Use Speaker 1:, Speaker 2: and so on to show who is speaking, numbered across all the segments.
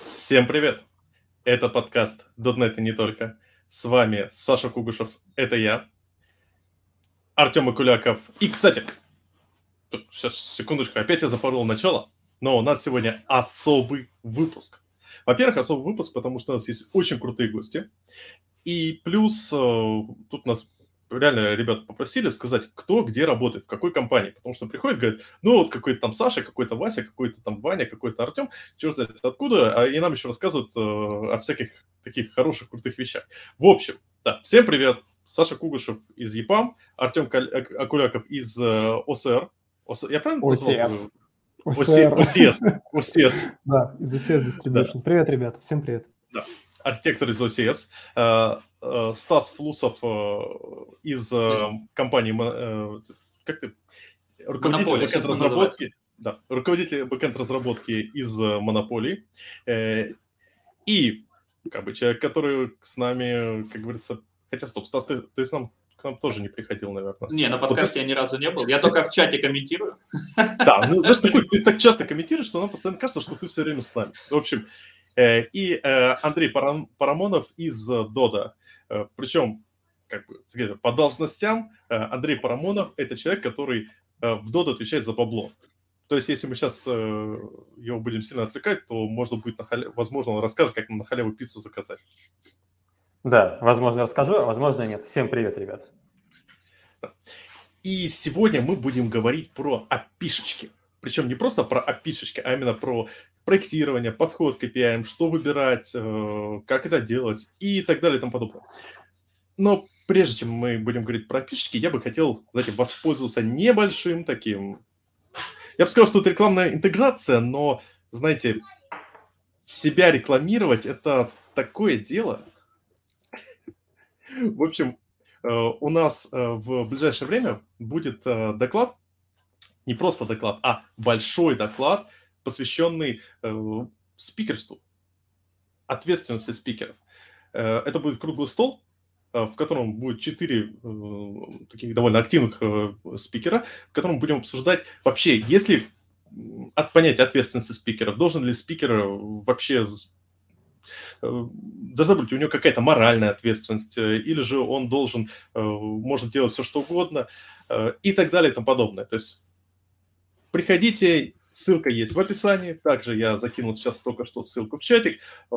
Speaker 1: Всем привет! Это подкаст «Дотнет и не только». С вами Саша Кугушев, это я, Артем Акуляков. И, кстати, тут сейчас, секундочку, опять я запорол начало, но у нас сегодня особый выпуск. Во-первых, особый выпуск, потому что у нас есть очень крутые гости. И плюс э, тут нас реально ребят попросили сказать, кто где работает, в какой компании. Потому что приходит, говорит, ну вот какой-то там Саша, какой-то Вася, какой-то там Ваня, какой-то Артем, черт знает откуда, а и нам еще рассказывают э, о всяких таких хороших, крутых вещах. В общем, да, всем привет. Саша Кугушев из ЕПАМ, Артем Каль- Ак- Акуляков из э, ОСР. ОС- Я правильно назвал?
Speaker 2: OCS.
Speaker 1: ОСР.
Speaker 2: OCR.
Speaker 1: ОСС. ОСС.
Speaker 2: Да, из OCS Distribution. Привет, ребята, всем привет.
Speaker 1: архитектор из OCS, э, э, Стас Флусов э, из э, компании Мо- э, как ты, руководитель
Speaker 3: Монополия, сейчас
Speaker 1: бэкэнд
Speaker 3: он
Speaker 1: разработки, да, руководитель бэкэнд разработки из э, Монополии Э, и как бы человек, который с нами, как говорится, хотя стоп, Стас, ты, ты с нам к нам тоже не приходил, наверное.
Speaker 3: Не, на подкасте я ни разу не был. Я только в чате комментирую.
Speaker 1: Да, ну знаешь, такой, ты так часто комментируешь, что нам постоянно кажется, что ты все время с нами. В общем, э, и э, Андрей Парам- Парамонов из э, Дода. Э, Причем, как бы, скажем, по должностям, э, Андрей Парамонов – это человек, который э, в Дода отвечает за бабло. То есть, если мы сейчас его будем сильно отвлекать, то, можно будет, на халя- возможно, он расскажет, как нам на халяву пиццу заказать.
Speaker 4: Да, возможно, расскажу, а возможно, нет. Всем привет, ребят.
Speaker 1: И сегодня мы будем говорить про опишечки. Причем не просто про опишечки, а именно про проектирование, подход к API, что выбирать, э, как это делать и так далее и тому подобное. Но прежде чем мы будем говорить про опишечки, я бы хотел, знаете, воспользоваться небольшим таким... Я бы сказал, что это рекламная интеграция, но, знаете, себя рекламировать – это такое дело. В общем, э, у нас э, в ближайшее время будет э, доклад, не просто доклад, а большой доклад, посвященный э, спикерству, ответственности спикеров. Э, Это будет круглый стол, э, в котором будет четыре э, таких довольно активных э, спикера, в котором будем обсуждать вообще, если м, от понятия ответственности спикеров, должен ли спикер э, вообще с- э, должна быть у него какая-то моральная ответственность, э, или же он должен, э, может делать все, что угодно, э, и так далее и тому подобное. То есть приходите, ссылка есть в описании, также я закинул сейчас только что ссылку в чатик, Э,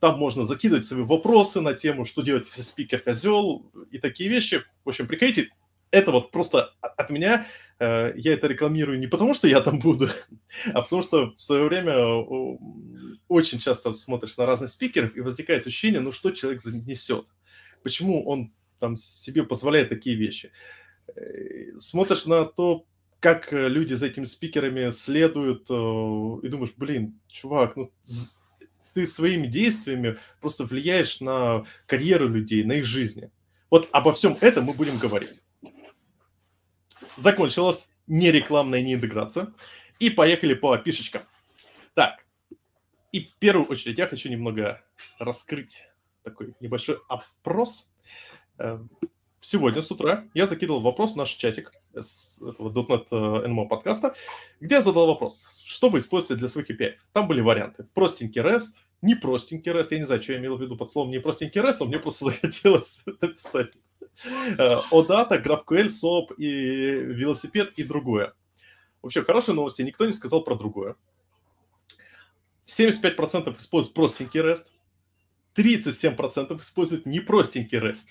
Speaker 1: там можно закидывать свои вопросы на тему, что делать, если спикер козел, и такие вещи. В общем, приходите, это вот просто о- от меня, Э, я это рекламирую не потому, что я там буду, а потому что в свое время э, очень часто смотришь на разных спикеров и возникает ощущение, ну что человек занесет, почему он там себе позволяет такие вещи. Э, Смотришь на то, как э, люди за этими спикерами следуют, э, и думаешь, блин, чувак, ну з- ты своими действиями просто влияешь на карьеру людей, на их жизни. Вот обо всем этом мы будем говорить. Закончилась не рекламная, не интеграция. И поехали по пишечкам. Так, и в первую очередь я хочу немного раскрыть такой небольшой опрос. Э, Сегодня с утра я закидывал вопрос в наш чатик с этого .NET э, NMO подкаста, где я задал вопрос, что вы используете для своих API. Там были варианты. Простенький REST, не простенький REST, я не знаю, что я имел в виду под словом не простенький REST, но мне просто захотелось написать. Э, OData, GraphQL, SOAP и велосипед и другое. Вообще, хорошие новости, никто не сказал про другое. 75% используют простенький REST, 37% используют непростенький REST.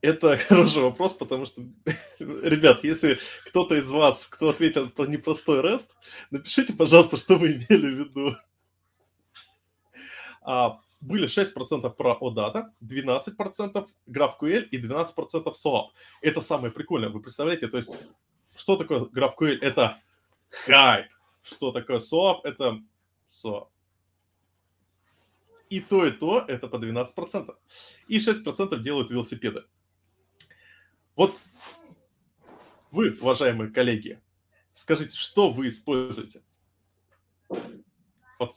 Speaker 1: Это хороший вопрос, потому что, ребят, если кто-то из вас, кто ответил про непростой REST, напишите, пожалуйста, что вы имели в виду. А, были 6% про OData, 12% GraphQL и 12% SOAP. Это самое прикольное, вы представляете? То есть, что такое GraphQL? Это хайп. Что такое SOAP? Это SOAP. И то, и то это по 12%. И 6% делают велосипеды. Вот вы, уважаемые коллеги, скажите, что вы используете? Вот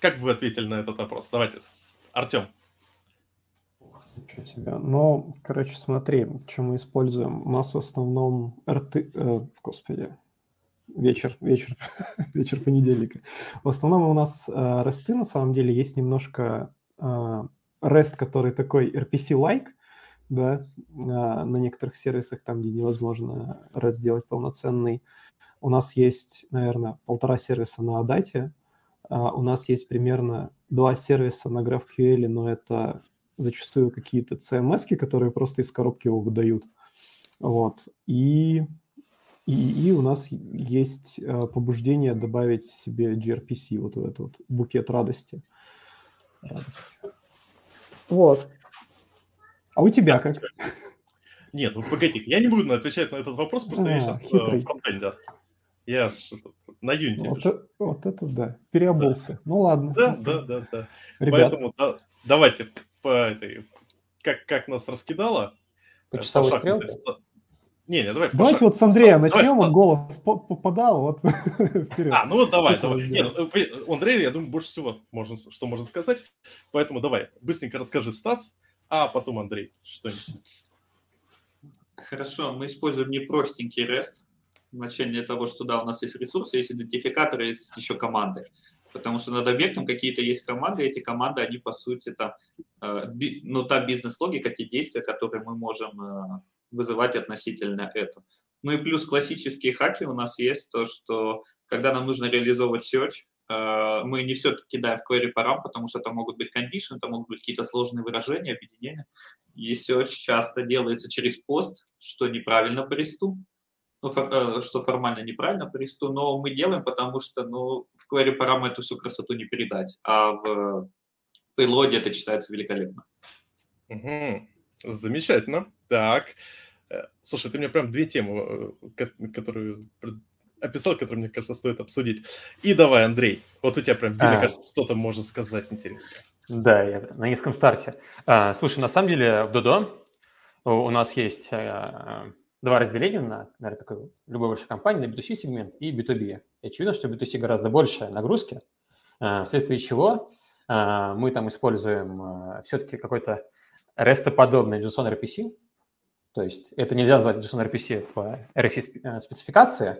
Speaker 1: как бы вы ответили на этот вопрос? Давайте, Артем.
Speaker 2: Ничего себе. Ну, короче, смотри, что мы используем. У нас в основном RT... э, господи. вечер, вечер, вечер понедельника. В основном у нас э, ресты, на самом деле, есть немножко э, REST, который такой RPC-like, да, э, на некоторых сервисах, там, где невозможно REST сделать полноценный. У нас есть, наверное, полтора сервиса на Адате, а, у нас есть примерно два сервиса на GraphQL, но это зачастую какие-то CMS, которые просто из коробки его выдают. Вот. И, и, и у нас есть э, побуждение добавить себе gRPC, вот в этот вот букет радости. Радости. Вот. А у тебя как?
Speaker 1: Нет, ну погоди, я не буду отвечать на этот вопрос, просто я
Speaker 2: А,
Speaker 1: сейчас
Speaker 2: хитрый.
Speaker 1: фронтендер. Я ж этот, на юнте
Speaker 2: Вот,
Speaker 1: пишу.
Speaker 2: э- вот это да. Переобулся. Ну ладно.
Speaker 1: Да, да, да, да.
Speaker 2: Ребят,
Speaker 1: Поэтому да- давайте по этой, как, как нас раскидало. э,
Speaker 4: По часовой
Speaker 1: пошагово.
Speaker 4: стрелке?
Speaker 1: Не, не, давай. по
Speaker 2: давайте
Speaker 1: шагу.
Speaker 2: вот с Андрея
Speaker 1: Давай,
Speaker 2: начнем.
Speaker 1: Слав.
Speaker 2: Он голос по- попадал, вот вперед.
Speaker 1: А, ну вот давай,
Speaker 2: Как
Speaker 1: давай.
Speaker 2: его
Speaker 1: Не, ну, э, Андрей, я думаю, больше всего, можно, с- что можно сказать. Поэтому давай, быстренько расскажи, Стас, а потом Андрей что-нибудь.
Speaker 3: Хорошо, мы используем не простенький REST. Значение того, что да, у нас есть ресурсы, есть идентификаторы, есть еще команды. Потому что над объектом какие-то есть команды, и эти команды, они по сути там, э, би- ну та бизнес-логика, те действия, которые мы можем э, вызывать относительно этого. Ну и плюс классические хаки у нас есть то, что когда нам нужно реализовывать search, э, мы не все кидаем в query парам, потому что там могут быть condition, там могут быть какие-то сложные выражения, объединения. И search часто делается через пост, что неправильно по ресту, ну, фор- э, что формально неправильно по ресту, но мы делаем, потому что ну, в query парам эту всю красоту не передать, а в, э, в payload это читается великолепно.
Speaker 1: Мгм. Замечательно. Так. Э, Слушай, ты мне прям две темы, э, ко- которые пред- описал, которые, мне кажется, стоит обсудить. И давай, Андрей, вот у тебя прям, мне
Speaker 4: А.
Speaker 1: кажется, что-то можно сказать интересно.
Speaker 4: Да, я на низком старте. А, слушай, на самом деле в Dodo у у нас есть э, два разделения на, наверное, как и любой большой компании, на B2C сегмент и B2B. И очевидно, что B2C гораздо больше нагрузки, э, вследствие чего э, мы там используем все-таки какой-то REST-подобный JSON RPC. То есть это нельзя назвать JSON RPC по RFC спецификации.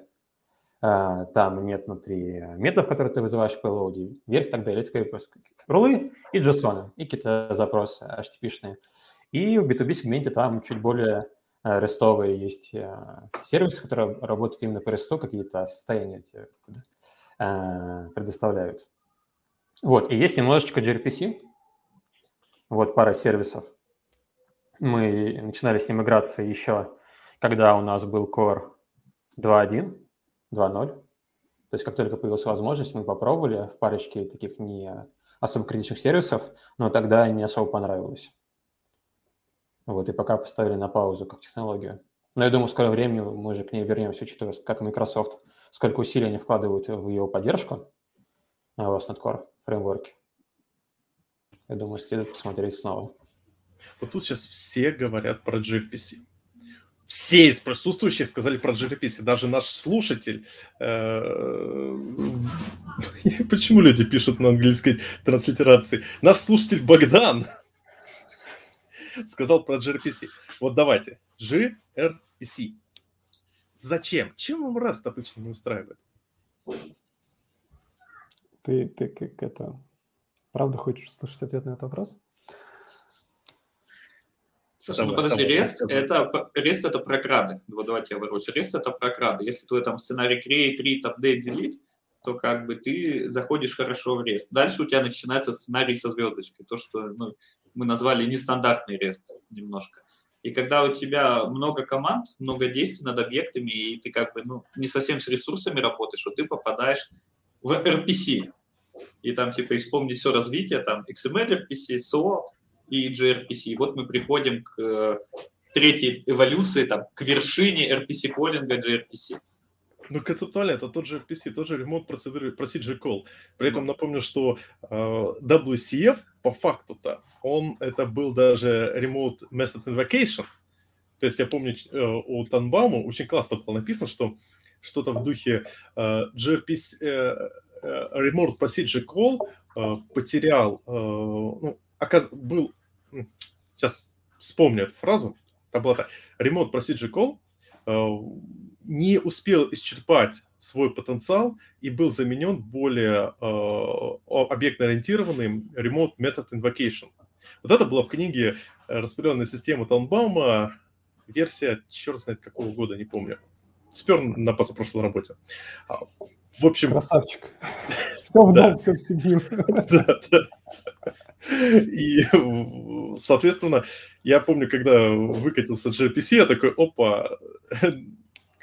Speaker 4: Э, Там нет внутри методов, которые ты вызываешь в payload, версий и так далее. Это скорее просто рулы и JSON, и какие-то запросы HTTP-шные. И в B2B-сегменте там чуть более э, рестовые есть э, сервисы, которые работают именно по ресту, какие-то состояния тебе э, предоставляют. Вот, и есть немножечко gRPC, вот пара сервисов. Мы начинали с ним играться еще, когда у нас был Core 2.1, 2.0. То есть как только появилась возможность, мы попробовали в парочке таких не особо критичных сервисов, но тогда не особо понравилось. Вот, и пока поставили на паузу как технологию. Но я думаю, в скором времени мы же к ней вернемся, учитывая, как Microsoft, сколько усилий они вкладывают в ее поддержку на .NET Core фреймворке. Я думаю, следует посмотреть снова.
Speaker 1: Вот тут сейчас все говорят про gRPC. Все из присутствующих сказали про gRPC. Даже наш слушатель... э, Почему люди пишут на английской транслитерации? Наш слушатель Богдан сказал про gRPC. Вот давайте. gRPC. Зачем? Чем вам раз обычно не устраивает?
Speaker 2: Ты, ты как это... Правда хочешь услышать ответ на этот вопрос?
Speaker 3: Слушай, ну
Speaker 1: Давай,
Speaker 3: подожди,
Speaker 1: давай,
Speaker 3: REST
Speaker 1: рассказывай.
Speaker 3: это, п- REST это прокрады. Вот давайте я ворочу. REST это прокрады. Если твой там сценарий create, read, update, delete, то как бы ты заходишь хорошо в REST. Дальше у тебя начинается сценарий со звездочкой. То, что ну, мы назвали нестандартный REST немножко. И когда у тебя много команд, много действий над объектами, и ты как бы ну, не совсем с ресурсами работаешь, вот ты попадаешь в RPC. И там типа вспомнить все развитие, там XML RPC, SO, и gRPC. И вот мы приходим к э, третьей эволюции, там, к вершине RPC-коллинга gRPC.
Speaker 1: Ну, концептуально это тот же RPC, тот же ремонт процедуры про CG Call. При этом напомню, что э, WCF по факту-то, он это был даже Remote Method Invocation. То есть я помню, ч- э, у Танбаума очень классно было написано, что что-то в духе э, gRPC, э, э, Remote Procedure Call э, потерял, э, ну, оказ- был, сейчас вспомню эту фразу, там была так, Remote Procedure Call э, не успел исчерпать свой потенциал и был заменен более э, объектно-ориентированным Remote Method Invocation. Вот это было в книге э, «Распределенная система Таунбаума», версия черт знает какого года, не помню. Спер на позапрошлой работе. А, В общем...
Speaker 2: Красавчик. Все в дом, все в Сибирь.
Speaker 1: И, соответственно, я помню, когда выкатился JPC, я такой, опа, как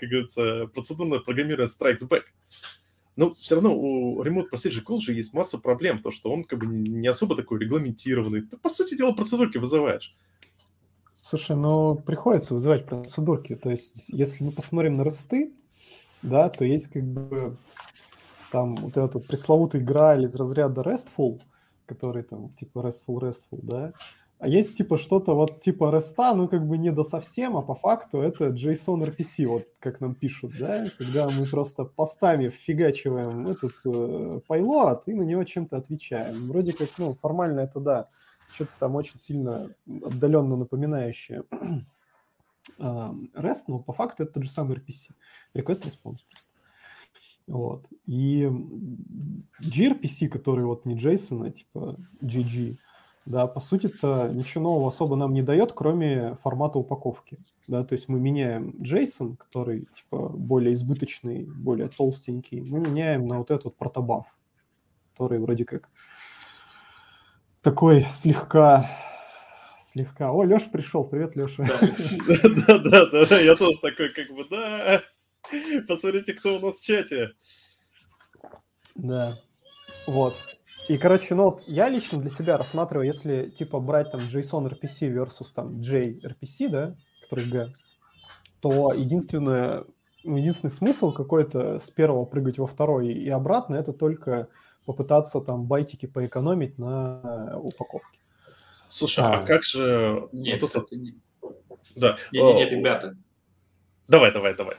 Speaker 1: говорится, процедурное программирование strikes back. Но все равно у Remote Procedure Call же есть масса проблем, то, что он как бы не особо такой регламентированный. Ты, по сути дела, процедурки вызываешь.
Speaker 2: Слушай, ну, приходится вызывать процедурки. То есть, если мы посмотрим на росты, да, то есть как бы там вот этот пресловутый грааль из разряда RESTful, который там типа RESTful, RESTful, да, а есть типа что-то вот типа REST, ну как бы не до совсем, а по факту это JSON RPC, вот как нам пишут, да, когда мы просто постами фигачиваем этот э, пайлот и на него чем-то отвечаем. Вроде как, ну, формально это да, что-то там очень сильно отдаленно напоминающее э, REST, но по факту это тот же самый RPC, Request Response просто. Вот. И gRPC, который вот не JSON, а типа GG, да, по сути-то ничего нового особо нам не дает, кроме формата упаковки. Да, то есть мы меняем JSON, который типа более избыточный, более толстенький, мы меняем на вот этот вот протобаф, который вроде как такой слегка слегка. О, Леша пришел. Привет, Леша.
Speaker 1: Да, да, да, да, я тоже такой, как бы, да. Посмотрите, кто у нас в чате.
Speaker 2: Да. Вот. И, короче, ну вот я лично для себя рассматриваю, если, типа, брать там JSON RPC versus там JRPC, да, который G, то единственное, ну, единственный смысл какой-то с первого прыгать во второй и обратно, это только попытаться там байтики поэкономить на э, упаковке.
Speaker 1: Слушай, а, а как же...
Speaker 3: Нет,
Speaker 1: Ну, вот
Speaker 3: это... не...
Speaker 1: Да. А,
Speaker 3: Не-не-не, ребята.
Speaker 1: Давай, давай, давай.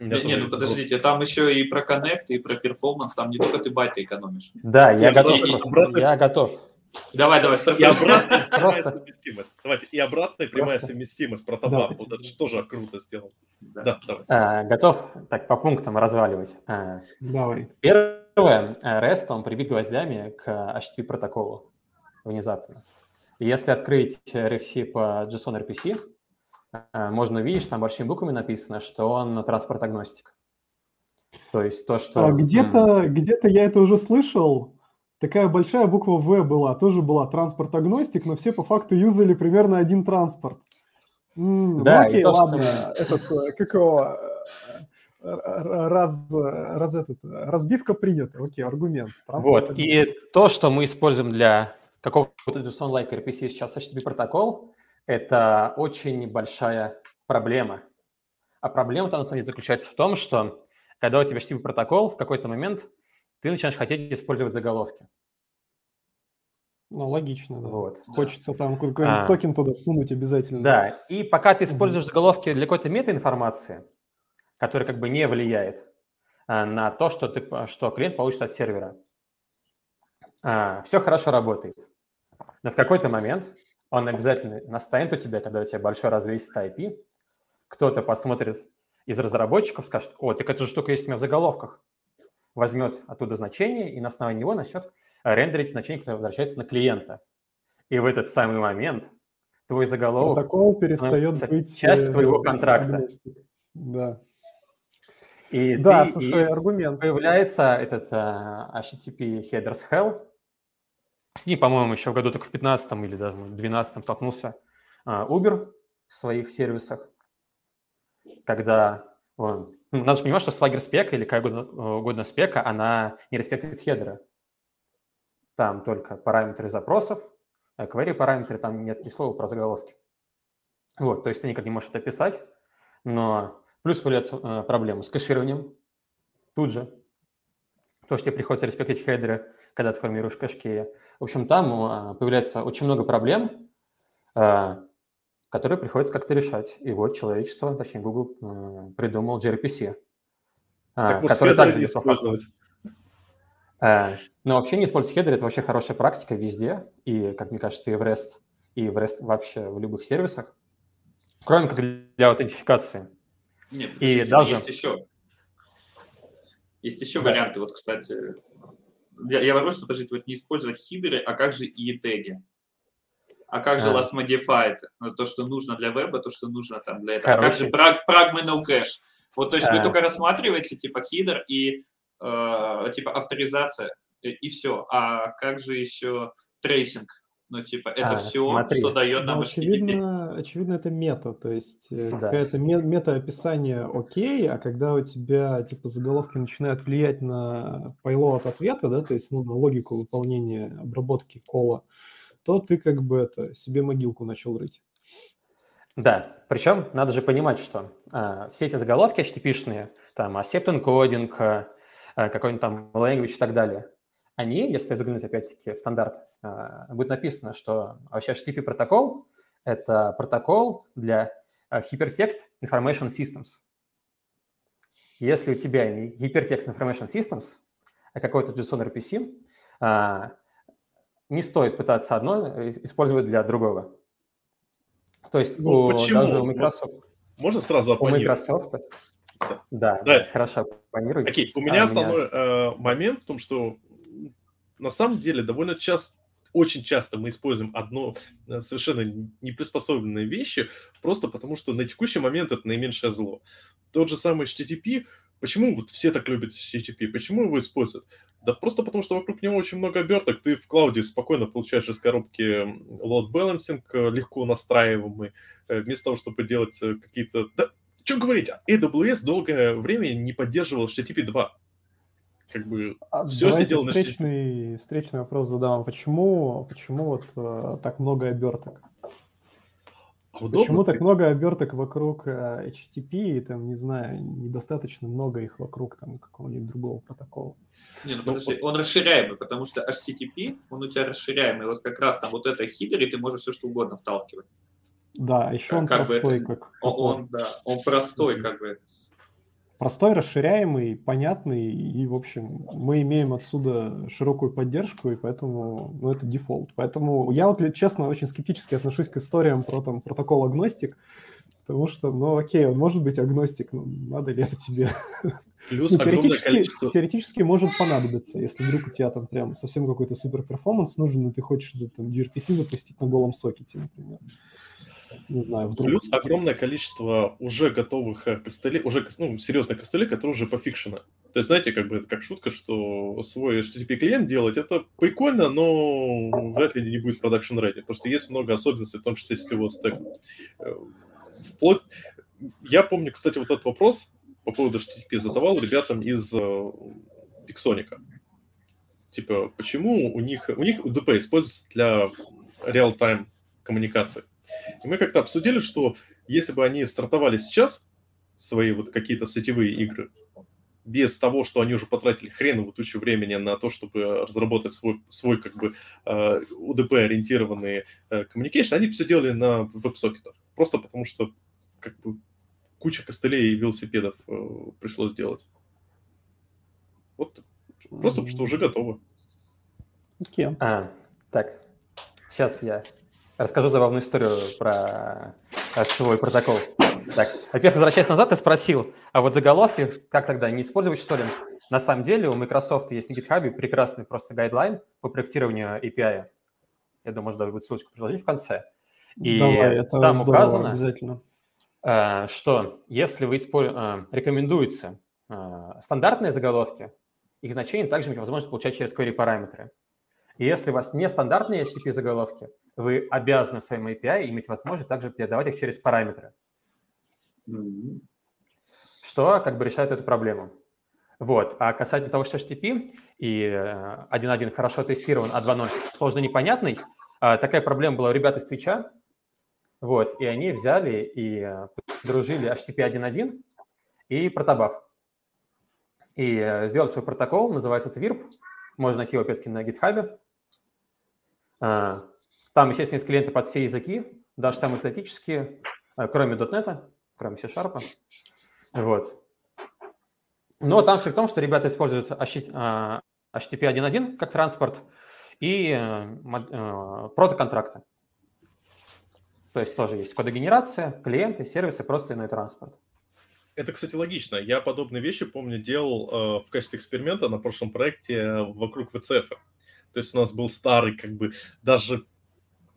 Speaker 3: Не, не, ну подождите, там еще и про коннект, и про перформанс, там не только ты байты экономишь.
Speaker 4: Да, я
Speaker 1: Нет,
Speaker 4: готов.
Speaker 1: и- и
Speaker 4: просто,
Speaker 1: обратно-
Speaker 4: Я готов.
Speaker 3: Давай, давай,
Speaker 1: И
Speaker 3: стартуй.
Speaker 1: обратная прямая
Speaker 4: Просто.
Speaker 1: совместимость. Давайте, и обратная прямая
Speaker 2: Просто.
Speaker 1: совместимость
Speaker 2: Да,
Speaker 1: протобаф.
Speaker 2: спасибо.
Speaker 1: Вот это же тоже круто сделал.
Speaker 3: Да.
Speaker 1: Да, давайте.
Speaker 4: А, готов. Так, по пунктам разваливать. А,
Speaker 2: Давай.
Speaker 4: Первое, э, REST, он прибит гвоздями к э, HTTP протоколу внезапно. И Если открыть э, RFC по JSON RPC, э, можно увидеть, что там большими буквами написано, что он транспорт-агностик. То есть то, что...
Speaker 2: А,
Speaker 4: м,
Speaker 2: где-то, где-то я это уже слышал. Такая большая буква В была, тоже была транспорт-агностик, но все по факту юзали примерно один транспорт. М,
Speaker 4: Да,
Speaker 2: ну окей,
Speaker 4: и то, что
Speaker 2: ладно.
Speaker 4: мы-
Speaker 2: Этот, э, как его, э, р- раз, э, раз этот, э, разбивка принята. Окей, аргумент.
Speaker 4: Вот,
Speaker 2: Транспорт-агностик.
Speaker 4: и то, что мы используем для какого-то JSON-like RPC сейчас HTTP протокол, это очень большая проблема. А проблема там, на самом деле, заключается в том, что когда у тебя HTTP протокол, в какой-то момент ты начинаешь хотеть использовать заголовки.
Speaker 2: Ну, логично, да.
Speaker 4: Вот.
Speaker 2: Хочется там
Speaker 4: А.
Speaker 2: какой-нибудь токен туда сунуть обязательно.
Speaker 4: Да, и пока ты
Speaker 2: Мгм.
Speaker 4: используешь заголовки для какой-то метаинформации, которая как бы не влияет а, на то, что, ты, по- что клиент получит от сервера, все хорошо работает. Но в какой-то момент он обязательно настанет у тебя, когда у тебя большой развесистый IP, кто-то посмотрит из разработчиков, скажет, о, так эта же штука есть у меня в заголовках, возьмет оттуда значение и на основании него начнет э, рендерить значение, которое возвращается на клиента. И в этот самый момент твой заголовок
Speaker 2: Протокол перестает
Speaker 4: становится
Speaker 2: быть...
Speaker 4: Ну, часть
Speaker 2: э,
Speaker 4: твоего контракта.
Speaker 2: агностик. Да.
Speaker 4: И
Speaker 2: Да,
Speaker 4: ты-
Speaker 2: слушай,
Speaker 4: и
Speaker 2: аргумент.
Speaker 4: появляется этот а, HTTP headers hell. С ней, по-моему, еще в году только в 15 или даже в 12 столкнулся а, Uber в своих сервисах, когда он- ну, надо же понимать, что Swagger спека или какая угодно, э, угодно спека, она не респектует хедера. Там только параметры запросов, а query параметры, там нет ни слова про заголовки. Вот, то есть ты никак не можешь это писать, но плюс появляется э, проблема с кэшированием, тут же. То, что тебе приходится респектить хедеры, когда ты формируешь кэшки. В общем, там а, появляется очень много проблем, а, которые приходится как-то решать. И вот человечество, точнее Google, м, придумал gRPC, а,
Speaker 1: Так ну, вот,
Speaker 4: э, который
Speaker 1: следовало
Speaker 4: также
Speaker 1: не
Speaker 4: идет по факту.
Speaker 1: использовать.
Speaker 4: Э, Но вообще не использовать хедеры – это вообще хорошая практика везде, и, как мне кажется, и в REST, и в REST вообще в любых сервисах, кроме как для аутентификации.
Speaker 3: Нет,
Speaker 4: И
Speaker 3: подождите,
Speaker 4: даже-
Speaker 3: есть еще. Есть еще варианты. Вот, кстати, я, я вопрос, что подождите, вот не использовать хидеры, а как же и теги? А как же
Speaker 4: А.
Speaker 3: last modified? Ну, То, что нужно для веба, то, что нужно там для этого. А Как
Speaker 4: Короче.
Speaker 3: же праг, прагмы no кэш? Вот, то есть вы
Speaker 4: А.
Speaker 3: только рассматриваете, типа, хидер и, э, типа, авторизация, э, и, все. А как же еще трейсинг? Ну, типа, это
Speaker 4: А,
Speaker 3: все,
Speaker 4: смотри.
Speaker 3: что дает нам
Speaker 2: Ну,
Speaker 3: HTTP.
Speaker 2: очевидно, очевидно, это мета, то есть э,
Speaker 4: Да.
Speaker 2: какое-то ме- мета-описание окей, а когда у тебя типа заголовки начинают влиять на пайло от ответа, да, то есть ну, на логику выполнения обработки кола, то ты как бы это себе могилку начал рыть.
Speaker 4: Да, причем надо же понимать, что а, все эти заголовки HTTP-шные, там accept encoding, а, а, какой-нибудь там language и так далее, они, если заглянуть опять-таки в стандарт, а, будет написано, что вообще HTTP протокол – это протокол для а, Hypertext Information Systems. Если у тебя не Hypertext Information Systems, а какой-то JSON RPC, а, не стоит пытаться одно э, использовать для другого. То есть
Speaker 1: Ну,
Speaker 4: у-
Speaker 1: почему?
Speaker 4: даже у
Speaker 1: Вот
Speaker 4: Microsoft
Speaker 1: Можно сразу
Speaker 4: у
Speaker 1: оппонировать?
Speaker 4: Microsoft.
Speaker 1: Да.
Speaker 4: Да,
Speaker 1: Да.
Speaker 4: хорошо планируйте.
Speaker 1: Окей, у
Speaker 4: меня-
Speaker 1: меня основной э, момент в том, что м, на самом деле довольно часто, очень часто мы используем одно э, совершенно неприспособленные вещи, просто потому что на текущий момент это наименьшее зло. Тот же самый HTTP, почему вот все так любят HTTP, почему его используют? Да просто потому, что вокруг него очень много оберток, ты в клауде спокойно получаешь из коробки м, load balancing, э, легко настраиваемый, э, вместо того, чтобы делать э, какие-то... Да, что говорить, а? AWS долгое время не поддерживал HTTP 2. Как бы, всё
Speaker 2: А Давайте
Speaker 1: сидел на штифте.
Speaker 2: встречный, встречный вопрос задам. Почему, почему вот э, так много оберток?
Speaker 1: а
Speaker 2: Почему
Speaker 1: удобно?
Speaker 2: так много оберток вокруг э, HTTP и там, не знаю, недостаточно много их вокруг там какого-нибудь другого протокола?
Speaker 3: Не, ну
Speaker 1: Ну,
Speaker 3: подожди, он расширяемый, потому что HTTP, он у тебя расширяемый. Вот как раз там вот это хидер, и ты можешь все что угодно вталкивать.
Speaker 2: Да, еще
Speaker 3: Э,
Speaker 2: он
Speaker 3: как бы
Speaker 2: простой,
Speaker 3: это-
Speaker 2: как
Speaker 3: Он,
Speaker 2: топор.
Speaker 3: он, да, он простой, как бы.
Speaker 2: простой, расширяемый, понятный и, в общем, мы имеем отсюда широкую поддержку и поэтому, ну, это дефолт. Поэтому я вот, честно, очень скептически отношусь к историям про там протокол агностик, потому что, ну, окей, он может быть агностик, но надо ли это тебе?
Speaker 1: Плюс
Speaker 2: Ну,
Speaker 1: огромное
Speaker 2: теоретически,
Speaker 1: количество...
Speaker 2: теоретически может понадобиться, если вдруг у тебя там прям совсем какой-то супер перформанс нужен, и ты хочешь да, там gRPC запустить на голом сокете, например. Не знаю, вдруг.
Speaker 1: Плюс огромное количество уже готовых э, костылей, уже кос- ну, серьезных костылей, которые уже пофикшены. То есть, знаете, как бы это как шутка, что свой HTTP-клиент делать, это прикольно, но вряд ли не будет продакшн ready, потому что есть много особенностей, в том числе сетевого стека. Э, Вплоть... Я помню, кстати, вот этот вопрос по поводу HTTP задавал ребятам из э, Пиксоника. Типа, почему у них... У них UDP используется для реал-тайм коммуникации. И мы как-то обсудили, что если бы они стартовали сейчас, свои вот какие-то сетевые игры, без того, что они уже потратили хреновую тучу времени на то, чтобы разработать свой, свой как бы э, УДП-ориентированные коммуникации, они все делали на веб-сокетах. Просто потому что как бы куча костылей и велосипедов э, пришлось делать. Вот просто потому что уже готово.
Speaker 2: Окей.
Speaker 4: А, так, сейчас я расскажу забавную историю про э, свой протокол. Так, во-первых, возвращаясь назад, ты спросил, а вот заголовки, как тогда, не использовать, что ли? На самом деле у Microsoft есть на GitHub прекрасный просто гайдлайн по проектированию API. Я думаю, можно даже будет ссылочку приложить в конце. И
Speaker 2: Давай, это
Speaker 4: там
Speaker 2: здорово,
Speaker 4: указано,
Speaker 2: обязательно.
Speaker 4: э, что если вы используете, рекомендуется э, стандартные заголовки, их значение также возможно получать через query параметры. И если у вас нестандартные HTTP заголовки, вы обязаны в своем API иметь возможность также передавать их через параметры,
Speaker 3: Мгм.
Speaker 4: что как бы решает эту проблему. Вот. А касательно того, что HTTP и э, 1.1 хорошо тестирован, а 2.0 сложно непонятный, а, такая проблема была у ребят из Твича. Вот. И они взяли и э, подружили HTTP 1.1 и протобаф. И э, сделали свой протокол, называется TWIRP. Можно найти его, опять-таки, на GitHub. А, Там, естественно, есть клиенты под все языки, даже самые экзотические, э, кроме .NET, кроме C-Sharp. Вот. Но там суть в том, что ребята используют HT- а, HTTP 1.1 как транспорт и э, мод- э, протоконтракты. То есть тоже есть кодогенерация, клиенты, сервисы, просто иной транспорт.
Speaker 1: Это, кстати, логично. Я подобные вещи, помню, делал э, в качестве эксперимента на прошлом проекте э, вокруг ВЦФ. То есть у нас был старый, как бы, даже,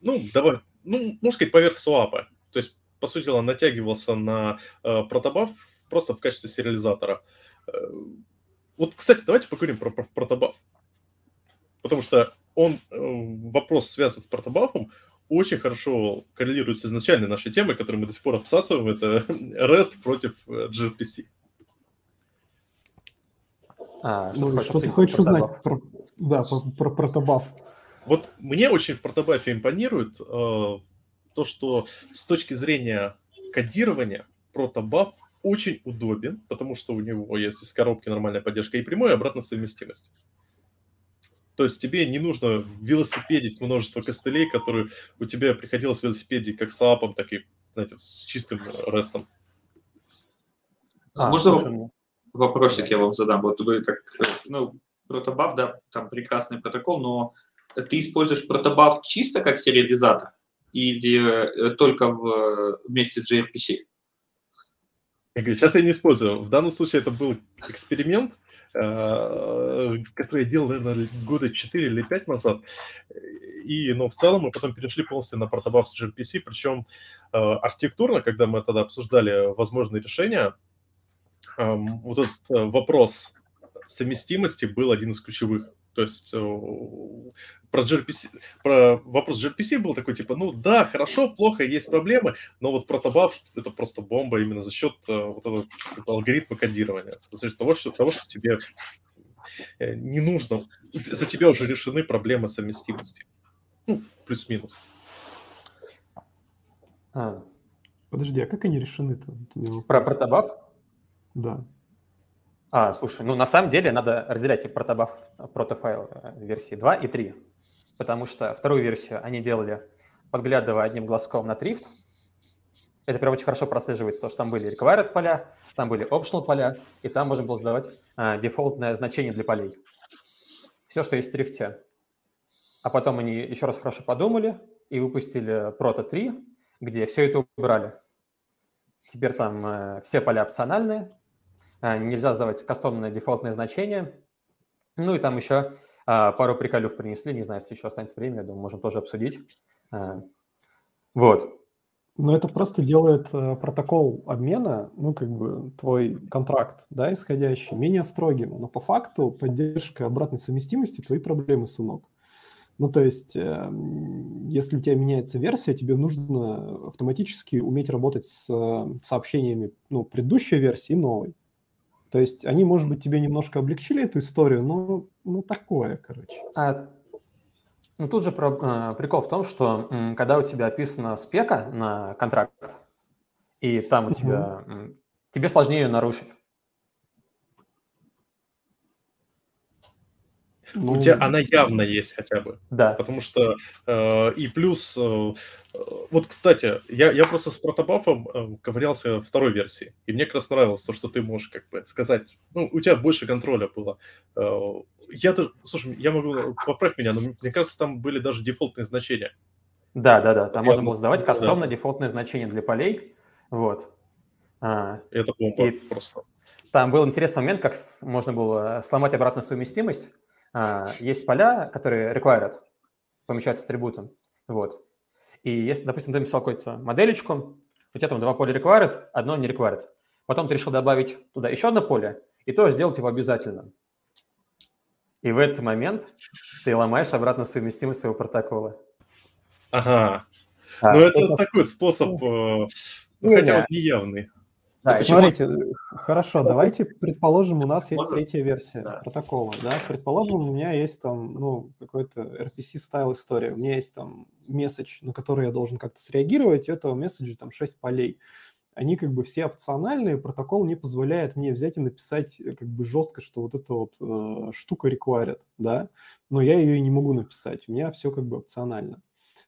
Speaker 1: ну, давай, ну, можно сказать, поверх суапа. То есть, по сути дела, натягивался на э, протобаф просто в качестве сериализатора. Э, вот, кстати, давайте поговорим про, про протобаф. Потому что он, э, вопрос связан с протобафом, очень хорошо коррелирует с изначальной нашей темой, которую мы до сих пор обсасываем, это REST против э, gRPC.
Speaker 4: А,
Speaker 2: Ну,
Speaker 4: ты
Speaker 2: что ты
Speaker 4: обсудить
Speaker 2: хочешь
Speaker 4: про
Speaker 2: узнать
Speaker 4: добав?
Speaker 2: про, да, про, про протобаф?
Speaker 1: Вот мне очень в протобафе импонирует э, то, что с точки зрения кодирования протобаф очень удобен, потому что у него есть из коробки нормальная поддержка и прямой, и обратная совместимость. То есть тебе не нужно велосипедить множество костылей, которые у тебя приходилось велосипедить как с апом, так и знаете, с чистым рестом.
Speaker 4: А,
Speaker 3: Можно
Speaker 4: слушай, ну,
Speaker 3: Вопросик я вам задам. Вот вы как, э, ну, протобаф, да, там прекрасный протокол, но ты используешь протобаф чисто как сериализатор или э, только в, э, вместе с gRPC?
Speaker 1: Я говорю, сейчас я не использую. В данном случае это был эксперимент, э, который я делал, наверное, года 4 или 5 назад. И, но в целом мы потом перешли полностью на протобаф с gRPC, причем э, архитектурно, когда мы тогда обсуждали возможные решения, эм, вот этот э, вопрос совместимости был один из ключевых. То есть э, про, gRPC, про вопрос gRPC был такой, типа, ну да, хорошо, плохо, есть проблемы, но вот протобаф — это просто бомба именно за счет э, вот этого типа, алгоритма кодирования. За счет того, что, того, что тебе э, не нужно, за тебя уже решены проблемы совместимости. Ну, плюс-минус.
Speaker 4: а,
Speaker 2: Подожди, а как они решены-то? У меня
Speaker 4: Про
Speaker 2: вопрос.
Speaker 4: протобаф?
Speaker 2: Да.
Speaker 4: А, слушай, ну на самом деле надо разделять и протобаф, протофайл э, версии 2 и 3, потому что вторую версию они делали, подглядывая одним глазком на трифт. Это прям очень хорошо прослеживается, то, что там были required поля, там были optional поля, и там можно было задавать э, дефолтное значение для полей. Все, что есть в трифте. А потом они еще раз хорошо подумали и выпустили прото 3, где все это убрали. Теперь там э, все поля опциональные, а, нельзя сдавать кастомное дефолтное значение. Ну и там еще а, пару приколюх принесли, не знаю, если еще останется время, я думаю, можем тоже обсудить. А, Вот.
Speaker 2: Но это просто делает э, протокол обмена, ну, как бы твой контракт, да, исходящий, менее строгим. Но по факту поддержка обратной совместимости твои проблемы, сынок. Ну, то есть, э, м, если у тебя меняется версия, тебе нужно автоматически уметь работать с э, сообщениями ну, предыдущей версии и новой. То есть они, может быть, тебе немножко облегчили эту историю, но ну, такое, короче.
Speaker 4: А, Ну тут же про- а, прикол в том, что м, когда у тебя описана спека на контракт, и там у
Speaker 2: Мгм.
Speaker 4: тебя... м, Тебе сложнее ее нарушить.
Speaker 1: У
Speaker 2: Ну,
Speaker 1: тебя она явно есть хотя бы.
Speaker 4: Да.
Speaker 1: Потому что э, и плюс... э, э, вот, кстати, я, я просто с протобафом э, ковырялся второй версии. И мне как раз нравилось то, что ты можешь как бы сказать... Ну, у тебя больше контроля было. Э, я даже... Слушай, я могу... Поправь меня, но мне кажется, там были даже дефолтные значения.
Speaker 4: Да, да, да. Там
Speaker 1: Я-
Speaker 4: можно было сдавать
Speaker 1: да.
Speaker 4: кастомное дефолтное значение для полей. Вот. А,
Speaker 1: Это бомба
Speaker 4: И-
Speaker 1: просто.
Speaker 4: Там был интересный момент, как с- можно было э, сломать обратную совместимость. А, Есть поля, которые required, помещаются атрибутом. Вот. И если, допустим, ты написал какую-то моделечку, у тебя там два поля required, одно не required. Потом ты решил добавить туда еще одно поле и тоже сделать его обязательным. И в этот момент ты ломаешь обратную совместимость своего протокола.
Speaker 1: Ага.
Speaker 4: А,
Speaker 1: ну, это такой способ, э, ну, хотя он неявный.
Speaker 4: да,
Speaker 2: Так,
Speaker 4: и-
Speaker 3: Ну, почему-
Speaker 2: Смотрите, х- хорошо, давайте предположим, у нас есть
Speaker 3: Можно?
Speaker 2: третья версия
Speaker 3: Да.
Speaker 2: протокола, да, предположим, у меня есть там, ну, какой-то RPC-стайл история, у меня есть там месседж, на который я должен как-то среагировать, и у этого месседжа там 6 полей. Они как бы все опциональные, протокол не позволяет мне взять и написать э, как бы жестко, что вот эта вот э, штука required, да, но я ее и не могу написать, у меня все как бы опционально.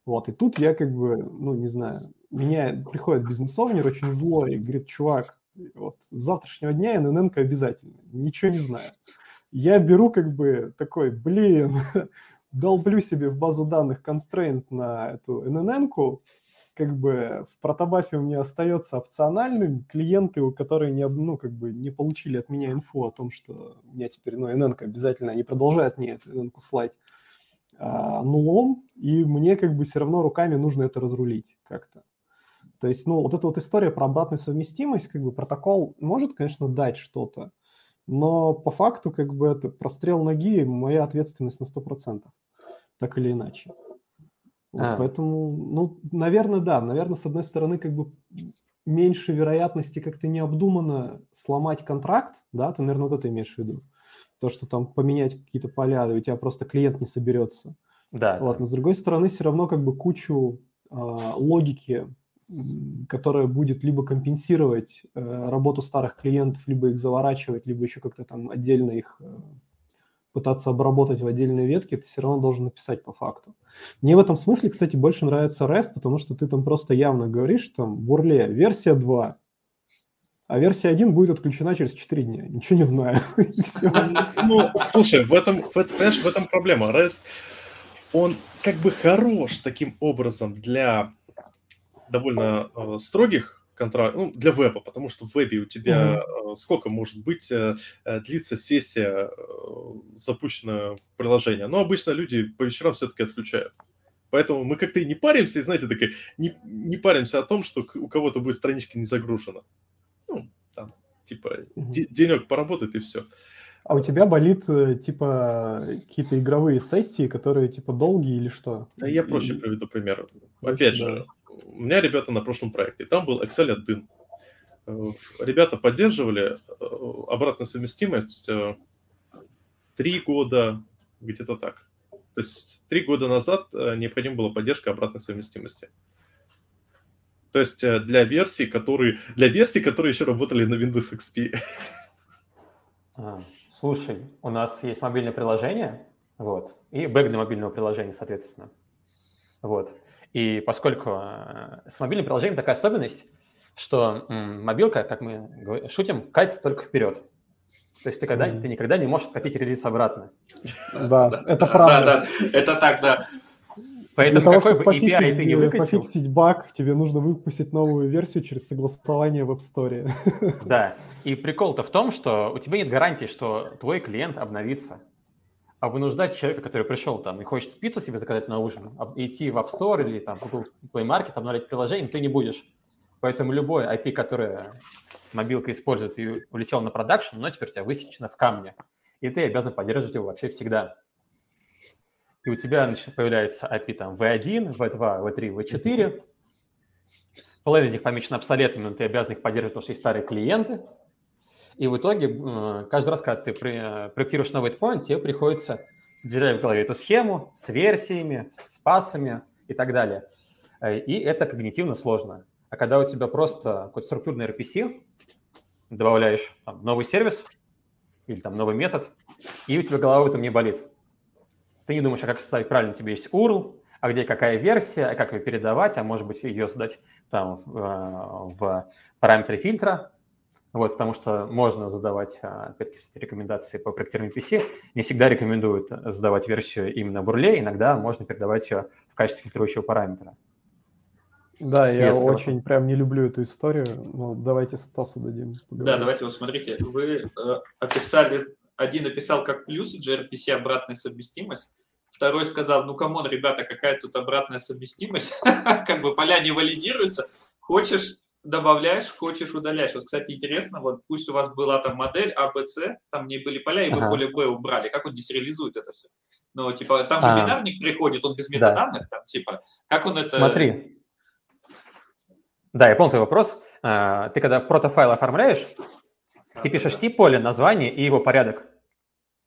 Speaker 2: Вот, и тут я как бы, ну, не знаю, меня приходит бизнес-овнер очень злой и говорит, чувак, вот с завтрашнего дня ННН обязательно, ничего не знаю. Я беру как бы такой, блин, долблю себе в базу данных constraint на эту ННН, как бы в протобафе у меня остается опциональным. Клиенты, у которые не, об- ну, как бы не получили от меня инфу о том, что у меня теперь ну, NN обязательно, они продолжают мне эту NN слать а, нулом, и мне как бы все равно руками нужно это разрулить как-то. То есть, ну, вот эта вот история про обратную совместимость, как бы протокол может, конечно, дать что-то, но по факту, как бы, это прострел ноги, моя ответственность на 100%, так или иначе. Вот,
Speaker 4: А.
Speaker 2: Поэтому, ну, наверное, да, наверное, с одной стороны, как бы меньше вероятности как-то необдуманно сломать контракт, да, ты, наверное, вот это имеешь в виду, то, что там поменять какие-то поля, и у тебя просто клиент не соберется.
Speaker 4: Да, это-
Speaker 2: Вот, но с другой стороны, все равно как бы кучу э, логики, м, которая будет либо компенсировать э, работу старых клиентов, либо их заворачивать, либо еще как-то там отдельно их э, пытаться обработать в отдельные ветки, ты все равно должен написать по факту. Мне в этом смысле, кстати, больше нравится REST, потому что ты там просто явно говоришь, там, бурле, версия 2, а версия 1 будет отключена через 4 дня. Ничего не знаю. И все.
Speaker 1: Ну, слушай, в этом, в этом- понимаешь, в этом проблема. REST, он как бы хорош таким образом для довольно э, строгих контрактов, ну, для веба, потому что в вебе у тебя э, сколько может быть э, э, длится сессия э, запущенного приложения. Но обычно люди по вечерам все-таки отключают. Поэтому мы как-то и не паримся, и, знаете, такие, не, не паримся о том, что к- у кого-то будет страничка не загружена. Ну, там, типа, де- денек поработает и все.
Speaker 2: А у тебя болит, э, типа, какие-то игровые сессии, которые, типа, долгие или что?
Speaker 1: Да я проще
Speaker 2: И-
Speaker 1: приведу пример.
Speaker 2: Проще,
Speaker 1: Опять
Speaker 2: да.
Speaker 1: же, у меня ребята на прошлом проекте, там был Excel от дын. Э, Ребята поддерживали э, обратную совместимость э, три года, где-то так. То есть три года назад э, необходима была поддержка обратной совместимости. То есть э, для версий, которые, для версий, которые еще работали на Windows XP.
Speaker 4: А, Слушай, у нас есть мобильное приложение, вот, и бэк для мобильного приложения, соответственно. Вот. И поскольку э, с мобильным приложением такая особенность, что м, мобилка, как мы гов- шутим, катится только вперед. То есть ты, когда,
Speaker 2: Мгм.
Speaker 4: ты никогда не можешь откатить релиз обратно.
Speaker 2: Да, это
Speaker 3: Да,
Speaker 2: правда.
Speaker 3: да, это так, да.
Speaker 4: Поэтому
Speaker 2: Для того,
Speaker 4: какой
Speaker 2: чтобы
Speaker 4: бы API ты не
Speaker 2: э,
Speaker 4: выкатил,
Speaker 2: пофиксить баг, тебе нужно выпустить новую версию через согласование в App Store.
Speaker 4: да. И прикол-то в том, что у тебя нет гарантии, что твой клиент обновится. А вынуждать человека, который пришел там и хочет пиццу себе заказать на ужин, об- идти в App Store или там Google Play Market, обновлять приложение, ты не будешь. Поэтому любой IP, которое мобилка использует и улетел на продакшн, но теперь у тебя высечено в камне. И ты обязан поддерживать его вообще всегда. И у тебя значит, появляется IP там V1, V2, V3, V4. Половина из них помечена обсолетами, но ты обязан их поддерживать, потому что есть старые клиенты. И в итоге м, каждый раз, когда ты при- э, проектируешь новый endpoint, тебе приходится держать в голове эту схему с версиями, с пасами и так далее. Э, И это когнитивно сложно. А когда у тебя просто какой-то структурный RPC, добавляешь там, новый сервис или там новый метод, и у тебя голова в этом не болит. Ты не думаешь, а как составить правильно, у тебя есть URL, а где какая версия, а как ее передавать, а может быть ее задать там в, э, в параметры фильтра, вот, потому что можно задавать, а, опять-таки, кстати, рекомендации по проектированию PC. Не всегда рекомендуют э, задавать версию именно в урле, иногда можно передавать ее в качестве фильтрующего параметра.
Speaker 2: Да, я
Speaker 4: Если вот-
Speaker 2: очень прям не люблю эту историю. Ну, давайте Стасу дадим.
Speaker 3: Да,
Speaker 2: поговорить.
Speaker 3: давайте вот смотрите. Вы э, описали, один описал как плюсы gRPC обратная совместимость, второй сказал, ну камон, ребята, какая тут обратная совместимость, как бы поля не валидируются, хочешь добавляешь, хочешь удаляешь. Вот, кстати, интересно, вот пусть у вас была там модель А, Б, С, там не были поля, и вы
Speaker 4: Ага.
Speaker 3: поле Б убрали. Как он десериализует это все? Ну, типа, там же
Speaker 4: А.
Speaker 3: бинарник приходит, он без
Speaker 4: Да.
Speaker 3: метаданных, там, типа, как он это...
Speaker 4: Смотри. Да, я понял твой вопрос. А, Ты когда протофайл оформляешь, ты пишешь тип поля, название и его порядок.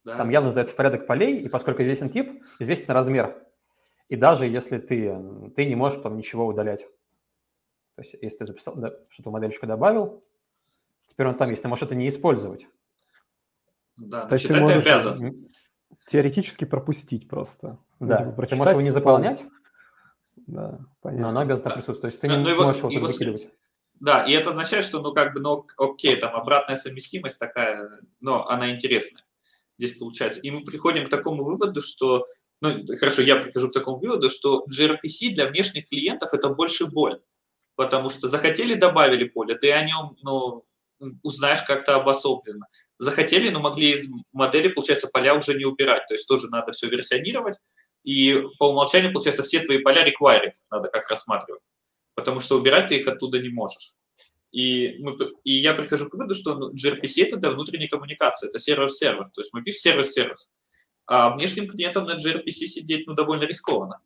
Speaker 3: Да.
Speaker 4: Там явно сдается порядок полей, и поскольку известен тип, известен размер. И даже если ты, м, ты не можешь там ничего удалять. То есть, если ты записал, да, что-то в модельчику добавил, теперь он там есть, ты можешь это не использовать.
Speaker 3: Да,
Speaker 2: То есть ты
Speaker 3: значит, это
Speaker 2: можешь-
Speaker 3: обязан.
Speaker 4: М,
Speaker 2: Теоретически пропустить просто. Ну,
Speaker 4: Да,
Speaker 2: типа,
Speaker 4: ты
Speaker 2: прочитать
Speaker 4: можешь его не
Speaker 2: вспомнить.
Speaker 4: заполнять,
Speaker 2: Да,
Speaker 4: но
Speaker 2: понятно.
Speaker 4: оно обязано
Speaker 3: Да.
Speaker 4: там присутствовать. То есть
Speaker 3: Ну,
Speaker 4: ты
Speaker 3: ну
Speaker 4: не
Speaker 3: его-
Speaker 4: можешь его
Speaker 3: его
Speaker 4: там
Speaker 3: с-
Speaker 4: выкидывать.
Speaker 3: Да, и это означает, что, ну, как бы, ну, ок- окей, там обратная совместимость такая, но она интересная. Здесь получается. И мы приходим к такому выводу, что ну, хорошо, я прихожу к такому выводу, что gRPC для внешних клиентов это больше боль, потому что захотели, добавили поле, ты о нем, ну, узнаешь как-то обособленно. Захотели, но могли из модели, получается, поля уже не убирать, то есть тоже надо все версионировать, и по умолчанию, получается, все твои поля required надо как рассматривать, потому что убирать ты их оттуда не можешь. И, мы, и я прихожу к выводу, что ну, gRPC это для внутренней коммуникации, это сервер-сервер, то есть мы пишем сервер-сервис. А внешним клиентам на gRPC сидеть ну, довольно рискованно.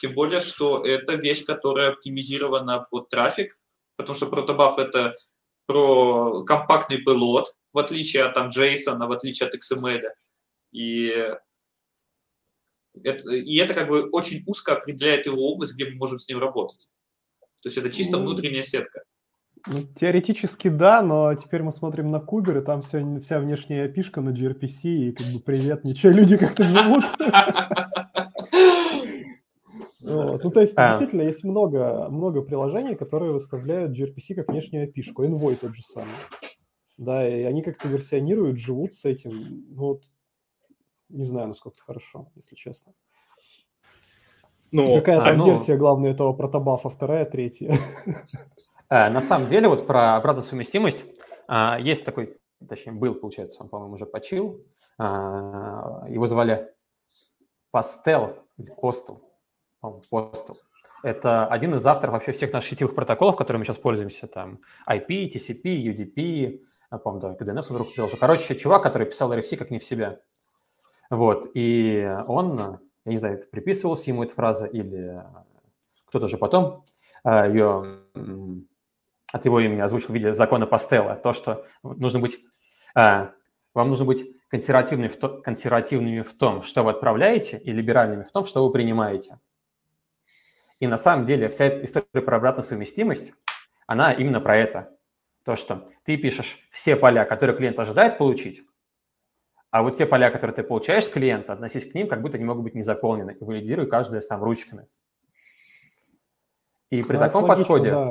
Speaker 3: Тем более, что это вещь, которая оптимизирована под трафик, потому что протобаф – это про компактный пилот, в отличие от там, JSON, в отличие от XML. И это, и это как бы очень узко определяет его область, где мы можем с ним работать. То есть это чисто внутренняя сетка.
Speaker 2: Ну, теоретически да, но теперь мы смотрим на Кубер, и там все, вся внешняя пишка на gRPC, и как бы привет, ничего, люди как-то живут. Вот. Ну, то есть, а. действительно, есть много, много приложений, которые выставляют gRPC как внешнюю пишку, Envoy тот же самый. Да, и они как-то версионируют, живут с этим. Ну, Вот, не знаю, насколько это хорошо, если честно.
Speaker 1: Ну,
Speaker 2: Какая там ну... версия, главное, этого протобафа, вторая, третья.
Speaker 4: Э, На самом деле, вот про обратную совместимость э, есть такой, точнее, был, получается, он, по-моему, уже почил. Э, Его звали Пастел, или Постел, Постел. Это один из авторов вообще всех наших сетевых протоколов, которыми мы сейчас пользуемся, там IP, TCP, UDP, э, по-моему, да, KDNS вдруг приложил. Короче, чувак, который писал RFC как не в себя. Вот, и он, я не знаю, приписывалась ему эта фраза или кто-то же потом э, ее от его имени озвучил в виде закона Пастела, то, что нужно быть, а, вам нужно быть консервативными в, то, консервативными в том, что вы отправляете, и либеральными в том, что вы принимаете. И на самом деле вся эта история про обратную совместимость, она именно про это. То, что ты пишешь все поля, которые клиент ожидает получить, а вот те поля, которые ты получаешь с клиента, относись к ним, как будто они могут быть не заполнены. И валидируй каждое сам ручками. И при ну, таком подходе да.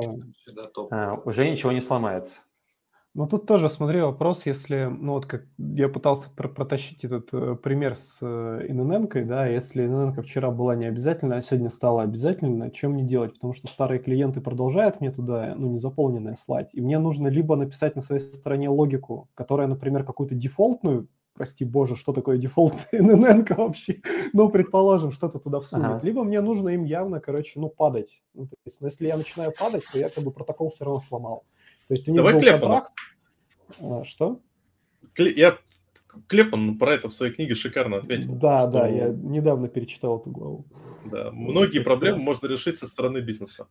Speaker 4: А, уже ничего не сломается.
Speaker 2: Ну тут тоже, смотри, вопрос, если, ну вот как я пытался про протащить этот э, пример с э, ИНН, да, если ИНН вчера была не обязательна, а сегодня стала обязательно, чем мне делать? Потому что старые клиенты продолжают мне туда, ну, незаполненное слать, и мне нужно либо написать на своей стороне логику, которая, например, какую-то дефолтную прости боже, что такое дефолт ННН вообще, ну, предположим, что-то туда всунуть. Ага. Либо мне нужно им явно, короче, ну, падать. Ну, то есть, ну, если я начинаю падать, то я как бы протокол все равно сломал. То есть у них
Speaker 1: Давай
Speaker 2: был
Speaker 1: Клепану.
Speaker 2: контракт. А, что?
Speaker 1: Кле- я Клепан про это в своей книге шикарно ответил.
Speaker 2: Да, да, я недавно перечитал эту главу.
Speaker 1: Да, многие проблемы можно решить со стороны бизнеса.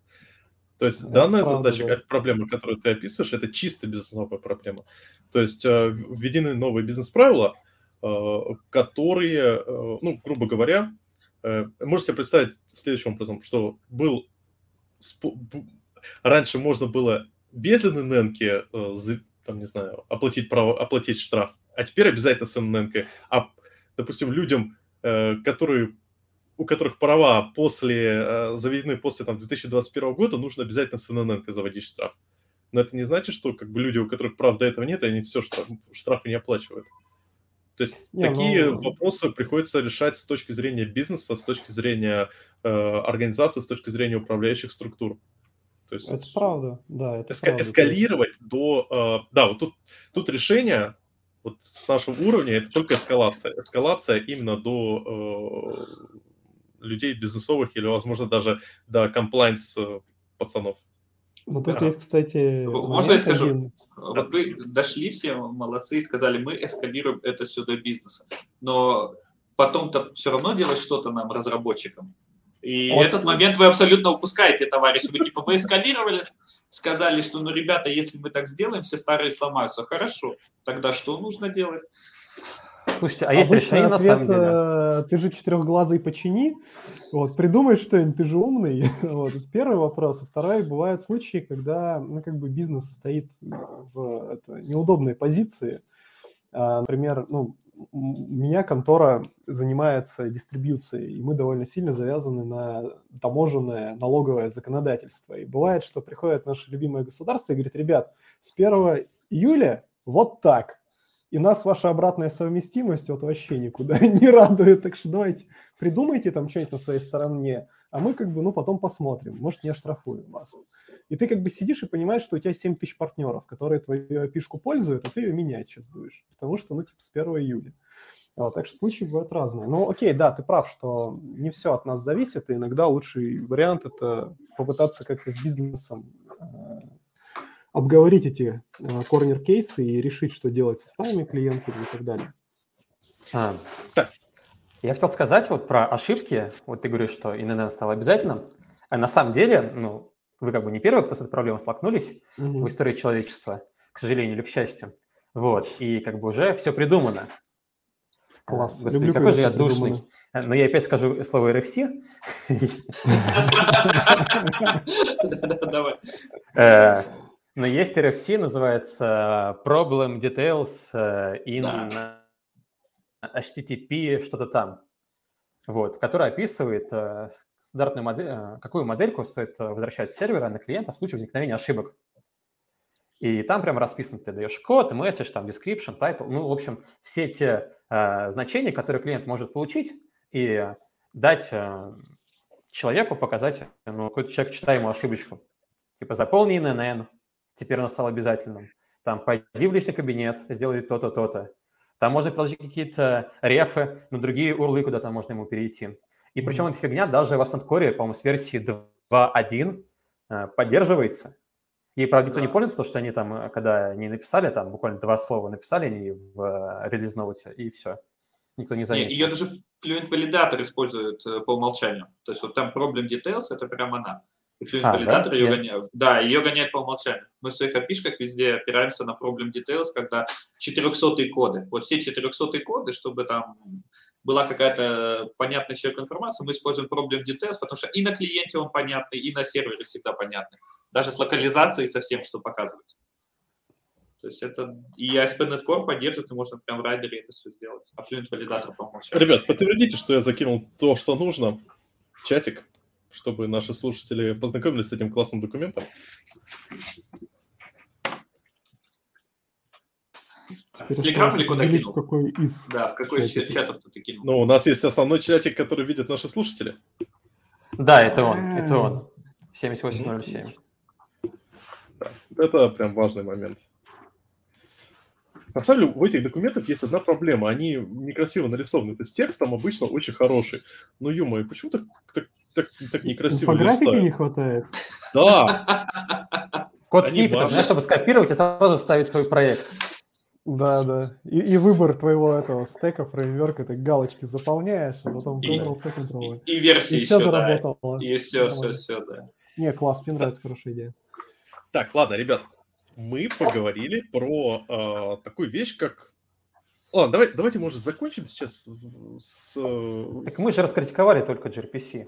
Speaker 1: То есть данная это задача, правда, да. как проблема, которую ты описываешь, это чисто бизнесовая проблема. То есть э, введены новые бизнес-правила, э, которые, ну, грубо говоря, э, можете себе представить следующим образом, что был... Раньше можно было без ННН, там, не знаю, оплатить, право, оплатить штраф, а теперь обязательно с ННН. А, допустим, людям, э, которые у которых права после, э, заведены после там, 2021 года, нужно обязательно с ННН заводить штраф. Но это не значит, что как бы люди, у которых прав до этого нет, они все штраф, штрафы не оплачивают. То есть не, такие ну... вопросы приходится решать с точки зрения бизнеса, с точки зрения э, организации, с точки зрения управляющих структур.
Speaker 2: То есть, это правда, да. Это
Speaker 1: эска- эскалировать правда. до... Э, да, вот тут, тут решение вот с нашего уровня это только эскалация. Эскалация именно до э, людей бизнесовых или, возможно, даже до комплайнс пацанов.
Speaker 2: Ну, тут да. есть, кстати...
Speaker 3: Можно я скажу? Один. Вот вы дошли все, молодцы, и сказали, мы эскалируем это все до бизнеса. Но потом-то все равно делать что-то нам, разработчикам. И вот. этот момент вы абсолютно упускаете, товарищи. Вы типа вы эскалировали, сказали, что, ну, ребята, если мы так сделаем, все старые сломаются. Хорошо, тогда что нужно делать?
Speaker 4: Слушайте, а есть решение на самом
Speaker 2: э, деле? Ты же четырехглазый почини, вот, придумай что-нибудь, ты же умный. Вот, это первый вопрос. А второй, бывают случаи, когда, ну, как бы бизнес стоит в это, неудобной позиции. А, например, ну, у меня контора занимается дистрибьюцией, и мы довольно сильно завязаны на таможенное налоговое законодательство. И бывает, что приходит наше любимое государство и говорит, ребят, с 1 июля вот так – И нас ваша обратная совместимость вот вообще никуда не радует. Так что давайте придумайте там что-нибудь на своей стороне, а мы как бы, ну, потом посмотрим. Может, не оштрафуем вас. И ты как бы сидишь и понимаешь, что у тебя 7 тысяч партнеров, которые твою опишку пользуют, а ты ее менять сейчас будешь. Потому что, ну, типа, с 1 июля. Вот, так что случаи бывают разные. Ну, окей, да, ты прав, что не все от нас зависит, и иногда лучший вариант – это попытаться как-то с бизнесом э, обговорить эти корнер-кейсы э, и решить, что делать со старыми клиентами и так далее.
Speaker 4: А, я хотел сказать вот про ошибки. Вот ты говоришь, что ИНН стало обязательным. А на самом деле, ну, вы как бы не первый, кто с этой проблемой столкнулись mm-hmm. в истории человечества, к сожалению или к счастью. Вот, и как бы уже все придумано.
Speaker 2: Класс. А
Speaker 4: Господи, Люблю, какой же я душный. Придумано. Э, Но я опять скажу слово RFC.
Speaker 3: Давай.
Speaker 4: Но Э, есть RFC, называется э, Problem Details э, in HTTP что-то там. Вот, который описывает э, стандартную модель, э, какую модельку стоит э, возвращать с сервера на клиента в случае возникновения ошибок. И там прям расписан, ты даешь код, месседж, там, description, title, ну, в общем, все те э, значения, которые клиент может получить и дать э, человеку показать, ну, какой-то человек читаемую ошибочку. Типа, заполни ННН, теперь оно стало обязательным. Там, пойди в личный кабинет, сделай то-то, то-то. Там можно приложить какие-то рефы, но другие урлы, куда там можно ему перейти. И причем эта фигня даже в Ascent Core, по-моему, с версии 2.1 э, поддерживается. Ей, правда, никто да. не пользуется, потому что они там, э, когда не написали, там буквально два слова написали они в э, релизноуте, и все. Никто не заметил.
Speaker 3: Ее даже Fluent Validator используют э, по умолчанию. То есть вот там Problem Details – это прям она. И Fluent
Speaker 4: А,
Speaker 3: Validator
Speaker 4: да?
Speaker 3: ее
Speaker 4: Я-
Speaker 3: гоняют. Да, ее гоняют по умолчанию. Мы в своих опишках везде опираемся на Problem Details, когда 400 коды. Вот все 400 коды, чтобы там была какая-то понятная человеку информация, мы используем Problem Details, потому что и на клиенте он понятный, и на сервере всегда понятный. Даже с локализацией со всем, что показывать. То есть это и ASP.NET Core поддерживает, и можно прям в райдере это все сделать. А Fluent Validator по умолчанию.
Speaker 1: Ребят, подтвердите, что я закинул то, что нужно в чатик, чтобы наши слушатели познакомились с этим классным документом.
Speaker 2: Теперь
Speaker 3: Телеграм
Speaker 2: осталось
Speaker 3: или куда
Speaker 2: определить,
Speaker 3: кинул?
Speaker 2: в какой из.
Speaker 3: Да, в какой из
Speaker 2: Чатики.
Speaker 3: чатов ты кинул?
Speaker 1: Но у нас есть основной чатик, который видят наши слушатели.
Speaker 4: Да, это он, это он. 7807.
Speaker 1: Это прям важный момент. На самом деле, у этих документов есть одна проблема. Они некрасиво нарисованы. То есть текст там обычно очень хороший. Ну, ё почему так, так, так, так некрасиво
Speaker 2: Инфографики
Speaker 1: листают?
Speaker 2: не хватает.
Speaker 1: Да,
Speaker 4: Код
Speaker 1: Они
Speaker 4: сниппетов,
Speaker 1: важны.
Speaker 4: знаешь, чтобы скопировать и сразу вставить в свой проект.
Speaker 2: Да, да. И, и выбор твоего этого стека, фреймверка, ты галочки заполняешь, а потом
Speaker 3: И-
Speaker 2: Ctrl-C,
Speaker 3: И,
Speaker 2: Ctrl-V.
Speaker 3: и версии
Speaker 2: ну, И все
Speaker 3: еще, да.
Speaker 2: заработало.
Speaker 3: И все, все,
Speaker 2: Нормально.
Speaker 3: все, да.
Speaker 2: Не, класс, мне нравится, хорошая идея.
Speaker 1: Так, ладно, ребят, мы поговорили про э, такую вещь, как... Ладно, давай, давайте, может, закончим сейчас в- с... э,
Speaker 4: Так мы же раскритиковали только gRPC.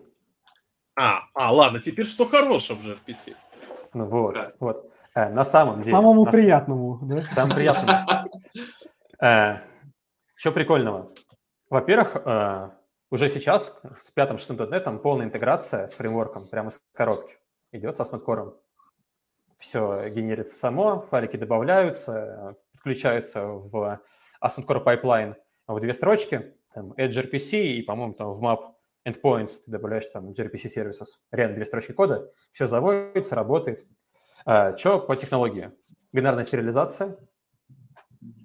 Speaker 1: А, а, ладно, теперь что хорошего в gRPC?
Speaker 4: Ну вот,
Speaker 3: Да.
Speaker 4: вот. Э, на самом
Speaker 2: К
Speaker 4: деле.
Speaker 2: самому
Speaker 4: на с-
Speaker 2: приятному, да?
Speaker 4: Самому приятному. Э, Что прикольного? Во-первых, э, уже сейчас с пятым, шестым .NET полная интеграция с фреймворком прямо из коробки. Идет со смарткором. Все генерится само, файлики добавляются, э, подключаются в Ascent Core Pipeline в две строчки, там Edge RPC и, по-моему, там в map endpoints ты добавляешь там gRPC services, реально две строчки кода, все заводится, работает. Что по технологии? Бинарная сериализация,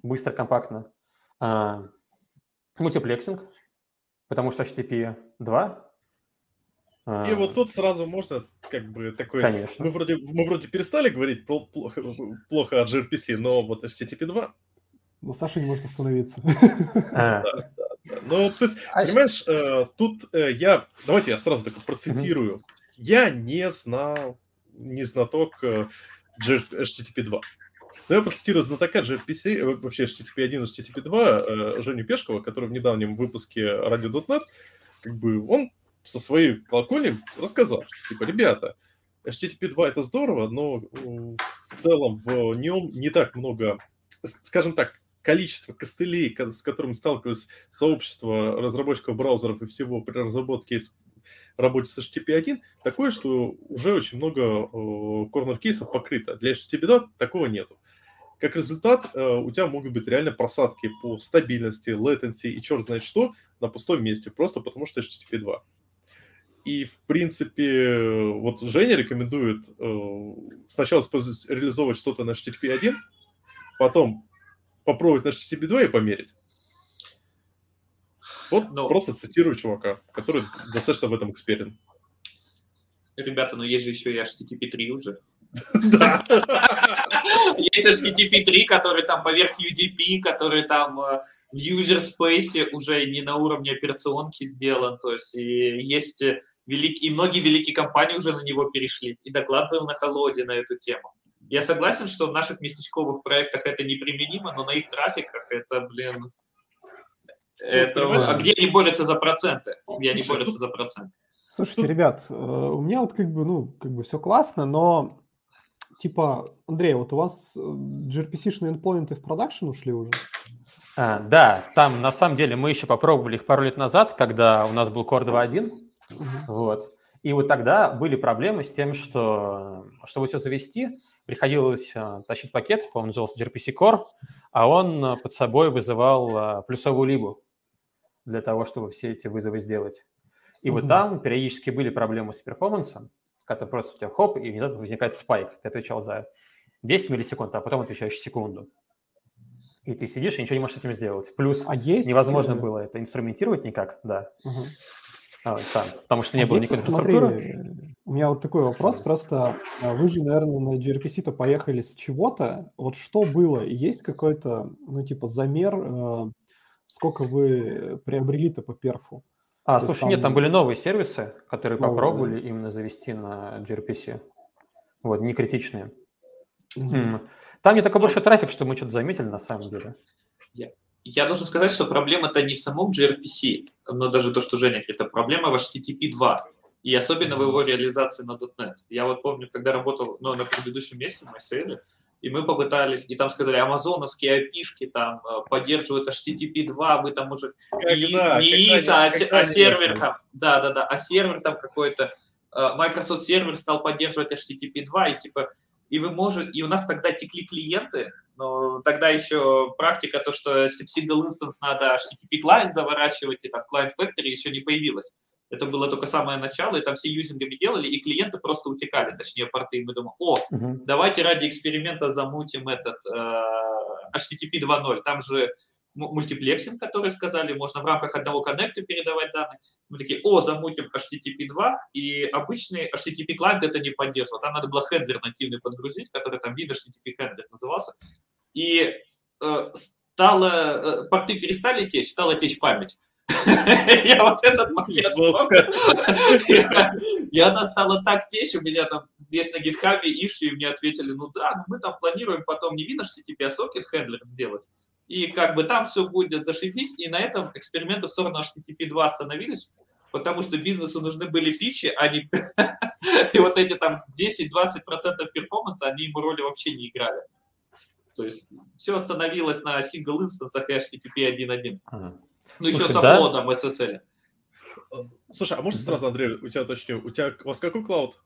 Speaker 4: быстро, компактно. А, Мультиплексинг, потому что HTTP 2. а,
Speaker 1: И вот тут сразу можно, как бы, такой... Ну, Мы
Speaker 4: Конечно.
Speaker 1: вроде, мы вроде перестали говорить про плохо, плохо о gRPC, но вот HTTP 2...
Speaker 2: Но Саша не может остановиться.
Speaker 4: А,
Speaker 1: Ну, то есть,
Speaker 4: а что-
Speaker 1: понимаешь, э, тут э, я... Давайте я сразу так процитирую. Я не знал, не знаток э, GR- HTTP 2. Но я процитирую знатока gRPC, э, вообще HTTP 1 и HTTP 2, э, Женю Пешкова, который в недавнем выпуске Radio.net, как бы он со своей колокольни рассказал, что, типа, ребята, HTTP 2 это здорово, но м, в целом в нем не так много, с- скажем так, количество костылей, ко- с которым сталкивалось сообщество разработчиков браузеров и всего при разработке и с- работе с HTTP 1, такое, э, что уже очень много корнер-кейсов покрыто. Для HTTP 2 такого нету. Как результат, э, у тебя могут быть реально просадки по стабильности, latency и черт знает что на пустом месте, просто потому что HTTP 2. И, в принципе, вот Женя рекомендует э, сначала использовать, реализовывать что-то на HTTP 1, потом попробовать на HTTP 2 и померить. Вот
Speaker 3: Ну.
Speaker 1: просто цитирую чувака, который достаточно в этом эксперен.
Speaker 3: Ребята, но есть же еще и HTTP 3 уже. Есть HTTP 3, который там поверх UDP, который там э, в user space уже не на уровне операционки сделан. То есть и есть э, великие, и многие великие компании уже на него перешли. И доклад был на холоде на эту тему. Я согласен, что в наших местечковых проектах это неприменимо, но на их трафиках это, блин, это...
Speaker 1: Ну, понимаешь,
Speaker 3: А где они борются за проценты? Где они
Speaker 1: Слушай, ну,
Speaker 3: борются за проценты?
Speaker 2: Слушайте, ребят, э, у меня вот как бы, ну, как бы все классно, но типа, Андрей, вот у вас э, gRPC-шные endpoinты в продакшн ушли уже?
Speaker 4: А, да, там на самом деле мы еще попробовали их пару лет назад, когда у нас был Core 2.1, вот. И вот тогда были проблемы с тем, что э, чтобы все завести, приходилось э, тащить пакет, по-моему, назывался gRPC Core, а он э, под собой вызывал э, плюсовую либу для того, чтобы все эти вызовы сделать. И вот
Speaker 2: Мгм.
Speaker 4: там периодически были проблемы с перформансом, когда просто у тебя хоп, и внезапно возникает спайк. Ты отвечал за 10 миллисекунд, а потом отвечаешь секунду. И ты сидишь и ничего не можешь с этим сделать. Плюс
Speaker 2: А есть...
Speaker 4: невозможно
Speaker 2: э,
Speaker 4: было это инструментировать никак, да,
Speaker 2: мгм.
Speaker 4: а, там, потому что не
Speaker 2: А
Speaker 4: было
Speaker 2: если,
Speaker 4: никакой инфраструктуры.
Speaker 2: смотри, э, у меня вот такой вопрос, просто а, вы же, наверное, на gRPC-то поехали с чего-то, вот что было, И есть какой-то, ну, типа, замер, э, сколько вы приобрели-то по перфу?
Speaker 4: А,
Speaker 2: То есть
Speaker 4: слушай, нет, там
Speaker 2: там-
Speaker 4: были новые сервисы, которые
Speaker 2: Новые, да.
Speaker 4: попробовали именно завести на gRPC. Вот, не критичные.
Speaker 2: Мгм.
Speaker 4: М. Там не такой большой трафик, что мы что-то заметили на самом деле.
Speaker 3: Я должен сказать, что проблема-то не в самом gRPC, но даже то, что Женя говорит, а проблема в HTTP 2. И особенно в его реализации на .NET. Я вот помню, когда работал ну, на предыдущем месте, в MySale, и мы попытались, и там сказали, амазоновские API-шки там э, поддерживают HTTP 2, вы там уже не,
Speaker 1: Когда?
Speaker 3: не
Speaker 1: Когда
Speaker 3: ISA, а,
Speaker 1: они-
Speaker 3: се-
Speaker 1: когда
Speaker 3: а
Speaker 1: они
Speaker 3: сервер
Speaker 1: начали?
Speaker 3: там, да, да, да, а сервер там какой-то, э, Microsoft сервер стал поддерживать HTTP 2, и типа, и вы можете, и у нас тогда текли клиенты, но тогда еще практика то, что single instance надо HTTP клиент заворачивать, и там client factory еще не появилась. Это было только самое начало, и там все юзингами делали, и клиенты просто утекали, точнее порты, и мы думаем, о,
Speaker 4: Мгм.
Speaker 3: давайте ради эксперимента замутим этот э, HTTP 2.0. Там же му- мультиплексинг, который сказали, можно в рамках одного коннекта передавать данные. Мы такие, о, замутим HTTP 2, и обычный HTTP клиент это не поддерживал. Там надо было хендлер нативный подгрузить, который там вид HTTP хендлер назывался. И э, стало, э, порты перестали течь, стала течь память. Я вот этот момент помню. Я- Я она стала так течь, у меня там есть на гитхабе иши, и мне ответили, ну да, ну мы там планируем потом не видно, что тебе сокет хендлер сделать. И как бы там все будет, зашибись, и на этом эксперименты в сторону HTTP 2 остановились, потому что бизнесу нужны были фичи, а не... И вот эти там 10-20% перформанса, они ему роли вообще не играли. То есть все остановилось на сингл-инстансах и HTTP 1.1.
Speaker 4: Ага.
Speaker 3: Ну еще
Speaker 4: Слушай,
Speaker 3: с
Speaker 4: да.
Speaker 3: оплодом SSL.
Speaker 1: Слушай, а можно сразу, Андрей, у тебя уточню, у тебя у вас какой клауд?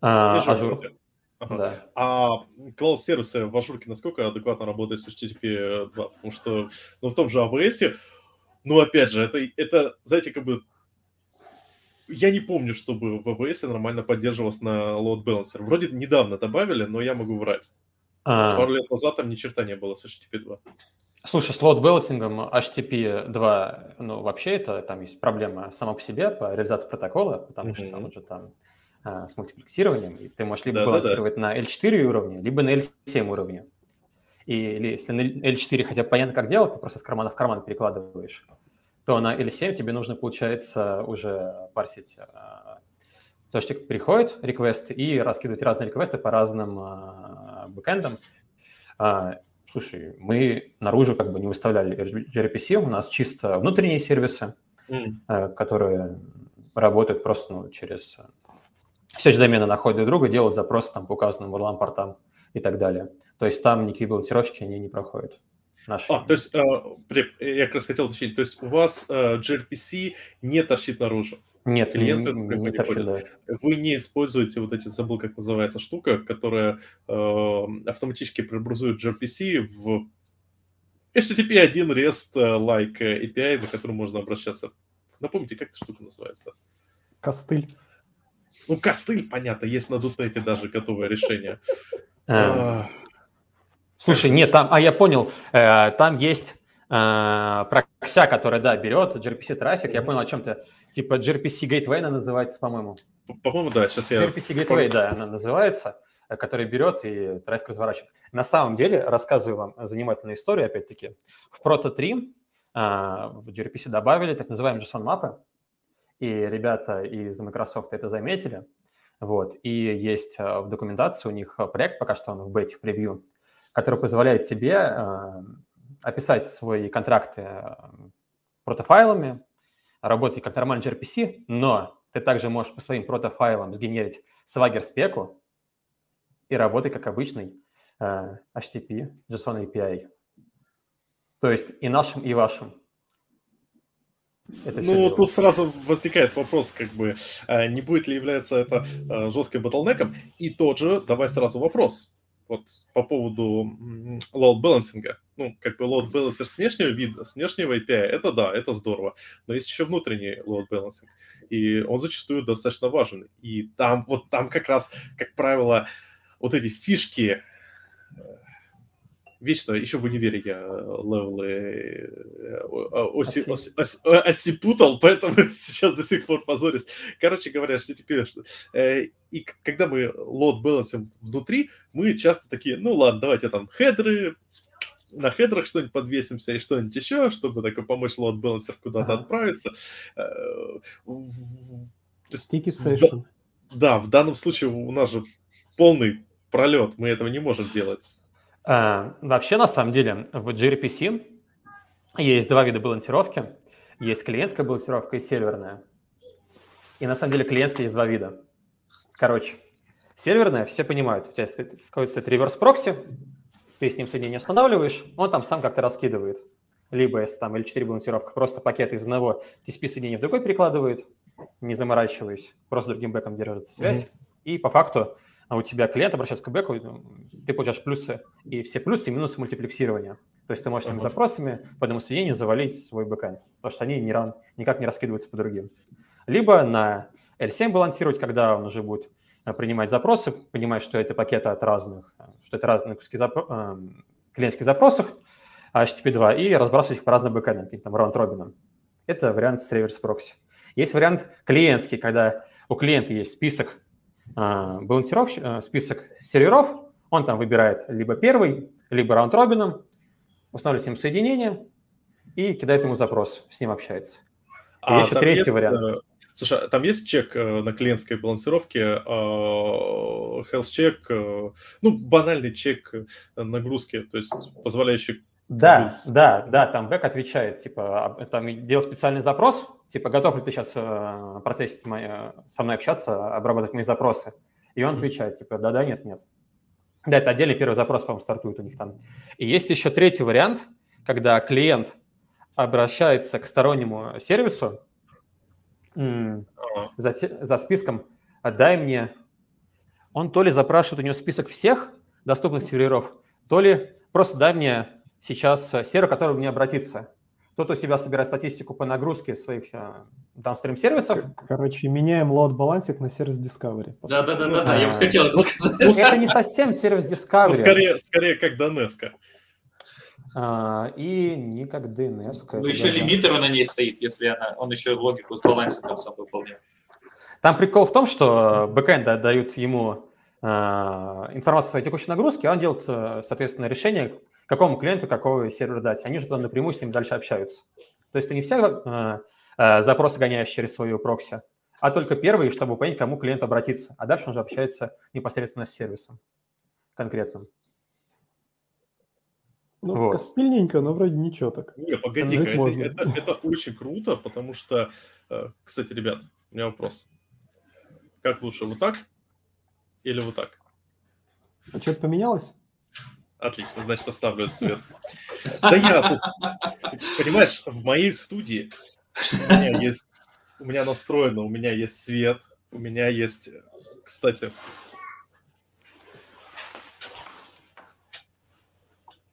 Speaker 4: А,
Speaker 1: Azure.
Speaker 4: Ажур,
Speaker 1: Ага.
Speaker 4: да.
Speaker 1: А клауд-сервисы в Ажурке насколько адекватно работают с HTTP 2? Потому что ну, в том же AWS, ну, опять же, это, это, знаете, как бы... Я не помню, чтобы в AWS нормально поддерживалось на load balancer. Вроде недавно добавили, но я могу врать.
Speaker 4: А,
Speaker 1: Пару лет назад там ни черта не было с HTTP 2.
Speaker 4: Слушай, с ну, лоуд балансингом HTTP 2, ну, вообще это там есть проблема сама по себе по реализации протокола, потому что
Speaker 1: Мгм.
Speaker 4: он же там а, с мультиплексированием, и ты можешь либо
Speaker 1: Да-да-да.
Speaker 4: балансировать на L4 уровне, либо на L7 уровне. И, или если на L4 хотя бы понятно, как делать, ты просто с кармана в карман перекладываешь, то на L7 тебе нужно, получается, уже парсить а, то, что приходит реквест, и раскидывать разные реквесты по разным а, бэкэндам. А, Слушай, мы наружу как бы не выставляли gRPC, у нас чисто внутренние сервисы, э, которые работают просто ну, через сеть домена находят друг друга, делают запросы там по указанным урлам, портам и так далее. То есть там никакие балансировщики они не проходят. Наши.
Speaker 1: А, то есть, э, при- я как раз хотел уточнить, то есть у вас э, gRPC не торчит наружу.
Speaker 4: Нет,
Speaker 1: клиенты
Speaker 4: не,
Speaker 1: как бы не
Speaker 4: не торчит, да.
Speaker 1: вы не используете вот эти, забыл, как называется штука, которая э, автоматически преобразует gRPC в HTTP 1 REST э, like э, API, на который можно обращаться. Напомните, как эта штука называется?
Speaker 2: Костыль.
Speaker 1: Ну, костыль, понятно, есть на Дутнете даже готовое решение.
Speaker 4: Э,
Speaker 1: А,
Speaker 4: Слушай, нет, там, а я понял, э, там есть э, прокся, которая, да, берет gRPC трафик, я понял о чем-то, типа gRPC Gateway она называется, по-моему.
Speaker 1: по- По-моему, да, сейчас я...
Speaker 4: gRPC Gateway, да, она называется, э, которая берет и трафик разворачивает. На самом деле, рассказываю вам занимательную историю, опять-таки, в Proto 3 э, в gRPC добавили так называемые JSON-мапы, и ребята из Microsoft это заметили, вот, и есть э, в документации у них э, проект, пока что он в бете, в превью, который позволяет тебе э, описать свои контракты э, протофайлами, работать как нормальный gRPC, но ты также можешь по своим протофайлам сгенерить Swagger спеку и работать как обычный э, HTTP JSON API. То есть и нашим, и вашим. Это всё
Speaker 1: Ну,
Speaker 4: дело.
Speaker 1: тут сразу возникает вопрос, как бы, э, не будет ли являться это э, жестким батлнеком? И тот же, давай сразу вопрос, вот по поводу м, load балансинга. Ну, как бы load balancer с внешнего вида, с внешнего API, это да, это здорово. Но есть еще внутренний load balancing, и он зачастую достаточно важен. И там, вот там как раз, как правило, вот эти фишки, э, Вечно, еще в универе я э, левелы э, о- о- оси-
Speaker 4: Оси.
Speaker 1: оси- ос- о- осипутал, поэтому сейчас до сих пор позорюсь. Короче говоря, что теперь... что- э, И к- когда мы лот балансим внутри, мы часто такие, ну ладно, давайте там хедры, на хедрах что-нибудь подвесимся и что-нибудь еще, чтобы такой помочь лот балансер куда-то
Speaker 4: Ага.
Speaker 1: отправиться. Э, в- то есть,
Speaker 2: Sticky
Speaker 1: в-
Speaker 2: session.
Speaker 1: да, в данном случае у нас же полный пролет, мы этого не можем делать.
Speaker 4: Э, Вообще, на самом деле, в gRPC есть два вида балансировки. Есть клиентская балансировка и серверная. И на самом деле клиентская есть два вида. Короче, серверная, все понимают, у тебя есть какой-то сайт реверс-прокси, ты с ним соединение устанавливаешь, он там сам как-то раскидывает. Либо, если там L4 балансировка, просто пакеты из одного TCP-соединения в другой перекладывает, не заморачиваясь, просто другим бэком держит связь. И по факту а у тебя клиент обращается к бэку, и, м, ты получаешь плюсы, и все плюсы и минусы мультиплексирования. То есть ты можешь этими
Speaker 1: Ага.
Speaker 4: запросами по одному соединению завалить свой бэкэнд, потому что они не ран- никак не раскидываются по другим. Либо на L7 балансировать, когда он уже будет э, принимать запросы, понимать, что это пакеты от разных, э, что это разные куски запро- эм, клиентских запросов, HTTP 2, и разбрасывать их по разным бэкэндам, каким-то там раунд-робинам. Это вариант с реверс-прокси. Есть вариант клиентский, когда у клиента есть список а, балансиров, э, список серверов, он там выбирает либо первый, либо раунд-робином, устанавливает с ним соединение и кидает ему запрос, с ним общается. еще
Speaker 1: А там
Speaker 4: третий
Speaker 1: есть,
Speaker 4: вариант.
Speaker 1: э, Слушай, а там есть чек э, на клиентской балансировке, э, health чек, э, ну, банальный чек э, нагрузки, то есть позволяющий...
Speaker 4: Да,
Speaker 1: Без-
Speaker 4: да, да, там бэк отвечает, типа, а, там делал специальный запрос, типа, готов ли ты сейчас в процессе с моей- э, со мной общаться, обрабатывать мои запросы? И он отвечает, типа, да-да, нет-нет. Да, это отдельный первый запрос, по-моему, стартует у них там. И есть еще третий вариант, когда клиент обращается к стороннему сервису, м,
Speaker 1: а,
Speaker 4: за, те- за списком «отдай мне». Он то ли запрашивает у него список всех доступных серверов, то ли просто «дай мне сейчас э, сервер, к которому мне обратиться». Кто-то у себя собирает статистику по нагрузке своих э, даунстрим-сервисов.
Speaker 2: К- Короче, меняем load балансик на сервис Discovery. по
Speaker 3: Да,
Speaker 2: сути.
Speaker 3: да, да, да, да, я бы хотел это
Speaker 4: Это
Speaker 3: сказать.
Speaker 4: не совсем сервис
Speaker 1: ну,
Speaker 4: Discovery.
Speaker 1: скорее, скорее как Донецка.
Speaker 4: а, И не как DNS.
Speaker 3: Ну,
Speaker 4: это
Speaker 3: еще
Speaker 4: даже-
Speaker 3: лимитер на ней стоит, если она, он еще логику с балансиком сам выполняет.
Speaker 4: Там прикол в том, что э, бэкэнд отдают ему э, информацию о своей текущей нагрузке, а он делает, э, соответственно, решение, какому клиенту какого сервера дать. Они же там напрямую с ним дальше общаются. То есть ты не все э, э, запросы гоняешь через свою прокси, а только первые, чтобы понять, к кому клиент обратиться. А дальше он же общается непосредственно с сервисом конкретным.
Speaker 2: Ну,
Speaker 4: Вот.
Speaker 2: костыльненько, но вроде ничего так.
Speaker 1: Не, погоди-ка, это,
Speaker 2: можно.
Speaker 1: это- это очень круто, потому что... э, Кстати, ребят, у меня вопрос. Как лучше, вот так или вот так?
Speaker 2: А что-то поменялось?
Speaker 1: Отлично, значит, оставлю этот цвет. Да я тут, понимаешь, в моей студии у меня есть у меня настроено, у меня есть свет, у меня есть, кстати,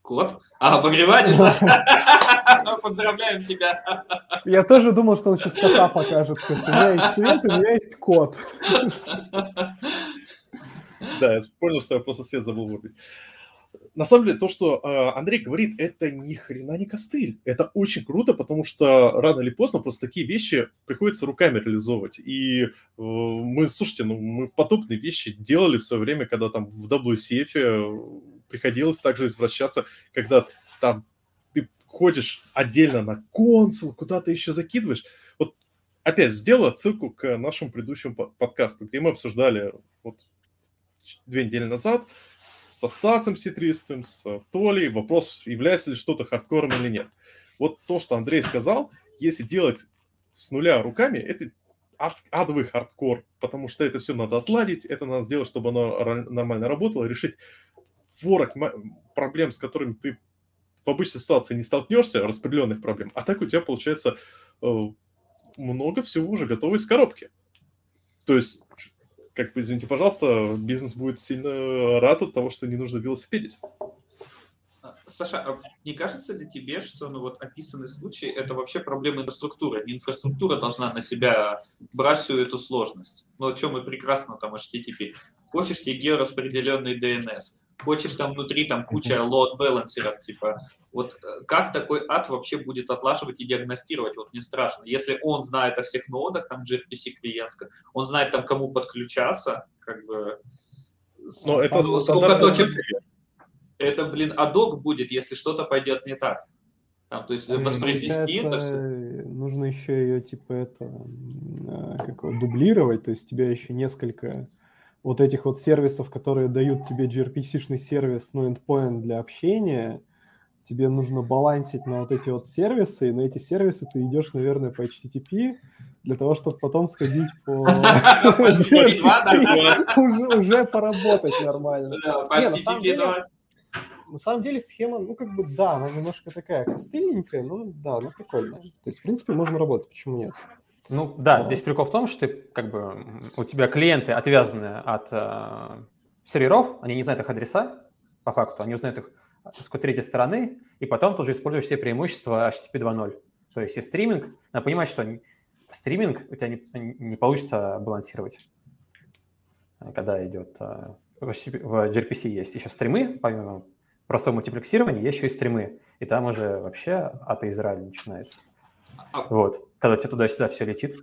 Speaker 3: Клод? А, обогреватель, Саша. Поздравляем тебя.
Speaker 2: Я тоже думал, что он сейчас кота покажет. потому что У меня есть свет, у меня есть кот.
Speaker 1: Да, я понял, что я просто свет забыл вырубить. На самом деле, то, что э, Андрей говорит, это ни хрена не костыль. Это очень круто, потому что рано или поздно просто такие вещи приходится руками реализовывать. И э, мы, слушайте, ну, мы подобные вещи делали в свое время, когда там в WCF э, приходилось также извращаться, когда там ты ходишь отдельно на консул, куда-то еще закидываешь. Вот опять сделаю отсылку к нашему предыдущему по- подкасту, где мы обсуждали вот две недели назад со Стасом Ситристым, с э, Толей вопрос, является ли что-то хардкором или нет. Вот то, что Андрей сказал, если делать с нуля руками, это адс- адовый хардкор, потому что это все надо отладить, это надо сделать, чтобы оно ра- нормально работало, решить ворог ма- проблем, с которыми ты в обычной ситуации не столкнешься, распределенных проблем, а так у тебя получается э, много всего уже готово из коробки. То есть как бы, извините, пожалуйста, бизнес будет сильно рад от того, что не нужно велосипедить.
Speaker 3: Саша, а не кажется ли тебе, что ну, вот описанный случай – это вообще проблема инфраструктуры? Не инфраструктура должна на себя брать всю эту сложность. Ну, о чем мы прекрасно там HTTP. Хочешь тебе геораспределенный DNS, хочешь там внутри там куча load балансеров типа вот э, как такой ад вообще будет отлаживать и диагностировать, вот мне страшно. Если он знает о всех нодах, там gRPC клиентском, он знает там кому подключаться, как бы... с-
Speaker 1: Но это
Speaker 3: ну, сколько
Speaker 1: стандартная
Speaker 3: точек,
Speaker 1: стратегия.
Speaker 3: это, блин, адок будет, если что-то пойдет не так. Там, то есть воспроизвести это
Speaker 2: Получается,
Speaker 3: все.
Speaker 2: Нужно еще ее, типа, это, м, э, как его, дублировать, то есть у тебя еще несколько вот этих вот сервисов, которые дают тебе gRPC-шный сервис, ну, endpoint для общения, тебе нужно балансить на вот эти вот сервисы, и на эти сервисы ты идешь, наверное, по HTTP, для того, чтобы потом сходить по
Speaker 3: HTTP, да,
Speaker 2: gRPC, уже- уже поработать нормально. Не, на самом деле, на самом деле схема, ну, как бы, да, она немножко такая костыльненькая, но да, она прикольная. То есть, в принципе, можно работать, почему нет?
Speaker 4: Ну да,
Speaker 2: Да.
Speaker 4: здесь прикол в том, что ты, как бы м, у тебя клиенты отвязаны от э, серверов, они не знают их адреса, по факту, они узнают их с какой-то третьей стороны, и потом тоже используешь все преимущества HTTP 2.0. То есть и стриминг, надо понимать, что н- стриминг у тебя не, не получится балансировать, э, когда идет э, в, HTTP в gRPC есть еще стримы, помимо простого мультиплексирования, есть еще и стримы, и там уже вообще от Израиля начинается.
Speaker 3: А-
Speaker 4: Вот, когда тебе туда-сюда все летит.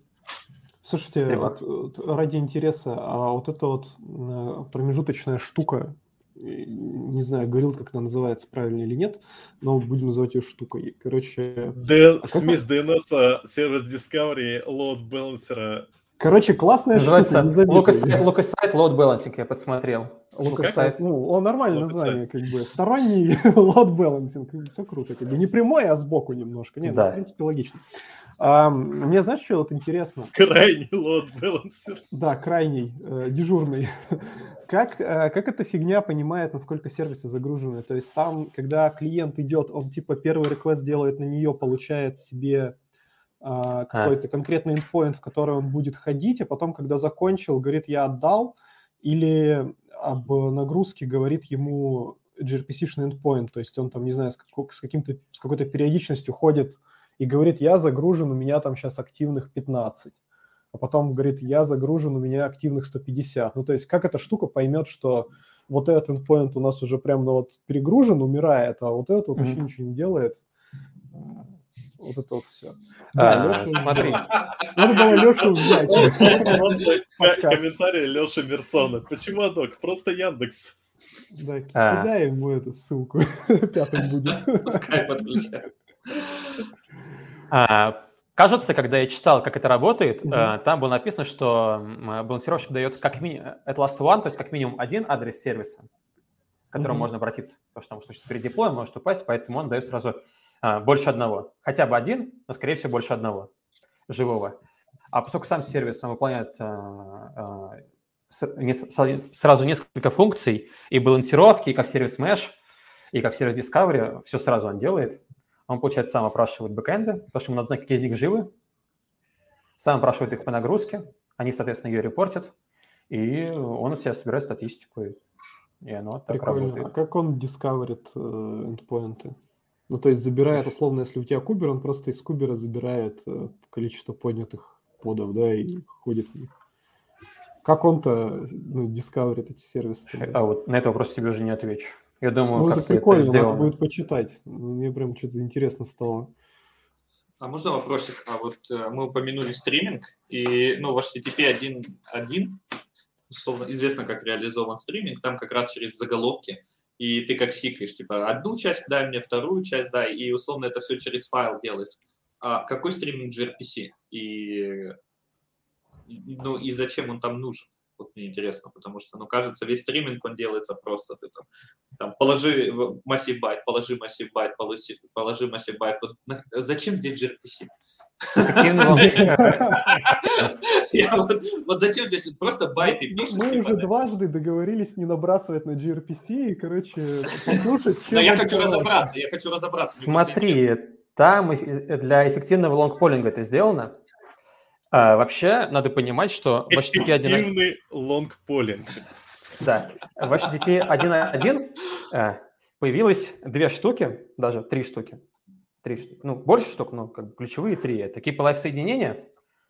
Speaker 2: Слушайте,
Speaker 4: Стрима.
Speaker 2: вот, вот ради интереса, а вот эта вот э, промежуточная штука, э, не знаю, горилка, как она называется, правильно или нет, но будем называть ее штукой. Короче,
Speaker 1: Д-
Speaker 2: А как
Speaker 1: смесь DNS, сервис Discovery, load balancer.
Speaker 2: короче, классная
Speaker 4: Называется
Speaker 2: штука. не забитая.
Speaker 4: Locusite Load Balancing, я подсмотрел.
Speaker 2: Локасайт,
Speaker 4: Locusite.
Speaker 2: ну, он нормальное
Speaker 1: Локасайт.
Speaker 2: название, как бы. Сторонний лот балансинг, все круто. Как бы. Не прямой, а сбоку немножко. Нет, ну,
Speaker 4: Да.
Speaker 2: в принципе, логично. А, мне, знаешь, что вот интересно?
Speaker 1: Крайний load balancer.
Speaker 2: Да, крайний, э, дежурный. Как, э, как эта фигня понимает, насколько сервисы загружены? То есть там, когда клиент идет, он типа первый реквест делает на нее, получает себе а, какой-то конкретный endpoint, в который он будет ходить, а потом, когда закончил, говорит, я отдал, или об нагрузке говорит ему gRPC-шный endpoint, то есть он там, не знаю, с, како- с каким-то, с какой-то периодичностью ходит и говорит, я загружен, у меня там сейчас активных 15. А потом говорит, я загружен, у меня активных 150. Ну, то есть как эта штука поймет, что вот этот endpoint у нас уже прям ну, вот перегружен, умирает, а вот этот вот
Speaker 4: Мгм.
Speaker 2: вообще ничего не делает. А, Вот это вот все.
Speaker 4: А,
Speaker 2: Да, Леша,
Speaker 4: смотри,
Speaker 2: надо было Лешу взять.
Speaker 1: Просто
Speaker 2: Подкаст.
Speaker 1: комментарий Леши Мерсона. Почему адок? Просто Яндекс.
Speaker 2: Да,
Speaker 4: А.
Speaker 2: кидай ему эту ссылку. Пятым будет.
Speaker 3: Пускай подключается.
Speaker 4: а, кажется, когда я читал, как это работает,
Speaker 2: Мгм.
Speaker 4: а, там было написано, что м, а, балансировщик дает как минимум at last one, то есть как минимум один адрес сервиса, к которому
Speaker 2: Мгм.
Speaker 4: можно обратиться, потому что там в случае передеплоя может упасть, поэтому он дает сразу а, больше одного. Хотя бы один, но, скорее всего, больше одного живого. А поскольку сам сервис он выполняет а, а, с- не- с- сразу несколько функций, и балансировки, и как сервис Mesh, и как сервис Discovery, все сразу он делает. Он, получается, сам опрашивает бэкэнды, потому что ему надо знать, какие из них живы. сам опрашивает их по нагрузке, они, соответственно, ее репортят, и он у себя собирает статистику, и- и оно так
Speaker 2: Прикольно.
Speaker 4: работает.
Speaker 2: А как он дискаверит э, эндпоинты? Ну, то есть забирает, условно, если у тебя кубер, он просто из кубера забирает э, количество поднятых подов, да, и ходит в них. Как он-то ну, дискаверит эти сервисы?
Speaker 4: Слушай, А вот на этот вопрос тебе уже не отвечу. Я думаю,
Speaker 2: Ну,
Speaker 4: как
Speaker 2: это
Speaker 4: ты
Speaker 2: прикольно,
Speaker 4: это сделал.
Speaker 2: надо будет почитать. Мне прям что-то интересно стало.
Speaker 3: А можно вопросик? А вот э, мы упомянули стриминг, и ну, в HTTP 1.1 условно известно, как реализован стриминг, там как раз через заголовки, и ты как сикаешь, типа, одну часть дай мне, вторую часть дай, и условно это все через файл делается. А какой стриминг gRPC? И, э, ну, и зачем он там нужен? Вот мне интересно, потому что, ну, кажется, весь стриминг, он делается просто, ты там там, положи в- массив байт, положи массив байт, положи, положи массив байт. Вот на- зачем где gRPC?
Speaker 4: Эффективно вам-
Speaker 3: Я вот, вот зачем здесь просто байты пишешь?
Speaker 2: Ну, Мы
Speaker 3: типа,
Speaker 2: уже
Speaker 3: да.
Speaker 2: дважды договорились не набрасывать на gRPC и, короче, послушать.
Speaker 3: Но
Speaker 2: чем
Speaker 3: я
Speaker 2: он
Speaker 3: хочу
Speaker 2: говорит.
Speaker 3: разобраться, я хочу разобраться. мне просто
Speaker 4: Смотри, там эф- э, для эффективного лонгполинга это сделано. А, вообще, надо понимать, что в HTTP 1.1
Speaker 1: Эффективный лонгполинг.
Speaker 4: Да. В HTTP 1.1 э, появилось две штуки, даже три штуки. Три, шту- ну, больше штук, но как бы ключевые три. Это KPLife соединения,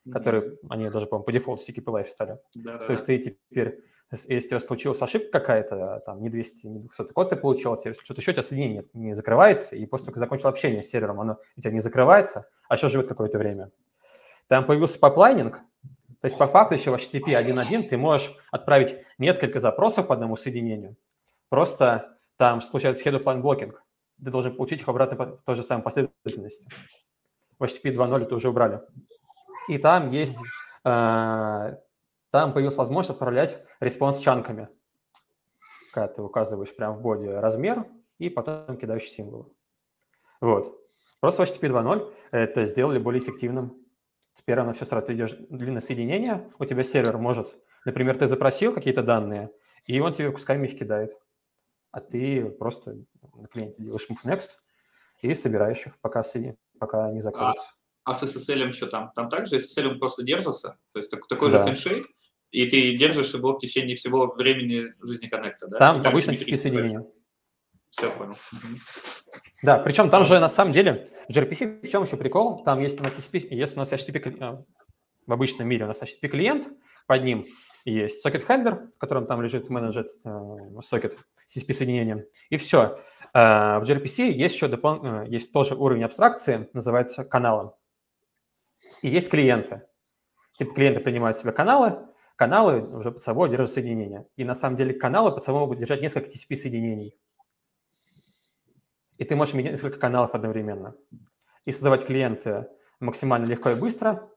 Speaker 3: интересно.
Speaker 4: которые, они даже, по-моему, по дефолту все KPLife стали.
Speaker 3: Да, да,
Speaker 4: То есть ты теперь, с- если у тебя случилась ошибка какая-то, а, там, не 200, не 200 код ты получил, а тебе что-то еще, у тебя соединение не закрывается, и после того, как закончил общение с сервером, оно у тебя не закрывается, а еще живет какое-то время. Там появился поплайнинг, то есть по факту еще в HTTP 1.1 ты можешь отправить несколько запросов по одному соединению, просто там случается head of line blocking, ты должен получить их обратно по- в той же самой последовательности. В HTTP 2.0 это уже убрали. И там есть э, там появилась возможность отправлять респонс чанками, когда ты указываешь прямо в боде размер и потом кидаешь символы. Вот. Просто в HTTP 2.0 э, это сделали более эффективным. Теперь оно все сразу, ты идешь длинное соединение, у тебя сервер может, например, ты запросил какие-то данные, и он тебе кусками их кидает, а ты просто на клиенте делаешь move next и собираешь их, пока, соедин- пока не закроется.
Speaker 3: А с SSL что там? Там также SSL просто держится, то есть так- такой
Speaker 4: Да.
Speaker 3: же хендшейк, и ты держишь его в течение всего времени жизни коннекта, да?
Speaker 4: Там
Speaker 3: И
Speaker 4: обычно
Speaker 3: симметрично,
Speaker 4: TCP соединение.
Speaker 3: Все, понял. Мгм.
Speaker 4: Да, причем там же на самом деле gRPC, в чем еще прикол? Там есть на TCP, если у нас HTTP, кли- э, в обычном мире у нас HTTP клиент, под ним есть сокет хендер, в котором там лежит менеджер э, сокет TCP соединения, и все. в gRPC есть еще допол- э, есть тоже уровень абстракции, называется каналом. И есть клиенты. Типа клиенты принимают в себя каналы, каналы уже под собой держат соединения. И на самом деле каналы под собой могут держать несколько TCP соединений. И ты можешь иметь несколько каналов одновременно. И создавать клиенты максимально легко и быстро.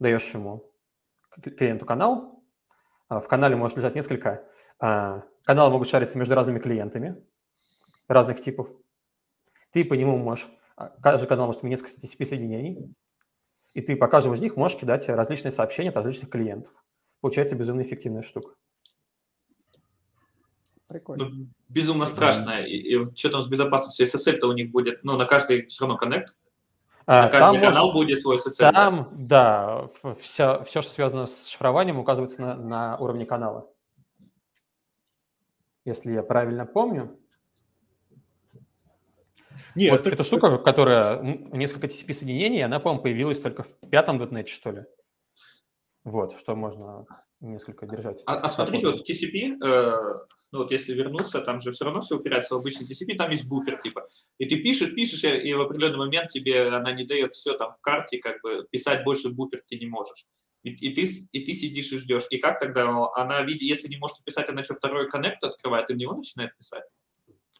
Speaker 4: Даешь ему к- клиенту канал. А, В канале может лежать несколько. а, Каналы могут шариться между разными клиентами разных типов. Ты по нему можешь... а, Каждый канал может иметь несколько TCP-соединений. И ты по каждому из них можешь кидать различные сообщения от различных клиентов. Получается безумно эффективная штука.
Speaker 2: Прикольно.
Speaker 3: Ну, безумно страшно. И, и вот что там с безопасностью? SSL-то у них будет, ну, на каждый все равно коннект, на
Speaker 4: А, там
Speaker 3: каждый
Speaker 4: можно-
Speaker 3: канал будет свой SSL. да?
Speaker 4: Там, да, все, все, что связано с шифрованием, указывается на, на уровне канала. Если я правильно помню.
Speaker 1: Нет,
Speaker 4: вот эта штука, которая м, несколько TCP-соединений, она, по-моему, появилась только в пятом .NET, что ли. Вот, что можно несколько держать.
Speaker 3: А, а смотрите,
Speaker 4: Свободно.
Speaker 3: вот в TCP, э, ну вот если вернуться, там же все равно все упирается в обычный TCP, там есть буфер типа. И ты пишешь, пишешь, и, и в определенный момент тебе она не дает все там в карте, как бы писать больше в буфер ты не можешь. И, и ты, с- и ты сидишь и ждешь. И как тогда она, видит, если не может писать, она что, второй коннект открывает и в него начинает писать?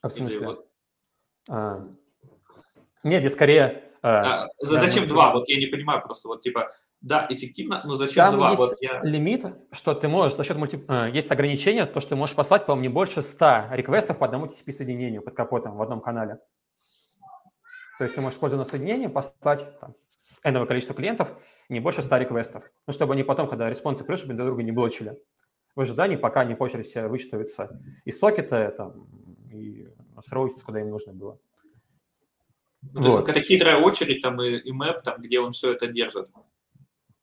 Speaker 4: А в смысле?
Speaker 3: вот-
Speaker 4: А, Нет, здесь скорее... а,
Speaker 3: А, за-
Speaker 4: да,
Speaker 3: зачем
Speaker 4: ну,
Speaker 3: два? Вот я не понимаю просто, вот типа, да, эффективно, но зачем
Speaker 4: Там
Speaker 3: два?
Speaker 4: есть
Speaker 3: Вот я...
Speaker 4: лимит, что ты можешь за счет мульти... э, Есть ограничение, то, что ты можешь послать, по-моему, не больше 100 реквестов по одному TCP-соединению под капотом в одном канале. То есть ты можешь, пользоваться соединением, послать там, с n количества клиентов не больше 100 реквестов. Ну, чтобы они потом, когда респонсы пришли, друг друга не блочили. В ожидании, пока не по очереди все вычитываются из сокета там, и сроутятся, куда им нужно было.
Speaker 3: Ну, то есть
Speaker 4: Вот.
Speaker 3: какая-то хитрая очередь там и, и мэп, там, где он все это держит.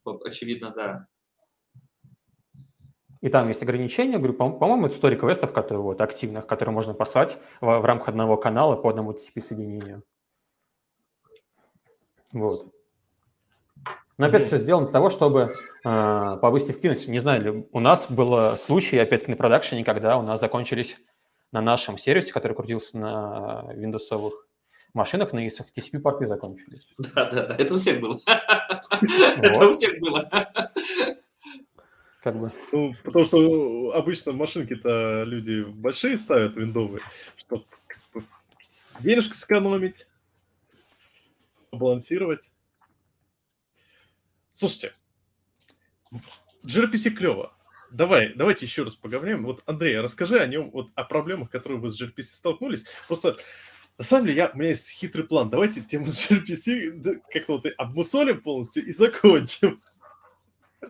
Speaker 3: очевидно, да.
Speaker 4: И там есть ограничения, говорю, по- по-моему, это 100 реквестов, которые вот активных, которые можно послать в, в рамках одного канала по одному TCP-соединению. Вот. Но опять все сделано для того, чтобы э, повысить эффективность. Не знаю, ли- у нас был э, случай, опять-таки, на продакшене, когда у нас закончились на нашем сервисе, который крутился на Windows машинах, на ISах, TCP-порты закончились.
Speaker 3: Да, да, да. Это у всех было. Это у всех было.
Speaker 4: Как бы.
Speaker 1: Ну, потому что обычно в машинке-то люди большие ставят виндовые, чтобы денежку сэкономить, балансировать. Слушайте, gRPC клево. Давай, давайте еще раз поговорим. Вот, Андрей, расскажи о нем, вот о проблемах, которые вы с gRPC столкнулись. Просто, на самом деле, я, у меня есть хитрый план. Давайте тему с gRPC да, как-то вот и обмусолим полностью и закончим.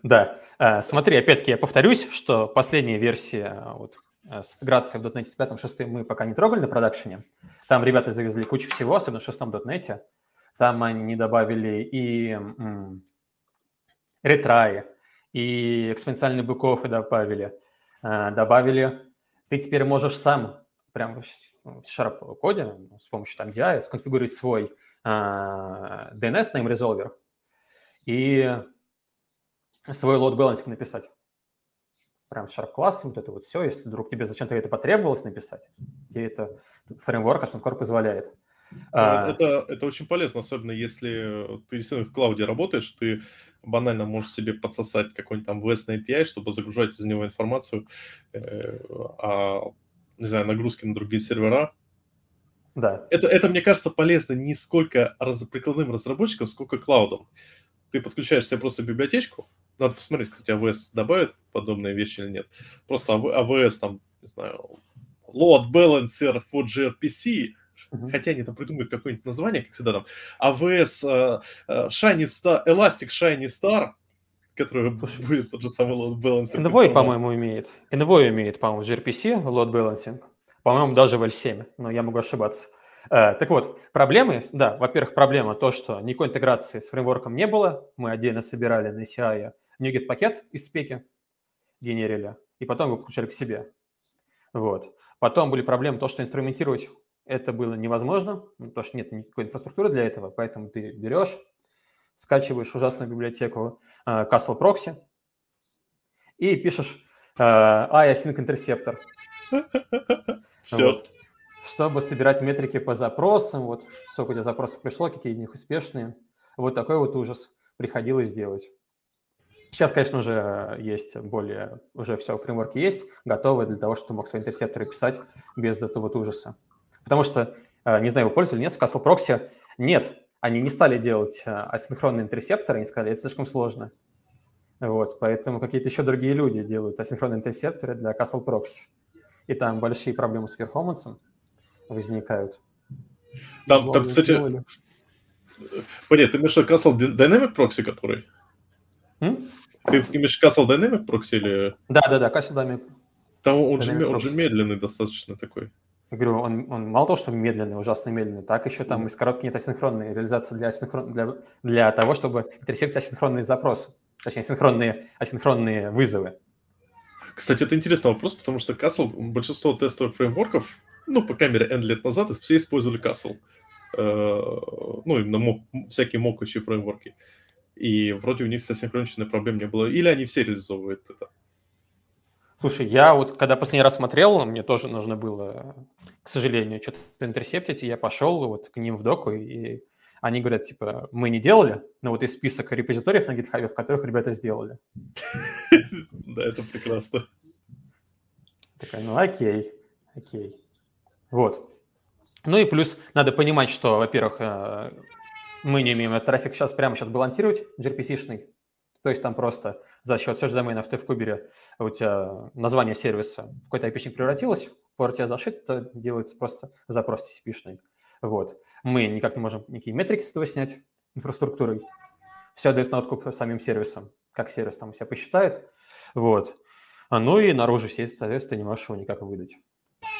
Speaker 4: Да. Э, Смотри, опять-таки, я повторюсь, что последняя версия вот, э, с интеграцией в .NET с 5 6 мы пока не трогали на продакшене. Там ребята завезли кучу всего, особенно в шестом .NET. Там они добавили и м, ретраи, и экспоненциальные быков и добавили. Э, Добавили, ты теперь можешь сам прямо в с- в sharp коде с помощью там DI сконфигурировать свой э, DNS name resolver и свой load balancing написать. Прям с sharp классом вот это вот все. Если вдруг тебе зачем-то это потребовалось написать, тебе это фреймворк Astrocore позволяет. А,
Speaker 1: Э, Это, это очень полезно, особенно если э, ты действительно в клауде работаешь, ты банально можешь себе подсосать какой-нибудь там VS API, чтобы загружать из него информацию э, о, не знаю, нагрузке на другие сервера.
Speaker 4: да,
Speaker 1: Это, это, мне кажется, полезно не сколько раз- прикладным разработчикам, сколько клаудом. Ты подключаешь себе просто библиотечку, надо посмотреть, кстати, AWS добавит подобные вещи или нет. Просто AW- AWS, там, не знаю, load balancer for gRPC,
Speaker 4: Мгм.
Speaker 1: Хотя они там придумают какое-нибудь название, как всегда там, AWS э, э, Shiny Star, Elastic Shiny Star, который будет тот же самый load balancer.
Speaker 4: Envoy, по-моему, имеет. Envoy имеет, по-моему, в gRPC load balancing. По-моему, даже в L7, но я могу ошибаться. Э, Так вот, проблемы, да, во-первых, проблема то, что никакой интеграции с фреймворком не было. Мы отдельно собирали на CI NuGet пакет из спеки, генерили, и потом его подключали к себе. Вот. Потом были проблемы то, что инструментировать это было невозможно, ну, потому что нет никакой инфраструктуры для этого, поэтому ты берешь, скачиваешь ужасную библиотеку э, Castle Proxy, и пишешь э, async интерсептор,
Speaker 1: Все.
Speaker 4: вот, чтобы собирать метрики по запросам, вот сколько у тебя запросов пришло, какие из них успешные. Вот такой вот ужас приходилось делать. Сейчас, конечно, уже есть более, уже все, фреймворки есть, готовые для того, чтобы ты мог свои интерсепторы писать без этого вот ужаса. Потому что, э, не знаю, вы пользовались, нет, в Castle Proxy нет, они не стали делать э, асинхронные интерсепторы, они сказали, это слишком сложно. Вот, поэтому какие-то еще другие люди делают асинхронные интерсепторы для Castle Proxy. И там большие проблемы с перформансом возникают.
Speaker 1: Там, там,
Speaker 2: Главное,
Speaker 1: кстати,
Speaker 2: сделали.
Speaker 1: понятно, ты имеешь в виду Castle Dy- Dynamic Proxy, который?
Speaker 4: М?
Speaker 1: Ты имеешь в виду Castle Dynamic Proxy или...
Speaker 4: Да-да-да, Castle Dynamic.
Speaker 1: Там он, же,
Speaker 4: Dynamic
Speaker 1: ме- он же
Speaker 4: Proxy.
Speaker 1: медленный достаточно такой.
Speaker 4: Я говорю, он, он мало того, что медленный, ужасно медленный, так еще там из коробки нет асинхронной реализации для, асинхрон... для, для того, чтобы интерсептить асинхронные запросы, точнее, асинхронные, асинхронные вызовы.
Speaker 1: Кстати, это интересный вопрос, потому что Castle, большинство тестовых фреймворков, ну, по камере N лет назад, все использовали Castle. Э, Ну, именно мок- м- всякие мокающие фреймворки. И вроде у них с асинхроничной проблем не было. Или они все реализовывают это.
Speaker 4: Слушай, я вот когда последний раз смотрел, мне тоже нужно было, к сожалению, что-то интерсептить, и я пошел вот к ним в доку, и они говорят, типа, мы не делали, но вот есть список репозиториев на GitHub, в которых ребята сделали.
Speaker 1: Да, это прекрасно.
Speaker 4: Такая, ну окей, окей. Вот. Ну и плюс надо понимать, что, во-первых, э, мы не умеем этот трафик сейчас прямо сейчас балансировать, gRPC-шный. То есть там просто за счет search доменов ты в кубере, у тебя название сервиса в какой-то IP-шник превратилось, пор тебя зашит, то делается просто запрос TCP-шный. Вот. Мы никак не можем никакие метрики с этого снять инфраструктурой. Все дается на откуп самим сервисом, как сервис там у себя посчитает. Вот. А, Ну и наружу, сеть, соответственно, ты не можешь его никак выдать.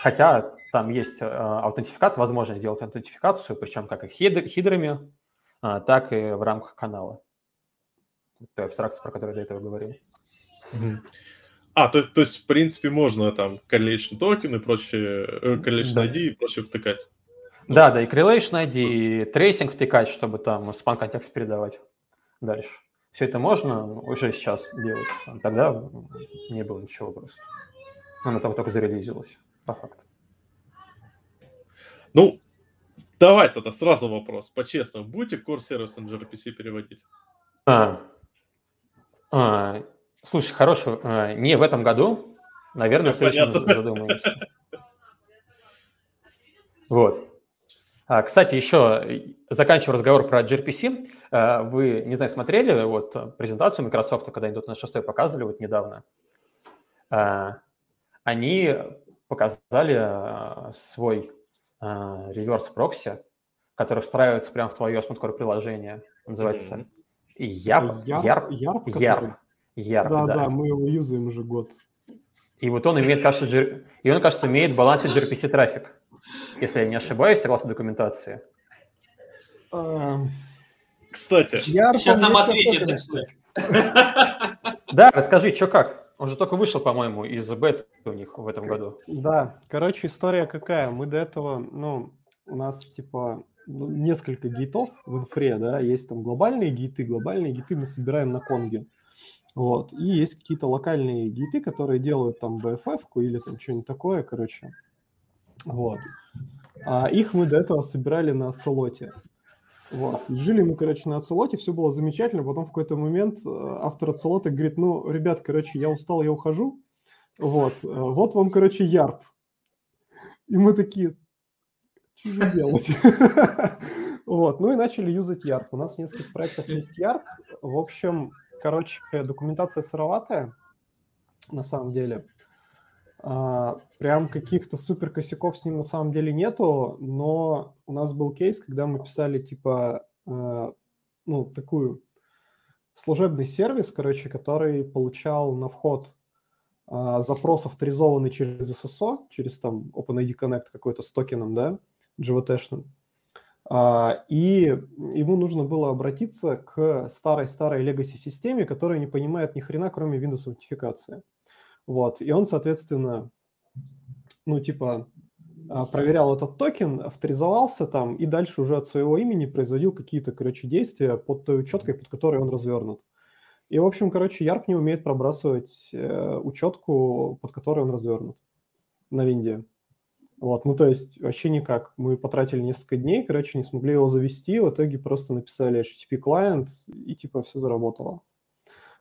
Speaker 4: Хотя там есть э, аутентификат, возможность сделать аутентификацию, причем как и хид- хидрами, а, так и в рамках канала. той абстракции, про которую я до этого говорил.
Speaker 1: Мгм. А, то, то есть, в принципе, можно там correlation токен и прочее, э, correlation
Speaker 4: Да.
Speaker 1: ID и прочее втыкать.
Speaker 4: Да, да, и correlation ID, и трейсинг втыкать, чтобы там спан контекст передавать дальше. Все это можно уже сейчас делать. А Тогда м, не было ничего просто. Она там только зарелизилась, по факту.
Speaker 1: Ну, давай тогда сразу вопрос, по-честному. Будете core сервис на gRPC переводить?
Speaker 4: А, а, слушай, хороший, а, не в этом году, наверное,
Speaker 1: Всё
Speaker 4: в следующем
Speaker 1: понятно.
Speaker 4: задумаемся. Вот. А, кстати, еще, заканчивая разговор про gRPC, а, вы, не знаю, смотрели вот а, презентацию Microsoft, когда они тут на шестой показывали вот недавно? А, Они показали а, свой реверс-прокси, который встраивается прямо в твое Smart приложение, называется
Speaker 1: Мгм.
Speaker 4: Ярп, ярп,
Speaker 2: ярп,
Speaker 4: ярп, ярп,
Speaker 2: Да,
Speaker 4: да.
Speaker 2: да, мы его юзаем уже год.
Speaker 4: И вот он имеет, кажется, джир- и он, кажется, умеет балансить gRPC трафик, если я не ошибаюсь, согласно документации.
Speaker 2: Эм,
Speaker 1: Кстати,
Speaker 2: ярп,
Speaker 3: Сейчас
Speaker 2: он
Speaker 3: нам
Speaker 2: есть
Speaker 3: ответят,
Speaker 2: особенный.
Speaker 3: так что ли?
Speaker 4: Да, расскажи, что как? Он же только вышел, по-моему, из бета у них в этом
Speaker 2: Как-
Speaker 4: году.
Speaker 2: Да, короче, история какая. Мы до этого, ну, у нас типа ну, несколько гейтов в инфре, да, есть там глобальные гейты, глобальные гейты мы собираем на конге. Вот, и есть какие-то локальные гейты, которые делают там BFF -ку или там что-нибудь такое, короче. Вот. А их мы до этого собирали на Ацелоте. Вот. И Жили мы, короче, на Ацелоте, все было замечательно. Потом в какой-то момент э, автор Ацелота говорит, ну, ребят, короче, я устал, я ухожу. Вот, э, вот вам, короче, ярп. И мы такие, что же делать? Вот, ну и начали юзать ярп. У нас в нескольких проектах есть ярп. В общем, короче, документация сыроватая, на самом деле. А, Прям каких-то супер косяков с ним на самом деле нету, но у нас был кейс, когда мы писали, типа, э, ну, такую служебный сервис, короче, который получал на вход а, запрос авторизованный через SSO, через там OpenID Connect какой-то с токеном, да, GVT-шным. А, и ему нужно было обратиться к старой-старой legacy системе, которая не понимает ни хрена, кроме Windows аутентификации. Вот. И он, соответственно, ну, типа, а, проверял этот токен, авторизовался там и дальше уже от своего имени производил какие-то, короче, действия под той учеткой, под которой он развернут. И, в общем, короче, Ярк не умеет пробрасывать э, учетку, под которой он развернут на винде. Вот, ну то есть вообще никак. Мы потратили несколько дней, короче, не смогли его завести, в итоге просто написали HTTP клиент и типа все заработало.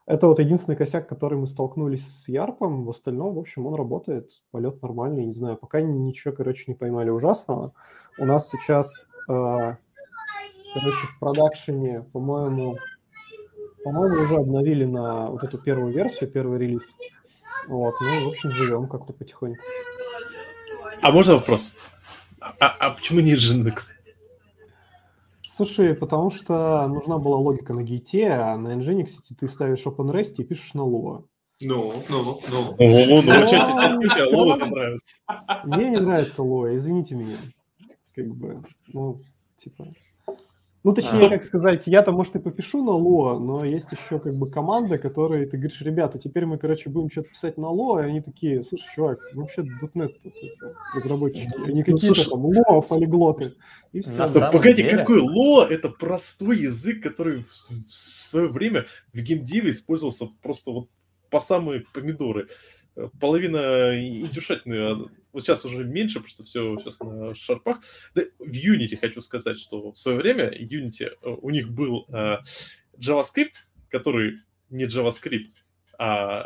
Speaker 2: Это вот единственный косяк, который мы столкнулись с Ярпом. В остальном, в общем, он работает, полет нормальный, не знаю, пока ничего, короче, не поймали ужасного. У нас сейчас, э, короче, в продакшене, по-моему, по-моему, уже обновили на вот эту первую версию, первый релиз. Вот, ну, в общем, живем как-то потихоньку.
Speaker 1: а можно вопрос? А, а- а почему не Nginx?
Speaker 2: Слушай, потому что нужна была логика на гейте, а на Nginx ты ставишь OpenRest и пишешь на Lua.
Speaker 3: Ну, ну, ну.
Speaker 1: О, ну, чё- чё-
Speaker 2: Да,
Speaker 1: чё тебе
Speaker 2: всё.
Speaker 1: Лова-то нравится?
Speaker 2: Мне не нравится Lua, извините меня. Как бы, ну, типа... Ну, точнее,
Speaker 1: Стоп.
Speaker 2: как сказать, я-то, может, и попишу на Lua, но есть еще как бы команда, которые ты говоришь, ребята, теперь мы, короче, будем что-то писать на Lua, и они такие, слушай, чувак, мы вообще .NET тут, это, разработчики, они
Speaker 1: Ну,
Speaker 2: какие-то
Speaker 1: слушай.
Speaker 2: там Lua, полиглоты. И все.
Speaker 4: На
Speaker 1: Да
Speaker 4: самом
Speaker 1: погоди,
Speaker 4: деле-
Speaker 1: какой ло? Это простой язык, который в, свое время в геймдиве использовался просто вот по самые помидоры. Э, Половина индюшатная. а, Вот сейчас уже меньше, потому что все сейчас на шарпах. Да, в Unity хочу сказать, что в свое время Unity, э, у них был э, JavaScript, который не JavaScript, а,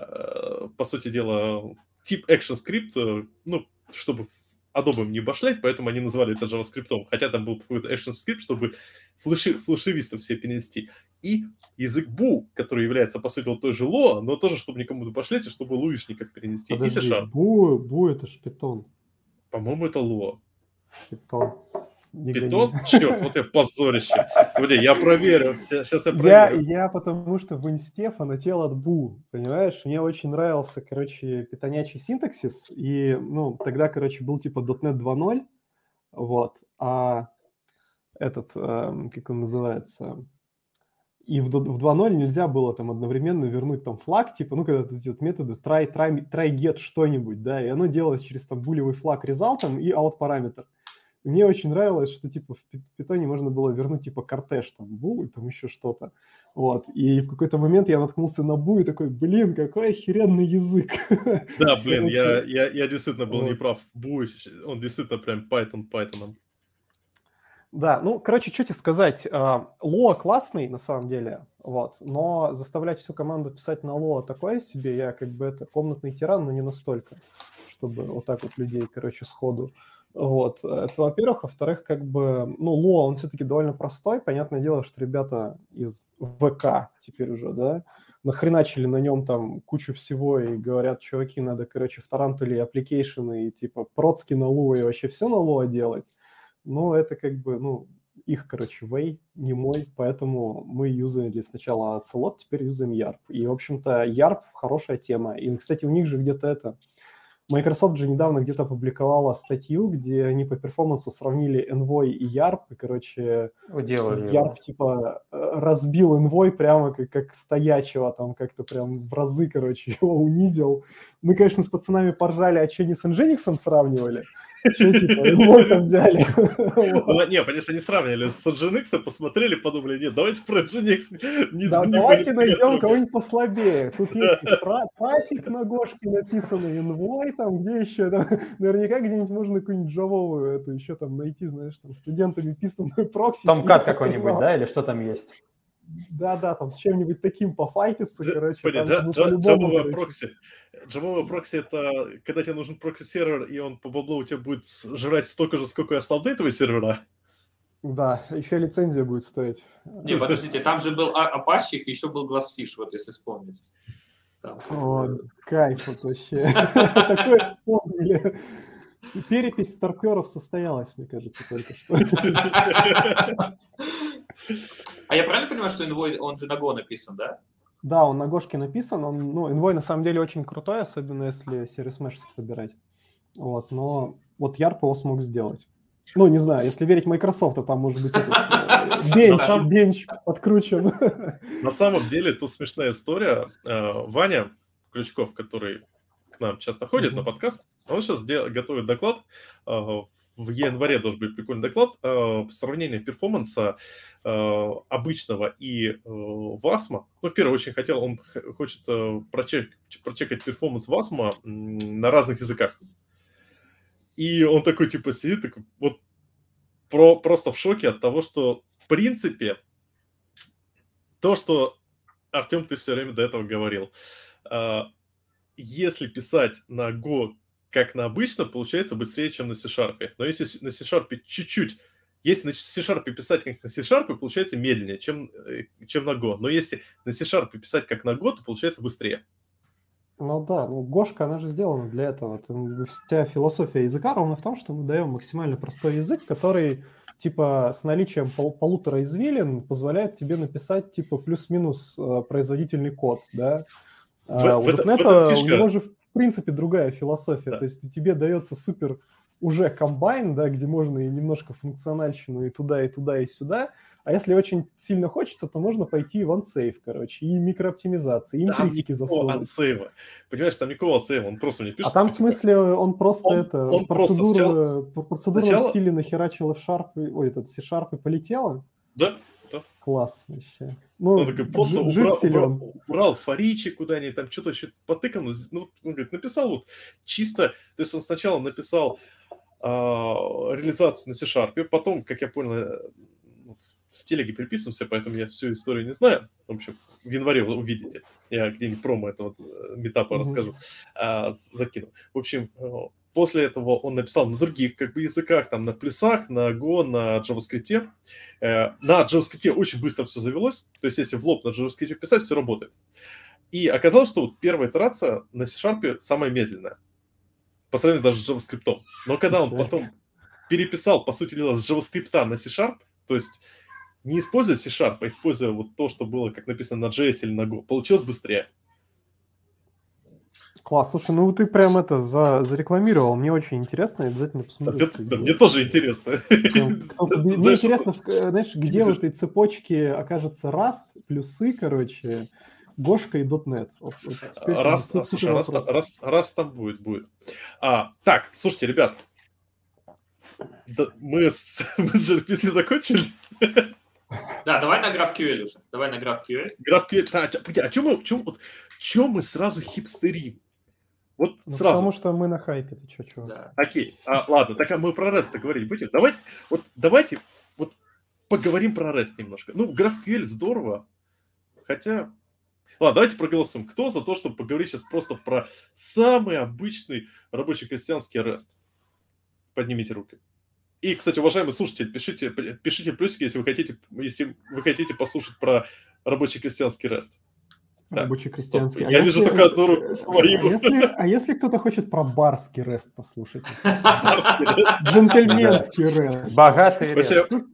Speaker 1: э, по сути дела, тип ActionScript, э, ну, чтобы Adobe им не башлять, поэтому они назвали это JavaScript, хотя там был какой-то ActionScript, чтобы флеши, флешевистов все перенести. И язык Бу, который является, по сути, вот той же Лоа, но тоже, чтобы никому не башлять, и чтобы луишников перенести.
Speaker 2: Подожди,
Speaker 1: И C-Sharp.
Speaker 2: Бу, Бу, это ж питон.
Speaker 1: По-моему, это Лоа.
Speaker 2: Питон. Не гони.
Speaker 1: Питон? Черт, вот я позорище. Блин, я проверю. Сейчас я
Speaker 2: Я,
Speaker 1: проверю.
Speaker 2: я потому что в инсте фанател от Бу, понимаешь? Мне очень нравился, короче, питонячий синтаксис. И, ну, тогда, короче, был типа .NET 2.0, вот. А этот, эм, как он называется, И в 2.0 нельзя было там одновременно вернуть там флаг, типа, ну, когда ты вот методы try, try, try get что-нибудь, да, и оно делалось через там булевый флаг результом и out параметр. И мне очень нравилось, что типа в питоне можно было вернуть типа кортеж, там, бу, и там еще что-то. Вот. И в какой-то момент я наткнулся на бу и такой, блин, какой охеренный язык.
Speaker 1: Да, блин, я, я, я действительно был вот. неправ. Бу, он действительно прям Python Python.
Speaker 2: Да, ну, короче, что тебе сказать. а, Лоа классный, на самом деле, вот, но заставлять всю команду писать на Лоа такое себе, я как бы это комнатный тиран, но не настолько, чтобы вот так вот людей, короче, сходу. Вот, это во-первых. Во-вторых, как бы, ну, Лоа, он все-таки довольно простой. Понятное дело, что ребята из ВК теперь уже, да, нахреначили на нем там кучу всего и говорят, чуваки, надо, короче, в Тарантуле аппликейшены и типа процки на Луа и вообще все на Лоа делать. Но это как бы, ну, их, короче, вей, не мой, поэтому мы юзали сначала целот, теперь юзаем Ярп. И, в общем-то, Ярп хорошая тема. И, кстати, у них же где-то это... Microsoft же недавно где-то опубликовала статью, где они по перформансу сравнили Envoy и Yarp, и, короче,
Speaker 4: Уделали
Speaker 2: Yarp, его. типа, разбил Envoy прямо как, как стоячего, там, как-то прям в разы, короче, его унизил. Мы, конечно, с пацанами поржали, а что не с Nginx сравнивали? Что, типа, Envoy взяли?
Speaker 1: Не, конечно, не сравнили. С Nginx посмотрели, подумали, нет, давайте про Nginx.
Speaker 2: Давайте найдем кого-нибудь послабее. Тут есть трафик на Гошке написанный, Envoy, там, где еще, там, наверняка где-нибудь можно какую-нибудь джавовую эту еще там найти, знаешь, там, студентами писанную прокси.
Speaker 4: Там кат какой-нибудь, да, или что там есть?
Speaker 2: Да-да, там с чем-нибудь таким пофайтиться, Дж- короче.
Speaker 1: Блин, там, дж- ну, джавовая прокси. Джавовая прокси — это когда тебе нужен прокси-сервер, и он по баблу у тебя будет жрать столько же, сколько и основные твои сервера.
Speaker 2: Да, еще лицензия будет стоить.
Speaker 3: Не, подождите, там же был А, Apache, и еще был Glassfish, вот если вспомнить.
Speaker 2: Там. О, кайф вот вообще. Такое вспомнили. И перепись старперов состоялась, мне кажется, только что.
Speaker 3: А я правильно понимаю, что Envoy, он же на Go написан, да?
Speaker 2: Да, он на Гошке написан. Он, ну, Envoy на самом деле очень крутой, особенно если Series Mesh собирать. Вот, но вот Ярп его смог сделать. Ну, не знаю, если верить Microsoft, то там может быть этот, э, бенч, сам... бенч подкручен.
Speaker 1: На самом деле, тут смешная история. Э, Ваня Крючков, который к нам часто ходит mm-hmm. на подкаст, он сейчас готовит доклад. э, В январе должен быть прикольный доклад э, по сравнению перформанса э, обычного и э, ВАСМа. Ну, в первую очередь, хотел, он хочет э, прочек, прочекать перформанс ВАСМа на разных языках. И он такой, типа, сидит, такой, вот про, просто в шоке от того, что, в принципе, то, что, Артем, ты все время до этого говорил, э, если писать на Go, как на обычно, получается быстрее, чем на C-Sharp. Но если на C-Sharp чуть-чуть, если на C-Sharp писать как на C-Sharp, получается медленнее, чем, э, чем на Go. Но если на C-Sharp писать как на Go, то получается быстрее.
Speaker 2: Ну да, ну Гошка, она же сделана для этого. Там вся философия языка ровно в том, что мы даем максимально простой язык, который типа с наличием пол полутора извилин позволяет тебе написать типа плюс-минус э, производительный код, да. В, а, в, вот это, это у него же в принципе другая философия, да. то есть тебе дается супер уже комбайн, да, где можно и немножко функциональщину и туда, и туда, и сюда. А если очень сильно хочется, то можно пойти в ансейв, короче, и микрооптимизации, и интрисики засунуть.
Speaker 1: ансейва. Понимаешь, там никакого ансейва, он просто не пишет.
Speaker 2: А там в смысле он просто он, это, он процедуру, просто сначала... процедуру сначала... в стиле нахерачил F-Sharp, ой, этот C-Sharp и полетела?
Speaker 1: Да, да.
Speaker 2: Класс вообще.
Speaker 1: Ну, он такой, просто дж- убрал, убрал, убрал фаричи куда-нибудь, там что-то еще потыкал, ну, он говорит, написал вот чисто, то есть он сначала написал а, реализацию на C-Sharp. Потом, как я понял, э, в телеге переписываемся, поэтому я всю историю не знаю. В общем, в январе вы увидите. Я где-нибудь промо этого метапа mm-hmm. расскажу, а, закину. В общем, э, после этого он написал на других как бы языках, там на плюсах, на Go, на JavaScript. Э, На JavaScript очень быстро все завелось. То есть, если в лоб на JavaScript писать, все работает. И оказалось, что вот первая итерация на C-Sharp самая медленная по сравнению даже с JavaScript. Но когда он потом переписал, по сути дела, с JavaScript на C-Sharp, то есть не используя C-Sharp, а используя вот то, что было, как написано на JS или на Go, получилось быстрее.
Speaker 2: Класс, слушай, ну ты прям это за, зарекламировал, мне очень интересно, обязательно
Speaker 1: Да,
Speaker 2: посмотрю.
Speaker 1: мне, да, мне тоже интересно.
Speaker 2: Ну, Прям, кто-
Speaker 1: Да,
Speaker 2: Мне мне
Speaker 1: знаешь,
Speaker 2: интересно, в- э, знаешь, где в
Speaker 1: тизер.
Speaker 2: этой цепочке окажется Rust, плюсы, короче, Гошка и .NET. Вот- вот теперь
Speaker 1: Раз,
Speaker 2: прям су-
Speaker 1: слушай,
Speaker 2: супер
Speaker 1: раз,
Speaker 2: вопрос.
Speaker 1: раз- раз там будет, будет. А, так, слушайте, ребят, да, мы с, мы с GRPC закончили.
Speaker 3: Да, давай на GraphQL уже. Давай на GraphQL.
Speaker 1: GraphQL, да, а, погоди, а чем мы, чем, вот, чем мы сразу хипстерим? Вот
Speaker 2: Ну,
Speaker 1: сразу.
Speaker 2: Потому что мы на хайпе, ты чё, чувак?
Speaker 3: Да.
Speaker 1: Окей, а, ладно, так а мы про REST говорить будем. Давайте, вот, давайте вот поговорим про REST немножко. Ну, GraphQL здорово, хотя... Ладно, давайте проголосуем. Кто за то, чтобы поговорить сейчас просто про самый обычный рабочий крестьянский REST? Поднимите руки. И, кстати, уважаемые слушатели, пишите, пишите плюсики, если вы хотите, если вы хотите послушать про рабочий крестьянский REST. Так,
Speaker 2: Рабочий крестьянский.
Speaker 1: я вижу только одну руку
Speaker 2: э,
Speaker 1: свою.
Speaker 2: А если, а если кто-то хочет про барский рест послушать?
Speaker 1: Барский REST.
Speaker 2: Джентльменский рест.
Speaker 4: Богатый
Speaker 1: Вообще,
Speaker 4: рест.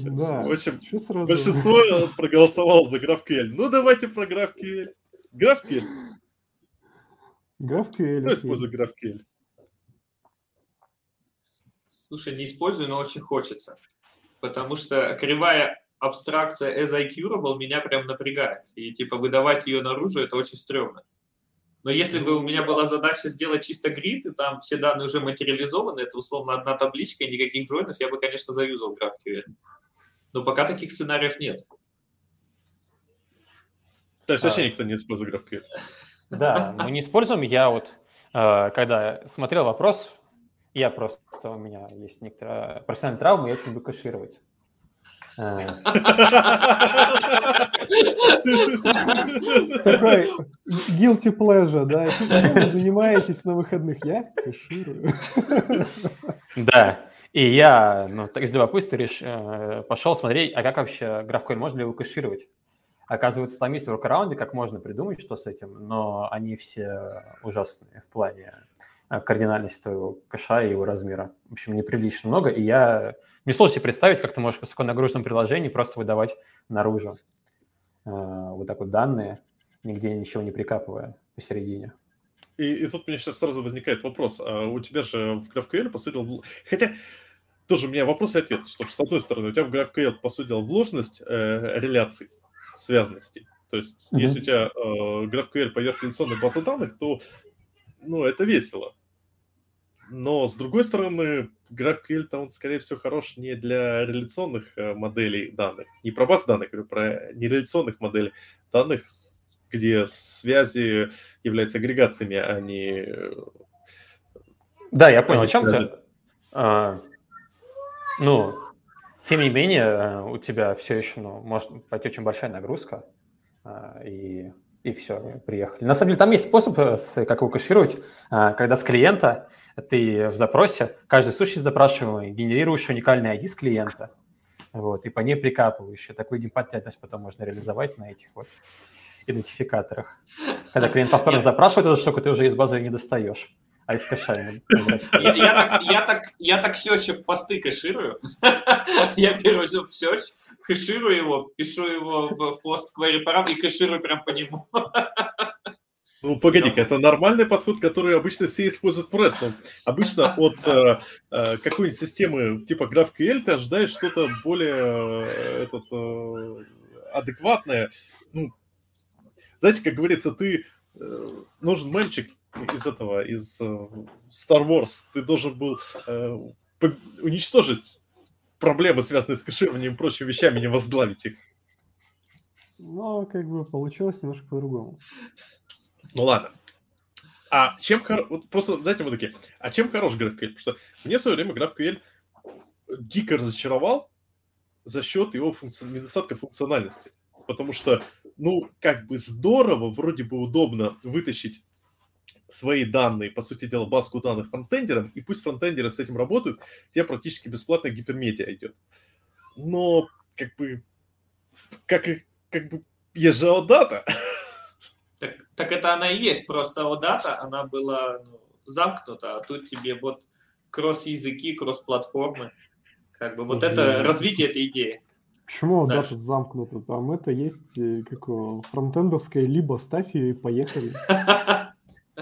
Speaker 2: Да.
Speaker 1: В общем,
Speaker 2: Чё сразу?
Speaker 1: Большинство э, проголосовало за GraphQL. Ну, давайте про GraphQL. GraphQL.
Speaker 2: GraphQL,
Speaker 1: Кто
Speaker 2: окей.
Speaker 1: использует GraphQL?
Speaker 3: Слушай, не использую, но очень хочется. Потому что кривая абстракция as IQable меня прям напрягает. И типа выдавать ее наружу это очень стрёмно. Но если бы у меня была задача сделать чисто грид, и там все данные уже материализованы, это условно одна табличка, и никаких джойнов, я бы, конечно, заюзал GraphQL. Но пока таких сценариев нет.
Speaker 1: То есть
Speaker 4: А.
Speaker 1: вообще никто не использует GraphQL.
Speaker 4: Да, мы не используем. Я вот, э, когда смотрел вопрос, я просто, у меня есть некоторая профессиональная травма, я очень люблю кэшировать. Э,
Speaker 2: Такой guilty pleasure, да? Чем вы занимаетесь на выходных? Я кэширую.
Speaker 4: Да, и я ну, так, из любопытства реш- э, пошел смотреть, а как вообще GraphQL можно ли его кэшировать? Оказывается, там есть воркараунды, как можно придумать, что с этим, но они все ужасные в плане э, кардинальности твоего кэша и его размера. В общем, неприлично много, и я... Мне сложно себе представить, как ты можешь в высоконагруженном приложении просто выдавать наружу э, вот так вот данные, нигде ничего не прикапывая посередине.
Speaker 1: И, и тут мне сейчас сразу возникает вопрос. А у тебя же в GraphQL, по сути дела, вл- Хотя, тоже у меня вопрос и ответ. Что, с одной стороны, у тебя в GraphQL, по сути дела, вложенность э, реляций, связанностей. То есть,
Speaker 4: Мгм.
Speaker 1: если у тебя э, GraphQL поверх традиционной базы данных, то, ну, это весело. Но, с другой стороны, GraphQL-то он, скорее всего, хорош не для реляционных э, моделей данных. Не про баз данных, говорю, про нереляционных моделей данных, с- где связи являются агрегациями, а не... э,
Speaker 4: Да, я понял, о
Speaker 1: Они
Speaker 4: чем ты.
Speaker 1: связаны.
Speaker 4: А, ну, тем не менее, э, у тебя все еще, ну, может пойти очень большая нагрузка, а, и, и все, приехали. На самом деле, там есть способ, э, с- как его кэшировать, а, когда с клиента ты в запросе, каждый случай запрашиваемый, генерируешь уникальный ID с клиента, вот, и по ней прикапываешь. И такую идентичность потом можно реализовать на этих вот идентификаторах. Когда клиент повторно запрашивает эту штуку, ты уже из базы ее не достаешь, а из кэша именно возвращаешь.
Speaker 3: Я, я так, я так, я так сёча посты кэширую. Я первый всё- сёч, кэширую его, пишу его в пост query парам и кэширую прям по нему.
Speaker 1: Ну, погоди-ка, это нормальный подход, который обычно все используют в REST. Ну, обычно от э, э, какой-нибудь системы типа GraphQL ты ожидаешь что-то более э, этот, э, адекватное. Ну, знаете, как говорится, ты э, нужен мемчик из этого, из э, Star Wars. Ты должен был э, по- уничтожить проблемы, связанные с кэшированием и прочими вещами, не возглавить их.
Speaker 2: Но как бы получилось немножко по-другому.
Speaker 1: Ну ладно. А чем хоро- вот просто дайте мы такие. А чем хорош GraphQL? Потому что мне в свое время GraphQL дико разочаровал за счет его функци- недостатка функциональности. Потому что, ну, как бы здорово, вроде бы удобно вытащить свои данные, по сути дела, базку данных фронтендерам, и пусть фронтендеры с этим работают, тебе практически бесплатно гипермедиа идет. Но, как бы, как, и- как бы, есть же OData.
Speaker 3: Так, так это она и есть, просто вот дата, она была ну, замкнута, а тут тебе вот кросс-языки, кросс-платформы. Как бы вот это
Speaker 2: Мгм.
Speaker 3: развитие этой идеи.
Speaker 2: Почему
Speaker 3: Да.
Speaker 2: дата замкнута? Там это есть э, как его, фронтендовская, либо ставь ее и поехали.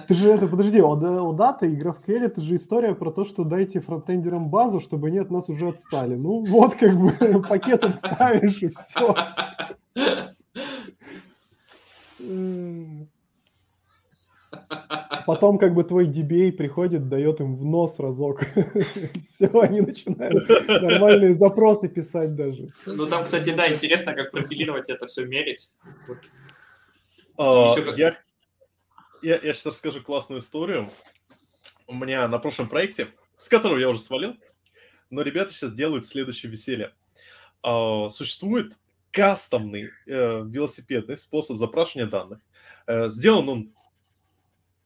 Speaker 2: Ты же это, подожди, у, Да- у Дата и GraphQL это же история про то, что дайте фронтендерам базу, чтобы они от нас уже отстали. Ну вот как бы пакетом ставишь и все. Потом как бы твой DBA приходит, дает им в нос разок. Все, они начинают нормальные запросы писать даже.
Speaker 3: Ну, там, кстати, да, интересно, как профилировать это все мерить.
Speaker 1: А,
Speaker 3: Ещё как-
Speaker 1: Я, я, я сейчас расскажу классную историю. У меня на прошлом проекте, с которого я уже свалил, но ребята сейчас делают следующее веселье. А, Существует кастомный э, велосипедный способ запрашивания данных. Э, Сделан он,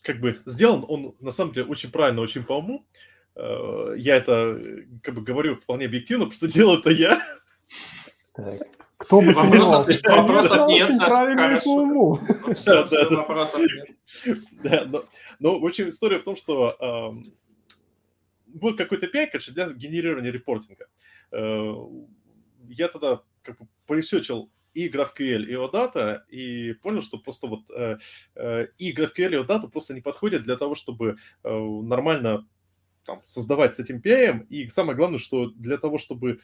Speaker 1: как бы, сделан он на самом деле очень правильно, очень по уму. Э, Я это, э, как бы, говорю вполне объективно, потому что делал это я.
Speaker 4: Так.
Speaker 2: Кто бы
Speaker 3: Вопросов,
Speaker 2: сомневался?
Speaker 3: вопросов
Speaker 2: Конечно,
Speaker 3: нет,
Speaker 2: очень
Speaker 3: Саша,
Speaker 2: правильно и по
Speaker 3: хорошо.
Speaker 2: уму.
Speaker 3: Всё,
Speaker 1: Да,
Speaker 3: всё,
Speaker 1: да.
Speaker 3: Вопросов нет.
Speaker 1: Да, но, но, в общем, история в том, что ам, был какой-то API, короче, для генерирования репортинга. Э, Я тогда как бы поресечил и GraphQL, и OData, и понял, что просто вот э, э, и GraphQL, и OData просто не подходят для того, чтобы э, нормально там, создавать с этим API, и самое главное, что для того, чтобы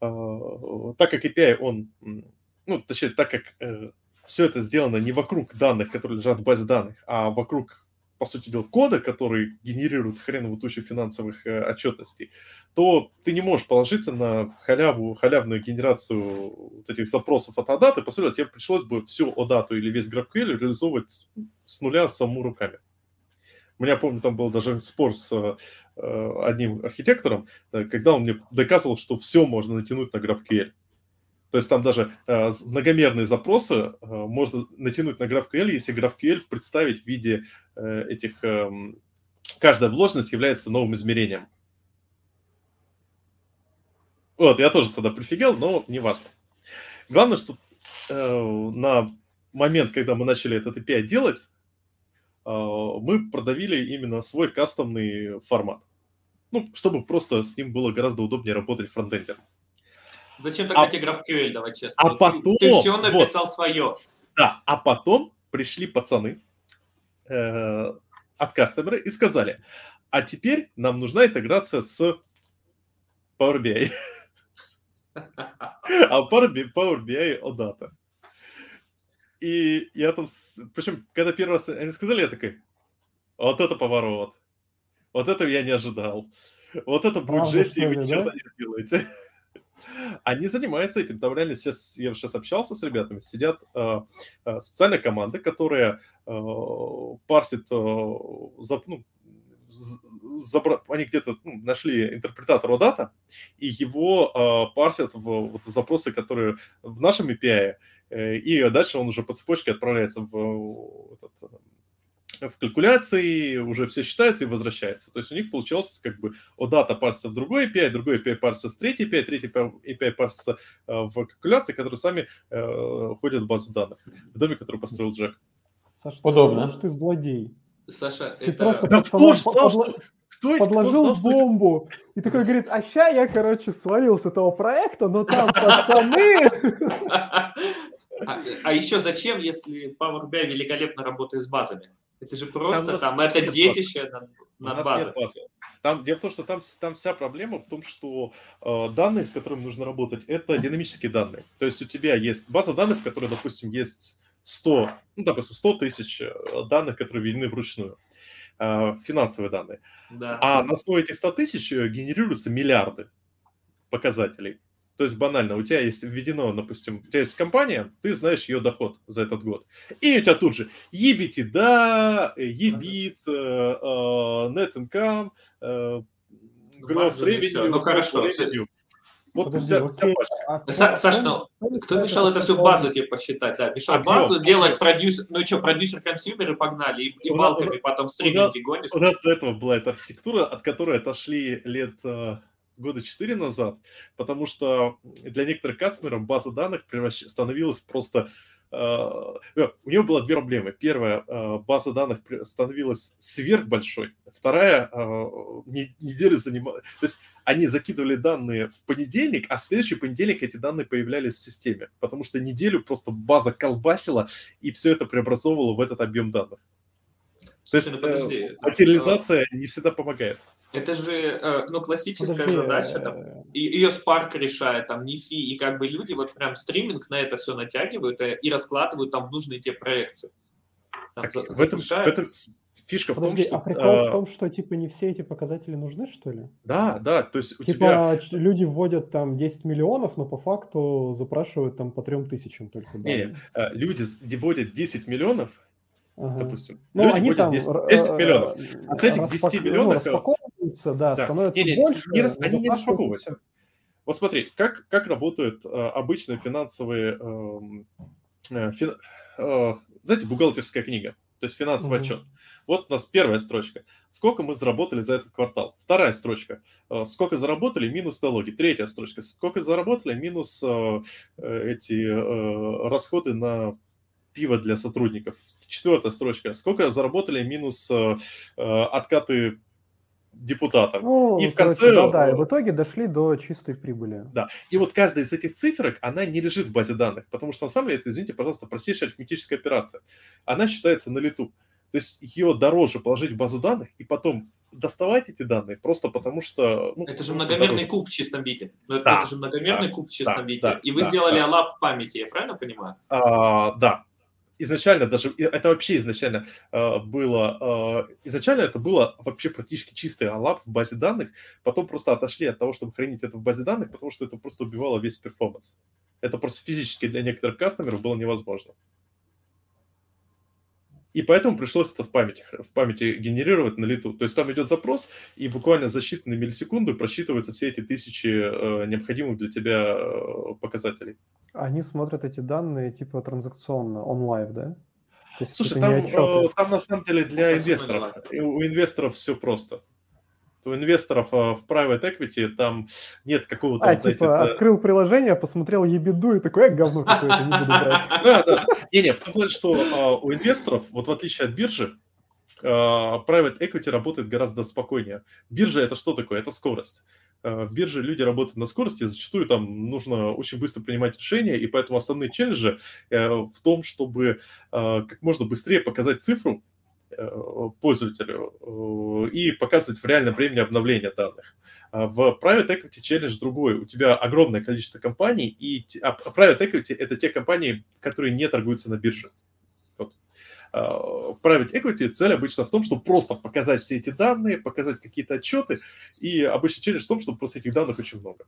Speaker 1: э, так как API, он, м, ну, точнее, так как э, все это сделано не вокруг данных, которые лежат в базе данных, а вокруг, по сути дела, кода, который генерирует хреновую тучу финансовых э, отчетностей, то ты не можешь положиться на халяву, халявную генерацию вот этих запросов от Адаты, по сути, дела, тебе пришлось бы всю Одату или весь GraphQL реализовывать с нуля саму руками. У меня, помню, там был даже спор с э, э, одним архитектором, э, когда он мне доказывал, что все можно натянуть на GraphQL. То есть там даже э, с- многомерные запросы э, можно натянуть на GraphQL, если GraphQL представить в виде э, этих... эм, каждая вложенность является новым измерением. Вот, я тоже тогда прифигел, но неважно. Главное, что э, на момент, когда мы начали этот API делать, э, мы продавили именно свой кастомный формат. Ну, чтобы просто с ним было гораздо удобнее работать фронтендером.
Speaker 3: Зачем
Speaker 1: А-
Speaker 3: тогда тебе GraphQL, давай честно?
Speaker 1: а
Speaker 3: Ты-
Speaker 1: потом-
Speaker 3: Ты все
Speaker 1: вот.
Speaker 3: написал свое.
Speaker 1: Да, а потом пришли пацаны э, от кастомера и сказали, а теперь нам нужна интеграция с Power BI. А Power BI, Power BI Odata. И я там... с- Причем, когда первый раз они сказали, я такой, вот это поворот. Вот этого я не ожидал. Вот это будет
Speaker 2: Правда,
Speaker 1: жесть, и
Speaker 2: что
Speaker 1: вы
Speaker 2: ли,
Speaker 1: ни
Speaker 2: да?
Speaker 1: черта не сделаете. Они занимаются этим. Там реально сейчас, я сейчас общался с ребятами, сидят э, э, специальная команда, которая э, парсит, э, зап- ну, з- забра- они где-то ну, нашли интерпретатор OData, и его э, парсят в вот запросы, которые в нашем API, э, и дальше он уже по цепочке отправляется в, э, этот, э, в калькуляции, уже все считается и возвращается. То есть у них получилось как бы OData парсится в другой API, другой API парсится в третий API, третий API парсится э, в калькуляции, которые сами э, ходят в базу данных, в доме, который построил Джек.
Speaker 2: Саша,
Speaker 4: Удобно.
Speaker 2: Ты, ты злодей.
Speaker 3: Саша,
Speaker 2: Ты
Speaker 3: это...
Speaker 2: просто
Speaker 1: Да
Speaker 2: пацанам
Speaker 1: кто ж знал,
Speaker 2: подла-
Speaker 1: Кто эти- кто
Speaker 2: подложил
Speaker 1: знал, что эти-
Speaker 2: бомбу. И такой говорит, а ща я, короче, свалил с этого проекта, но там пацаны...
Speaker 3: А, а еще зачем, если Power BI великолепно работает с базами? Это же
Speaker 1: Там у
Speaker 3: просто
Speaker 1: нас
Speaker 3: там, это
Speaker 1: нет
Speaker 3: детище над,
Speaker 1: У
Speaker 3: над
Speaker 1: нас
Speaker 3: базой.
Speaker 1: нет базы. Там, дело в том, что там, с- там вся проблема в том, что э, данные, с которыми нужно работать, это динамические данные. То есть у тебя есть база данных, в которой, допустим, есть 100, ну, допустим, 100 тысяч э, данных, которые введены вручную, э, финансовые данные.
Speaker 3: Да.
Speaker 1: А на основе этих 100 тысяч э, генерируются миллиарды показателей. То есть банально, у тебя есть введено, допустим, у тебя есть компания, ты знаешь ее доход за этот год. И у тебя тут же EBITDA, EBIT, э, э, net income, э, gross
Speaker 3: маржи, ну всё.
Speaker 1: revenue.
Speaker 3: Ну
Speaker 1: gross
Speaker 3: хорошо,
Speaker 1: revenue.
Speaker 3: всё.
Speaker 1: Вот
Speaker 2: Подожди,
Speaker 1: вся, вся
Speaker 2: окей.
Speaker 1: пачка.
Speaker 3: Са- Саш, ну, Кто мешал это всю базу тебе посчитать? Да, мешал
Speaker 1: Объём,
Speaker 3: базу сделать
Speaker 1: объём.
Speaker 3: продюсер. Ну и что, продюсер-консюмеры погнали, и, и
Speaker 1: У нас- у
Speaker 3: валками
Speaker 1: нас-
Speaker 3: потом стриминги гонишь.
Speaker 1: У нас до этого была эта архитектура, от которой отошли лет э, года четыре назад, потому что для некоторых кастомеров база данных превращ- становилась просто... э, э, у нее было две проблемы. Первая, э, база данных пре- становилась сверхбольшой. Вторая, э, недели занималась... То есть они закидывали данные в понедельник, а в следующий понедельник эти данные появлялись в системе, потому что неделю просто база колбасила и все это преобразовывало в этот объем данных. То есть
Speaker 3: Слушай, ну подожди,
Speaker 1: э,
Speaker 3: это-
Speaker 1: материализация не всегда помогает.
Speaker 3: Это же, э, ну, классическая
Speaker 2: Подожди,
Speaker 3: задача,
Speaker 2: э,
Speaker 3: там, и- ее Spark решает, там, NIFI, и как бы люди вот прям стриминг на это все натягивают э, и раскладывают там нужные те проекции. Там
Speaker 1: Так,
Speaker 3: за-
Speaker 1: в, этом, в
Speaker 3: запускают.
Speaker 1: этом с- фишка в том,
Speaker 2: Подожди,
Speaker 1: что...
Speaker 2: а прикол
Speaker 1: э,
Speaker 2: в том, что типа не все эти показатели нужны, что ли?
Speaker 1: Да, да, то есть у тебя...
Speaker 2: Типа ч- люди вводят там 10 миллионов, но по факту запрашивают там по 3 тысячам только. да?
Speaker 1: Не, э, люди с- деводят 10 миллионов,
Speaker 2: Ага.
Speaker 1: допустим.
Speaker 2: Ну,
Speaker 1: люди
Speaker 2: они
Speaker 1: вводят
Speaker 2: там...
Speaker 1: 10,
Speaker 2: р-
Speaker 1: 10
Speaker 2: э,
Speaker 1: миллионов.
Speaker 2: э,
Speaker 1: От этих 10
Speaker 2: распак- ну,
Speaker 1: миллионов, э,
Speaker 2: распаковываются, да,
Speaker 1: Да.
Speaker 2: становится
Speaker 1: Не-не,
Speaker 2: больше.
Speaker 1: не рас- они не
Speaker 2: запрашивают
Speaker 1: распаковываются. Вот смотри, как, как работают э, обычные финансовые, эм, э, фин- э, знаете, бухгалтерская книга, то есть финансовый
Speaker 2: Мгм.
Speaker 1: отчет. Вот у нас первая строчка. Сколько мы заработали за этот квартал? Вторая строчка. э, Сколько заработали минус налоги? Третья строчка. Сколько заработали минус э, э, эти э, расходы на пиво для сотрудников? Четвертая строчка. Сколько заработали минус э, э, откаты депутата?
Speaker 2: Ну,
Speaker 1: И в
Speaker 2: короче,
Speaker 1: конце,
Speaker 2: да, да, и
Speaker 1: э,
Speaker 2: в итоге дошли до чистой прибыли.
Speaker 1: И вот каждая из этих цифрок, она не лежит в базе данных, потому что на самом деле это, извините, пожалуйста, простейшая арифметическая операция. Она считается на лету. То есть ее дороже положить в базу данных и потом доставать эти данные просто потому что... ну,
Speaker 3: Это же
Speaker 1: потому что
Speaker 3: многомерный
Speaker 1: дороже.
Speaker 3: куб в чистом виде. Ну, это-
Speaker 1: Да,
Speaker 3: это же многомерный
Speaker 1: да,
Speaker 3: куб в чистом
Speaker 1: да,
Speaker 3: виде.
Speaker 1: да,
Speaker 3: и вы
Speaker 1: да,
Speaker 3: сделали
Speaker 1: да.
Speaker 3: алаб в памяти, я правильно понимаю?
Speaker 1: А, да. Изначально даже, и это вообще изначально э, было, э, изначально это было вообще практически чистый алап в базе данных, потом просто отошли от того, чтобы хранить это в базе данных, потому что это просто убивало весь перформанс. Это просто физически для некоторых кастомеров было невозможно. И поэтому пришлось это в памяти, хра- в памяти генерировать на лету. То есть там идет запрос, и буквально за считанные миллисекунды просчитываются все эти тысячи э, необходимых для тебя э, показателей.
Speaker 2: Они смотрят эти данные типа транзакционно, онлайн, да? То есть
Speaker 1: Слушай,
Speaker 2: это
Speaker 1: там,
Speaker 2: не отчеты.
Speaker 1: э, там на самом деле
Speaker 3: Ну,
Speaker 1: для
Speaker 3: конечно,
Speaker 1: инвесторов. И У инвесторов все просто. У инвесторов э, в private equity там нет какого-то...
Speaker 2: а,
Speaker 1: вот, знаете,
Speaker 2: типа,
Speaker 1: это-
Speaker 2: открыл приложение, посмотрел ебеду и такой, «Э, говно какое-то, не буду брать.
Speaker 1: Да, да. Не, не, в том плане, что э, у инвесторов, вот в отличие от биржи, э, private equity работает гораздо спокойнее. Биржа это что такое? Это скорость. Э, В бирже люди работают на скорости, зачастую там нужно очень быстро принимать решения, и поэтому основные челленджи э, в том, чтобы э, как можно быстрее показать цифру э, пользователю э, и показывать в реальном времени обновления данных. А В private equity челлендж другой. У тебя огромное количество компаний, и те- а private equity – это те компании, которые не торгуются на бирже. Вот. А, Private equity цель обычно в том, чтобы просто показать все эти данные, показать какие-то отчеты, и обычно челлендж в том, что просто этих данных очень много.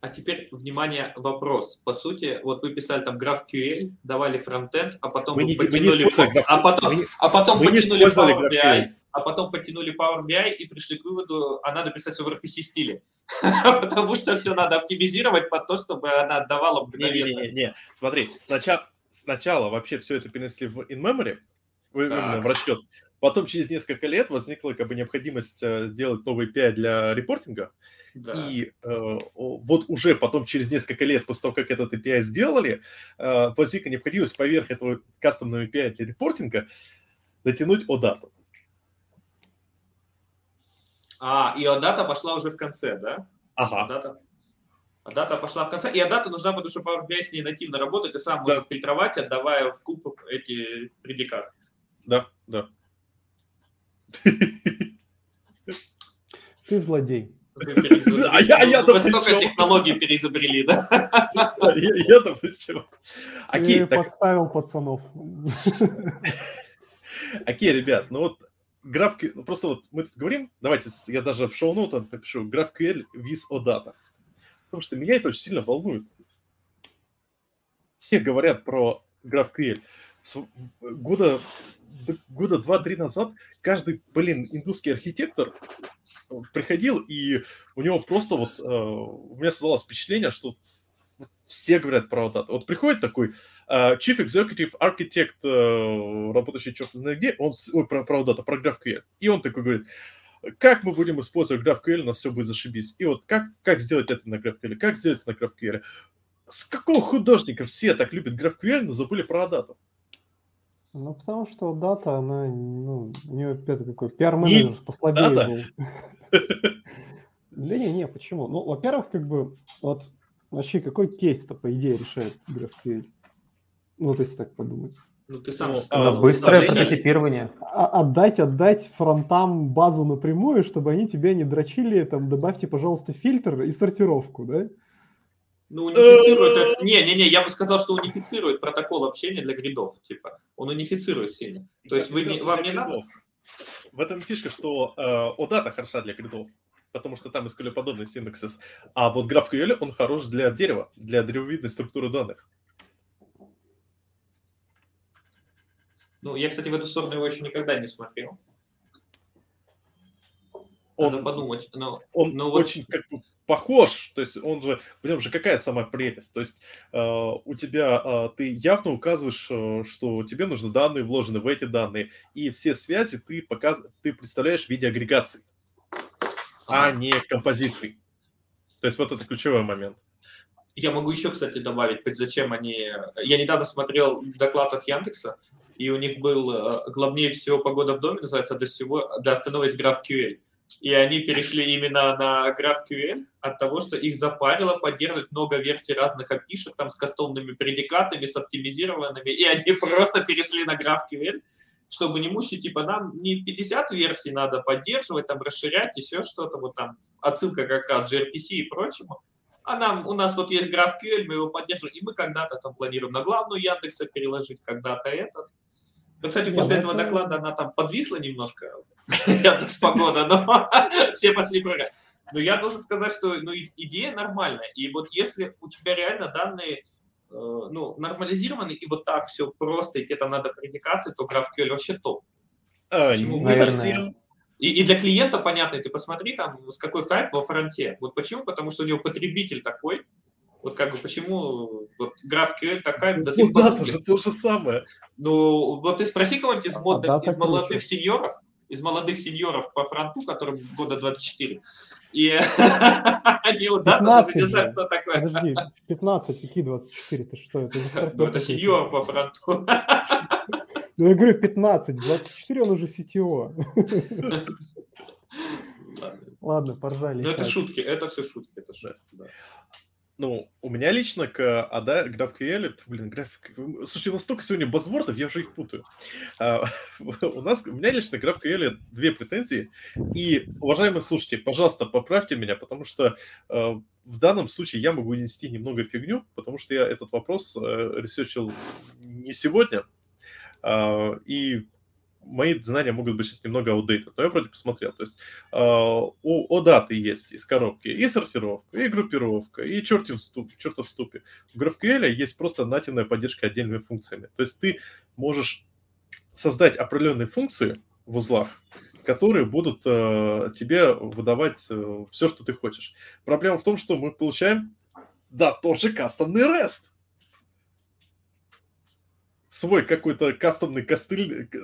Speaker 3: А теперь, внимание, вопрос. По сути, вот вы писали там граф QL, давали фронтенд, а потом
Speaker 1: Мы
Speaker 3: вы
Speaker 1: не- мы не
Speaker 3: потянули...
Speaker 1: использовали
Speaker 3: по- а
Speaker 1: граф-
Speaker 3: потом,
Speaker 1: мы не-
Speaker 3: а потом
Speaker 1: мы не
Speaker 3: потянули
Speaker 1: использовали
Speaker 3: Power
Speaker 1: граф
Speaker 3: BI,
Speaker 1: QL.
Speaker 3: а потом потянули Power BI и пришли к выводу, а надо писать все в RPC стиле. Потому что все надо оптимизировать под то, чтобы она отдавала мгновенно.
Speaker 1: Не-не-не, смотри, сначала, сначала вообще все это перенесли в in-memory, в, именно в расчет. Потом через несколько лет возникла как бы необходимость э, сделать новый API для репортинга,
Speaker 3: Да.
Speaker 1: и э, о- вот уже потом через несколько лет после того, как этот API сделали, э, возникла необходимость поверх этого кастомного API для репортинга натянуть OData.
Speaker 3: А, и дата пошла уже в конце, да?
Speaker 1: Ага.
Speaker 3: Дата. А Дата пошла в конце. И дата нужна, потому что Power BI с ней нативно работает и сам
Speaker 1: Да.
Speaker 3: может фильтровать, отдавая в куб эти предикаты.
Speaker 1: Да, да.
Speaker 2: Ты злодей.
Speaker 1: А я- а я-то
Speaker 3: Вы столько
Speaker 1: причём?
Speaker 3: технологий переизобрели, да?
Speaker 1: Я- Я-то причем. Окей,
Speaker 2: Ты
Speaker 1: так
Speaker 2: подставил пацанов.
Speaker 1: Окей, ребят, ну вот граф, Q- ну просто вот мы тут говорим, давайте с- я даже в шоу-ноутах напишу граф QL with OData. Потому что меня это очень сильно волнует. Все говорят про граф QL. С- Года, д- года два-три назад каждый, блин, индусский архитектор э, приходил, и у него просто вот, э, у меня создалось впечатление, что вот все говорят про OData. Вот приходит такой, а, Chief Executive Architect, э, работающий черт знает где, он, с- ой, про, про вот это, про GraphQL. И он такой говорит, как мы будем использовать GraphQL, у нас все будет зашибись. И вот как, как сделать это на GraphQL, как сделать это на GraphQL. С какого художника все так любят GraphQL, но забыли про дату?
Speaker 2: Ну, потому что дата, она, ну, у нее какой пиар-менеджер послабее
Speaker 1: дата.
Speaker 2: был. Да не, не, почему? Ну, во-первых, как бы, вот, вообще, какой кейс-то, по идее, решает GraphQL? Ну, вот если так подумать.
Speaker 3: Ну, ты сам же
Speaker 4: На
Speaker 1: а,
Speaker 3: сказал.
Speaker 4: быстрое
Speaker 3: управление-
Speaker 4: прототипирование.
Speaker 2: А- Отдать, отдать фронтам базу напрямую, чтобы они тебя не дрочили, там, добавьте, пожалуйста, фильтр и сортировку, да?
Speaker 3: Ну, унифицирует... это- Не-не-не, я бы сказал, что унифицирует протокол общения для гридов, типа. Он унифицирует сильно. То есть
Speaker 1: Я
Speaker 3: вы
Speaker 1: бы
Speaker 3: не-
Speaker 1: сказал,
Speaker 3: вам
Speaker 1: для
Speaker 3: не надо?
Speaker 1: гридов. В этом и фишка, что э, OData хороша для гридов, потому что там исколеподобный синтаксис. А вот GraphQL, он хорош для дерева, для древовидной структуры данных.
Speaker 3: Ну, я, кстати, в эту сторону его еще никогда не смотрел. Надо
Speaker 1: Он,
Speaker 3: подумать. Но
Speaker 1: он
Speaker 3: ну вот-
Speaker 1: очень как бы похож, то есть он же, в нем же какая самая прелесть, то есть э, у тебя, э, ты явно указываешь, э, что тебе нужны данные, вложены в эти данные, и все связи ты, показ... ты представляешь в виде агрегаций, а не композиций. То есть вот это ключевой момент.
Speaker 3: Я могу еще, кстати, добавить, ведь зачем они... э, Я недавно смотрел доклад от Яндекса, и у них был э, главнее всего погода в доме, называется, а до всего, до остального есть GraphQL. И они перешли именно на GraphQL от того, что их запарило поддерживать много версий разных опишек, там с кастомными предикатами, с оптимизированными, и они просто перешли на GraphQL, чтобы не мучить, типа, нам не 50 версий надо поддерживать, там, расширять, еще что-то, вот там отсылка как раз gRPC и прочему, а нам, у нас вот есть GraphQL, мы его поддерживаем, и мы когда-то там планируем на главную Яндекса переложить, когда-то этот. Ну, кстати,
Speaker 2: Не,
Speaker 3: после
Speaker 2: ну,
Speaker 3: этого
Speaker 2: это-
Speaker 3: доклада она там подвисла немножко, Яндекс погода, но все пошли прыгать. Но я должен сказать, что ну, и- идея нормальная. И вот если у тебя реально данные э, ну, нормализированы, и вот так все просто, и тебе там надо предикаты, то GraphQL вообще топ.
Speaker 1: Э,
Speaker 3: Почему?
Speaker 1: не
Speaker 4: Наверное.
Speaker 1: совсем.
Speaker 3: И, и для клиента понятно, ты посмотри там, с какой хайп во фронте. Вот почему? Потому что у него потребитель такой. Вот как бы почему вот GraphQL такая, да ты
Speaker 1: Ну да, это
Speaker 3: подумай.
Speaker 1: же то же самое.
Speaker 3: Ну, вот ты спроси кого-нибудь из
Speaker 2: А,
Speaker 3: модных,
Speaker 2: да,
Speaker 3: из
Speaker 2: так
Speaker 3: молодых
Speaker 2: лучше.
Speaker 3: сеньоров, из молодых сеньоров по фронту, которым года 24. И они вот да, даже
Speaker 2: 15
Speaker 3: не
Speaker 2: же.
Speaker 3: знают, что такое.
Speaker 2: Подожди, 15, какие 24? Ты что, Ну, это уже
Speaker 3: Ну, это
Speaker 2: старперка.
Speaker 3: сеньор по фронту.
Speaker 2: Ну, я говорю, 15, 24 он уже CTO. Ладно, поржали.
Speaker 3: Но Ну, это
Speaker 2: так.
Speaker 3: шутки, это все шутки, это шутки. да.
Speaker 1: Ну, у меня лично к ада, GraphQL, блин, график... Слушай, у нас столько сегодня базвордов, я уже их путаю. А, у нас, у меня лично к GraphQL две претензии. И, уважаемые слушатели, пожалуйста, поправьте меня, потому что э, в данном случае я могу нести немного фигню, потому что я этот вопрос э, ресерчил не сегодня, А, и мои знания могут быть сейчас немного outdated, но я вроде посмотрел. То есть э, у OData есть из коробки и сортировка, и группировка, и чертов ступ, чертов ступе. В GraphQL есть просто нативная поддержка отдельными функциями. То есть ты можешь создать определенные функции в узлах, которые будут э, тебе выдавать все, что ты хочешь. Проблема в том, что мы получаем, да, тоже кастомный REST. Свой какой-то кастомный костыль, э,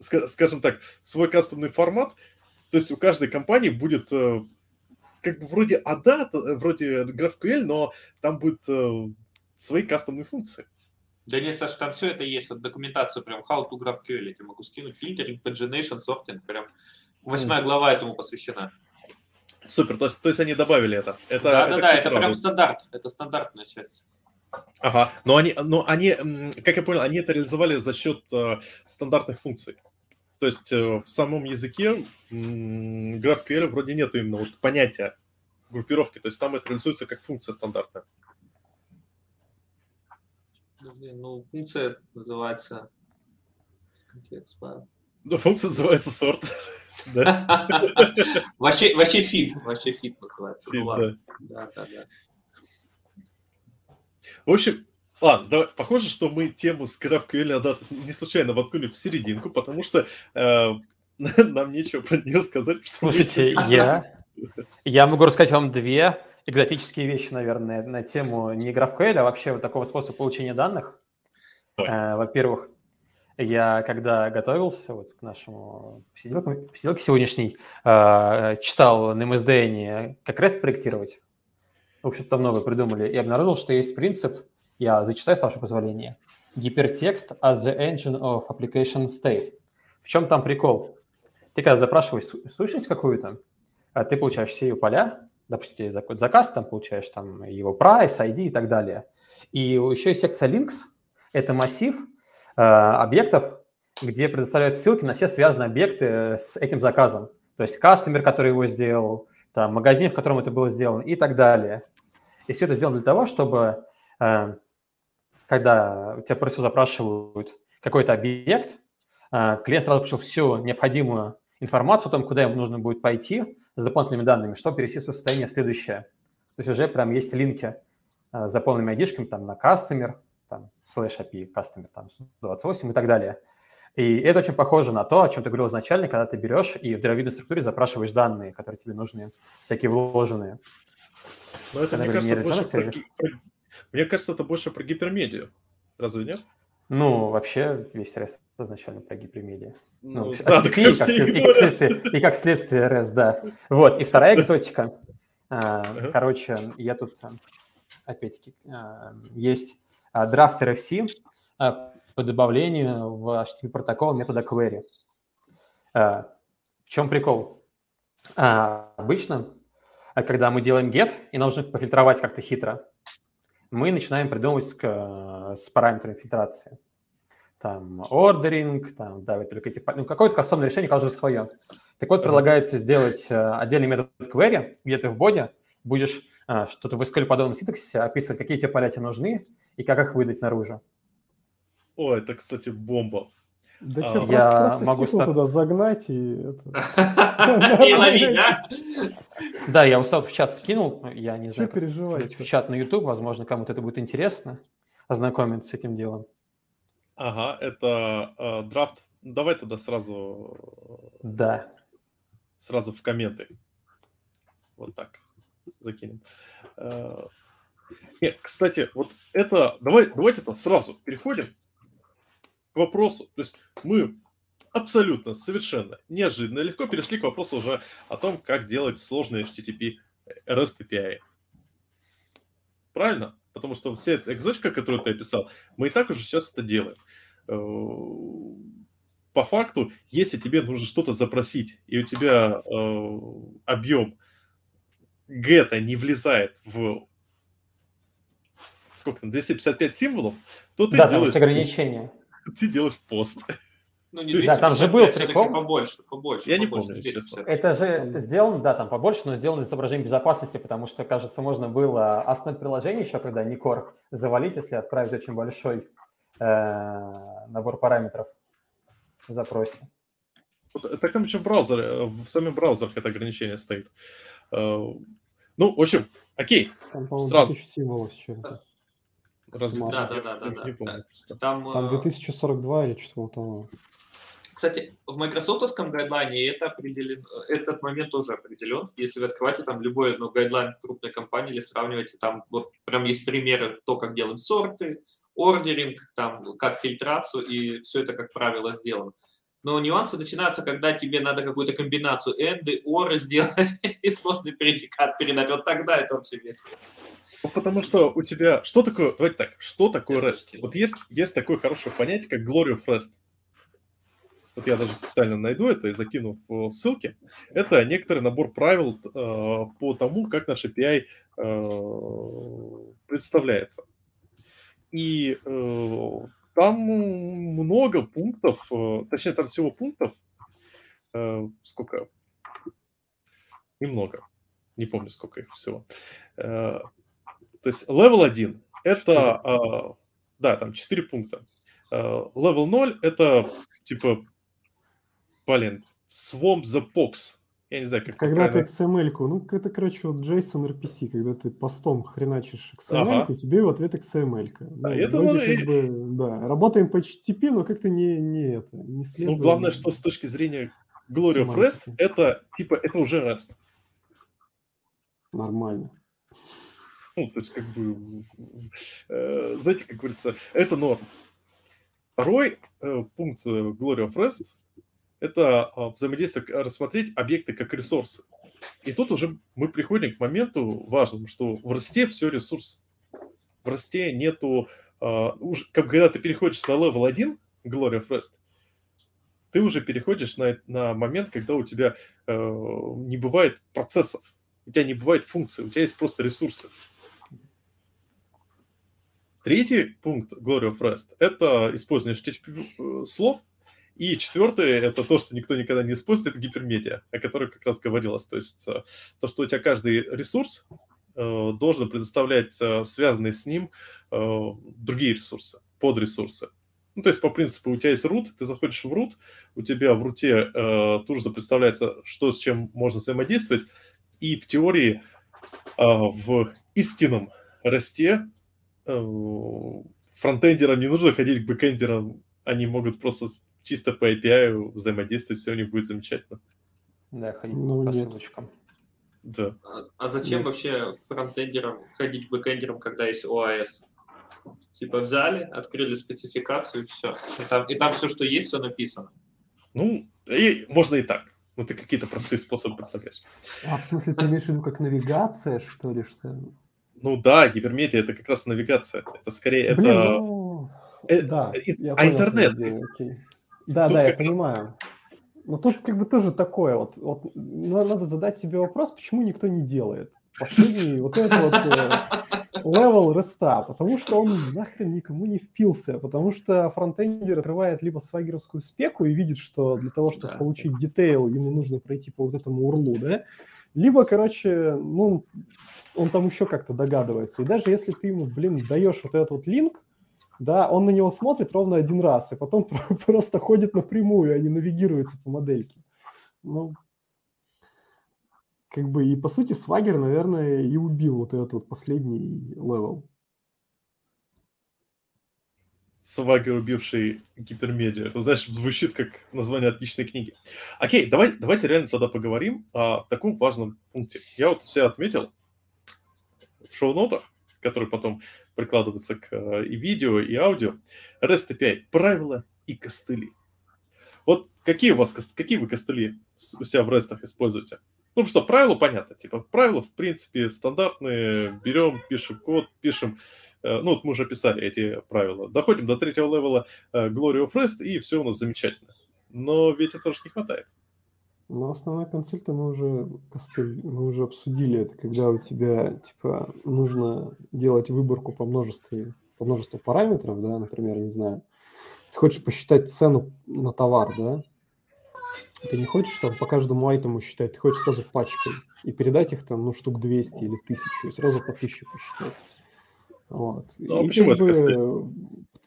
Speaker 1: ска- скажем так, свой кастомный формат. То есть у каждой компании будет э, как бы вроде ADA, э, вроде GraphQL, но там будут э, свои кастомные функции.
Speaker 3: Да не, Саша, там все это есть. Вот документацию прям how to GraphQL я тебе могу скинуть. Фильтринг, pagination, sorting. Прям восьмая глава этому посвящена.
Speaker 1: Супер, то есть, то есть они добавили это. Это-
Speaker 3: Да-да-да,
Speaker 1: кстати,
Speaker 3: это,
Speaker 1: правда.
Speaker 3: прям стандарт. Это стандартная часть.
Speaker 1: Ага, но они, но они, м, как я понял, они это реализовали за счет э, стандартных функций. То есть э, в самом языке м, GraphQL вроде нету именно вот понятия группировки, то есть там это реализуется как функция стандартная.
Speaker 3: Подожди, Ну, функция называется... Complex file.
Speaker 1: Ну, функция называется сорт. Да,
Speaker 3: Вообще, вообще фид. Вообще фид называется. Ну
Speaker 1: и
Speaker 3: ладно.
Speaker 1: да.
Speaker 3: Да, да, да.
Speaker 1: В общем, ладно, давай. похоже, что мы тему с GraphQL на дату не случайно воткнули в серединку, потому что э, нам нечего про нее сказать. потому что мы-
Speaker 4: Слушайте, я, я могу рассказать вам две экзотические вещи, наверное, на тему не GraphQL, а вообще вот такого способа получения данных.
Speaker 1: Давай.
Speaker 4: Э, Во-первых, я когда готовился вот к нашему посиделкам- посиделке сегодняшней, э, читал на MSDN, как раз проектировать. В общем, там новое придумали. И обнаружил, что есть принцип, я зачитаю с вашего позволения, гипертекст as the engine of application state. В чем там прикол? Ты когда запрашиваешь су- сущность какую-то, а ты получаешь все ее поля, допустим, тебе за- какой-то заказ, там получаешь там его прайс, ID и так далее. И еще есть секция links, это массив, э, объектов, где предоставляют ссылки на все связанные объекты э, с этим заказом. То есть кастомер, который его сделал, там, магазин, в котором это было сделано и так далее. И все это сделано для того, чтобы, э, когда у тебя просто запрашивают какой-то объект, э, клиент сразу получил всю необходимую информацию о том, куда ему нужно будет пойти с дополнительными данными, чтобы перейти в свое состояние следующее. То есть уже прям есть линки за полными айдишками там на кастомер, там, слэш API, customer, там, 28 и так далее. И это очень похоже на то, о чем ты говорил изначально, когда ты берешь и в деревидной структуре запрашиваешь данные, которые тебе нужны, всякие вложенные.
Speaker 1: Но это, когда мне кажется, больше про... Связи. мне кажется, это больше про гипермедию. Разве нет?
Speaker 4: Ну, вообще весь REST изначально про гипермедиа.
Speaker 1: Ну,
Speaker 4: Ну,
Speaker 1: да,
Speaker 4: а
Speaker 1: так
Speaker 4: и как
Speaker 1: все и
Speaker 4: след- и как
Speaker 1: говорят.
Speaker 4: следствие, и как следствие REST, да. Вот, и вторая экзотика. А,
Speaker 1: Ага.
Speaker 4: Короче, я тут, а, опять-таки, а, есть а, драфт RFC а, по добавлению в HTTP протокол метода query. А, В чем прикол? А, Обычно, а, когда мы делаем get, и нам нужно пофильтровать как-то хитро, мы начинаем придумывать к, э, с параметрами фильтрации там ордеринг, там, да, вот только эти, ну, какое-то кастомное решение, каждое свое. Так вот,
Speaker 1: Ага.
Speaker 4: предлагается сделать э, отдельный метод query, где ты в боде будешь э, что-то в SQL подобном синтаксисе описывать, какие тебе поля тебе нужны и как их выдать наружу.
Speaker 1: О, это, кстати, бомба.
Speaker 2: Да
Speaker 1: А,
Speaker 2: чё, просто,
Speaker 4: я
Speaker 2: просто
Speaker 4: могу
Speaker 2: сиквел
Speaker 4: ста-
Speaker 2: туда загнать и... это.
Speaker 3: И лови, да?
Speaker 4: Да, я устал в чат скинул, я не
Speaker 2: Чё
Speaker 4: знаю, как
Speaker 2: переживать?
Speaker 4: в чат на YouTube, возможно, кому-то это будет интересно ознакомиться с этим делом.
Speaker 1: Ага, это э, драфт. Давай тогда сразу,
Speaker 4: Да.
Speaker 1: сразу в комменты. Вот так закинем. Э, не, кстати, вот это... Давай, давайте это сразу переходим к вопросу. То есть мы абсолютно, совершенно неожиданно, легко перешли к вопросу уже о том, как делать сложные HTTP э, REST API. Правильно? Потому что вся эта экзотика, которую ты описал, мы и так уже сейчас это делаем. Э, По факту, если тебе нужно что-то запросить, и у тебя э, объем гета не влезает в сколько там, 255 символов, то Ну, ты,
Speaker 4: да, там
Speaker 1: делаешь,
Speaker 4: есть ограничения.
Speaker 1: ты делаешь пост.
Speaker 3: Ну, не
Speaker 4: Да, там же
Speaker 3: 255,
Speaker 4: был
Speaker 3: всё-таки
Speaker 4: прикол.
Speaker 3: Побольше, побольше.
Speaker 1: Я не
Speaker 3: побольше,
Speaker 1: помню,
Speaker 3: 250.
Speaker 1: честно.
Speaker 4: Это же сделано, да, там побольше, но сделано изображение безопасности, потому что, кажется, можно было основное приложение еще, когда не кор, завалить, если отправить очень большой э, набор параметров в запросе.
Speaker 1: Вот, Так там еще браузер, э, в самих браузерах это ограничение стоит. Э, Ну, в общем, окей.
Speaker 2: Там, по-моему,
Speaker 1: Сразу.
Speaker 2: 2000 символов с чем-то.
Speaker 1: Разве-
Speaker 2: Да,
Speaker 1: я
Speaker 3: да, да,
Speaker 1: уже
Speaker 3: да,
Speaker 1: не
Speaker 3: да.
Speaker 1: помню просто.
Speaker 3: Там,
Speaker 2: Там
Speaker 3: э,
Speaker 2: 2042 или что-то вот того.
Speaker 3: Кстати, в майкрософтовском гайдлайне это определен, этот момент тоже определен. Если вы открываете там любой ну, гайдлайн крупной компании или сравниваете, там вот прям есть примеры, то, как делают сорты, ордеринг, там, как фильтрацию, и все это, как правило, сделано. Но нюансы начинаются, когда тебе надо какую-то комбинацию энды, оры сделать и сложный предикат передать. Вот тогда это вообще весело.
Speaker 1: Ну, потому что у тебя... Что такое... Давайте так. Что такое
Speaker 3: Это
Speaker 1: REST?
Speaker 3: скилл.
Speaker 1: Вот есть, есть такое хорошее понятие, как Glory of REST. Вот я даже специально найду это и закину в э, ссылке. Это некоторый набор правил э, по тому, как наш API э, представляется. И э, там много пунктов, э, точнее, там всего пунктов, э, сколько? Немного. Не помню, сколько их всего. Э, то есть level 1 это, э, да, там 4 пункта. Э, Level 0 это типа, блин, swamp the pox. Я не знаю, как
Speaker 2: Когда ты
Speaker 1: правильно.
Speaker 2: XML, -ку, ну это, короче, вот JSON RPC, когда ты постом хреначишь XML,
Speaker 1: Ага.
Speaker 2: тебе в ответ XML. -ка. Ну,
Speaker 1: А это
Speaker 2: вроде
Speaker 1: ну
Speaker 2: как бы, да, работаем по HTTP, но как-то не, не это, не
Speaker 1: Ну,
Speaker 2: следует.
Speaker 1: главное, что с точки зрения Glory of REST,
Speaker 2: Семантики.
Speaker 1: это типа, это уже REST.
Speaker 2: Нормально.
Speaker 1: Ну, то есть, как бы, э, знаете, как говорится, это норм. Второй э, пункт э, Glory of REST – это э, взаимодействие, к- рассмотреть объекты как ресурсы. И тут уже мы приходим к моменту важному, что в REST все ресурс. В REST нету... э, уж, как когда ты переходишь на level 1 Glory of REST, ты уже переходишь на, на момент, когда у тебя э, не бывает процессов, у тебя не бывает функций, у тебя есть просто ресурсы. Третий пункт Glory of REST — это использование HTTP э, слов. И четвертое — это то, что никто никогда не использует, это гипермедиа, о которой как раз говорилось. То есть э, то, что у тебя каждый ресурс э, должен предоставлять э, связанные с ним э, другие ресурсы, подресурсы. Ну, то есть, по принципу, у тебя есть root, ты заходишь в root, у тебя в руте э, тут же представляется, что с чем можно взаимодействовать, и в теории э, в истинном росте э, фронтендерам не нужно ходить к бэкендерам, они могут просто чисто по API взаимодействовать, все у них будет замечательно.
Speaker 4: Да, ходить ну, по нет. ссылочкам.
Speaker 1: Да.
Speaker 3: А, а зачем нет. вообще фронтендерам ходить к бэкендерам, когда есть OAS? Типа взяли, открыли спецификацию, и все. И там, и там все, что есть, все написано.
Speaker 1: Ну, и, можно и так. Ну, ты какие-то простые способы предлагаешь.
Speaker 2: А, в смысле, ты имеешь в виду как навигация, что ли? Что...
Speaker 1: Ну да, гипермедиа — это как раз навигация. Это скорее,
Speaker 2: Блин,
Speaker 1: это...
Speaker 2: Ну... Э, да,
Speaker 1: э, я а интернет?
Speaker 2: Идею, окей. Да, тут да, я понимаю. Но тут как бы тоже такое вот. вот надо задать себе вопрос, почему никто не делает. Последний вот этот вот левел реста, потому что он нахрен никому не впился, потому что фронтендер открывает либо свагеровскую спеку и видит, что для того, чтобы да. получить детейл, ему нужно пройти по вот этому урлу, да, либо, короче, ну, он там еще как-то догадывается. И даже если ты ему, блин, даешь вот этот вот линк, да, он на него смотрит ровно один раз, и потом просто ходит напрямую, а не навигируется по модельке. Ну, как бы и по сути Свагер, наверное, и убил вот этот вот последний левел.
Speaker 1: Свагер, убивший гипермедиа. Это, знаешь, звучит как название отличной книги. Окей, давай, давайте реально тогда поговорим о таком важном пункте. Я вот себя отметил в шоу-нотах, которые потом прикладываются к э, и видео, и аудио. REST API – правила и костыли. Вот какие у вас какие вы костыли у себя в рестах используете? Ну, что правила понятно. Типа, правила, в принципе, стандартные. Берем, пишем код, пишем. Э, ну, вот мы уже писали эти правила. Доходим до третьего левела э, Glory of Rest, и все у нас замечательно. Но ведь этого же не хватает.
Speaker 2: Но основной консиль мы уже, костыль, мы уже обсудили. Это когда у тебя, типа, нужно делать выборку по множеству, по множеству параметров, да, например, не знаю. Ты хочешь посчитать цену на товар, да, ты не хочешь там по каждому айтему считать, ты хочешь сразу пачкой и передать их там, ну, штук 200 или 1000, и сразу по 1000 посчитать. Вот.
Speaker 1: Ну,
Speaker 2: и,
Speaker 1: почему это
Speaker 2: бы,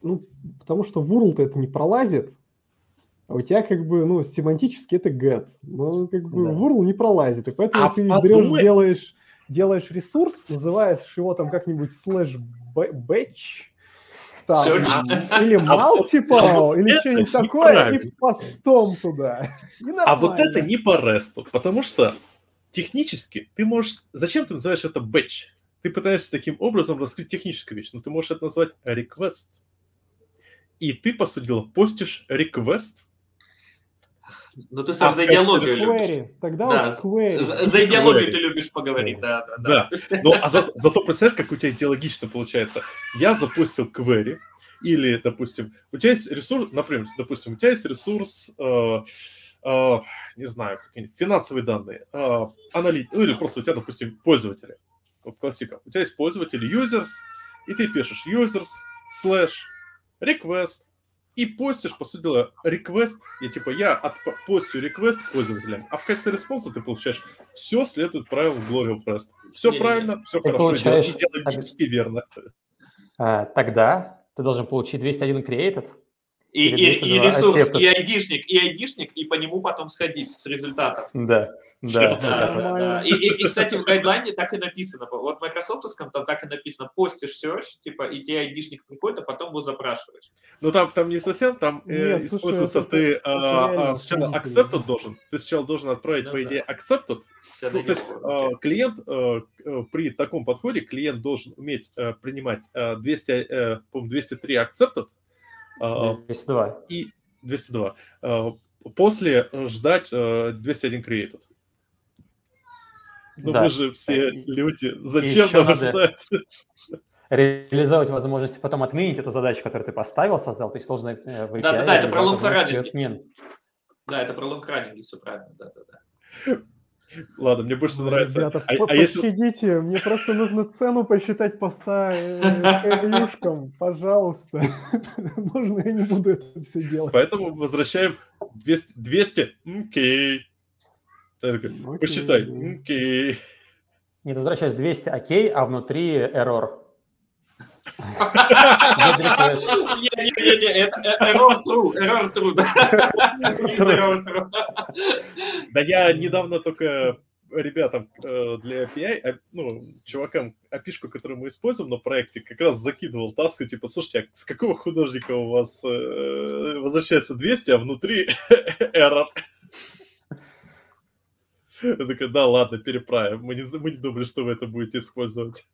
Speaker 2: Ну, потому что в URL-то это не пролазит, а у тебя как бы, ну, семантически это get. Ну, как бы да. в URL не пролазит, и поэтому а ты подумай... берешь, делаешь, делаешь ресурс, называешь его там как-нибудь слэш batch, там, или multiple, а вот или что-нибудь такое, и постом туда.
Speaker 1: А вот это не по ресту, потому что технически ты можешь... Зачем ты называешь это batch? Ты пытаешься таким образом раскрыть техническую вещь, но ты можешь это назвать request. И ты, по сути дела, постишь request,
Speaker 3: ну, ты сам а, за идеологию любишь.
Speaker 2: Query. Тогда да. query.
Speaker 3: За, за идеологию query. ты любишь поговорить, да, да, да.
Speaker 1: да. Ну, а за, зато представляешь, как у тебя идеологично получается. Я запустил query, или, допустим, у тебя есть ресурс, например, допустим, у тебя есть ресурс, э, э, не знаю, финансовые данные, э, аналит, ну, или просто у тебя, допустим, пользователи. Вот классика. У тебя есть пользователь users, и ты пишешь users slash request и постишь, по сути дела, request, и типа я от, постю request пользователям, а в качестве респонса ты получаешь все следует правилу Glory of REST. Все не, правильно, не, все
Speaker 4: ты
Speaker 1: хорошо,
Speaker 4: получаешь...
Speaker 1: идеологически верно.
Speaker 4: А, тогда ты должен получить 201 created,
Speaker 3: и, и, и ресурс, accepted. и айдишник, и айдишник, и по нему потом сходить с результатом.
Speaker 4: Да. Да,
Speaker 3: да, да, да. И, и, и, кстати, в гайдлайне так и написано. Вот в майкрософтовском там так и написано постишь search, типа, и тебе айдишник приходит, а потом его запрашиваешь.
Speaker 1: Ну, там, там не совсем, там э, Нет, используется слушай, ты это, а, а, сначала accepted должен, ты сначала должен отправить, да, по идее, accepted. Ну, то есть э, клиент, э, при таком подходе клиент должен уметь э, принимать э, 200, э, 203 accepted.
Speaker 4: Э, 202.
Speaker 1: И 202. Э, после ждать э, 201 created. Ну да. мы же все люди. Зачем
Speaker 4: Еще
Speaker 1: нам
Speaker 4: надо
Speaker 1: ждать?
Speaker 4: Реализовать возможности потом отменить эту задачу, которую ты поставил, создал, ты сложно
Speaker 3: да, да, да, это про лонг Да, это про лонг все правильно, да, да, да.
Speaker 1: Ладно, мне
Speaker 2: Ну,
Speaker 1: больше нравится.
Speaker 2: Ребята,
Speaker 1: а,
Speaker 2: по-
Speaker 1: а если...
Speaker 2: пощадите, мне просто нужно цену посчитать поста э, с превьюшком, пожалуйста. Можно я не буду это все делать?
Speaker 1: Поэтому возвращаем 200. 200. Окей. Я такой,
Speaker 2: Окей.
Speaker 1: Посчитай. Окей.
Speaker 4: Нет, возвращаешь 200 окей, а внутри error.
Speaker 3: Не-не-не, это э, error true, error true, да. Please, error true.
Speaker 1: Да я недавно только ребятам э, для API, э, ну, чувакам API-шку, которую мы используем на проекте, как раз закидывал таску, типа, слушайте, а с какого художника у вас э, возвращается 200, а внутри error? Я такой, да ладно, переправим. Мы не, мы не думали, что вы это будете использовать.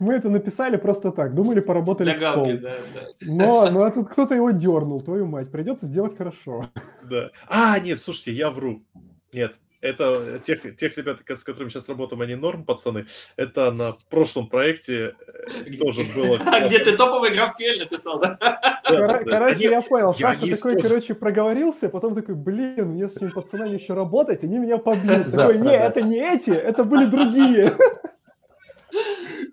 Speaker 2: Мы это написали просто так, думали, поработали
Speaker 3: Для
Speaker 2: в стол.
Speaker 3: галки, да, да.
Speaker 2: Но, но этот кто-то его дернул, твою мать, придется сделать хорошо.
Speaker 1: Да. А, нет, слушайте, я вру. Нет, это тех, тех ребят, с которыми сейчас работаем, они норм, пацаны. Это на прошлом проекте э, тоже было.
Speaker 3: А Где ты топовый игра в QL написал, да?
Speaker 1: Да, да,
Speaker 2: Кор-
Speaker 1: да.
Speaker 2: короче,
Speaker 1: Да нет,
Speaker 2: я понял,
Speaker 1: я
Speaker 2: Саша
Speaker 1: не
Speaker 2: такой,
Speaker 1: использую.
Speaker 2: короче, проговорился, потом такой, блин, мне с этими пацанами еще работать, они меня побьют.
Speaker 4: Завтра,
Speaker 2: Такой, не,
Speaker 4: да.
Speaker 2: это не эти, это были другие.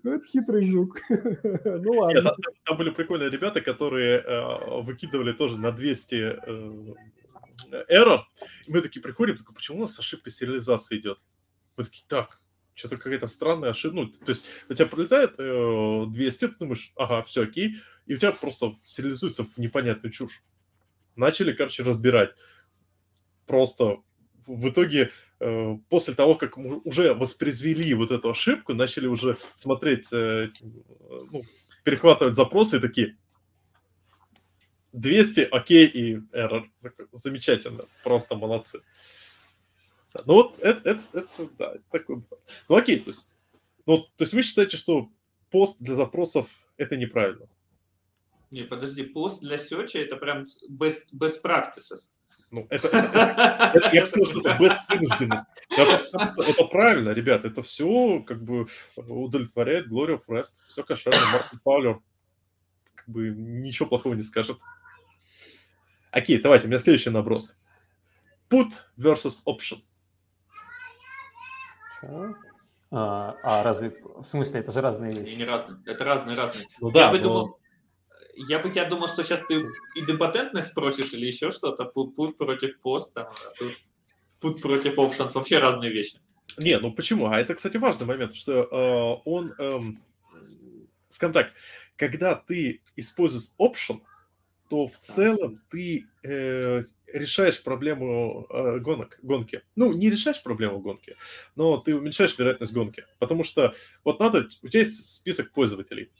Speaker 2: Ну, это хитрый жук. Ну
Speaker 1: нет,
Speaker 2: ладно.
Speaker 1: там, там были прикольные ребята, которые э, выкидывали тоже на 200 э, error. И мы такие приходим, такой, почему у нас ошибка сериализации идет? Мы такие, так, что-то какая-то странная ошибка. Ну, то есть у тебя пролетает э, 200, ты думаешь, ага, все окей, и у тебя просто сериализуется в непонятную чушь. Начали, короче, разбирать. Просто в итоге э, после того, как мы уже воспроизвели вот эту ошибку, начали уже смотреть, э, э, ну, перехватывать запросы и такие 200, окей и error. Такой, Замечательно, просто молодцы. Да, Ну вот это, это, это, да, это такой бывает. Ну окей, то есть, ну, то есть вы считаете, что пост для запросов это неправильно?
Speaker 3: Не, подожди, пост для сеча это прям best, best practices.
Speaker 1: Ну, это, это- это- я бы сказал, что это best вынужденность. Я просто скажу, что это правильно, ребят, это все как бы удовлетворяет Glory of Rest, все кошерно, Мартин Фаулер как бы ничего плохого не скажет. Окей, давайте, у меня следующий наброс. Put versus option.
Speaker 4: Чё? А, а разве... В смысле, это же разные
Speaker 3: Не, не
Speaker 4: вещи.
Speaker 3: разные. Это разные, разные.
Speaker 1: Ну
Speaker 3: я бы думал, я бы я думал, что сейчас ты идемпотентность спросишь или еще что-то. Пут, пут против пост, там, а тут пут против options. Вообще разные вещи.
Speaker 1: Не, ну почему? А это, кстати, важный момент, что э, он, эм, скажем так, когда ты используешь option, то в целом ты э, решаешь проблему э, гонок, гонки. Ну, не решаешь проблему гонки, но ты уменьшаешь вероятность гонки. Потому что вот надо, у тебя есть список пользователей.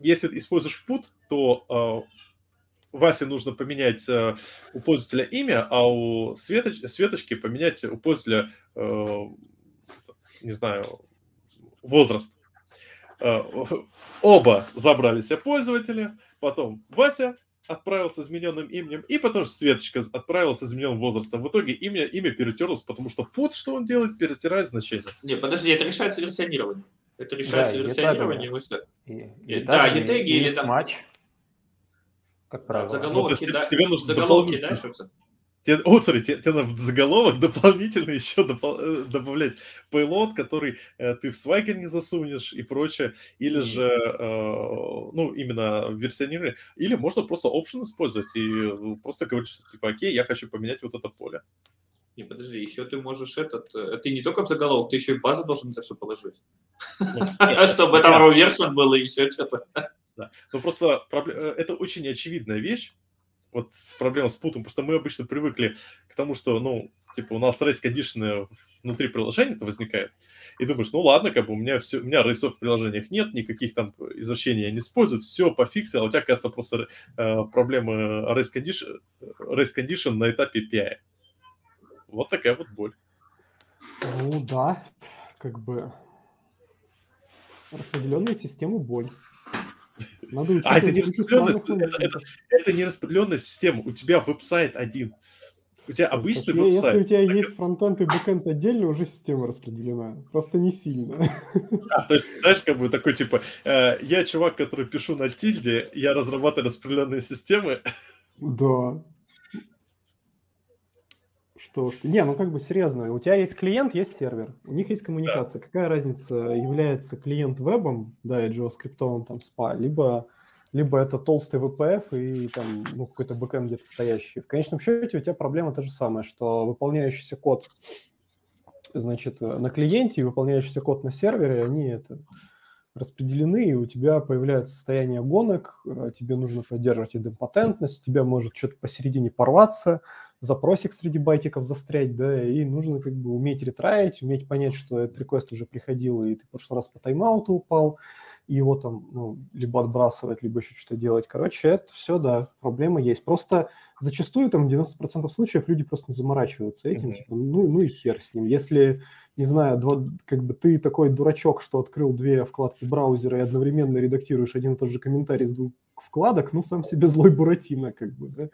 Speaker 1: Если ты используешь put, то э, Васе нужно поменять э, у пользователя имя, а у Светоч- Светочки поменять у пользователя э, не знаю, возраст. Э, Оба забрали себе пользователя, потом Вася отправил с измененным именем, и потом Светочка отправилась с измененным возрастом. В итоге имя, имя перетерлось, потому что пут, что он делает, перетирает значение.
Speaker 3: Не, подожди, это решается версионированием. Это решается
Speaker 4: Да, и
Speaker 3: версионированием, и все.
Speaker 4: И-
Speaker 3: И-
Speaker 4: и
Speaker 3: да,
Speaker 4: так,
Speaker 3: и теги, или там-
Speaker 4: матч. Как правило.
Speaker 3: заголовок. Заголовки,
Speaker 1: те-
Speaker 3: да.
Speaker 1: Ну, тебе нужно
Speaker 3: Заголовки,
Speaker 1: дополнительно-
Speaker 3: да, еще всё?
Speaker 1: Тебе, о, смотри, те- тебе, надо в заголовок дополнительно еще допол- э, добавлять пейлот, который э, ты в свайкер не засунешь и прочее, или же, э, ну, именно версионирование, или можно просто option использовать и э, просто говорить, что типа, окей, я хочу поменять вот это поле.
Speaker 3: Не, подожди, еще ты можешь этот... э, Ты не только в заголовок, ты еще и в базу должен это все положить.
Speaker 1: Ну,
Speaker 3: Чтобы там raw version было и еще что-то.
Speaker 1: Ну, просто пробле- э, это очень очевидная вещь, вот с проблема с путом, потому что мы обычно привыкли к тому, что, ну, типа, у нас race condition внутри приложения это возникает, и думаешь, ну ладно, как бы у меня все, у меня рейсов в приложениях нет, никаких там извращений я не использую, все пофиксил, а у тебя, оказывается, просто э, проблемы race condition, э, race condition на этапе API. Вот такая вот боль. а
Speaker 2: Ну да, как бы распределенная система боль. Надо
Speaker 1: А, это
Speaker 2: учитывать
Speaker 1: не
Speaker 2: кучу
Speaker 1: распределенность,
Speaker 2: странных
Speaker 1: это- это-
Speaker 2: моментов.
Speaker 1: Это не распределенная система, у тебя веб-сайт один. У тебя
Speaker 2: То есть,
Speaker 1: обычный
Speaker 2: е- Ну, Если у
Speaker 1: веб-сайт.
Speaker 2: тебя есть фронтенд и бэкенд отдельно, уже система распределена. Просто не сильно.
Speaker 1: Да, А, то есть, знаешь, как бы такой, типа, э, я чувак, который пишу на тильде, я разрабатываю распределенные системы.
Speaker 2: Да. Что, что? Не, ну как бы серьезно, у тебя есть клиент, есть сервер, у них есть коммуникация. Какая разница, является клиент вебом, да, и JavaScript там спа, либо, либо это толстый VPF и там ну, какой-то бэкэнд где-то стоящий. В конечном счете у тебя проблема та же самая, что выполняющийся код значит, э, на клиенте и выполняющийся код на сервере, они это распределены, и у тебя появляется состояние гонок, э, тебе нужно поддерживать идемпотентность, у тебя может что-то посередине порваться, запросик среди байтиков застрять, да, и нужно как бы уметь ретраить, уметь понять, что этот реквест уже приходил, и ты в прошлый раз по тайм-ауту упал, и его там ну, либо отбрасывать, либо еще что-то делать. Короче, это все, да, проблема есть. Просто зачастую там в 90% случаев люди просто не заморачиваются этим, mm-hmm. типа, ну, ну и хер с ним. Если, не знаю, два, как бы ты такой дурачок, что открыл две вкладки браузера и одновременно редактируешь один и тот же комментарий с двух вкладок, ну сам себе злой Буратино, как бы, да.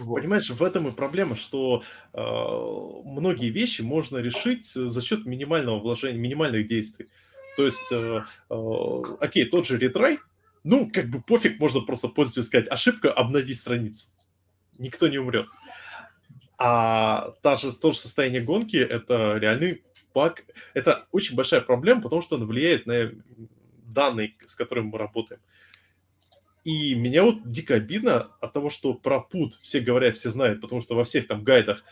Speaker 1: Вот. Понимаешь, в этом и проблема, что э, многие вещи можно решить за счет минимального вложения, минимальных действий. То есть, э, э, окей, тот же ретрай, ну, как бы пофиг, можно просто пользователю сказать, ошибка, обнови страницу. Никто не умрет. А та же, то же состояние гонки, это реальный баг. Это очень большая проблема, потому что она влияет на данные, с которыми мы работаем. И меня вот дико обидно от того, что про пут все говорят, все знают, потому что во всех там гайдах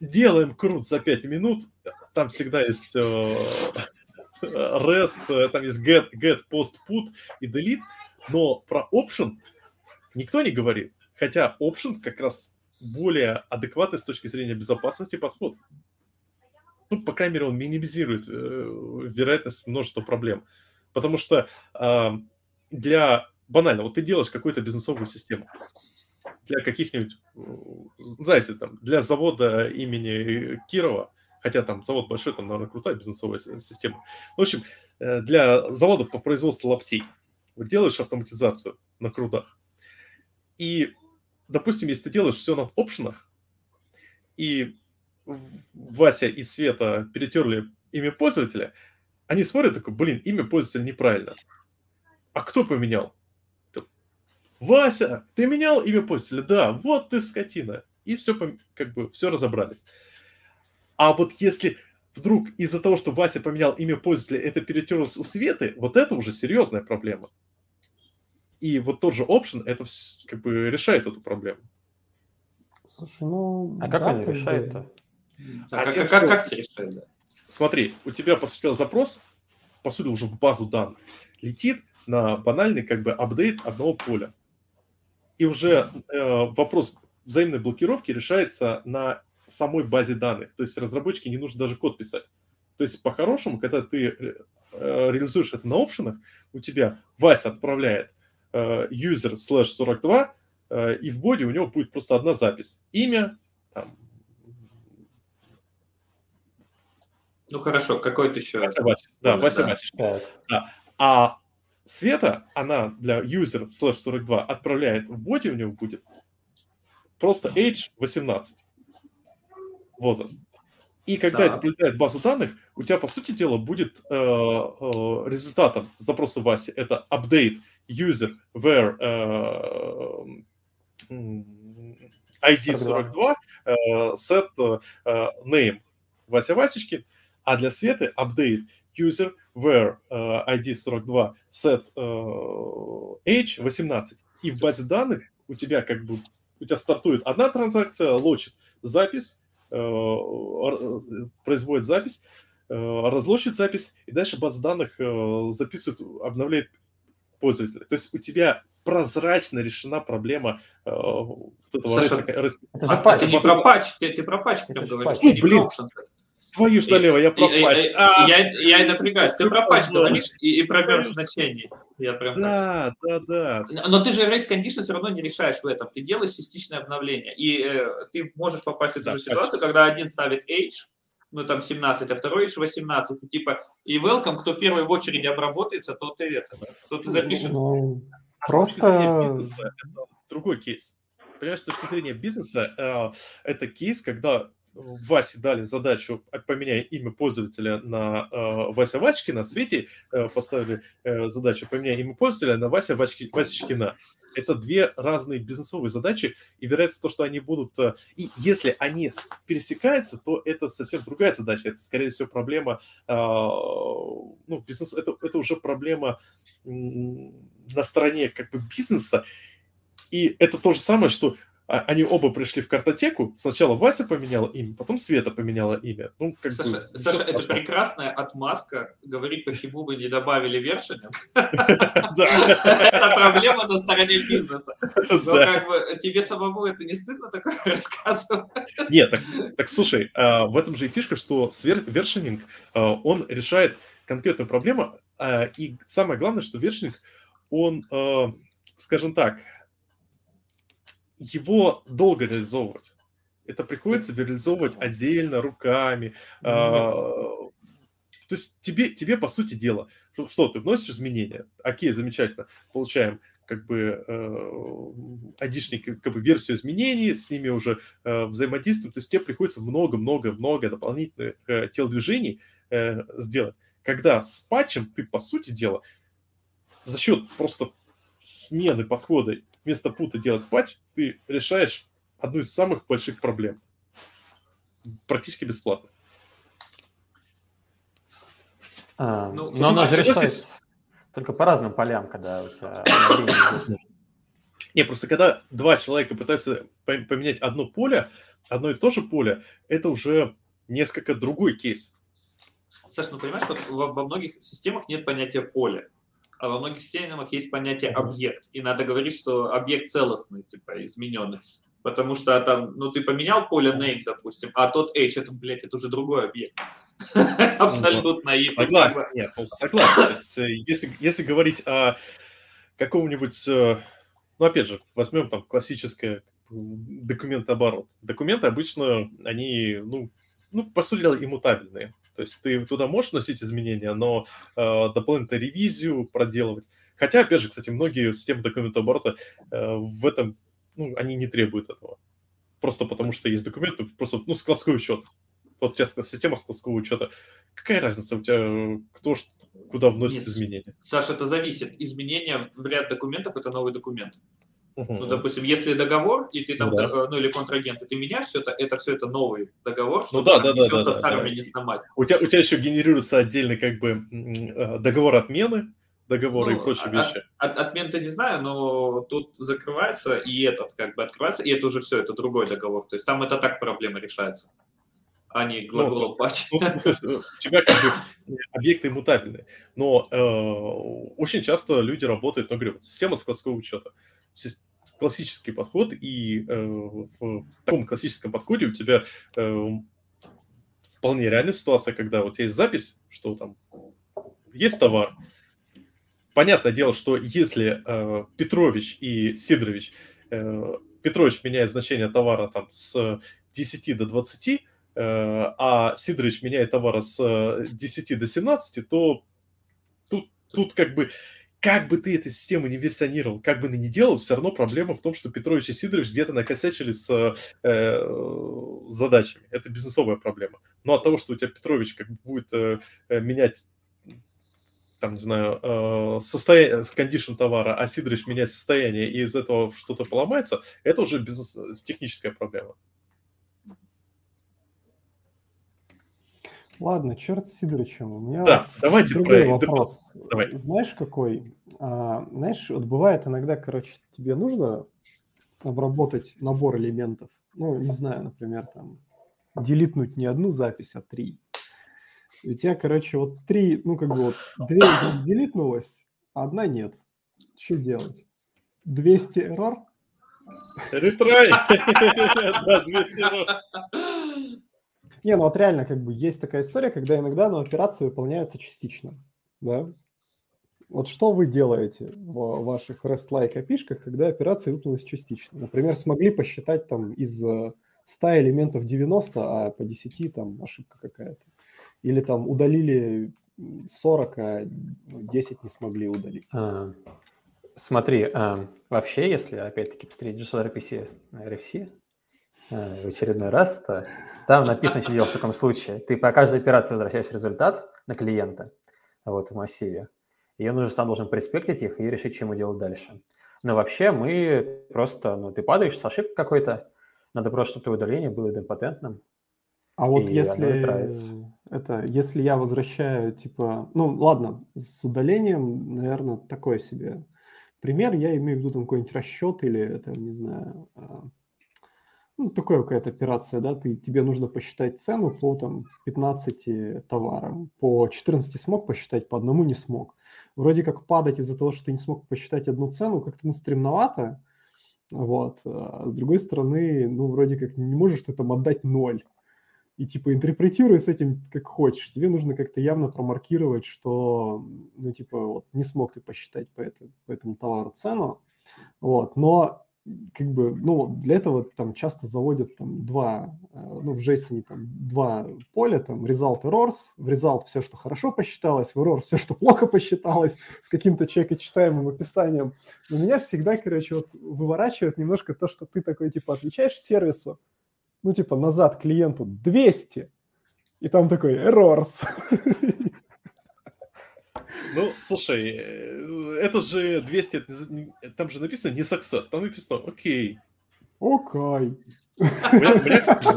Speaker 1: делаем крут за 5 минут, там всегда есть э, REST, э, там есть get, get, post, put и delete, но про option никто не говорит. Хотя option как раз более адекватный с точки зрения безопасности подход. Ну, по крайней мере, он минимизирует э, вероятность множества проблем. Потому что э, для... Банально, вот ты делаешь какую-то бизнесовую систему для каких-нибудь, э, знаете, там, для завода имени э, Кирова, хотя там завод большой, там, наверное, крутая бизнесовая система. В общем, э, для завода по производству лаптей вот делаешь автоматизацию на крудах. И, допустим, если ты делаешь все на опшенах, и Вася и Света перетерли имя пользователя, они смотрят, такой, блин, имя пользователя неправильно. А кто поменял? Вася, ты менял имя пользователя? Да, вот ты скотина. И все, как бы, все разобрались. А вот если вдруг из-за того, что Вася поменял имя пользователя, это перетерлось у Светы, вот это уже серьезная проблема. И вот тот же option, это как бы решает эту проблему.
Speaker 2: Слушай, ну...
Speaker 4: А как да, они решают-то?
Speaker 3: А, а как, тем, как, что... как решают, да?
Speaker 1: Смотри, у тебя поступил запрос, по сути, уже в базу данных, летит на банальный как бы апдейт одного поля. И уже э, вопрос взаимной блокировки решается на самой базе данных. То есть разработчике не нужно даже код писать. То есть по-хорошему, когда ты э, реализуешь это на опшенах, у тебя Вася отправляет э, user slash 42, э, и в боде у него будет просто одна запись. Имя, там,
Speaker 3: ну хорошо, какой-то еще.
Speaker 1: Вася Вася. Да, Понял, Вася да. Вася. Да. да. А Света, она для user slash 42 отправляет в боде у него будет просто age 18 возраст. И когда да. это прилетает в базу данных, у тебя, по сути дела, будет э, э, результатом запроса Васи это update user where э, ID 42 э, set э, name Вася Васечкин, а для Светы update user where э, ID 42 set э, age 18. И в базе данных у тебя как бы у тебя стартует одна транзакция, лочит запись, э, производит запись, э, разлочит запись, и дальше база данных э, записывает, обновляет пользователя. То есть у тебя прозрачно решена проблема э, вот этого
Speaker 3: Саша, рейса, это а, патч, ты не про патч, ты, ты про патч прям говоришь. Ну,
Speaker 1: блин, твою ж налево, я про патч.
Speaker 3: Я и напрягаюсь, ты про патч говоришь и про мерз значение. Я прям
Speaker 1: А, да, так. да, да.
Speaker 3: Но ты же race condition все равно не решаешь в этом. Ты делаешь частичное обновление. И э, ты можешь попасть в эту да, же ситуацию, когда один ставит age, ну там 17, а второй age 18. И типа, и welcome, кто первый в очереди обработается, то ты это, то ты запишет. Ну,
Speaker 1: А
Speaker 2: просто...
Speaker 1: Бизнеса, это другой кейс. Понимаешь, с точки зрения бизнеса, э, это кейс, когда Васе дали задачу, а, поменяя имя пользователя на э, Вася Вачкина, Свете э, поставили э, задачу, поменяя имя пользователя на Вася Вачки, Васечкина. Это две разные бизнесовые задачи, и вероятность то, что они будут... Э, и если они пересекаются, то это совсем другая задача. Это, скорее всего, проблема... Э, ну, бизнес... Это, это уже проблема э, на стороне как бы бизнеса, и это то же самое, что а, они оба пришли в картотеку. Сначала Вася поменяла имя, потом Света поменяла имя. Ну, как
Speaker 3: Саша,
Speaker 1: бы,
Speaker 3: Саша
Speaker 1: всё
Speaker 3: это
Speaker 1: пошло.
Speaker 3: прекрасная отмазка говорить, почему вы не добавили вершина.
Speaker 1: Да,
Speaker 3: Это проблема на стороне бизнеса. Но
Speaker 1: да.
Speaker 3: как бы тебе самому это не стыдно такое рассказывать?
Speaker 1: Нет, так, так слушай, а, в этом же и фишка, что свер- вершининг, а, он решает конкретную проблему, а, и самое главное, что вершининг, он, а, скажем так, его долго реализовывать. Это приходится реализовывать отдельно, руками. а, То есть тебе, тебе по сути дела, что, что ты вносишь изменения, окей, замечательно, получаем как бы э, айдишник, как бы версию изменений, с ними уже э, взаимодействуем, то есть тебе приходится много-много-много дополнительных э, телодвижений э, сделать. Когда с патчем ты, по сути дела, за счет просто смены подхода, вместо пута делать патч, ты решаешь одну из самых больших проблем. Практически бесплатно.
Speaker 4: А,
Speaker 3: Ну,
Speaker 4: но она же
Speaker 1: согласись.
Speaker 4: решается только по разным полям, когда у тебя... обновление идет.
Speaker 1: Не, просто когда два человека пытаются пом- поменять одно поле, одно и то же поле, это уже несколько другой кейс.
Speaker 3: Саша, ну понимаешь, вот во, во многих системах нет понятия поля, а во многих системах есть понятие
Speaker 1: Мгм.
Speaker 3: объект. И надо говорить, что объект целостный, типа измененный. Потому что там, ну ты поменял поле name, допустим, а тот h, это, блядь, это уже другой объект. Абсолютно. И ты как
Speaker 1: Согласен,
Speaker 3: бы-
Speaker 1: нет, ну, согласен. То есть, э, если, если говорить о каком-нибудь, э, ну, опять же, возьмем там классическое м, документооборот. Документы обычно, они, ну, ну, по сути дела, иммутабельные. То есть ты туда можешь вносить изменения, но э, дополнительную ревизию проделывать. Хотя, опять же, кстати, многие системы документооборота э, в этом, ну, они не требуют этого. Просто потому что есть документы, просто, ну, складской учет. Вот у тебя ск- система складского учета. Какая разница у тебя, э, кто ж- куда вносит
Speaker 3: Нет.
Speaker 1: изменения?
Speaker 3: Саша, это зависит. Изменение в ряд документов – это новый документ. Ну,
Speaker 1: Мгм.
Speaker 3: допустим, если договор, и ты там,
Speaker 1: Ну да.
Speaker 3: э, ну, или контрагент, и ты меняешь все это, это все это новый договор, чтобы
Speaker 1: Ну да,
Speaker 3: там
Speaker 1: да, да,
Speaker 3: ничего
Speaker 1: да,
Speaker 3: со
Speaker 1: да,
Speaker 3: старыми
Speaker 1: да.
Speaker 3: не снимать.
Speaker 1: у, тебя, у тебя еще генерируется отдельный как бы м, э, договор отмены, договоры
Speaker 3: Ну,
Speaker 1: и прочие
Speaker 3: а-
Speaker 1: вещи.
Speaker 3: От, отмен-то не знаю, но тут закрывается, и этот как бы открывается, и это уже все, это другой договор. То есть там это так проблема решается, а не
Speaker 1: Ну,
Speaker 3: глаголом
Speaker 1: то
Speaker 3: патч.
Speaker 1: Ну, то есть, э, у тебя как бы объекты мутабельные. Но э, очень часто люди работают, ну, говорю, вот система складского учета. Сис- Классический подход, и э, в таком классическом подходе у тебя э, вполне реальная ситуация, когда вот есть запись, что там есть товар. Понятное дело, что если э, Петрович и Сидорович, э, Петрович меняет значение товара там с 10 до 20, э, а Сидорович меняет товара с э, 10 до 17, то тут, тут как бы как бы ты этой системы не версионировал, как бы ты ни делал, все равно проблема в том, что Петрович и Сидорович где-то накосячили с э, э, задачами. Это бизнесовая проблема. Но от того, что у тебя Петрович как бы будет э, э, менять там, не знаю, э, состояние, кондишн товара, а Сидорович меняет состояние, и из этого что-то поломается, это уже бизнес, э, техническая проблема.
Speaker 2: Ладно, черт с Сидорычем. У меня
Speaker 1: Да, давайте
Speaker 2: другой
Speaker 1: про
Speaker 2: вопрос.
Speaker 1: Давай.
Speaker 2: Знаешь, какой? А, знаешь, вот бывает иногда, короче, тебе нужно обработать набор элементов. Ну, не знаю, например, там, делитнуть не одну запись, а три. И у тебя, короче, вот три, ну, как бы вот, две делитнулось, а одна нет. Что делать? 200 эррор?
Speaker 1: Ретрай! Да, 200 евро.
Speaker 2: Не, ну вот реально, как бы есть такая история, когда иногда но операции выполняются частично. Да? Вот что вы делаете в ваших REST-like API-шках, когда операция выполнилась частично? Например, смогли посчитать там из э, 100 элементов 90, а по 10 там ошибка какая-то. Или там удалили м, 40, а 10 не смогли удалить.
Speaker 4: А, эм, э, Смотри, а, вообще, если опять-таки посмотреть GSR RPC, RFC, э, в очередной раз, то там написано, что делать в таком случае. Ты по каждой операции возвращаешь результат на клиента вот, в массиве, и он уже сам должен приспектить их и решить, чем ему делать дальше. Но вообще мы просто, ну, ты падаешь с ошибкой какой-то, надо просто, чтобы твое удаление было идемпотентным.
Speaker 2: А вот
Speaker 4: И оно и нравится.
Speaker 2: если это, если я возвращаю, типа, ну ладно, с удалением, наверное, такой себе пример. Я имею в виду там какой-нибудь расчет или это, не знаю, а, ну, такое какая-то операция, да, ты, тебе нужно посчитать цену по там 15 товарам, по 14 смог посчитать, по одному не смог. Вроде как падать из-за того, что ты не смог посчитать одну цену, как-то ну, стремновато, вот. А С другой стороны, ну, вроде как не можешь ты там отдать ноль и типа интерпретируй с этим как хочешь. Тебе нужно как-то явно промаркировать, что, ну, типа, вот, не смог ты посчитать по, этой- по этому товару цену. Вот, но как бы, ну, для этого там часто заводят там два, э, ну, в JSON там два поля, там, result и errors, в result все, что хорошо посчиталось, в error все, что плохо посчиталось, с каким-то читаемым описанием. Но меня всегда, короче, вот выворачивает немножко то, что ты такой, типа, отвечаешь сервису, ну, типа, назад клиенту 200, и там такой errors.
Speaker 1: Ну, слушай, э, это же 200, это не- там же написано не success, там написано окей.
Speaker 2: Окей.
Speaker 1: У меня- у меня, кстати,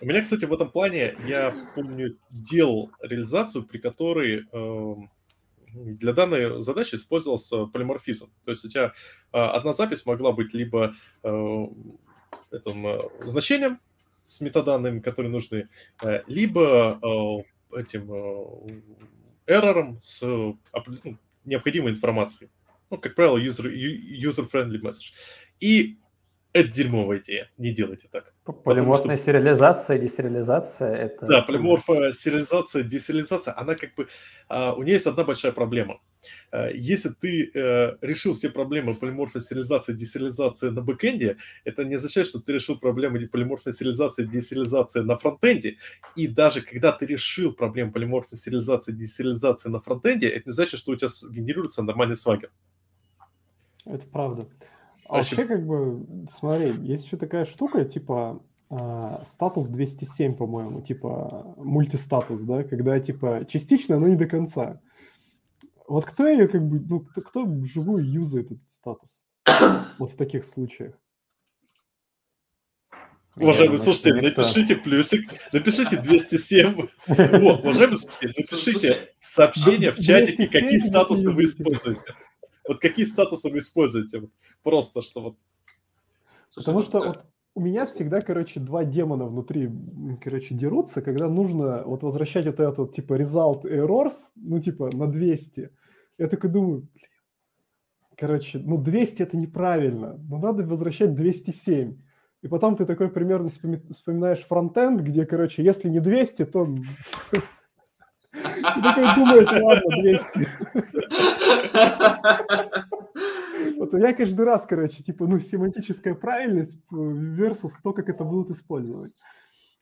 Speaker 1: у меня, кстати, в этом плане, я помню, делал реализацию, при которой эм, для данной задачи использовался полиморфизм. То есть у тебя э, одна запись могла быть либо э, этим, э, значением с метаданными, которые нужны, э, либо э, этим э, эррором с э, опре- ну, необходимой информацией. Ну, как правило, user- ю- user-friendly message. И это дерьмовая идея, не делайте так.
Speaker 4: П- Полиморфная сериализация, десериализация – это…
Speaker 1: Да, полиморфа, сериализация, десериализация, она как бы... а, У нее есть одна большая проблема. А, Если ты э, решил все проблемы полиморфной сериализации, десериализации на бэкэнде, это не означает, что ты решил проблемы де- полиморфной сериализации, десериализации на фронтенде. И даже когда ты решил проблему полиморфной сериализации, десериализации на фронтенде, это не значит, что у тебя с- генерируется нормальный свагер.
Speaker 2: Это правда. А
Speaker 1: Вообще-
Speaker 2: вообще, как бы, смотри, есть еще такая штука, типа, а, статус 207, по-моему, типа, мультистатус, да, когда, типа, частично, но не до конца. Вот кто ее, как бы, ну, кто, кто вживую юзает этот статус? Вот в таких случаях.
Speaker 4: Я
Speaker 1: Уважаемые
Speaker 4: думаю,
Speaker 1: слушатели,
Speaker 4: что никто.
Speaker 1: напишите плюсик, напишите 207. Вот, уважаемые слушатели, напишите
Speaker 3: Слушай,
Speaker 1: в сообщения в чатике,
Speaker 2: 207,
Speaker 1: какие статусы вы
Speaker 2: если любите.
Speaker 1: используете. Вот какие статусы вы используете. Вот Просто, что вот...
Speaker 3: слушай,
Speaker 2: Потому
Speaker 3: ну,
Speaker 2: что
Speaker 3: да.
Speaker 2: вот у меня всегда, короче, два демона внутри, м, короче, дерутся, когда нужно вот возвращать вот этот, вот, типа, result и errors, ну, типа, на 200. Я такой думаю, блин, короче, ну, 200 это неправильно, но надо возвращать 207. И потом ты такой примерно вспоми- вспоминаешь фронтенд, где, короче, если не 200, то... И такой думаешь, ладно, 200. Вот я каждый раз, короче, типа, ну, семантическая правильность э, versus то, как это будут использовать.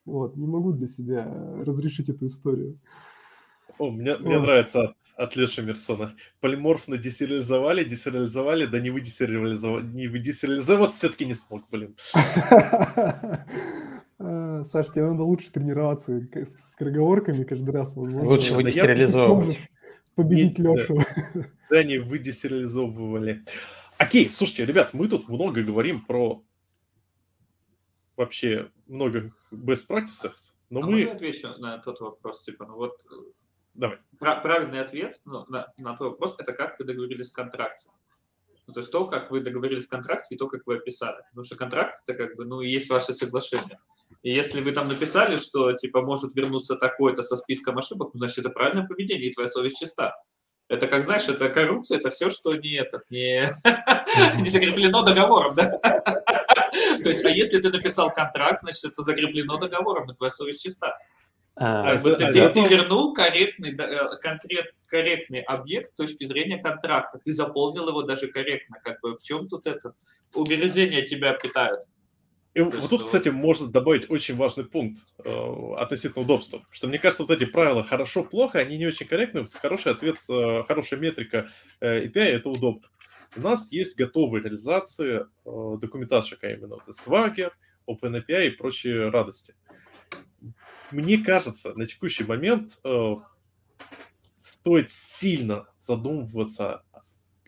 Speaker 2: Вот, не могу для себя разрешить эту историю.
Speaker 1: О, мне, мне
Speaker 2: Ой.
Speaker 1: нравится от, от Леши Мерсона. Полиморфно десериализовали, десериализовали, да не вы десериализовали, не вы десериализовать все-таки не смог, блин.
Speaker 2: А, Саш, тебе надо лучше тренироваться к- с скороговорками каждый раз, возможно.
Speaker 4: Лучше его
Speaker 1: Да я-
Speaker 4: десериализовывать.
Speaker 2: сможешь Победить
Speaker 1: Не- да.
Speaker 2: Лешу.
Speaker 1: Да не вы десериализовывали. Окей, слушайте, ребят, мы тут много говорим про вообще много best practices, но
Speaker 3: А
Speaker 1: мы...
Speaker 3: можно отвечу на тот вопрос, типа, ну вот э,
Speaker 1: Давай.
Speaker 3: пра- правильный ответ ну, на, на твой вопрос это как вы договорились в контракте. Ну, то есть то, как вы договорились в контракте и то, как вы описали. Потому что контракт это как бы, ну, и есть ваше соглашение. И если вы там написали, что типа может вернуться такой-то со списком ошибок, ну, значит, это правильное поведение, и твоя совесть чиста. Это как, знаешь, это коррупция, это все, что не это, не, не закреплено договором, да? То есть, а если ты написал контракт, значит, это закреплено договором, и твоя совесть чиста.
Speaker 4: А,
Speaker 1: А,
Speaker 3: Как бы
Speaker 1: за-
Speaker 3: ты,
Speaker 1: а
Speaker 3: ты-
Speaker 1: зато-
Speaker 3: ты вернул корректный, да, э, конкрет- корректный объект с точки зрения контракта. Ты заполнил его даже корректно. Как бы в чем тут это? Угрызения тебя питают.
Speaker 1: И
Speaker 3: есть,
Speaker 1: вот тут,
Speaker 3: э,
Speaker 1: кстати, можно добавить очень важный пункт э, относительно удобства. Что мне кажется, вот эти правила хорошо-плохо, они не очень корректны. Вот Хороший ответ, э, хорошая метрика э, API – это удобно. У нас есть готовые реализации э, документашек, а именно вот этот Swagger, OpenAPI и прочие радости. Мне кажется, на текущий момент э, стоит сильно задумываться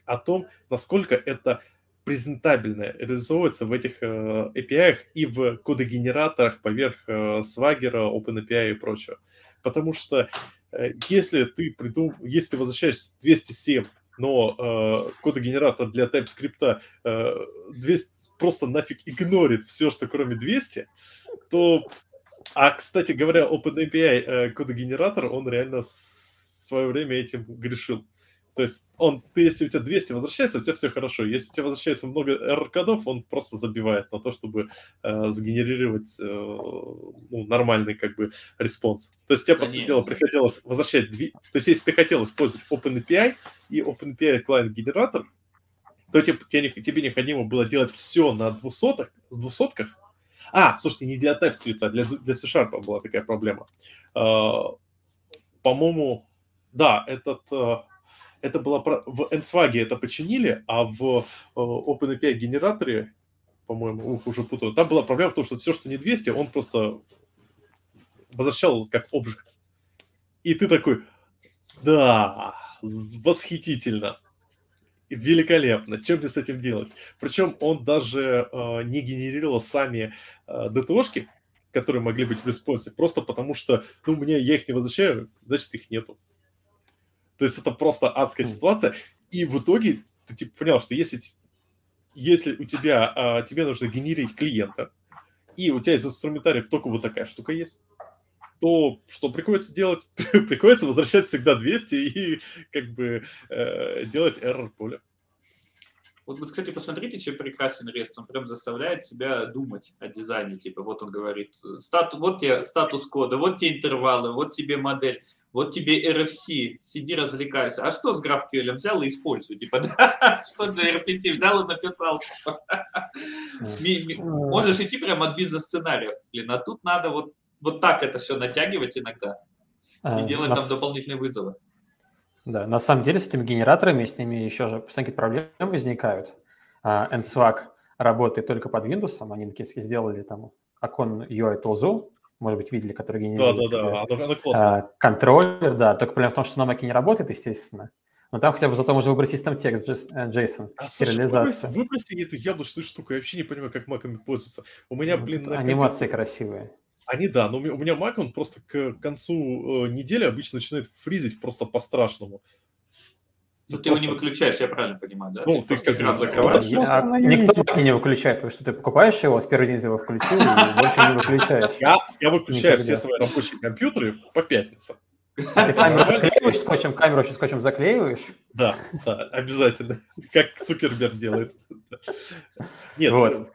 Speaker 1: о том, насколько это презентабельно реализовывается в этих э, API и в кодогенераторах поверх э, Swagger, OpenAPI и прочего. Потому что э, если ты придум... если ты возвращаешься 207, но э, кодогенератор для TypeScript э, 200... просто нафиг игнорит все, что кроме 200, то... А, кстати говоря, OpenAPI э, кодогенератор, он реально в свое время этим грешил. То есть он, ты, если у тебя 200 возвращается, у тебя все хорошо. Если у тебя возвращается много R-кодов, он просто забивает на то, чтобы э, сгенерировать э, ну, нормальный как бы респонс. То есть тебе, по сути дела, приходилось возвращать... Дви... То есть если ты хотел использовать OpenAPI и OpenAPI клиент-генератор, то тебе, тебе, тебе необходимо было делать все на двухсотых, с двухсотках. А, слушайте, не для TypeScript, а для, для C-Sharp была такая проблема. Э, по-моему, да, этот... Э, это было в NSWAG это починили, а в OpenAPI генераторе, по-моему, ух, уже путаю, там была проблема в том, что все, что не 200, он просто возвращал как обжиг. И ты такой, да, восхитительно, великолепно, чем мне с этим делать? Причем он даже э, не генерировал сами э, DTO-шки, которые могли быть в респонсе, просто потому что, ну, мне я их не возвращаю, значит, их нету. То есть это просто адская ситуация. И в итоге ты типа понял, что если, если у тебя, а, тебе нужно генерить клиента, и у тебя из инструментариев только вот такая штука есть, то что приходится делать? приходится возвращать всегда 200 и как бы э, делать error поле.
Speaker 3: Вот, вот, кстати, посмотрите, чем прекрасен REST. Он прям заставляет тебя думать о дизайне. Типа, вот он говорит, стат, вот тебе статус кода, вот тебе интервалы, вот тебе модель, вот тебе RFC, сиди, развлекайся. А что с GraphQL взял и используй? Типа, да, что же RPC взял и написал? Можешь идти прям от бизнес-сценариев. Блин, а тут надо вот, вот так это все натягивать иногда
Speaker 2: А,
Speaker 3: и делать там дополнительные вызовы.
Speaker 4: А, Да, на самом деле с этими генераторами, с ними еще же постоянно какие-то проблемы возникают. Uh, NSWAG работает только под Windows, они наконец-то сделали там окон UI Toolzone, может быть, видели, который
Speaker 1: да,
Speaker 4: генерирует
Speaker 1: да, да. Оно, оно
Speaker 4: uh, контроллер, да, только проблема в том, что на Mac не работает, естественно. Но там хотя бы зато можно выбрать систем текст э, JSON,
Speaker 1: а, сериализацию. Слушай, выброси эту яблочную штуку, я вообще не понимаю, как маками пользуются. У меня, ну, блин...
Speaker 4: На анимации компьютер... красивые.
Speaker 1: Они, да, но у меня Mac, он просто к концу э, недели обычно начинает фризить просто по-страшному.
Speaker 3: Ну, ты просто... его не выключаешь, я правильно понимаю, да?
Speaker 1: Ну, ты, ты как экран закрываешь.
Speaker 4: А, а никто Mac не выключает, потому что ты покупаешь его, с первого дня ты его включил, и больше не выключаешь.
Speaker 1: Я, я выключаю Никогда. все свои рабочие компьютеры по пятницам.
Speaker 4: А ты камеру заклеиваешь скотчем, камеру еще скотчем заклеиваешь?
Speaker 1: Да, да, обязательно. Как Цукерберг делает. э,
Speaker 4: Нет, вот.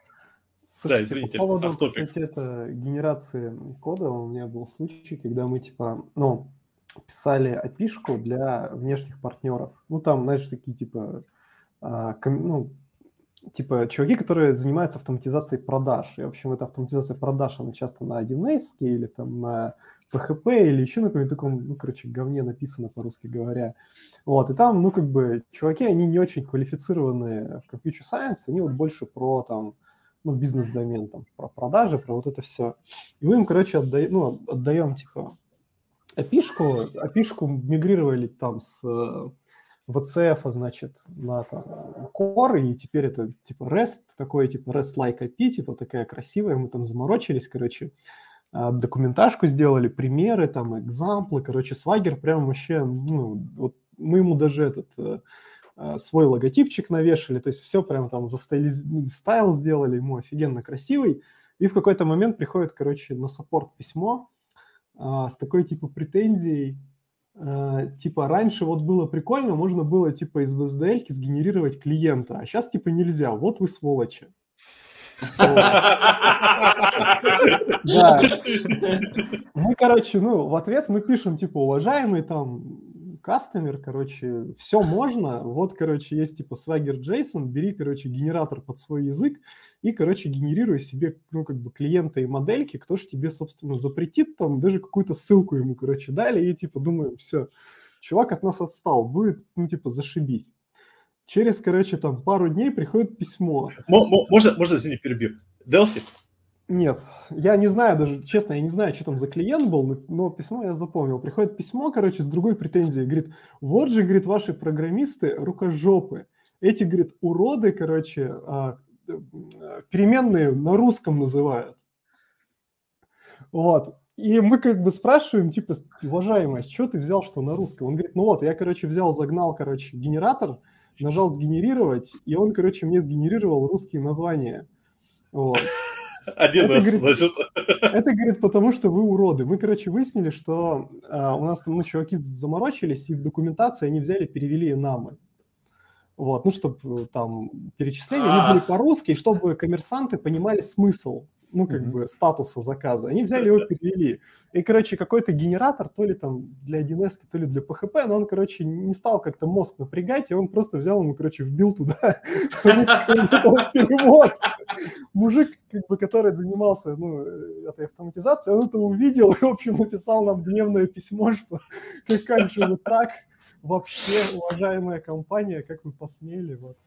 Speaker 2: Слушайте, да, извините, по поводу, автопик. кстати, это генерации кода, у меня был случай, когда мы, типа, ну, писали api для внешних партнеров. Ну, там, знаешь, такие, типа, а, ком, ну, типа, чуваки, которые занимаются автоматизацией продаж. И, в общем, эта автоматизация продаж, она часто на 1С или там на PHP или еще на каком-то таком, ну, короче, говне написано, по-русски говоря. Вот, и там, ну, как бы, чуваки, они не очень квалифицированные в computer science, они вот больше про, там, ну, бизнес-домен, там, про продажи, про вот это все. И мы им, короче, отдаем, ну, отдаем, типа, опишку, опишку мигрировали там с VCF, значит, на там, Core, и теперь это, типа, REST, такой, типа, REST-like API, типа, такая красивая, мы там заморочились, короче, э, документашку сделали, примеры, там, экзамплы, короче, Swagger прям вообще, ну, вот мы ему даже этот э, свой логотипчик навешали, то есть все прям там за стайл сделали, ему офигенно красивый. И в какой-то момент приходит, короче, на саппорт письмо а, с такой типа претензией, а, типа раньше вот было прикольно, можно было типа из VSDL сгенерировать клиента, а сейчас типа нельзя, вот вы сволочи. Да. Мы, короче, ну, в ответ мы пишем, типа, уважаемый там кастомер, короче, все можно. Вот, короче, есть типа Swagger JSON, бери, короче, генератор под свой язык и, короче, генерируй себе, ну, как бы клиента и модельки, кто же тебе, собственно, запретит там, даже какую-то ссылку ему, короче, дали и, типа, думаем, все, чувак от нас отстал, будет, ну, типа, зашибись. Через, короче, там пару дней приходит письмо.
Speaker 1: Можно, можно, извини, перебью. Delphi,
Speaker 2: Нет, я не знаю даже, честно, я не знаю, что там за клиент был, но, но письмо я запомнил. Приходит письмо, короче, с другой претензией, говорит, вот же, говорит, ваши программисты рукожопы. Эти, говорит, уроды, короче, а, переменные на русском называют. Вот. И мы как бы спрашиваем, типа, уважаемый, а с чего ты взял, что на русском? Он говорит, ну вот, я, короче, взял, загнал, короче, генератор, нажал сгенерировать, и он, короче, мне сгенерировал русские названия. Вот.
Speaker 1: Один
Speaker 2: Это,
Speaker 1: раз,
Speaker 2: говорит,
Speaker 1: значит.
Speaker 2: Это, говорит, потому что вы уроды. Мы, короче, выяснили, что а, у нас там, ну, чуваки заморочились, и в документации они взяли, перевели намы. Вот, ну, чтобы там перечисления они были
Speaker 3: А.
Speaker 2: по-русски, и чтобы коммерсанты понимали смысл, ну, как
Speaker 4: Мгм.
Speaker 2: бы, статуса заказа. Они взяли его, перевели. И, короче, какой-то генератор, то ли там для 1С, то ли для ПХП, но он, короче, не стал как-то мозг напрягать, и он просто взял ему, короче, вбил туда русский перевод мужик, как бы, который занимался ну, э, этой автоматизацией, он это увидел и, в общем, написал нам гневное письмо, что «Как- как же вы так? Вообще, уважаемая компания, как вы посмели? Вот.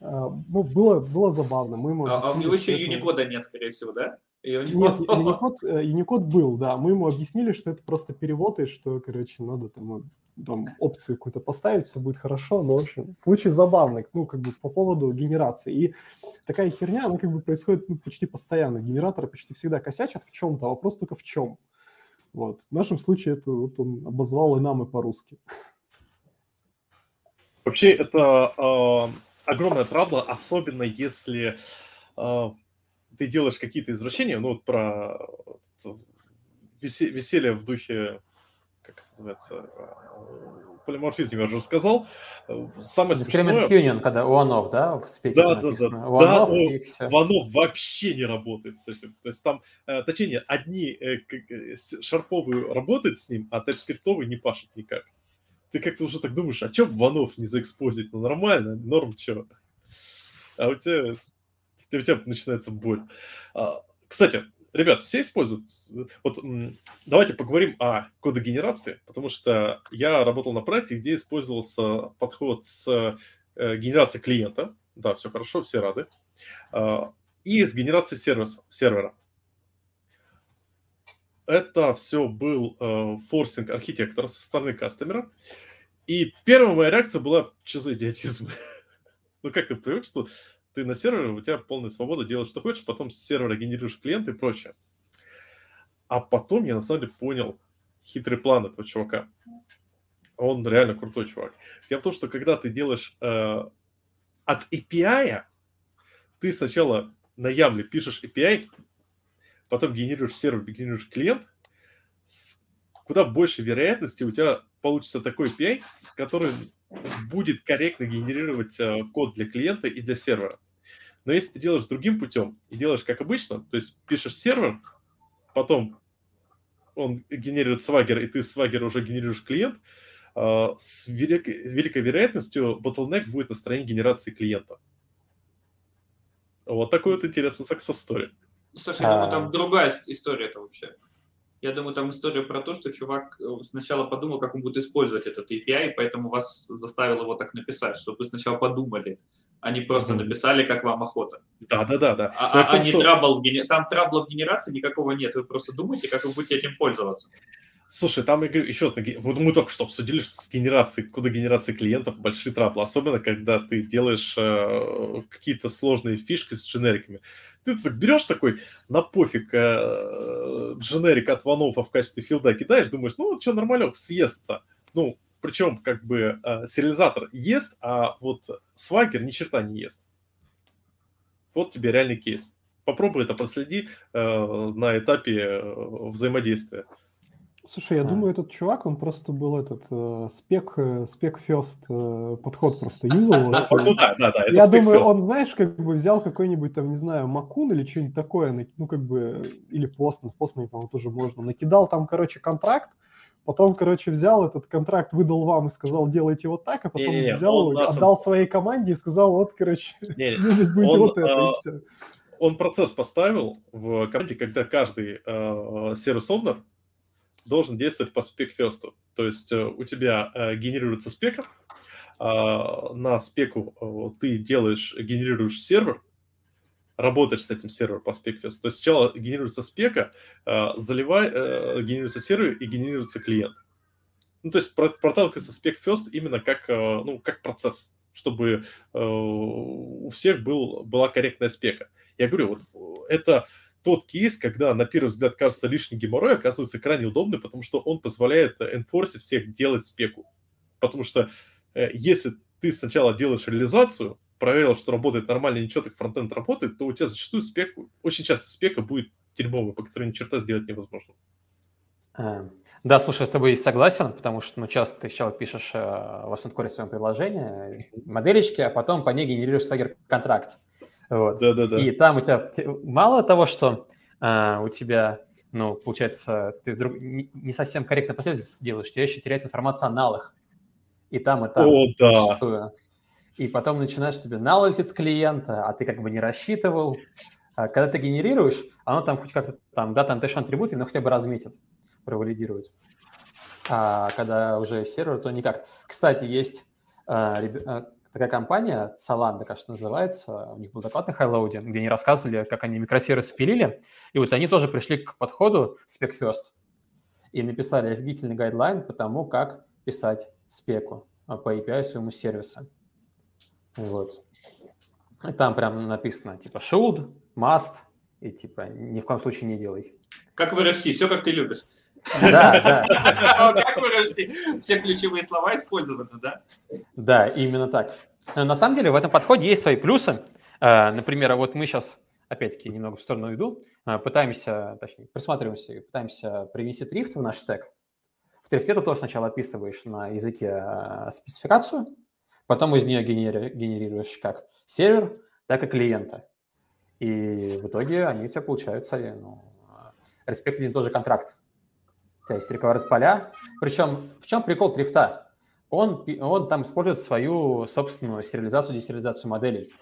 Speaker 2: А, Ну, было, было забавно. Мы ему
Speaker 3: А, а у
Speaker 2: объяснили,
Speaker 3: него еще
Speaker 2: честно.
Speaker 3: Unicode нет, скорее всего, да? И у него-
Speaker 2: Нет, Unicode, э, Unicode был, да. Мы ему объяснили, что это просто перевод, и что, короче, надо там, э, там опцию какую-то поставить, все будет хорошо. Но, в общем, случай забавный, ну, как бы по поводу генерации. И такая херня, она как бы происходит ну, почти постоянно. Генераторы почти всегда косячат в чем-то, а вопрос только в чем. Вот. В нашем случае это вот он обозвал и нам, и по-русски.
Speaker 1: Вообще, это э, огромная травма, особенно если э, ты делаешь какие-то извращения, ну, вот про э, весе- веселье в духе, как это называется, э, полиморфизм, я уже сказал. Э, Самое
Speaker 4: Discriminant
Speaker 1: смешное,
Speaker 4: Union, когда one of, да, в спеке
Speaker 1: Да, да, да.
Speaker 4: написано.
Speaker 1: Да, ну,
Speaker 4: One of
Speaker 1: о,
Speaker 4: и все.
Speaker 1: Ванов вообще не работает с этим. То есть там, э, точнее, нет, одни э, как, э, с- шарповые работают с ним, а тайпскриптовый не пашет никак. Ты как-то уже так думаешь, а чем Ванов не заэкспозить? Ну нормально, норм чё. А у тебя, у тебя начинается боль. А, кстати, ребят, все используют... Вот м, давайте поговорим о кодогенерации, потому что я работал на проекте, где использовался подход с э, генерацией клиента. Да, все хорошо, все рады. А, и с генерацией сервис, сервера. Это все был э, форсинг архитектора со стороны кастомера. И первая моя реакция была, что за идиотизм? ну, как ты привык, что ты на сервере, у тебя полная свобода делать, что хочешь, потом с сервера генерируешь клиенты и прочее. А потом я, на самом деле, понял хитрый план этого чувака. Он реально крутой чувак. Дело в том, что когда ты делаешь э, от API, -а, ты сначала на Ямле пишешь API, потом генерируешь сервер, генерируешь клиент, с куда больше вероятности у тебя получится такой API, который будет корректно генерировать э, код для клиента и для сервера. Но если ты делаешь другим путем и делаешь как обычно, то есть пишешь сервер, потом он генерирует свагер, и ты с свагера уже генерируешь клиент, э, с велик- великой вероятностью bottleneck будет на стороне генерации клиента. Вот такой вот интересный success story.
Speaker 3: Слушай, я думаю,
Speaker 4: А.
Speaker 3: там другая с- история-то вообще. Я думаю, там история про то, что чувак э, сначала подумал, как он будет использовать этот API, и поэтому вас заставил его так написать, чтобы вы сначала подумали, а не просто
Speaker 1: Мгм.
Speaker 3: написали, как вам охота.
Speaker 1: Да-да-да-да.
Speaker 3: А,
Speaker 1: Дело в
Speaker 3: а-
Speaker 1: том,
Speaker 3: а не
Speaker 1: что-
Speaker 3: трабл в гене- Там трабла в генерации никакого нет, вы просто думаете, как вы будете этим пользоваться.
Speaker 1: Слушай, там я говорю, еще раз, наги- вот мы только что обсудили, что с генерацией, куда генерации клиентов большие траблы, особенно когда ты делаешь э, какие-то сложные фишки с дженериками. Ты так берешь такой на пофиг э, дженерик от Ванофа в качестве филда кидаешь, думаешь, ну вот что, нормалек, съестся. Ну, причем как бы э, сериализатор ест, а вот свагер ни черта не ест. Вот тебе реальный кейс. Попробуй это проследи э, на этапе э, взаимодействия.
Speaker 2: Слушай, я
Speaker 4: А.
Speaker 2: думаю, этот чувак, он просто был этот э, спек, э, спек first э, подход просто юзал.
Speaker 1: Да,
Speaker 2: всё.
Speaker 1: ну да, да, да. это
Speaker 2: Я
Speaker 1: Speak
Speaker 2: думаю,
Speaker 1: First.
Speaker 2: он, знаешь, как бы взял какой-нибудь там, не знаю, макун или что-нибудь такое, на- ну, как бы, или постный, постный, по-моему, тоже можно. Накидал там, короче, контракт, потом, короче, взял этот контракт, выдал вам и сказал, делайте вот так, а потом
Speaker 1: Не-не-не,
Speaker 2: взял,
Speaker 1: он
Speaker 2: и
Speaker 1: нас-
Speaker 2: отдал своей команде и сказал, вот, короче,
Speaker 1: Не,
Speaker 2: здесь будет
Speaker 1: Он,
Speaker 2: вот это,
Speaker 1: а,
Speaker 2: и все.
Speaker 1: Он процесс поставил в команде, когда каждый э, сервис owner должен действовать по спекфесту. То есть э, у тебя э, генерируется спека, а, на спеку э, ты делаешь, генерируешь сервер, работаешь с этим сервером по спекфесту. То есть сначала генерируется спека, э, заливай, э, генерируется сервер и генерируется клиент. Ну, то есть проталкивается спекфест именно как, ну, как процесс, чтобы э, у всех был, была корректная спека. Я говорю, вот э, это тот кейс, когда на первый взгляд кажется лишний геморрой, оказывается крайне удобный, потому что он позволяет энфорсе всех делать спеку. Потому что э, если ты сначала делаешь реализацию, проверил, что работает нормально, ничего так фронтенд работает, то у тебя зачастую спеку, очень часто спека будет дерьмовая, по которой ни черта сделать невозможно.
Speaker 4: А, да, слушай, я с тобой согласен, потому что ну, часто ты сначала пишешь э, в основном своем приложении моделечки, а потом по ней генерируешь свой контракт. Вот.
Speaker 1: Да, да, да.
Speaker 4: И там у тебя мало того, что а, у тебя, ну, получается, ты вдруг не совсем корректно последовательность делаешь, тебе еще теряется информация о налах. И там, и там.
Speaker 1: О, да. Зачастую.
Speaker 4: И потом начинаешь тебе нал летит с клиента, а ты как бы не рассчитывал. А когда ты генерируешь, оно там хоть как-то там, да, там тэш атрибуты, но хотя бы разметит, провалидирует. А когда уже сервер, то никак. Кстати, есть а, реб такая компания, Solanda, кажется, называется, у них был доклад на Хайлоуде, где они рассказывали, как они микросервис пилили, и вот они тоже пришли к подходу спек first и написали офигительный гайдлайн по тому, как писать спеку а по API своему сервису. Вот. И там прям написано, типа, should, must, и типа, ни в коем случае не делай.
Speaker 3: Как в RFC, все как ты любишь.
Speaker 4: Да, да.
Speaker 3: А Как в RFC, все ключевые слова использованы, да?
Speaker 4: Да, именно так. Э, На самом деле в этом подходе есть свои плюсы. Э, Например, вот мы сейчас, опять-таки, немного в сторону иду, э, пытаемся, точнее, присматриваемся и пытаемся привнести трифт в наш стек. В трифте ты тоже сначала описываешь на языке э, спецификацию, потом из нее генери- генерируешь как сервер, так и клиента. И в итоге они у тебя получаются, ну, респект один тоже контракт. То есть рековорд поля. Причем в чем прикол трифта? Он, он там использует свою собственную сериализацию, десериализацию моделей.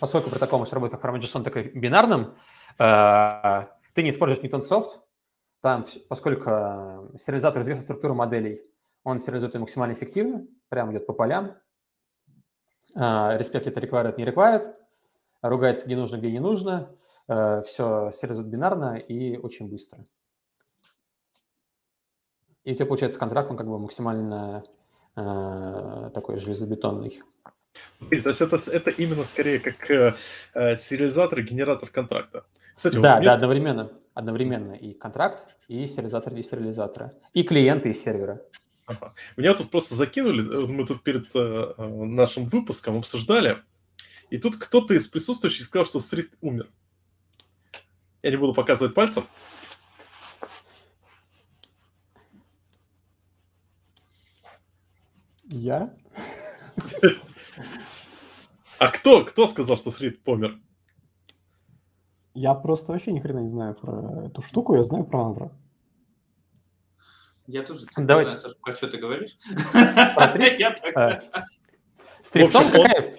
Speaker 4: Поскольку протокол может работать как формат JSON, так и бинарным, э, ты не используешь Newton Soft, там, поскольку сериализатор известна структура моделей, он сериализует ее максимально эффективно, прямо идет по полям. Э, Респект это required, не required. Ругается где нужно, где не нужно. Все сериализует бинарно и очень быстро. И у тебя получается контракт, он как бы максимально э, такой железобетонный.
Speaker 1: То есть это, это именно скорее как э, э, сериализатор и генератор контракта.
Speaker 4: Кстати, да, меня... да, одновременно. Одновременно и контракт, и сериализатор десериализатора, и клиенты, и сервера.
Speaker 1: Ага. Меня тут просто закинули, мы тут перед э, нашим выпуском обсуждали, и тут кто-то из присутствующих сказал, что стрит умер. Я не буду показывать пальцем.
Speaker 2: Я?
Speaker 1: А кто, кто сказал, что Стрит помер?
Speaker 2: Я просто вообще ни хрена не знаю про эту штуку, я знаю про Анвра.
Speaker 3: Я тоже
Speaker 4: Давай.
Speaker 3: знаю, Саша, про что ты говоришь.
Speaker 1: А,
Speaker 4: С трифтом какая...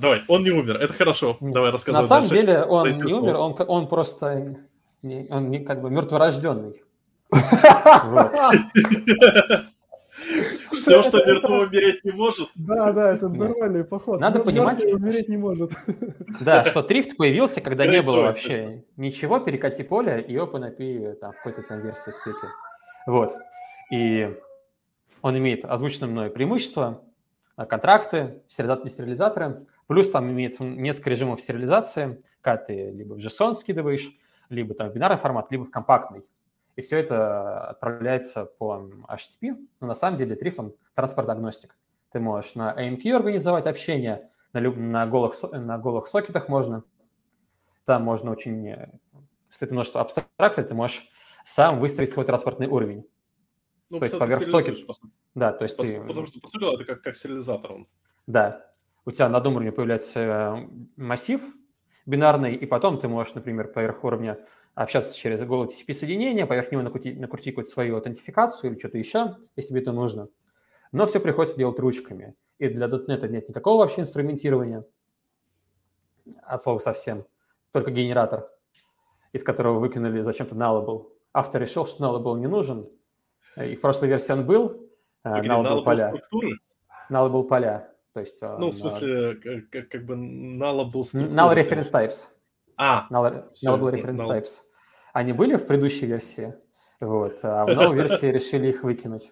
Speaker 1: Давай, он не умер, это хорошо. Давай рассказывай
Speaker 4: На самом деле он не умер, он, он просто он не, как бы мертворожденный.
Speaker 1: Все, что мертво умереть не может.
Speaker 2: Да, да, это нормальный поход.
Speaker 4: Надо понимать,
Speaker 2: что умереть не может.
Speaker 4: Да, что трифт появился, когда не было вообще ничего, перекати поле и OpenAPI э, там в какой-то там версии спеки. Вот. И он имеет озвученное мной преимущество, э, контракты, стерилизаторы, плюс там имеется несколько режимов стерилизации, когда ты либо в JSON скидываешь, либо там в бинарный формат, либо в компактный и все это отправляется по HTTP. Но на самом деле Триф, он транспорт-агностик. Ты можешь на AMQ организовать общение, на, люб... на, голых... на голых сокетах можно. Там можно очень... э, ну, С этим множество абстракций ты можешь сам выстроить свой транспортный уровень.
Speaker 1: Ну,
Speaker 4: то есть поверх сокет. Да, то есть
Speaker 1: пос...
Speaker 4: ты...
Speaker 1: Потому что, по сути, это как, как сериализатор он.
Speaker 4: Да. У тебя на одном уровне появляется э, массив бинарный, и потом ты можешь, например, поверх уровня общаться через голый TCP соединение, поверх него накрутить, накрутить какую-то свою аутентификацию или что-то еще, если тебе это нужно. Но все приходится делать ручками. И для .NET нет никакого вообще инструментирования, от слова совсем, только генератор, из которого выкинули зачем-то nullable. Автор решил, что nullable не нужен, и в прошлой версии он был,
Speaker 1: nullable поля. Структуры?
Speaker 4: Nullable поля. То есть, а,
Speaker 1: Ну, в смысле, к- как, как бы nullable структуры.
Speaker 4: null reference types.
Speaker 1: А,
Speaker 4: Null,
Speaker 1: Всё,
Speaker 4: nullable
Speaker 1: вот,
Speaker 4: reference
Speaker 1: null.
Speaker 4: types. Они были в предыдущей версии, вот, а в новой версии решили их выкинуть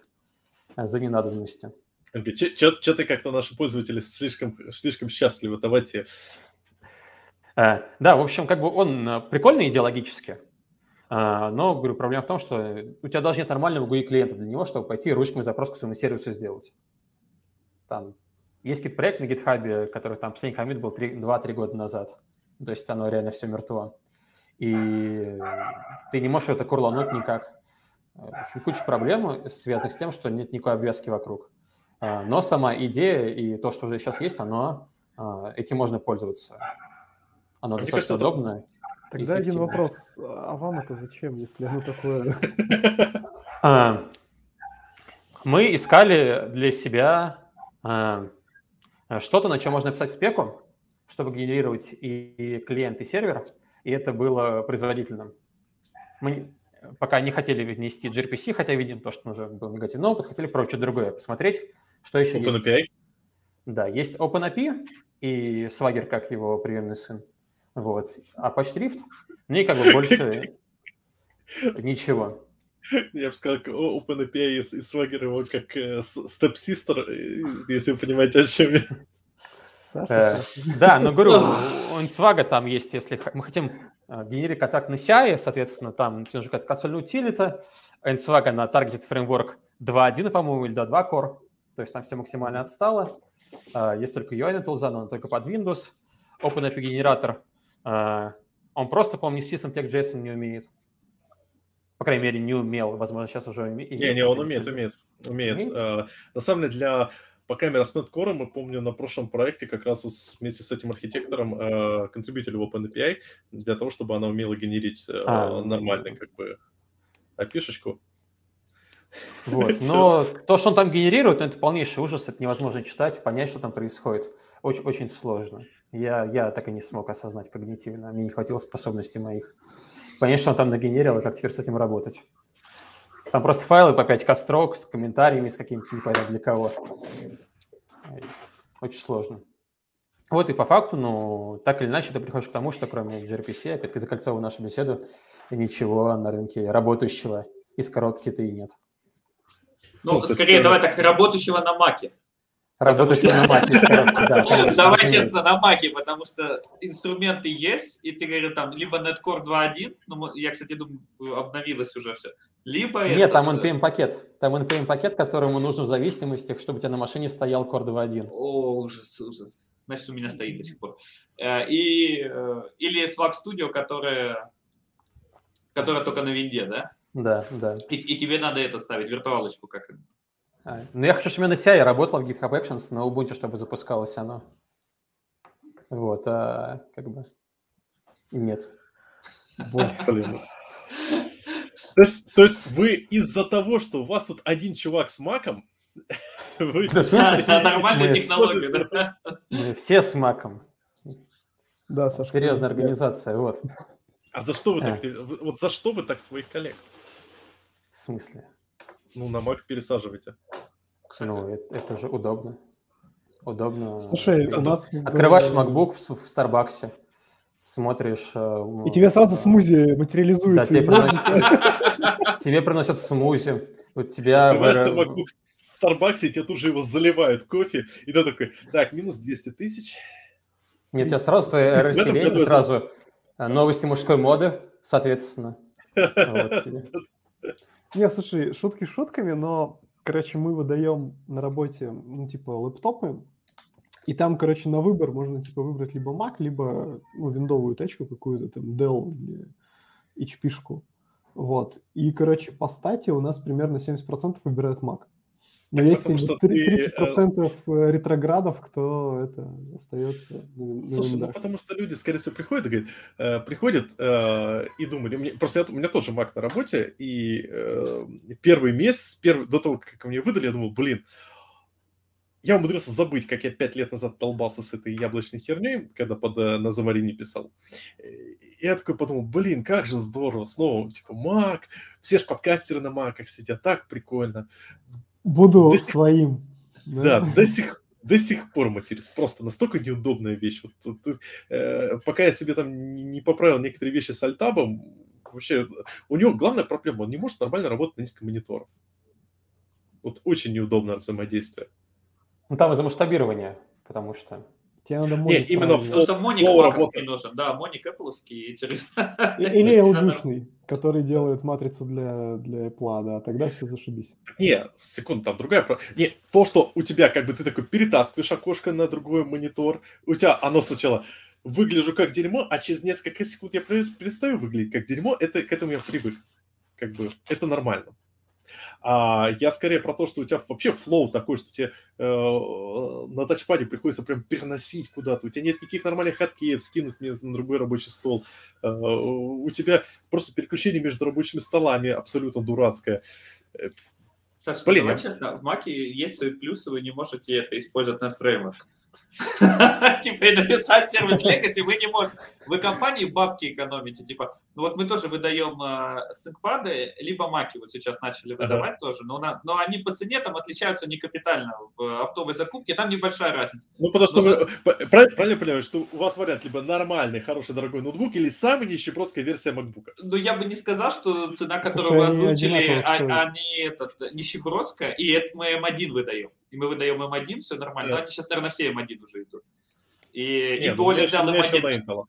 Speaker 4: э, за ненадобностью.
Speaker 1: что ты как-то наши пользователи слишком, слишком счастливы, давайте.
Speaker 4: Э, Да, в общем, как бы он э, прикольный идеологически, а, но, говорю, проблема в том, что у тебя даже нет нормального GUI-клиента для него, чтобы пойти ручками запрос к своему сервису сделать. Там есть какие-то проект на GitHub, который там последний коммит был три- 2-3 года назад. То есть оно реально все мертво. И ты не можешь это курлануть никак. В общем, куча проблем, связанных с тем, что нет никакой обвязки вокруг. А, Но сама идея и то, что уже сейчас есть, оно а, этим можно пользоваться. Оно
Speaker 1: А мне кажется,
Speaker 4: достаточно
Speaker 1: это-
Speaker 4: удобно.
Speaker 2: Тогда один
Speaker 4: Эффективно.
Speaker 2: вопрос. А вам это зачем, если оно такое?
Speaker 4: А, Мы искали для себя а, что-то, на чем можно писать спеку, чтобы генерировать и и клиент, и сервер, и это было производительным. Мы не- пока не хотели внести gRPC, хотя видим то, что уже был негативный опыт, хотели про что-то другое посмотреть, что еще есть.
Speaker 1: OpenAPI.
Speaker 4: Да, есть OpenAPI и Swagger как его приемный сын. Вот. А PatchDrift, ну и как бы больше ничего.
Speaker 1: Я бы сказал, как о- OpenAPI и Swagger его как э, с- степ-систер, э, если вы понимаете, о чем я.
Speaker 4: Э,
Speaker 2: Саша,
Speaker 4: Да, но говорю, у Инцвага там есть, если х- мы хотим э, генерить контакт на CI, соответственно, там тебе нужна какая-то консольная утилита, Инцвага на Targeted Framework 2.1, по-моему, или 2.2 Core, то есть там все максимально отстало. Э, Есть только UI тулза, но он только под Windows. OpenAPI генератор, э, он просто, по-моему, ни с чистым JSON не умеет. По крайней мере, не умел. Возможно, сейчас уже уме- и
Speaker 1: Не,
Speaker 4: есть
Speaker 1: не, он
Speaker 4: последний.
Speaker 1: умеет, умеет, умеет.
Speaker 4: Умеет?
Speaker 1: Э, На самом деле для по камере с Core мы помню на прошлом проекте как раз вот с- вместе с этим архитектором э, контрибьютили в OpenAPI для того, чтобы она умела генерить э,
Speaker 4: А.
Speaker 1: нормальный как бы опишечку.
Speaker 4: Вот. Но то, что он там генерирует, ну, это полнейший ужас, это невозможно читать, понять, что там происходит. Очень, очень сложно. Я, я так и не смог осознать когнитивно, мне не хватило способностей моих. Понять, что он там нагенерил, и как теперь с этим работать. Там просто файлы по 5 строк с комментариями, с каким-то непонятно для кого. Ай, Очень сложно. Вот и по факту, ну, так или иначе, ты приходишь к тому, что кроме gRPC, опять-таки закольцовываю нашу беседу, ничего на рынке работающего из коробки-то и нет.
Speaker 1: Ну,
Speaker 3: Ну,
Speaker 1: то есть,
Speaker 3: скорее,
Speaker 1: э,
Speaker 3: давай так, работающего на маке.
Speaker 4: Работающий на Маке из коробки,
Speaker 1: А
Speaker 4: да. конечно,
Speaker 3: Давай
Speaker 4: разумеется.
Speaker 3: честно, на маке, потому что инструменты есть, и ты говорил там либо Netcore 2.1, ну, мы- я, кстати, думаю, обновилось уже все, либо...
Speaker 4: Нет, там
Speaker 3: этот, э,
Speaker 4: NPM-пакет. Там NPM-пакет, которому нужно в зависимости, чтобы у тебя на машине стоял Core 2.1.
Speaker 3: О, ужас, ужас. Значит, у меня стоит до сих пор. Э, И, э, или Swag Studio, которая, которая только на винде, да?
Speaker 4: Да, да.
Speaker 3: И, и тебе надо это ставить, виртуалочку как.
Speaker 4: А, Но я хочу, чтобы у меня на CI работала в GitHub Actions на Ubuntu, чтобы запускалось оно. Вот, а как бы... и Нет.
Speaker 1: Блин. То есть, то есть вы из-за того, что у вас тут один чувак с маком, вы
Speaker 4: Да, в смысле?
Speaker 1: сидите и-
Speaker 3: Нормальная
Speaker 4: Мы-
Speaker 3: технология, да?
Speaker 4: Мы все с маком.
Speaker 2: Да, Саша.
Speaker 4: Серьезная
Speaker 2: да.
Speaker 4: организация, вот.
Speaker 1: А за что вы
Speaker 4: А.
Speaker 1: так? Вот за что вы так своих коллег?
Speaker 4: В смысле?
Speaker 1: Ну, на мак пересаживаете.
Speaker 4: Ну, это, это же удобно. Удобно.
Speaker 2: Слушай,
Speaker 4: Ты
Speaker 2: у нас... э,
Speaker 4: Открываешь
Speaker 2: да,
Speaker 4: MacBook в, в Старбаксе, смотришь... э,
Speaker 2: И тебе сразу
Speaker 4: э,
Speaker 2: смузи
Speaker 4: Да,
Speaker 2: материализуется.
Speaker 4: тебе
Speaker 2: из-
Speaker 4: приносят, тебе приносят смузи. У тебя... в
Speaker 1: Открываешь
Speaker 4: эр-
Speaker 1: ты MacBook в Старбаксе, и тебе тут же его заливают кофе, и ты такой, так, минус 200 тысяч.
Speaker 4: Нет, у тебя сразу твои расселение,
Speaker 1: готовится.
Speaker 4: сразу э, новости мужской моды, соответственно. Вот тебе.
Speaker 2: Не, слушай, шутки шутками, но, короче, мы выдаем на работе, ну, типа, лэптопы, и там, короче, на выбор можно, типа, выбрать либо Mac, либо, ну, виндовую тачку какую-то, там, Dell или HP-шку. Вот. И, короче, по стате у нас примерно 70% выбирают Mac. Но
Speaker 1: Так
Speaker 2: есть
Speaker 1: потому
Speaker 2: как бы
Speaker 1: что
Speaker 2: три-
Speaker 1: ты, э,
Speaker 2: 30% э, ретроградов, кто это остается на- на
Speaker 1: Слушай, ну
Speaker 2: виндах.
Speaker 1: потому что люди, скорее всего, приходят и говорят, э, приходят э, и думают, и мне- просто я- у меня тоже Mac на работе, и э, первый месяц, первый, до того, как мне выдали, я думал, блин, я умудрился забыть, как я пять лет назад долбался с этой яблочной херней, когда под, э, на Замарине писал. Э, И я такой подумал, блин, как же здорово, снова, типа, Mac, все же подкастеры на Маках сидят, так прикольно.
Speaker 2: Буду
Speaker 1: Ты-
Speaker 2: своим.
Speaker 1: Да, до сих до сих пор матерюсь. Просто настолько неудобная вещь. Вот, вот, вот, э, пока я себе там не, не поправил некоторые вещи с альтабом, вообще у него главная проблема, он не может нормально работать на низком мониторе. Вот очень неудобное взаимодействие.
Speaker 4: Ну, там из-за масштабирования, потому что...
Speaker 2: Тебе надо
Speaker 1: Не,
Speaker 2: модик
Speaker 1: именно
Speaker 2: правильно.
Speaker 3: Потому что моник
Speaker 1: Слово
Speaker 3: маковский нужен. Да, моник эппловский. и через-
Speaker 2: И- Или аудишный, который делает матрицу для, для Apple, а, да, тогда все зашибись.
Speaker 1: Не, секунду, там другая... про- Не, то, что у тебя как бы ты такой перетаскиваешь окошко на другой монитор, у тебя оно сначала выгляжу как дерьмо, а через несколько секунд я пре- перестаю выглядеть как дерьмо, это, к этому я привык. Как бы это нормально. А я скорее про то, что у тебя вообще флоу такой, что тебе э, на тачпаде приходится прям переносить куда-то. У тебя нет никаких нормальных хаткеев, скинуть мне на другой рабочий стол. Э, у тебя просто переключение между рабочими столами абсолютно дурацкое.
Speaker 3: Саша,
Speaker 1: Блин,
Speaker 3: давай
Speaker 1: я-
Speaker 3: честно, в Маке есть свои плюсы, вы не можете это использовать на фреймах. Типа, и написать сервис Legacy вы не можете. Вы компании бабки экономите. Типа, ну вот мы тоже выдаем э, синкпады, либо маки вот сейчас начали выдавать тоже, но, на- но они по цене там отличаются не капитально в э, оптовой закупке, там небольшая разница.
Speaker 1: Ну, потому что
Speaker 3: Ну,
Speaker 1: вы, п- правильно, правильно понимаю, что у вас вариант либо нормальный, хороший, дорогой ноутбук, или самая нищебродская версия MacBook.
Speaker 3: Но Ну, я бы не сказал, что цена, которую
Speaker 2: Слушай,
Speaker 3: вы
Speaker 2: они
Speaker 3: озвучили,
Speaker 2: одинаково
Speaker 3: а-
Speaker 2: стоят.
Speaker 3: они этот, нищебродская, и это мы М1 выдаем. И мы выдаем М1, все нормально.
Speaker 1: Да.
Speaker 3: Но они сейчас, наверное, все М1 уже идут. И,
Speaker 1: Не,
Speaker 3: и
Speaker 1: ну, у
Speaker 3: доля
Speaker 1: меня ещё- у
Speaker 3: взяла
Speaker 1: меня ещё
Speaker 3: М1.
Speaker 1: на Intel.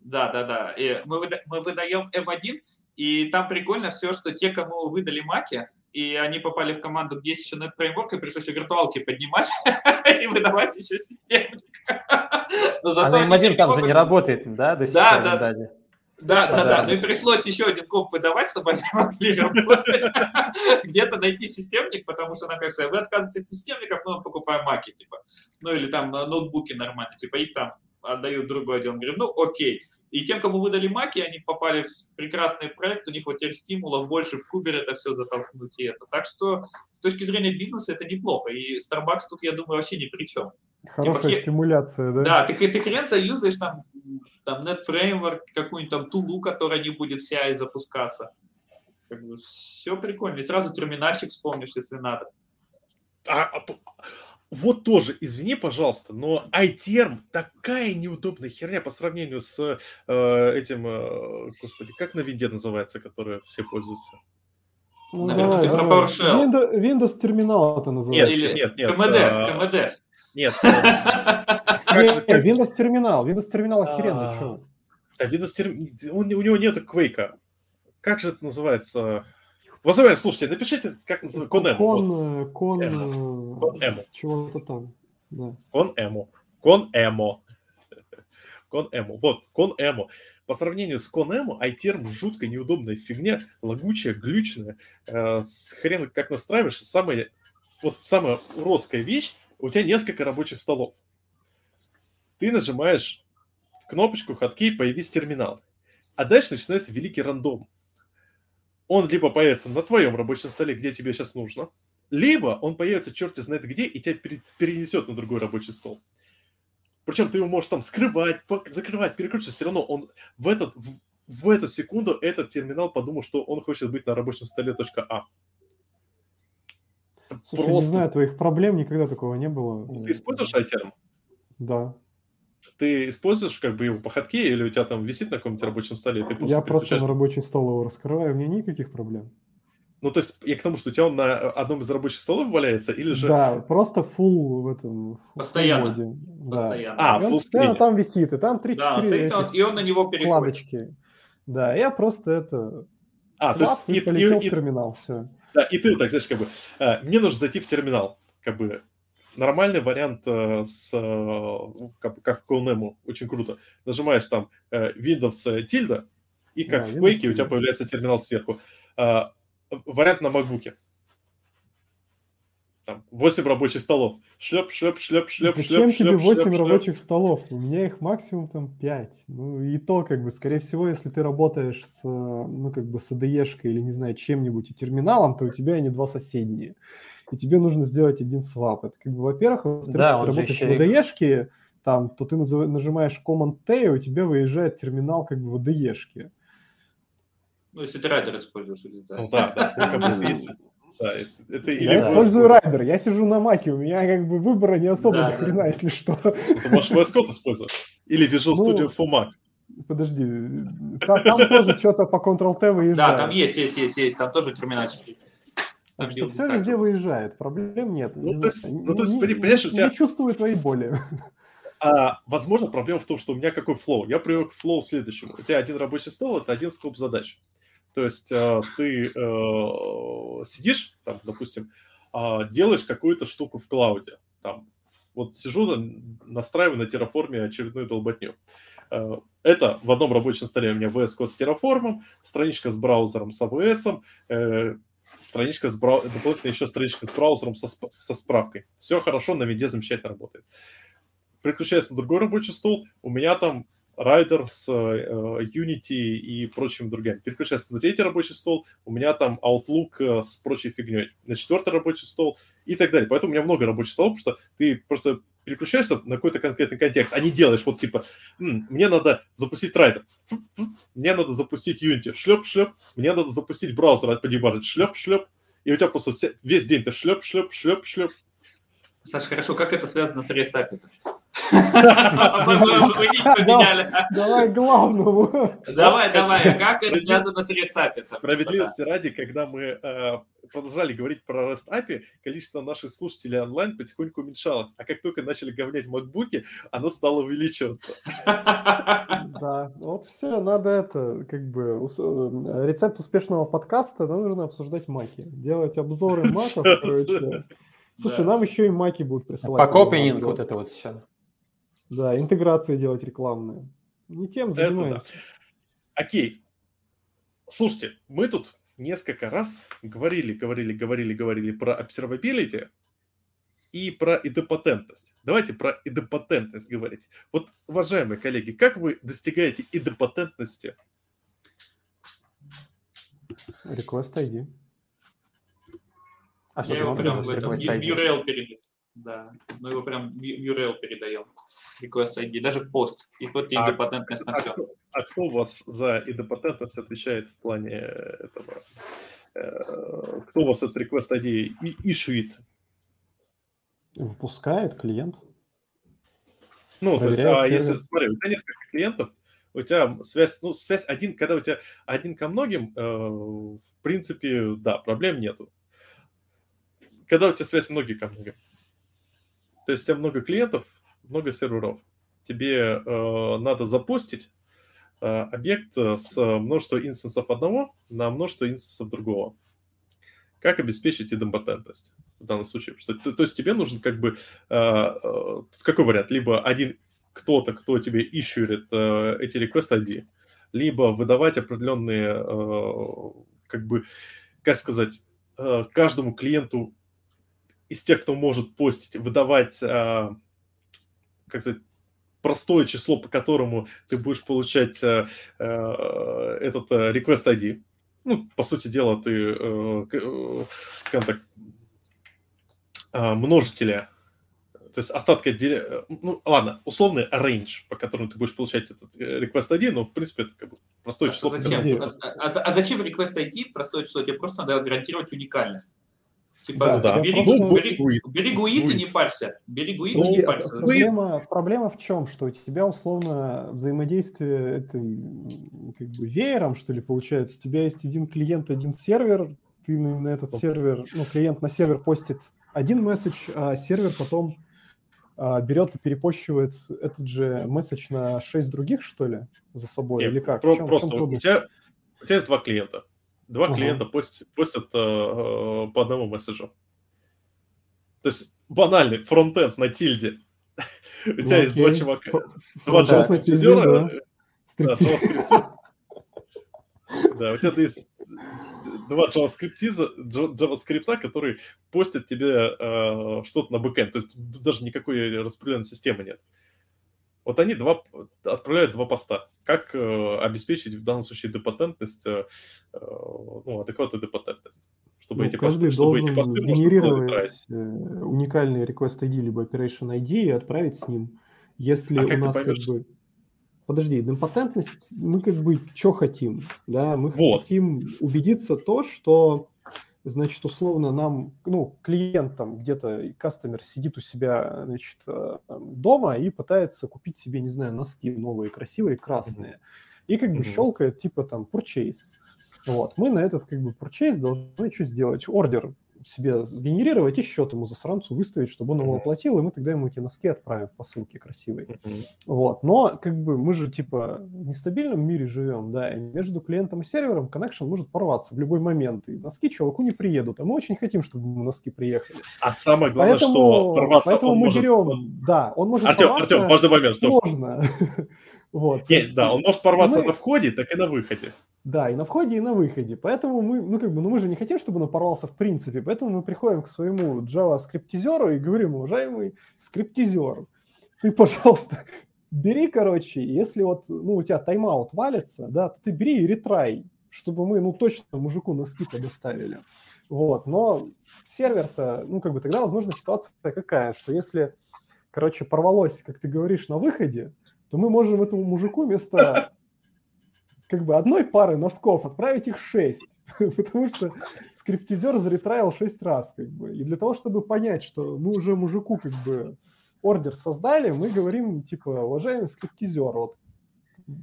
Speaker 3: Да, да, да. И мы, выда- мы выдаем М1, и там прикольно все, что те, кому выдали маки, и они попали в команду, где есть еще нет фреймворк, и пришлось еще виртуалки поднимать и выдавать еще систему. Но
Speaker 4: А
Speaker 3: зато
Speaker 4: на
Speaker 3: они
Speaker 4: М1 там же не
Speaker 3: прикольно-
Speaker 4: работает, да, до сих
Speaker 3: Ну, Да,
Speaker 4: пор
Speaker 3: да,
Speaker 4: в Даде?
Speaker 3: Да, да,
Speaker 4: Да.
Speaker 3: да. Ну и пришлось еще один комп выдавать, чтобы они могли работать. Где-то найти системник, потому что нам как сказать, вы отказываетесь от системников, но мы покупаем маки, типа. Ну или там э, ноутбуки нормально, типа их там отдают другой отдел. Мы Говорим, ну окей. И тем, кому выдали маки, они попали в с- прекрасный проект, у них вот теперь стимулов больше в Кубер это все затолкнуть и это. Так что с точки зрения бизнеса это неплохо. И Starbucks тут, я думаю, вообще ни при чем.
Speaker 1: Типа,
Speaker 2: Хорошая
Speaker 3: хе-
Speaker 2: стимуляция, да?
Speaker 3: Да, ты, хе- ты хрен заюзаешь там, м, там NetFramework, какую-нибудь там тулу, которая не будет вся и запускаться. все прикольно. И сразу терминальчик вспомнишь, если надо.
Speaker 1: А, а п- вот тоже, извини, пожалуйста, но iTerm такая неудобная херня по сравнению с э, этим, э, господи, как на винде называется, которая все пользуются?
Speaker 2: Ну,
Speaker 3: Наверное,
Speaker 2: давай,
Speaker 3: ты про
Speaker 2: давай.
Speaker 3: PowerShell.
Speaker 2: Windows, Windows терминал это
Speaker 1: Нет,
Speaker 2: называется.
Speaker 3: Или
Speaker 1: нет, нет.
Speaker 3: КМД,
Speaker 1: э,
Speaker 3: КМД.
Speaker 1: Нет. э, как же-
Speaker 2: Не, не, Windows терминал, Windows терминал охеренный,
Speaker 1: А.
Speaker 2: чё
Speaker 1: Да, Windows терм- он- у него нету квейка. Как же это называется? Возможно, слушайте, напишите, как
Speaker 2: вы.
Speaker 1: называется. Конэму. вот.
Speaker 2: Кон, э, кон,
Speaker 1: Эмо.
Speaker 2: э,
Speaker 1: Кон Эмо.
Speaker 2: чего-то там. Да.
Speaker 1: Кон Эмо. Кон Эмо. Кон Эмо. Вот, Кон Эмо. По сравнению с Кон Эмо, iTerm жутко неудобная фигня, лагучая, глючная. э, с хрен как настраиваешь. Самая, вот самая уродская вещь, у тебя несколько рабочих столов. Ты нажимаешь кнопочку хоткей «Появись терминал». А дальше начинается великий рандом. Он либо появится на твоем рабочем столе, где тебе сейчас нужно, либо он появится черти знает где и тебя пере- перенесет на другой рабочий стол. Причем ты его можешь там скрывать, пок- закрывать, перекручивать, все равно он в, этот, в, в эту секунду этот терминал подумал, что он хочет быть на рабочем столе точка А. Просто.
Speaker 2: Слушай,
Speaker 1: Ну,
Speaker 2: не знаю твоих проблем, никогда такого не было.
Speaker 1: Ты используешь iTerm?
Speaker 2: Да.
Speaker 1: Ты используешь как бы его по хатке или у тебя там висит на каком-нибудь рабочем столе? и ты
Speaker 2: Я просто
Speaker 1: переключаешь?
Speaker 2: на рабочий стол его раскрываю, у меня никаких проблем.
Speaker 1: Ну, то есть я к тому, что у тебя он на э, одном из рабочих столов валяется или же...
Speaker 2: Да, просто full в этом... в full
Speaker 3: Постоянно.
Speaker 2: моде. Да.
Speaker 3: Постоянно.
Speaker 1: А,
Speaker 2: И он
Speaker 1: full
Speaker 2: постоянно
Speaker 1: screen.
Speaker 2: там висит, и там 3-4
Speaker 3: да, и он- и он на него переходит.
Speaker 2: вкладочки. Да, я просто это...
Speaker 1: А, то есть
Speaker 2: свап
Speaker 1: и-
Speaker 2: и
Speaker 1: и-
Speaker 2: полетел
Speaker 1: и-
Speaker 2: в терминал, все.
Speaker 1: Да, и ты вот так, знаешь, как бы, э, мне нужно зайти в терминал, как бы, нормальный вариант э, с, э, ну, как, как Колнему, очень круто. Нажимаешь там э, Windows э, тильда, и как
Speaker 2: Да,
Speaker 1: в
Speaker 2: Windows
Speaker 1: Quake у тебя
Speaker 2: тильда.
Speaker 1: появляется терминал сверху. А, вариант на MacBook. Там 8 рабочих столов. Шлеп, шлеп, шлеп, шлеп,
Speaker 2: Зачем
Speaker 1: шлеп,
Speaker 2: тебе
Speaker 1: шлеп,
Speaker 2: 8
Speaker 1: шлеп, шлеп.
Speaker 2: рабочих столов? У меня их максимум там 5. Ну и то, как бы, скорее всего, если ты работаешь с, э, ну, как бы, с АДЕшкой или, не знаю, чем-нибудь и терминалом, то у тебя они два соседние. И тебе нужно сделать один свап. Это, как бы, во-первых, во-вторых,
Speaker 4: Да,
Speaker 2: если
Speaker 4: он
Speaker 2: ты
Speaker 4: же
Speaker 2: работаешь
Speaker 4: еще
Speaker 2: в АДЕшке, там, то ты назыв- нажимаешь Command-T, и у тебя выезжает терминал, как бы, в АДЕшке.
Speaker 3: Ну, если ты райдер используешь. или да.
Speaker 1: Ну да, да, ну, как бы, если- Да, это, это или
Speaker 2: я
Speaker 1: вы-
Speaker 2: использую райдер, я сижу на маке, у меня как бы выбора не особо
Speaker 3: Да,
Speaker 2: ни
Speaker 3: да,
Speaker 2: хрена,
Speaker 3: да.
Speaker 2: если что.
Speaker 1: Ты можешь VS Code использовать. Или Visual
Speaker 2: Ну,
Speaker 1: Studio for Mac.
Speaker 2: Подожди, та- там, тоже что-то по Ctrl-T выезжает.
Speaker 3: Да, там есть, есть, есть, есть, там тоже терминальчик. Там билд
Speaker 2: все
Speaker 3: так
Speaker 2: везде
Speaker 3: же.
Speaker 2: выезжает, проблем нет.
Speaker 1: Ну,
Speaker 2: Не
Speaker 1: то
Speaker 2: знаю,
Speaker 1: есть- ну, то есть,
Speaker 2: не-
Speaker 1: понимаешь, у
Speaker 2: не
Speaker 1: тебя-
Speaker 2: чувствую твои боли.
Speaker 1: А, возможно, проблема в том, что у меня какой флоу. Я привык к флоу следующему. У тебя один рабочий стол, это один скоп задач. То есть э, ты э, сидишь, там, допустим, а, делаешь какую-то штуку в клауде. Там, вот сижу, на- настраиваю на терраформе очередную долботню. Э, это в одном рабочем столе у меня VS Code с терраформом, страничка с браузером с AWS, э, страничка с брау- дополнительно еще страничка с браузером со, сп- со справкой. Все хорошо, на виде замечательно работает переключаюсь на другой рабочий стол, у меня там Райдер с э, Unity и прочими другими. Переключаюсь на третий рабочий стол, у меня там Outlook э, с прочей фигней. На четвертый рабочий стол и так далее. Поэтому у меня много рабочих столов, потому что ты просто переключаешься на какой-то конкретный контекст, а не делаешь вот типа, «М, мне надо запустить райдер, Фу, фу, мне надо запустить Unity, шлеп-шлеп, мне надо запустить браузер, подебажить, шлеп-шлеп, и у тебя просто вся- весь день ты шлеп-шлеп-шлеп-шлеп,
Speaker 3: Саша, хорошо, как это связано с рестаписом? Мы мы- мы нить поменяли.
Speaker 2: Давай к главному.
Speaker 3: Давай, давай, как это связано с рестаписом?
Speaker 1: Справедливости ради, когда мы э, продолжали говорить про REST API, количество наших слушателей онлайн потихоньку уменьшалось. А как только начали говнять макбуки, оно стало увеличиваться.
Speaker 2: Да, вот все, надо это, как бы, ус- э, рецепт успешного подкаста, нам нужно обсуждать маки, делать обзоры маков, короче. Слушай, нам еще и маки будут присылать.
Speaker 4: По
Speaker 2: там на
Speaker 4: копининг
Speaker 2: обзор.
Speaker 4: вот это вот все.
Speaker 2: Да, интеграции делать рекламные. Не тем
Speaker 1: Это да.
Speaker 2: занимаемся.
Speaker 1: Окей. Слушайте, мы тут несколько раз говорили, говорили, говорили, говорили про обсервабилити и про идопатентность. Давайте про идопатентность говорить. Вот, уважаемые коллеги, как вы достигаете идопатентности?
Speaker 2: Request ID.
Speaker 4: А что
Speaker 3: Я
Speaker 4: ты
Speaker 3: его
Speaker 4: смотришь
Speaker 3: прям
Speaker 4: с
Speaker 3: в этом,
Speaker 4: request
Speaker 3: в
Speaker 4: ID?
Speaker 3: URL передаю. Да, мы его прям в URL передаем. Request ID, даже в пост. И вот тебе
Speaker 1: А-
Speaker 3: патентность на
Speaker 1: А
Speaker 3: все.
Speaker 1: кто, а кто у вас за идопатентность отвечает в плане этого? э, Кто у вас из request ID и ишуит?
Speaker 2: Выпускает клиент.
Speaker 1: Ну, то есть,
Speaker 2: Проверяет
Speaker 1: а если,
Speaker 2: сервер.
Speaker 1: смотри, у тебя несколько клиентов, у тебя связь, ну, связь один, когда у тебя один ко многим, э, в принципе, да, проблем нету. Когда у тебя связь многие ко многим. То есть у тебя много клиентов, много серверов. Тебе э, надо запустить э, объект э, с множества инстансов одного на множество инстансов другого. Как обеспечить идомпатентность в данном случае? Потому что- то, то есть тебе нужен как бы а, э, тут какой вариант? Либо один кто-то, кто тебе ищурит э, эти request ID, либо выдавать определенные, э, как бы, как сказать, э, каждому клиенту из тех, кто может постить, выдавать, э, как сказать, простое число, по которому ты будешь получать э, э, этот э, request ID. Ну, по сути дела, ты э, к- э, скажем так, э, множителя то есть остатка, отделя- э, ну ладно, условный range, по которому ты будешь получать этот э, request ID, но в принципе это как бы простое число.
Speaker 3: А
Speaker 1: которое-
Speaker 3: зачем? А, а- а зачем request ID? Простое число. Тебе просто надо гарантировать уникальность.
Speaker 2: Да,
Speaker 3: Типа,
Speaker 1: Ну да.
Speaker 3: бери,
Speaker 2: Ну,
Speaker 3: бери-
Speaker 1: будет.
Speaker 3: бери GUID и не
Speaker 1: Будет.
Speaker 3: парься. Бери GUID
Speaker 1: Ну,
Speaker 3: и не
Speaker 2: И
Speaker 3: парься.
Speaker 2: проблема, проблема в чем? Что у тебя условно взаимодействие этой м, как бы веером, что ли, получается. У тебя есть один клиент, один сервер, ты на, на этот сервер, ну, клиент на сервер постит один месседж, а сервер потом а, берет и перепощивает этот же месседж на шесть других, что ли, за собой,
Speaker 1: Нет,
Speaker 2: или как? В
Speaker 1: про-
Speaker 2: чем- в чем
Speaker 1: просто у
Speaker 2: трудность?
Speaker 1: тебя, у тебя есть два клиента. Два
Speaker 2: Ага.
Speaker 1: клиента постят, постят, э, э, по одному месседжу. То есть банальный фронтенд на тильде. У тебя
Speaker 2: Ну,
Speaker 1: есть два
Speaker 2: окей.
Speaker 1: чувака.
Speaker 2: Ф-
Speaker 1: Два
Speaker 2: фронтенд
Speaker 1: JavaScript
Speaker 2: на тильде,
Speaker 1: юзера,
Speaker 2: да.
Speaker 1: э, Да,
Speaker 2: Стриптиз.
Speaker 1: JavaScript. Да, у тебя есть два JavaScript-иза- джа- JavaScript, которые постят тебе э, что-то на бэкэнд. То есть тут даже никакой распределенной системы нет. Вот они два, отправляют два поста. Как э, обеспечить в данном случае депатентность, э, э, ну, адекватную депатентность? Чтобы
Speaker 2: Ну,
Speaker 1: эти
Speaker 2: каждый
Speaker 1: посты, чтобы эти
Speaker 2: должен
Speaker 1: посты можно было отправить.
Speaker 2: сгенерировать э, уникальный request ID либо operation ID и отправить с ним. Если
Speaker 1: А как
Speaker 2: у
Speaker 1: ты
Speaker 2: нас как
Speaker 1: поймешь, что-
Speaker 2: бы... Подожди, импотентность, мы как бы что хотим, да, мы
Speaker 1: Вот.
Speaker 2: хотим убедиться то, что Значит, условно нам, ну, клиент там где-то, кастомер сидит у себя, значит, э, дома и пытается купить себе, не знаю, носки новые, красивые, красные. Mm-hmm. И как бы mm-hmm. щелкает, типа там, purchase. Вот. Мы на этот как бы purchase должны что сделать? Ордер себе сгенерировать и счет ему засранцу выставить, чтобы он его оплатил, и мы тогда ему эти носки отправим в посылке красивые. Mm-hmm. Вот. Но как бы мы же типа в нестабильном мире живем, да, и между клиентом и сервером коннекшн может порваться в любой момент, и носки чуваку не приедут, а мы очень хотим, чтобы ему носки приехали.
Speaker 1: А самое главное, поэтому, что порваться
Speaker 2: Поэтому
Speaker 1: он
Speaker 2: мы
Speaker 1: может...
Speaker 2: берем, да, он может
Speaker 1: Артем,
Speaker 2: порваться.
Speaker 1: Артем, важный момент, что...
Speaker 2: Сложно. вот.
Speaker 1: Есть, да, он может порваться мы... на входе, так и на выходе.
Speaker 2: Да, и на входе, и на выходе. Поэтому мы, ну как бы, ну мы же не хотим, чтобы он порвался в принципе. Поэтому мы приходим к своему Java скриптизеру и говорим, уважаемый скриптизер, ты, пожалуйста, бери, короче, если вот, ну, у тебя тайм-аут валится, да, то ты бери и ретрай, чтобы мы, ну, точно мужику носки доставили. Вот, но сервер-то, ну, как бы тогда, возможно, ситуация какая, что если, короче, порвалось, как ты говоришь, на выходе, то мы можем этому мужику вместо как бы одной пары носков отправить их шесть, потому что скриптизер заретраил шесть раз, как бы. И для того, чтобы понять, что мы уже мужику как бы ордер создали, мы говорим, типа, уважаемый скриптизер, вот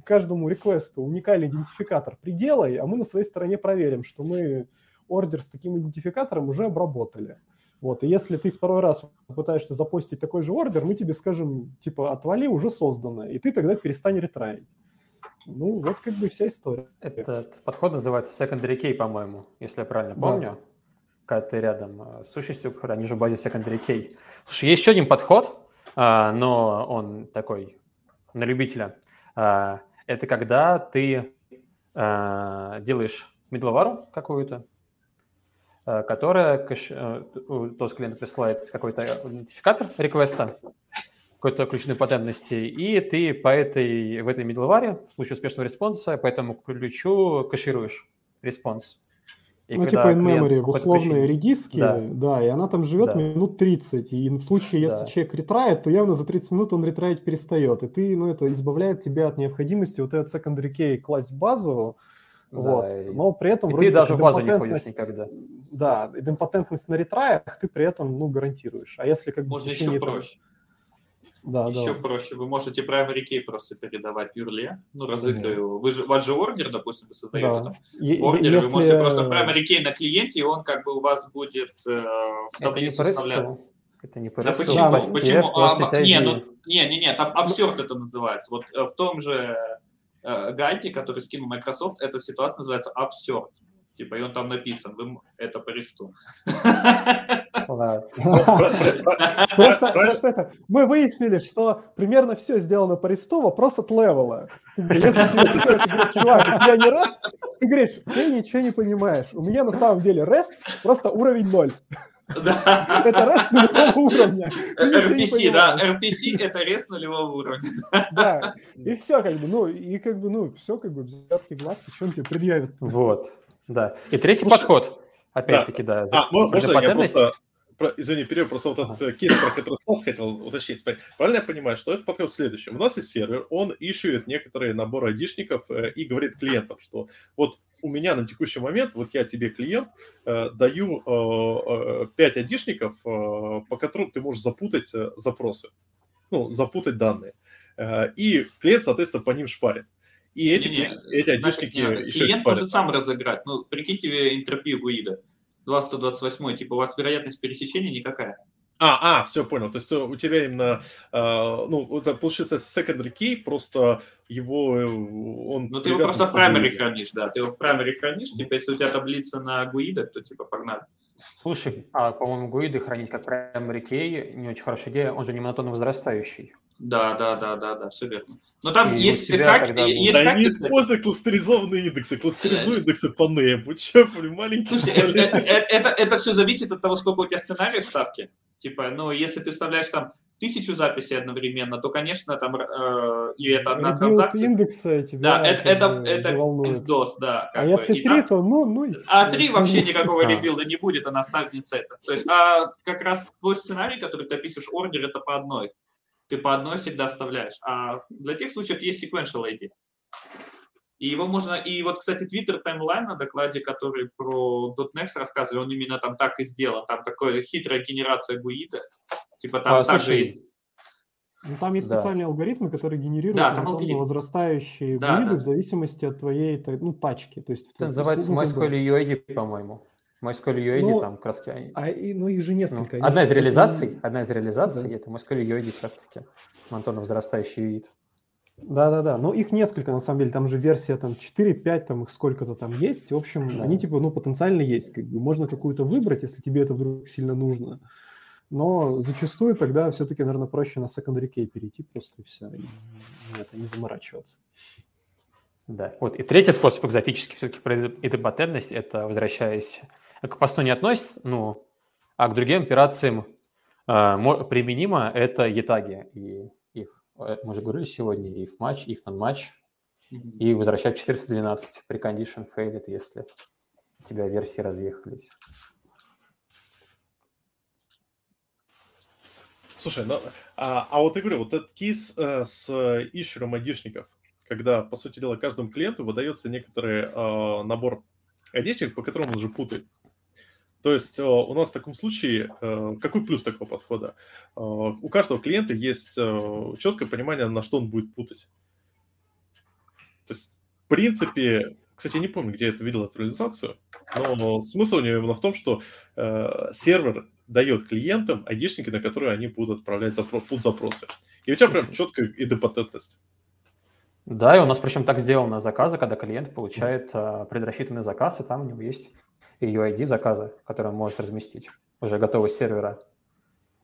Speaker 2: каждому реквесту уникальный идентификатор приделай, а мы на своей стороне проверим, что мы ордер с таким идентификатором уже обработали. Вот, и если ты второй раз пытаешься запостить такой же ордер, мы тебе скажем, типа, отвали, уже создано, и ты тогда перестань ретраить. Ну, вот как бы вся история.
Speaker 4: Этот подход называется secondary key, по-моему, если я правильно помню. Да. Когда ты рядом э, с сущностью хранишь в базе secondary key. Слушай, есть еще один подход, а, но он такой на любителя. А, Это когда ты э, делаешь медловару какую-то, э, которая кэш... э, тоже клиент присылает какой-то идентификатор реквеста, какой-то ключевой патентности, и ты по этой, в этой middleware, в случае успешного респонса, по этому ключу кэшируешь респонс.
Speaker 2: И ну, типа in-memory, в условные редиски, да. да, и она там живет да. минут 30, и в случае, если да. человек ретрает, то явно за 30 минут он ретраить перестает, и ты, ну, это избавляет тебя от необходимости вот этот secondary key класть в базу, да, вот. И... Но при этом...
Speaker 4: И ты даже в базу не ходишь никогда.
Speaker 2: Да, идемпотентность на ретраях ты при этом, ну, гарантируешь. А если как бы...
Speaker 3: Можно еще проще.
Speaker 2: Да,
Speaker 3: Еще
Speaker 2: да.
Speaker 3: проще, вы можете primary key просто передавать юрле, ну, разыгрывая mm-hmm. его. Вы же, у вас же ордер, допустим, вы создаете да. там е- ордер, если... вы можете просто
Speaker 2: э,
Speaker 3: primary key на клиенте, и он как бы у вас будет э, в таблицу
Speaker 4: это не
Speaker 3: вставлять.
Speaker 4: Это не
Speaker 3: да почему?
Speaker 4: ну,
Speaker 3: Да, почему? Посте, а, а, не, ну, не, не, не, там абсурд это называется. Вот в том же э, гайде, который скинул Microsoft, эта ситуация называется абсурд. Типа, и он там написан, вы это по ресту.
Speaker 2: Просто, просто это, мы выяснили, что примерно все сделано по ресту, вопрос от левела. Если тебе говорит, чувак, я не раз, ты говоришь, ты ничего не понимаешь. У меня на самом деле рест просто уровень ноль.
Speaker 3: Да.
Speaker 2: Это рест нулевого уровня.
Speaker 3: RPC, да. RPC – это рест нулевого уровня.
Speaker 2: Да. И все как бы, ну, и как бы, ну, все как бы, взятки гладки, что он тебе предъявит.
Speaker 4: Вот, да. И третий подход. Опять-таки, да.
Speaker 1: да. А, можно я просто... Про, извини, перерыв, просто вот этот а. кейс, про который Стас хотел уточнить. Правильно я понимаю, что этот подход в следующем. У нас есть сервер, он ищет некоторые наборы айдишников э, и говорит клиентам, что вот у меня на текущий момент, вот я тебе клиент, э, даю э, 5 айдишников, э, по которым ты можешь запутать э, запросы, ну, запутать данные. Э, и клиент, соответственно, по ним шпарит. И эти, не, не, эти одежники еще
Speaker 3: Клиент может сам разыграть. Ну, прикиньте интервью Гуида. 228 типа у вас вероятность пересечения никакая.
Speaker 1: А, а, все понял. То есть у тебя именно, э, ну, это получается secondary key, просто его, э, он...
Speaker 3: Ну, ты его просто в primary хранишь, да, ты его в primary хранишь, типа, если у тебя таблица на гуидах, то типа погнали.
Speaker 4: Слушай, а, по-моему, гуиды хранить как primary key не очень хорошая идея, он же не монотонно возрастающий.
Speaker 3: Да, да, да, да, да, все верно. Но там и есть хак, тогда... есть
Speaker 1: да
Speaker 3: хак,
Speaker 1: не используй кластеризованные индексы, кластеризуй индексы по небу, че, блин, маленькие.
Speaker 3: Слушай, это, э, это, это все зависит от того, сколько у тебя сценариев ставки. Типа, ну, если ты вставляешь там тысячу записей одновременно, то, конечно, там э, и это одна
Speaker 2: Ребилд
Speaker 3: транзакция.
Speaker 2: индекса тебя
Speaker 3: да, это, это, это волнует. пиздос, да.
Speaker 2: А бы. если три, то ну, ну...
Speaker 4: Э,
Speaker 3: А три вообще никакого ребилда не будет, она ставит не сета. То есть, а как раз твой сценарий, который ты пишешь ордер, это по одной ты по одной всегда вставляешь. А для тех случаев есть sequential ID. И его можно... И вот, кстати, Twitter таймлайн на докладе, который про .next рассказывали, он именно там так и сделал. Там такая хитрая генерация гуида. Типа там
Speaker 4: А,
Speaker 3: также
Speaker 4: слушай,
Speaker 3: есть.
Speaker 2: Ну, там есть
Speaker 4: Да.
Speaker 2: специальные алгоритмы, которые генерируют
Speaker 3: Да, там
Speaker 2: рандомно
Speaker 3: алгоритм.
Speaker 2: возрастающие
Speaker 3: Да,
Speaker 2: гуиды
Speaker 3: да.
Speaker 2: в зависимости от твоей та- ну, тачки. То есть, в
Speaker 4: Это
Speaker 2: твоем
Speaker 4: называется
Speaker 2: случае, ну, как
Speaker 4: MySQL
Speaker 2: бы-
Speaker 4: UID, по-моему. MySQL UID,
Speaker 2: Ну,
Speaker 4: там как раз таки они-
Speaker 2: А, и, ну, их же
Speaker 4: ну,
Speaker 2: несколько. они
Speaker 4: одна из
Speaker 2: же-
Speaker 4: реализаций, одна из реализаций,
Speaker 2: Ну, Да.
Speaker 4: это MySQL UID как раз таки. Антонов возрастающий UID.
Speaker 2: Да-да-да, но их несколько, на самом деле, там же версия там 4-5, там их сколько-то там есть, в общем,
Speaker 4: Да.
Speaker 2: они типа, ну, потенциально есть, как бы, можно какую-то выбрать, если тебе это вдруг сильно нужно, но зачастую тогда все-таки, наверное, проще на secondary key перейти просто и все, и не это, не заморачиваться.
Speaker 4: Да. Вот. И третий способ экзотический все-таки про идопатентность, это возвращаясь к посту не относится, ну, а к другим операциям э, мо- применимо это ятаги. И if, э, мы же говорили сегодня, if match, if non-match,
Speaker 3: Мгм.
Speaker 4: и возвращать 412 при condition failed, если у тебя версии разъехались.
Speaker 1: Слушай, ну, а, а вот я говорю, вот этот кейс э, с э, ищером айдишников, когда, по сути дела, каждому клиенту выдается некоторый э, набор айдишек, по которому он же путает. То есть э, у нас в таком случае, э, какой плюс такого подхода? Э, у каждого клиента есть э, четкое понимание, на что он будет путать. То есть, в принципе, кстати, я не помню, где я это видел, эту реализацию, но смысл у нее именно в том, что э, сервер дает клиентам айдишники, на которые они будут отправлять запро- пут запросы. И у тебя прям четкая идопатентность.
Speaker 4: Да, и у нас причем так сделано заказы, когда клиент получает э, предрасчитанный заказ, и там у него есть UID заказа, который он может разместить уже готового сервера.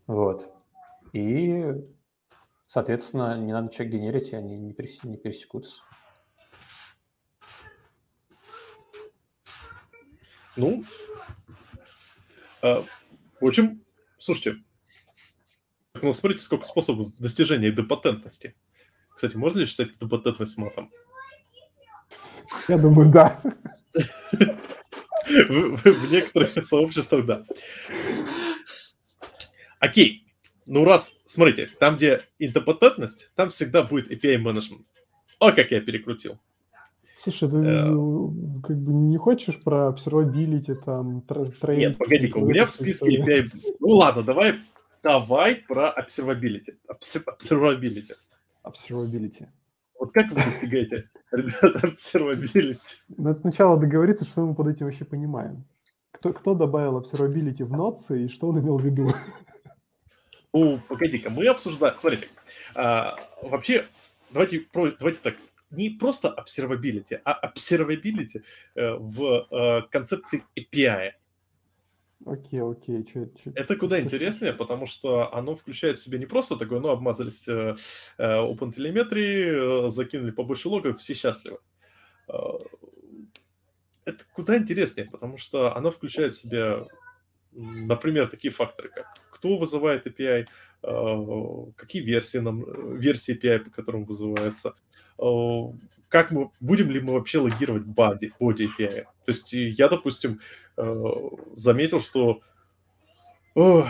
Speaker 4: Вот. И, соответственно, не надо ничего генерить, и они не, перес- не пересекутся.
Speaker 1: Ну, э, в общем, слушайте, ну, смотрите, сколько способов достижения идопатентности. Кстати, можно ли считать идопатентность матом?
Speaker 2: Я думаю, да.
Speaker 1: В, в- в некоторых сообществах, да. Окей. Ну, раз, смотрите, там, где идопатентность, там всегда будет API-менеджмент. О, как я перекрутил.
Speaker 2: Слушай, ты
Speaker 1: Э.
Speaker 2: ну, как бы не хочешь про обсервабилити, там, трейд?
Speaker 1: Нет, погоди-ка, у меня в списке API... Ну ладно, давай, давай про обсервабилити. Обсе- Обсервабилити.
Speaker 2: Обсервабилити.
Speaker 1: Вот как вы достигаете, ребята, обсервабилити?
Speaker 2: Надо сначала договориться, что мы под этим вообще понимаем. Кто, кто добавил observability в ноцы и что он имел в виду?
Speaker 1: Ну, погоди-ка, мы обсуждаем... Смотрите, а, вообще, давайте, про- давайте так. Не просто обсервабилити, а обсервабилити э, в э, концепции API.
Speaker 2: Окей, окей, чё- чё-
Speaker 1: Это куда интереснее, потому что оно включает в себя не просто такое, ну, обмазались э, э, OpenTelemetry, э, закинули побольше логов, все счастливы. Э, Это куда интереснее, потому что оно включает в себя, м, например, такие факторы, как кто вызывает API, э, какие версии, нам, э, версии API, по которым вызывается, э, как мы, будем ли мы вообще логировать body, body API. То есть э, я, допустим, э, заметил, что Ох.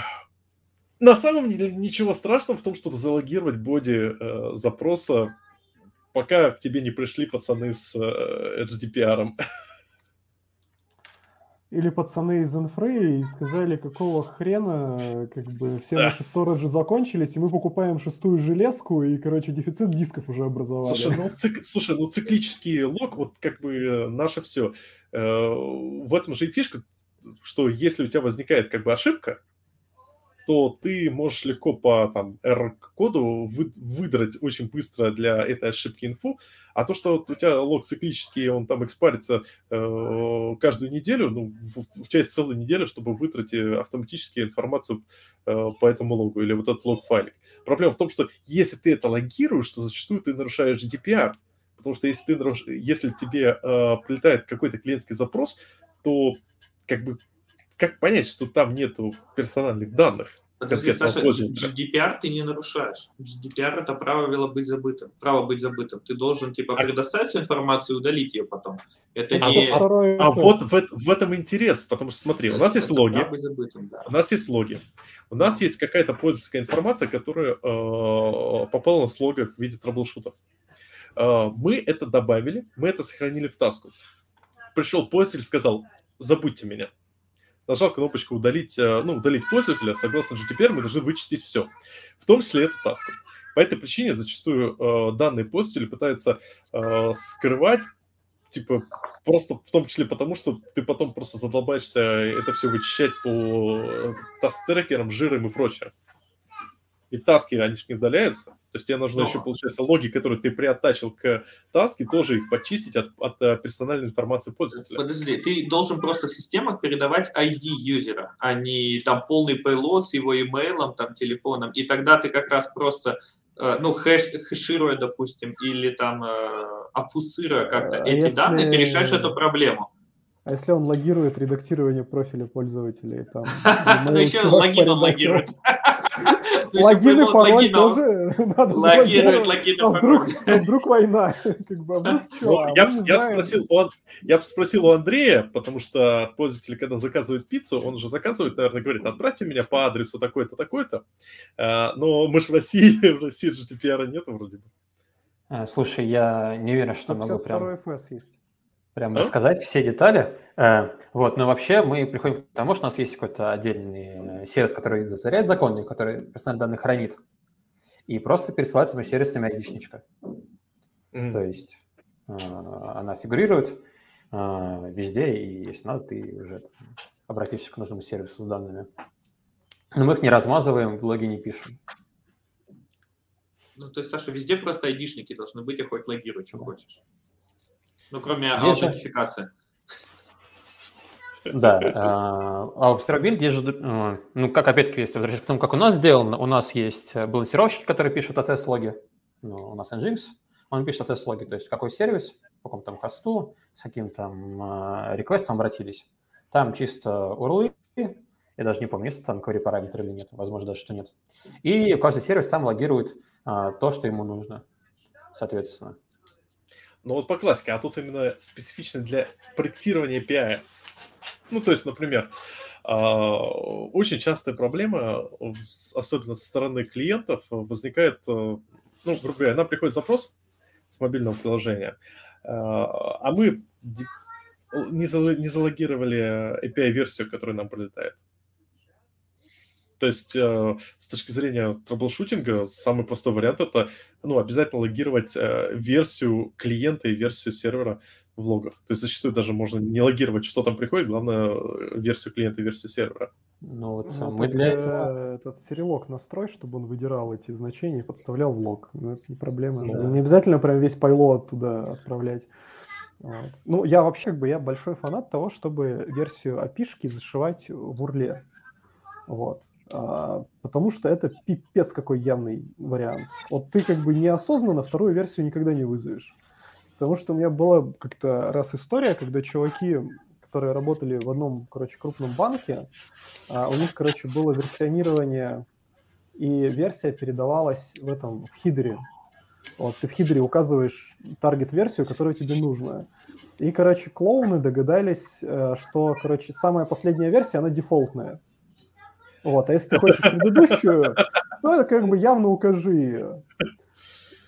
Speaker 1: На самом деле ничего страшного в том, чтобы залогировать боди э, запроса, пока к тебе не пришли пацаны с э, HDPR.
Speaker 2: Или пацаны из инфры и сказали, какого хрена, э, как бы все
Speaker 1: Да.
Speaker 2: наши сториджи закончились, и мы покупаем шестую железку, и, короче, дефицит дисков уже образовали.
Speaker 1: Слушай, ну, цик- слушай, ну циклический лог, вот как бы э, наше все. в этом же и фишка, что если у тебя возникает как бы ошибка, то ты можешь легко по там R-коду вы- выдрать очень быстро для этой ошибки инфу, а то, что вот у тебя лог циклический, он там экспарится э, каждую неделю, ну, в, в часть целой недели, чтобы вытрать э, автоматически информацию э, по этому логу или вот этот лог-файлик. Проблема в том, что если ты это логируешь, то зачастую ты нарушаешь GDPR. Потому что если, ты, наруш- если тебе э, прилетает какой-то клиентский запрос, то как бы как понять, что там нету персональных данных?
Speaker 3: Подожди,
Speaker 1: конкретного
Speaker 3: Саша,
Speaker 1: пользователя.
Speaker 3: GDPR ты не нарушаешь. GDPR это правило быть забытым. Право быть забытым. Ты должен типа
Speaker 1: А-
Speaker 3: предоставить всю информацию и удалить ее потом. Это
Speaker 1: А
Speaker 3: не
Speaker 1: вот-
Speaker 2: второе
Speaker 1: А
Speaker 2: это-
Speaker 1: вот в, эт- в этом интерес, потому что смотри, у нас есть
Speaker 3: это
Speaker 1: логи,
Speaker 3: право быть забытым, да.
Speaker 1: у нас есть логи, у нас есть какая-то пользовательская информация, которая э, попала с лога в виде траблшутов. Мы это добавили, мы это сохранили в таску. Пришел пользователь, сказал, забудьте меня. Нажал кнопочку удалить, ну, удалить пользователя, согласно GDPR, мы должны вычистить все, в том числе эту таску. По этой причине зачастую э, данные пользователи пытаются э, скрывать, типа, просто в том числе потому, что ты потом просто задолбаешься это все вычищать по таск-трекерам, жирам и прочее. И таски, они же не удаляются. То есть тебе нужно Но. еще, получается, логи, которые ты приоттачил к таске, тоже их почистить от, от персональной информации пользователя.
Speaker 3: Подожди, ты должен просто в системах передавать ID юзера, а не там полный пейлот с его имейлом, там, телефоном. И тогда ты как раз просто ну, хэш, хэшируя, допустим, или там э, опусыруя как-то а эти если... данные, ты решаешь эту проблему.
Speaker 2: А если он логирует редактирование профиля пользователей? Там,
Speaker 3: ну, еще логин он логирует.
Speaker 2: Логин и пароль тоже надо
Speaker 3: Логирует, логин
Speaker 2: и а Вдруг война. а
Speaker 4: Ну,
Speaker 1: Ну, Я бы спросил у Андрея, потому что пользователь, когда заказывает пиццу, он же заказывает, наверное, говорит, отправьте меня по адресу такой-то, такой-то. Э, Но мы же в России, в России GDPR нет вроде бы.
Speaker 4: Э, Слушай, я не уверен, что могу прям...
Speaker 2: ФС есть
Speaker 4: прям а? рассказать все детали. Э, Вот, но вообще мы приходим к тому, что у нас есть какой-то отдельный э, сервис, который затворяет законы, который персональные данные хранит, и просто пересылается между сервисами айдишничка. Mm-hmm. То есть она фигурирует э, везде, и если надо, ты уже обратишься к нужному сервису с данными. Но мы их не размазываем, в логи не пишем.
Speaker 3: Ну, то есть, Саша, везде просто айдишники должны быть, и хоть логируй, что да. хочешь. Ну, кроме аутентификации.
Speaker 4: Да. А Observability, здесь же, ну, как опять-таки, если возвращаться к тому, как у нас сделано, у нас есть балансировщики, которые пишут ACS-логи. Ну, у нас Nginx, он пишет ACS-логи, то есть какой сервис, по какому там хосту, с каким там э, реквестом обратились. Там чисто урлы, я даже не помню, есть там query параметр или нет, возможно, даже что нет. И каждый сервис сам логирует а, то, что ему нужно, соответственно.
Speaker 1: Но вот по классике, а тут именно специфично для проектирования API. Ну, то есть, например, а, очень частая проблема, особенно со стороны клиентов, возникает, ну, грубо говоря, нам приходит запрос с мобильного приложения, а мы не залогировали API-версию, которая нам прилетает. То есть э, с точки зрения трэблшутинга самый простой вариант это ну, обязательно логировать э, версию клиента и версию сервера в логах. То есть зачастую даже можно не логировать, что там приходит, главное э, версию клиента и версию сервера.
Speaker 4: Ну вот ну, мы для
Speaker 2: э,
Speaker 4: этого...
Speaker 2: Этот серелок настрой, чтобы он выдирал эти значения и подставлял в лог. Ну, это не проблема. Да. Не обязательно прям весь пайлот туда отправлять. Вот. Ну, я вообще как бы я большой фанат того, чтобы версию api зашивать в урле. Вот А, потому что это пипец какой явный вариант. Вот ты как бы неосознанно вторую версию никогда не вызовешь. Потому что у меня была как-то раз история, когда чуваки, которые работали в одном, короче, крупном банке, А у них, короче, было версионирование, и версия передавалась в этом, в хидере. Вот, ты в хидере указываешь таргет-версию, которая тебе нужна. И, короче, клоуны догадались, э, что, короче, самая последняя версия, она дефолтная. Вот, а если ты хочешь предыдущую, ну, это как бы явно укажи ее.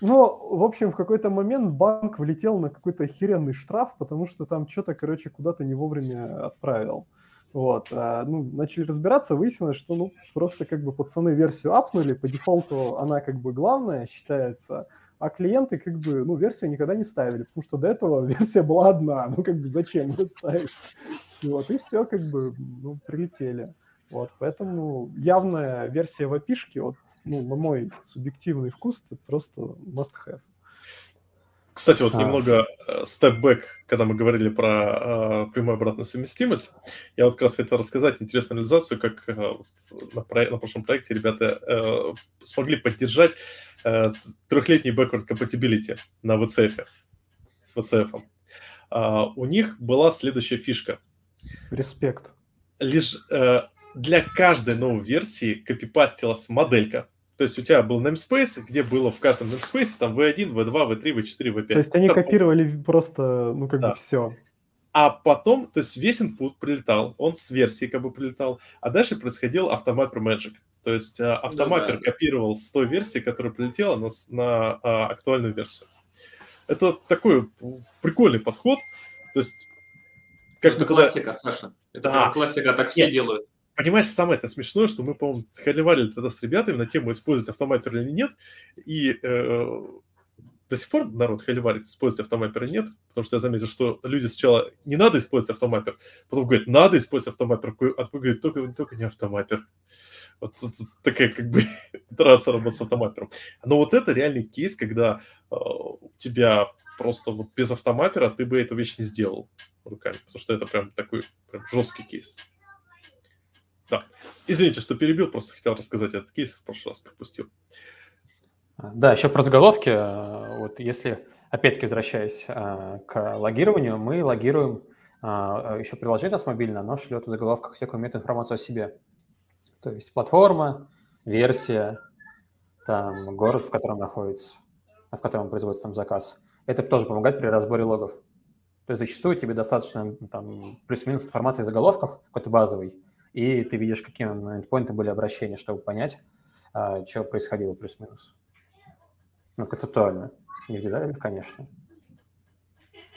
Speaker 2: Но, в общем, в какой-то момент банк влетел на какой-то охеренный штраф, потому что там что-то, короче, куда-то не вовремя отправил. Вот, а, ну, начали разбираться, выяснилось, что, ну, просто как бы пацаны версию апнули, по дефолту она как бы главная считается, а клиенты как бы, ну, версию никогда не ставили, потому что до этого версия была одна, ну, как бы зачем ее ставить? Вот, и все, как бы, ну, прилетели. Вот, поэтому явная версия в опишке, вот, ну, на мой субъективный вкус, это просто must have.
Speaker 1: Кстати, вот а. немного степ-бэк, когда мы говорили про э, прямую обратную совместимость, я вот как раз хотел рассказать интересную реализацию, как э, вот, на, про- на прошлом проекте ребята э, смогли поддержать э, трехлетний backward compatibility на VCF, с VCF. Э, у них была следующая фишка.
Speaker 2: Респект.
Speaker 1: Лишь... Э, для каждой новой версии копипастилась моделька. То есть у тебя был namespace, где было в каждом namespace там v1, v2, v3, v4, v5.
Speaker 2: То есть они так, копировали просто, ну, как да. бы все.
Speaker 1: А потом, то есть весь input прилетал, он с версии как бы прилетал, а дальше происходил автомапер magic. То есть э,
Speaker 3: Ну
Speaker 1: автомапер да, да. копировал с той версии, которая прилетела на, на а, актуальную версию. это такой прикольный подход. То есть, как
Speaker 3: Ну, это
Speaker 1: бы когда-
Speaker 3: классика, Саша. Это
Speaker 1: Да.
Speaker 3: прям классика, так все
Speaker 1: Нет.
Speaker 3: делают.
Speaker 1: Понимаешь, самое это смешное, что мы, по-моему, холивали тогда с ребятами на тему использовать автомапер или нет, и э, до сих пор народ холиварит, использовать автомапер или нет, потому что я заметил, что люди сначала не надо использовать автомапер, потом говорят, надо использовать автомапер, откуда говорят, только, только не автомапер. Вот тут такая как бы трасса работы с автомапером. Но вот это реальный кейс, когда э, у тебя просто вот без автомапера ты бы эту вещь не сделал руками, потому что это прям такой прям жесткий кейс. Извините, что перебил, просто хотел рассказать этот кейс, в прошлый раз пропустил.
Speaker 4: Да, еще про заголовки. э, Вот если, опять-таки, возвращаясь э, к логированию, мы логируем э, еще приложение у нас мобильное, оно шлет в заголовках всякую метаинформацию о себе. То есть платформа, версия, там, город, в котором находится, а, в котором производится там заказ. Это тоже помогает при разборе логов. То есть зачастую тебе достаточно там, плюс-минус информации в заголовках, какой-то базовый, и ты видишь, какие эндпоинты были обращения, чтобы понять, а, что происходило плюс-минус. Ну, концептуально. Не в деталях, конечно.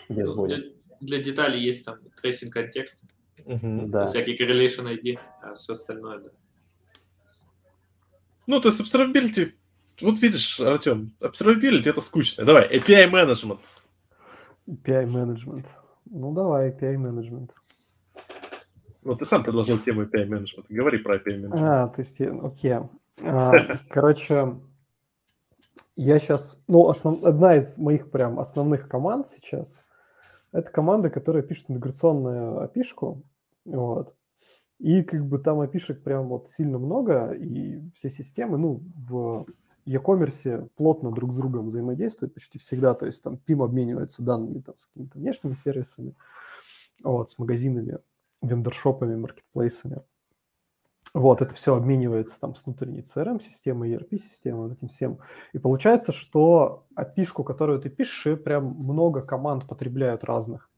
Speaker 4: Без
Speaker 3: Для,
Speaker 4: боли.
Speaker 3: для деталей есть там трейсинг контекста,
Speaker 4: Да.
Speaker 3: всякие correlation ID, а все остальное, да.
Speaker 1: Ну, то есть observability, вот видишь, Артем, observability это скучно. Давай, API management.
Speaker 2: API менеджмент. Ну давай, API менеджмент.
Speaker 1: Вот Ну, ты сам предложил тему API management. Говори про API management.
Speaker 2: А, то есть, я- окей. А, короче, я сейчас, ну, основ- одна из моих прям основных команд сейчас, это команда, которая пишет интеграционную опишку, вот. И как бы там опишек прям вот сильно много, и все системы, ну, в e-commerce плотно друг с другом взаимодействуют почти всегда, то есть там PIM обменивается данными там с какими-то внешними сервисами, вот, с магазинами, вендоршопами, маркетплейсами. Вот, это все обменивается там с внутренней CRM-системой, ERP-системой, вот этим всем. И получается, что опишку, которую ты пишешь, её прям много команд потребляют разных.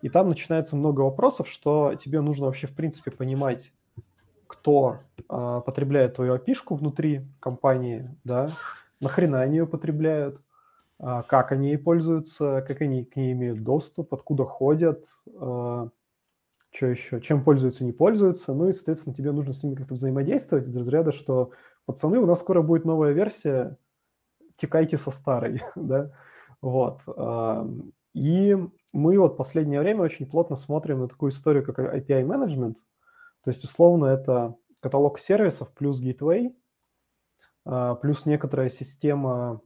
Speaker 2: И там начинается много вопросов, что тебе нужно вообще, в принципе, понимать, кто а, потребляет твою опишку внутри компании, да, нахрена они ее потребляют, а, как они ей пользуются, как они к ней имеют доступ, откуда ходят, а, что еще, чем пользуются, не пользуются. Ну и, соответственно, тебе нужно с ними как-то взаимодействовать из разряда, что пацаны, у нас скоро будет новая версия, текайте со старой, да, вот. а, И мы вот последнее время очень плотно смотрим на такую историю, как API менеджмент, то есть, условно, это каталог сервисов плюс Gateway, а, плюс некоторая система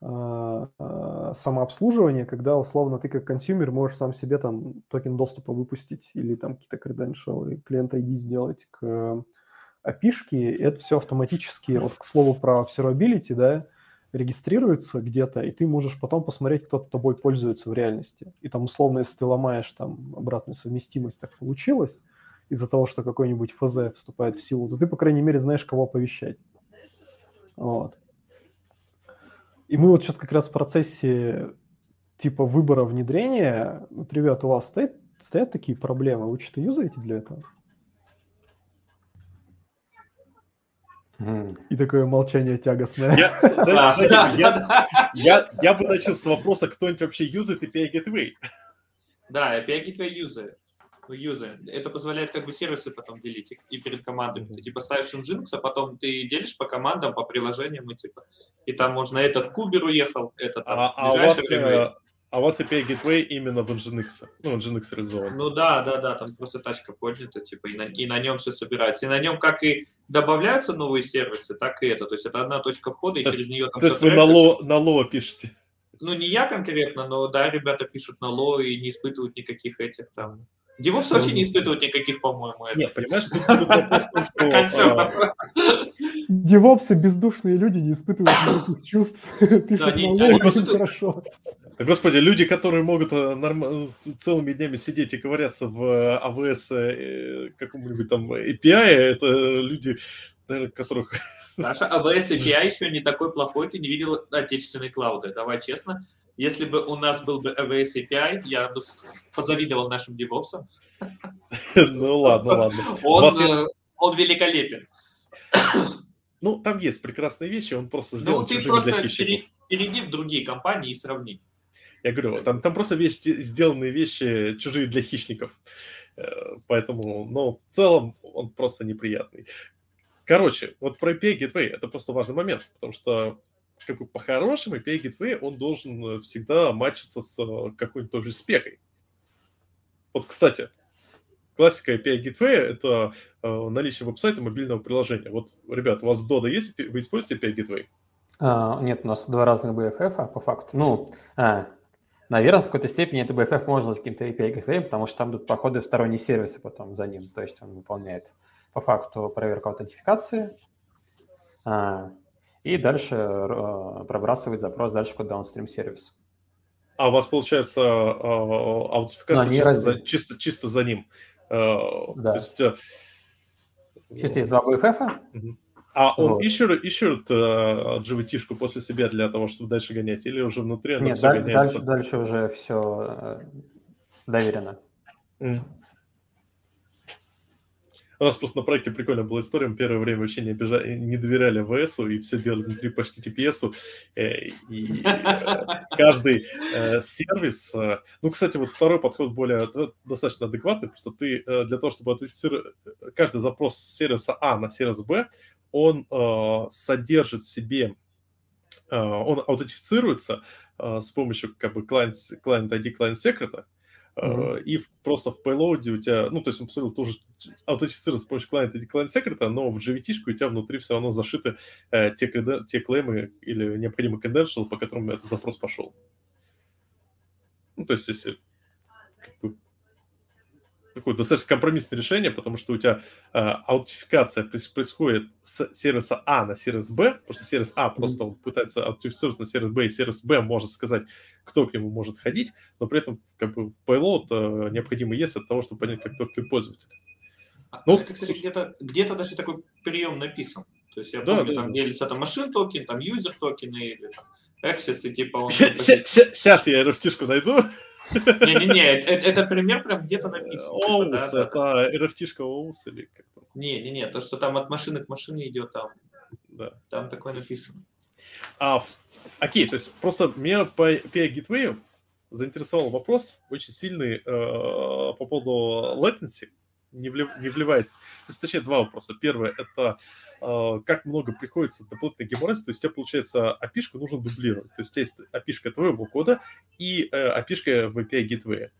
Speaker 2: а, а, самообслуживания, когда, условно, ты как консюмер можешь сам себе там токен доступа выпустить или там какие-то креденшалы, клиент ID сделать к опишке. Это все автоматически, вот к слову про observability, да, регистрируется где-то, и ты можешь потом посмотреть, кто тобой пользуется в реальности. И там, условно, если ты ломаешь там обратную совместимость, так получилось, из-за того, что какой-нибудь ФЗ вступает в силу, то ты, по крайней мере, знаешь, кого оповещать. Вот. И мы вот сейчас как раз в процессе типа выбора внедрения, вот, ребят, у вас стоит, стоят такие проблемы, вы что-то юзаете для этого?
Speaker 4: Мгм.
Speaker 2: И такое молчание тягостное.
Speaker 1: Я, знаете,
Speaker 3: да,
Speaker 1: я-
Speaker 3: да, да.
Speaker 1: я- я бы начал с вопроса, кто-нибудь вообще юзает API Gateway.
Speaker 3: Да, API Gateway юзер. Ну, юзер. Это позволяет как бы сервисы потом делить и- и перед командами. Ты типа ставишь им Jinx, а потом ты делишь по командам, по приложениям и типа. И там можно этот Кубер уехал, это там
Speaker 1: А, а у
Speaker 3: ближайший
Speaker 1: вас,
Speaker 3: Railway.
Speaker 1: э, а у вас API Gateway именно в Nginx. Ну, Nginx реализован.
Speaker 3: Ну да, да, да, там просто тачка поднята, типа, и на, и на нем все собирается. И на нем как и добавляются новые сервисы, так и это. То есть это одна точка входа, и
Speaker 1: То есть-
Speaker 3: через нее там
Speaker 1: То
Speaker 3: всё
Speaker 1: есть вы на
Speaker 3: трекается.
Speaker 1: ло, на лоа пишете.
Speaker 3: Ну, не я конкретно, но да, ребята пишут на ло и не испытывают никаких этих там.
Speaker 1: Ну,
Speaker 3: Девопс вообще не испытывают никаких, по-моему, А это.
Speaker 1: Нет, понимаешь, тут, тут вопрос в том, что... э,
Speaker 3: Консерва.
Speaker 2: Девопсы, бездушные люди, не испытывают никаких чувств. Пишут
Speaker 3: не-
Speaker 2: на
Speaker 3: они
Speaker 2: лоб,
Speaker 3: просто-
Speaker 2: очень хорошо.
Speaker 1: Да, Господи, люди, которые могут э, норм- э, целыми днями сидеть и ковыряться в э, AWS э, каком-нибудь там API, это люди, наверное, которых...
Speaker 3: Саша, а AWS API еще не такой плохой, ты не видел отечественной клауды. Давай честно. Если бы у нас был бы AWS API, А, я бы с- позавидовал нашим девопсам.
Speaker 1: Ну ладно, ладно. У
Speaker 3: Он,
Speaker 1: вас
Speaker 3: э, он великолепен.
Speaker 1: Ну, там есть прекрасные вещи, он просто сделан
Speaker 3: Ну, ты
Speaker 1: чужими
Speaker 3: просто
Speaker 1: для хищников.
Speaker 3: пере- перейди в другие компании и сравни.
Speaker 1: Я говорю, там, там просто вещи, сделанные вещи чужие для хищников. Э, Поэтому, но в целом он просто неприятный. Короче, вот про API Gateway это просто важный момент, потому что как бы по-хорошему API Gateway он должен э, всегда матчиться с э, какой-нибудь той же спекой. Вот, кстати, классика API Gateway – это э, наличие веб-сайта мобильного приложения. Вот, ребят, у вас в Dodo есть, API? вы используете API Gateway?
Speaker 4: А, Нет, у нас два разных BFF, по факту. Ну, наверное, в какой-то степени это BFF можно с каким-то API gateway, потому что там идут походы в сторонние сервисы потом за ним. То есть он выполняет по факту проверку аутентификации а, и дальше э, пробрасывает запрос дальше в какой-то downstream сервис.
Speaker 1: А у вас получается э, аутентификация
Speaker 4: Ну, они
Speaker 1: чисто,
Speaker 4: разные.
Speaker 1: за, чисто, чисто за ним. Э, То есть, э,
Speaker 4: Чисто есть два BFF,
Speaker 1: а он
Speaker 4: Вот.
Speaker 1: ищет, ищет э, GVT-шку после себя для того, чтобы дальше гонять, или уже внутри оно
Speaker 4: нет,
Speaker 1: всё
Speaker 4: даль-
Speaker 1: гоняется?
Speaker 4: дальше, дальше уже все доверено.
Speaker 1: М. У нас просто на проекте прикольно была история. Мы первое время вообще не, обижа- не доверяли ВСу и все делали внутри почти TPS. э, и э, каждый э, сервис... э, ну, кстати, вот второй подход более д- достаточно адекватный, потому что ты э, для того, чтобы аутентифицировать каждый запрос с сервиса А на сервис Б, он э, содержит в себе... э, он аутентифицируется э, с помощью как бы client, client ID, client secret, э,
Speaker 4: Мгм.
Speaker 1: и в- просто в payload у тебя, ну, то есть он абсолютно тоже аутентифицирован с помощью client ID, client secret, но в GVT -шку у тебя внутри все равно зашиты э, те, креден- те клеймы или необходимый credential, по которым этот запрос пошел. Ну, то есть, если как бы, такое достаточно компромиссное решение, потому что у тебя э, аутентификация прис- происходит с сервиса А на сервис Б, потому что сервис А просто он пытается аутентифицироваться на сервис Б, и сервис Б может сказать, кто к нему может ходить, но при этом как бы payload э, необходимый есть от того, чтобы понять, как только пользователь.
Speaker 3: А,
Speaker 1: Ну,
Speaker 3: это, кстати,
Speaker 1: слушай.
Speaker 3: где-то, где-то даже такой прием написан. То есть я
Speaker 1: Да,
Speaker 3: помню,
Speaker 1: да, да.
Speaker 3: там делится там машин токен, там юзер токены или там access, и типа он...
Speaker 1: Сейчас я RFT-шку найду.
Speaker 3: Не-не-не, это, это пример прям где-то написан. типа, да,
Speaker 1: Оус,
Speaker 3: да, да.
Speaker 1: это RFT-шка Оус или как там,
Speaker 3: Не-не-не, то, что там от машины к машине идет, там,
Speaker 1: да.
Speaker 3: там такое написано.
Speaker 1: А, в- окей, то есть просто меня по API Gateway заинтересовал вопрос очень сильный э, по поводу latency. Не, влив- не вливает. То есть, точнее, два вопроса. Первое – это э, как много приходится дополнительных геморрой, то есть тебе, получается, api нужно дублировать. То есть, у тебя есть api твоего кода и э, api в API Gateway.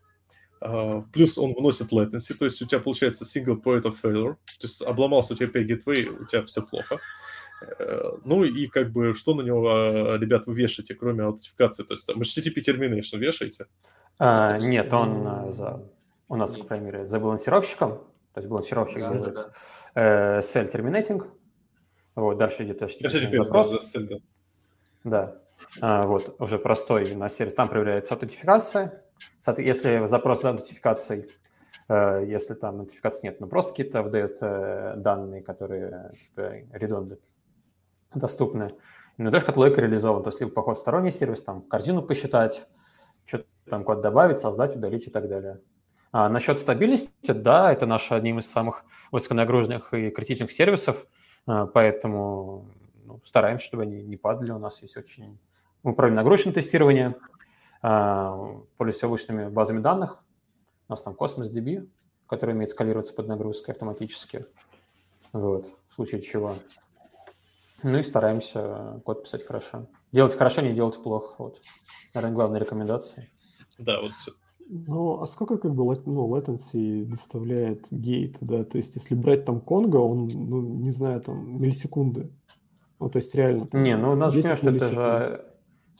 Speaker 1: Э, плюс он вносит latency, то есть у тебя получается single point of failure, то есть обломался у тебя API Gateway, у тебя все плохо. Э, Ну и как бы что на него, э, ребят, вы вешаете, кроме аутентификации? То есть там HTTP termination вешаете?
Speaker 4: А, нет, он а, за, у нас,
Speaker 3: Нет.
Speaker 4: к примеру, за балансировщиком, то есть балансировщик
Speaker 3: Да, да,
Speaker 4: держит
Speaker 3: да.
Speaker 4: э, cell terminating, вот, дальше идет HTTP
Speaker 1: HTTP,
Speaker 4: запрос,
Speaker 1: да, да, да.
Speaker 4: да, А, вот, уже простой на сервис, там проверяется аутентификация, Соответ- если запрос за аутентификацией, э, если там аутентификации нет, ну просто какие-то выдает э, данные, которые типа, редонды доступны, ну, даже как логика реализован, то есть либо поход в сторонний сервис, там корзину посчитать, что-то там куда добавить, создать, удалить и так далее. А насчет стабильности, да, это наш одним из самых высоконагруженных и критичных сервисов, а, поэтому ну, стараемся, чтобы они не падали. У нас есть очень... Мы провели нагрузочное тестирование, а, пользуемся вышными базами данных. У нас там Cosmos DB, который умеет скалироваться под нагрузкой автоматически. Вот, в случае чего. Ну и стараемся код писать хорошо. Делать хорошо, не делать плохо. Вот, наверное, главная рекомендация.
Speaker 1: Да, вот всё.
Speaker 2: Ну, а сколько как бы лат- ну, latency доставляет гейт, да? То есть, если брать там Конго, он, ну, не знаю, там миллисекунды. Ну, то есть реально. там
Speaker 4: Не, ну надо же
Speaker 2: 10
Speaker 4: понимать, что это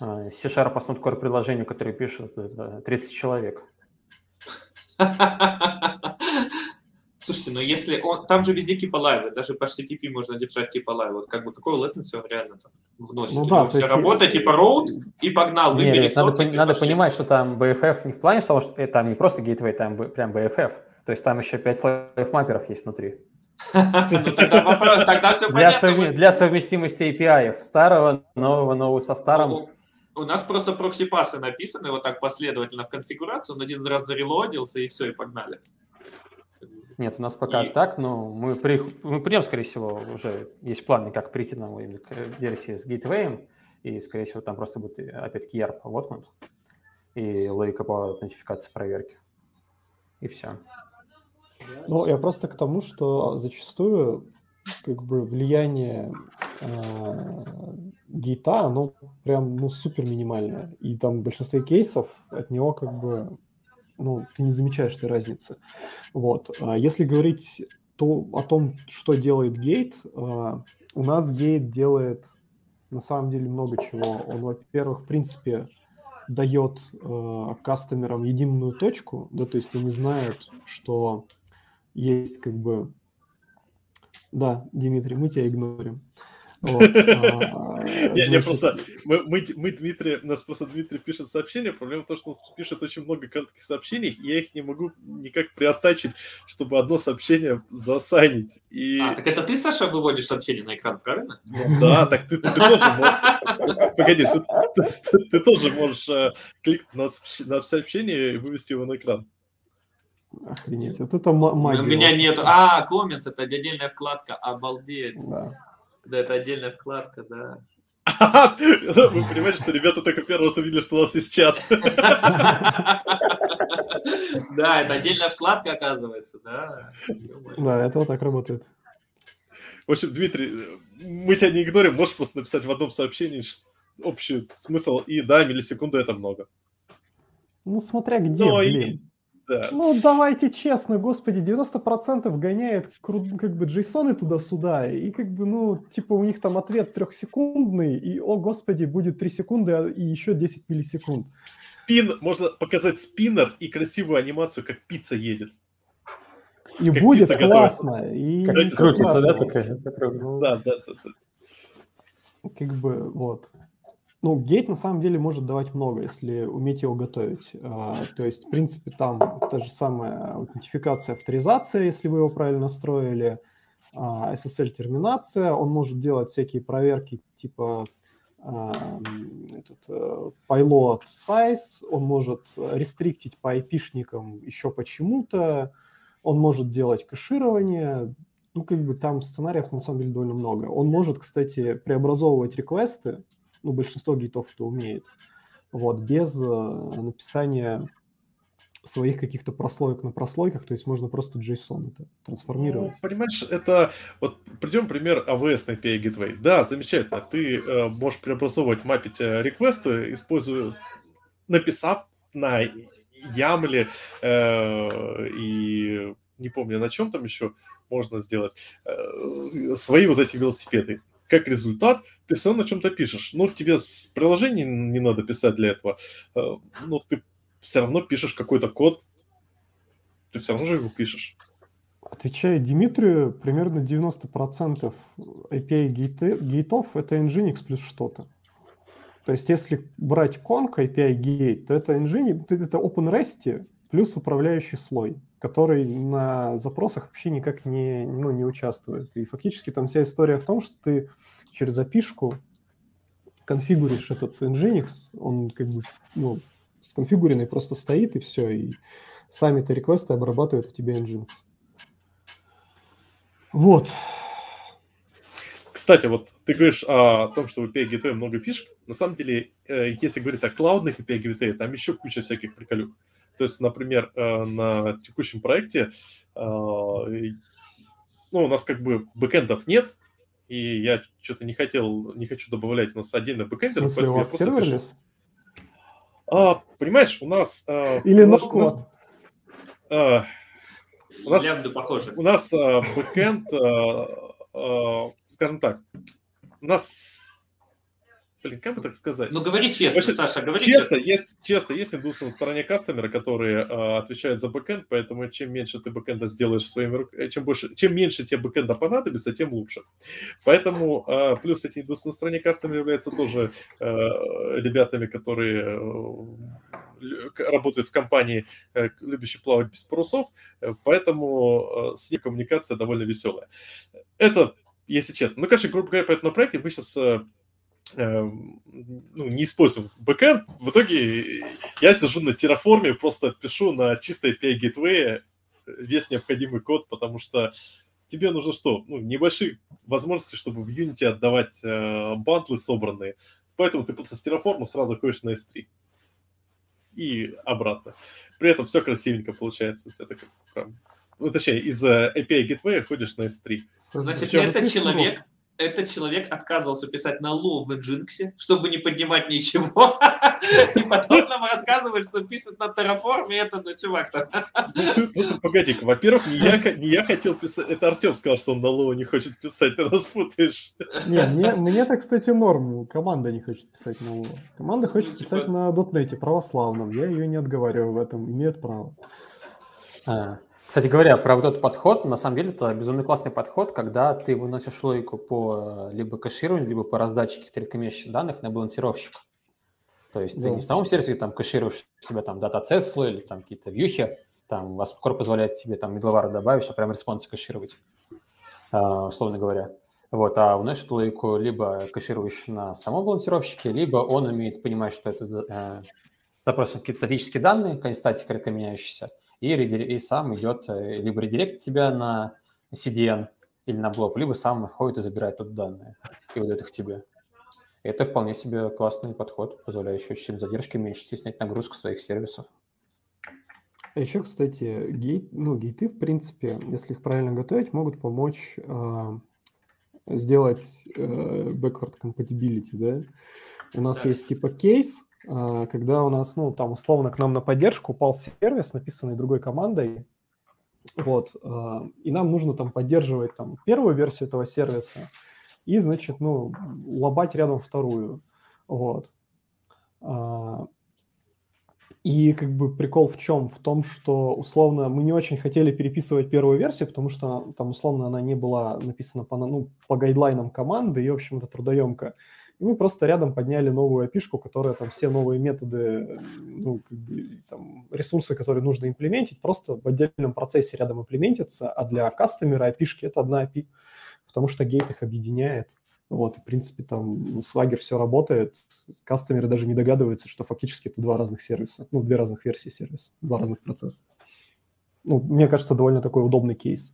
Speaker 2: миллисекунд.
Speaker 4: же э, C-Sharp основной кор приложению, которое пишет это 30 человек.
Speaker 3: Слушайте, но если он... Там же везде кипа лайвы, даже по HTTP можно держать кипа лайва. Вот как бы какой latency он реально там вносит?
Speaker 2: Ну
Speaker 3: У
Speaker 2: да,
Speaker 3: него
Speaker 2: то
Speaker 3: вся
Speaker 2: есть-
Speaker 3: работа типа роут и погнал,
Speaker 4: Не,
Speaker 3: выбери
Speaker 4: ребят, надо,
Speaker 3: сотник
Speaker 4: пон-
Speaker 3: и
Speaker 4: надо
Speaker 3: пошли.
Speaker 4: понимать, что там BFF не в плане того, что э, там не просто гейтвей, там бы- прям BFF. То есть там еще 5 слоев мапперов есть внутри.
Speaker 3: Ну, тогда вопрос- Тогда все
Speaker 4: Для,
Speaker 3: понятно.
Speaker 4: совме- для совместимости API -ев, старого, нового, нового со
Speaker 3: Ну,
Speaker 4: старым.
Speaker 3: У у нас просто прокси-пасы написаны вот так последовательно в конфигурацию, он один раз зарелодился и все, и погнали.
Speaker 4: Нет, у нас пока
Speaker 3: И-
Speaker 4: так, но мы, при... мы придем, скорее всего, уже есть планы, как прийти на именно к э, версии с Gateway, и, скорее всего, там просто будет э, опять-таки ERP воткнут, и логика по нотификации проверки. И все.
Speaker 2: Ну, я просто к тому, что зачастую как бы влияние э, гейта, оно прям ну, супер минимальное. И там в большинстве кейсов от него как бы ну, ты не замечаешь ты разницы. Вот. А Если говорить то, о том, что делает гейт, а, у нас гейт делает на самом деле много чего. Он, во-первых, в принципе, дает э, кастомерам единую точку, да, то есть они знают, что есть как бы... Да, Дмитрий, мы тебя игнорим. Вот, а,
Speaker 1: Я- я
Speaker 2: значит,
Speaker 1: просто- Мы, мы, мы Дмитрий, у нас просто Дмитрий пишет сообщение. Проблема в том, что он пишет очень много коротких сообщений, и я их не могу никак приоттачить, чтобы одно сообщение засанить. И
Speaker 3: А, так это ты, Саша, выводишь сообщение на экран, правильно?
Speaker 1: да, А, так ты, ты тоже можешь. Погоди, ты, ты- ты- ты тоже можешь э, кликнуть на, сообщ- на сообщение и вывести его на экран.
Speaker 2: Охренеть, вот это ма- магия.
Speaker 3: Ну, У меня нету. А, комментс, это отдельная вкладка. Обалдеть.
Speaker 2: Да.
Speaker 3: Да, это отдельная вкладка, да.
Speaker 1: Вы понимаете, что ребята только первый раз увидели, что у нас есть чат.
Speaker 3: Да, это отдельная вкладка, оказывается, да. Ё-моё.
Speaker 2: Да, это вот так работает.
Speaker 1: В общем, Дмитрий, э, мы тебя не игнорим, можешь просто написать в одном сообщении ш- общий смысл. И да, миллисекунды это много.
Speaker 2: Ну, смотря где,
Speaker 1: Ну, и-
Speaker 2: блин.
Speaker 1: Да.
Speaker 2: Ну, давайте честно, господи, 90% гоняет кру- как бы джейсоны туда-сюда, и как бы, ну, типа у них там ответ трехсекундный, и, о, господи, будет 3 секунды а- и еще 10 миллисекунд.
Speaker 1: Спин, можно показать спиннер и красивую анимацию, как пицца едет.
Speaker 2: И
Speaker 1: Как
Speaker 2: будет
Speaker 1: пицца готовится.
Speaker 2: классно. И
Speaker 1: Как
Speaker 2: как
Speaker 1: крутится, да,
Speaker 2: классно. Ну,
Speaker 1: Да, да, да. да.
Speaker 2: как бы вот. Ну, гейт на самом деле может давать много, если уметь его готовить. А, То есть, в принципе, там та же самая аутентификация, авторизация, если вы его правильно настроили, а, SSL-терминация, он может делать всякие проверки типа а, м, этот, э, payload size, он может э, рестриктить по айпишникам еще почему-то, он может делать кэширование, ну, как бы там сценариев на самом деле довольно много. Он может, кстати, преобразовывать реквесты, ну, большинство гитов это умеет, вот, без э, написания своих каких-то прослоек на прослойках, то есть можно просто JSON это трансформировать.
Speaker 1: Ну, понимаешь, это... Вот придем пример AWS на API Gateway. Да, замечательно. Ты э, можешь преобразовывать, мапить э, реквесты, используя... Написав на Ямле э, и не помню, на чем там еще можно сделать, э, свои вот эти велосипеды. Как результат, ты все равно на чем-то пишешь. Ну, тебе с приложений не надо писать для этого. Э, ну, ты все равно пишешь какой-то код, ты все равно же его пишешь.
Speaker 2: Отвечая Дмитрию, примерно 90% API гейты- гейтов это Nginx плюс что-то. То есть если брать Kong API гейт, то это Nginx, то это OpenREST плюс управляющий слой, который на запросах вообще никак не, ну, не участвует. И фактически там вся история в том, что ты через запишку конфигуришь этот Nginx, он как бы ну, сконфигуренный просто стоит и все, и сами то реквесты обрабатывают у тебя Nginx. Вот.
Speaker 1: Кстати, вот ты говоришь о том, что в API Gateway много фишек. На самом деле, э, если говорить о клаудных API Gateway, там еще куча всяких приколюк. То есть, например, э, на текущем проекте, э, ну, у нас как бы бэкэндов нет, и я что-то не хотел, не хочу добавлять у нас отдельных
Speaker 2: В
Speaker 1: бэкэндеров,
Speaker 2: смысле, у
Speaker 1: я
Speaker 2: вас
Speaker 1: просто пишу.
Speaker 2: серверлес?
Speaker 1: А, понимаешь, у нас... э,
Speaker 2: Или
Speaker 1: у нас- у нас,
Speaker 2: ноу-код?
Speaker 1: э, У нас-
Speaker 3: Лямбда похожа.
Speaker 1: У нас э, бэкэнд, э, э, скажем так, у нас, блин, как бы так сказать?
Speaker 3: Ну, говори честно,
Speaker 1: Вообще,
Speaker 3: Саша, говори
Speaker 1: честно,
Speaker 3: честно.
Speaker 1: есть, честно, есть индусы на стороне кастомера, которые э, отвечают за бэкэнд, поэтому чем меньше ты бэкэнда сделаешь своими руками, чем больше, чем меньше тебе бэкэнда понадобится, тем лучше. Поэтому э, плюс эти индусы на стороне кастомера являются тоже э, ребятами, которые э, лю- к- работают в компании, э, к- любящей плавать без парусов, э, поэтому э, с ней коммуникация довольно веселая. Это, если честно. Ну, короче, грубо говоря, по этому проекту мы сейчас э, эм, ну, не используем бэкэнд. В итоге я сижу на Terraform, просто пишу на чистой API Gateway э, весь необходимый код, потому что тебе нужно что? Ну, небольшие возможности, чтобы в Unity отдавать э, бантлы собранные. Поэтому ты со стероформа сразу ходишь на S3. И обратно. При этом все красивенько получается. Это как прям... Ну, точнее, из э, API Gateway ходишь на S3.
Speaker 3: Значит,
Speaker 2: Причем-
Speaker 1: ну,
Speaker 3: этот человек, этот человек отказывался писать на лоу в Nginx, чтобы не поднимать ничего. И потом нам рассказывает, что пишет на Terraform, и это, ну, чувак, там,
Speaker 1: Ну, ты- ну, ты погоди-ка, во-первых, не я, ко- не я хотел писать, это Артем сказал, что он на Лоу не хочет писать, ты нас путаешь.
Speaker 2: Не, мне, мне это, кстати, норм. Команда не хочет писать на Луа. Команда хочет
Speaker 3: типа-
Speaker 2: писать на дотнете православном. Я ее не отговариваю в этом. Имеет право.
Speaker 4: А, Кстати говоря, про вот этот подход, на самом деле это безумно классный подход, когда ты выносишь логику по э, либо кэшированию, либо по раздаче каких-то редкомесячных данных на балансировщик. То есть ты
Speaker 2: Да.
Speaker 4: не в самом сервисе там кэшируешь у себя там дата-цеслы или там какие-то вьюхи, там Васкор позволяет тебе там медловары добавишь, а прям респонсы кэшировать, а, условно говоря. Вот, а выносишь эту логику либо кэшируешь на самом балансировщике, либо он умеет понимать, что это за- э, запрос на какие-то статические данные, какая статика редко меняющаяся, и, редир- и сам идет э, либо редирект тебя на CDN или на блок, либо сам входит и забирает тут данные и выдает их тебе. И это вполне себе классный подход, позволяющий очень сильно задержки уменьшить и снять нагрузку своих сервисов.
Speaker 2: А еще, кстати, гейт, ну, гейты, в принципе, если их правильно готовить, могут помочь а, сделать э, backward compatibility, да. У нас
Speaker 3: Так.
Speaker 2: есть типа кейс, а, когда у нас, ну, там, условно, к нам на поддержку упал сервис, написанный другой командой, вот, а, и нам нужно там поддерживать там первую версию этого сервиса и, значит, ну, лобать рядом вторую, вот. А, и как бы прикол в чем? В том, что условно мы не очень хотели переписывать первую версию, потому что там условно она не была написана по, на- ну, по гайдлайнам команды и, в общем, это трудоемко. И мы просто рядом подняли новую api которая там все новые методы, ну, как бы, там, ресурсы, которые нужно имплементить, просто в отдельном процессе рядом имплементятся, а для кастомера api это одна API, потому что гейт их объединяет. Вот, и, в принципе, там ну, Swagger все работает, кастомеры даже не догадываются, что фактически это два разных сервиса, ну, две разных версии сервиса, два разных процесса. Ну, мне кажется, довольно такой удобный кейс.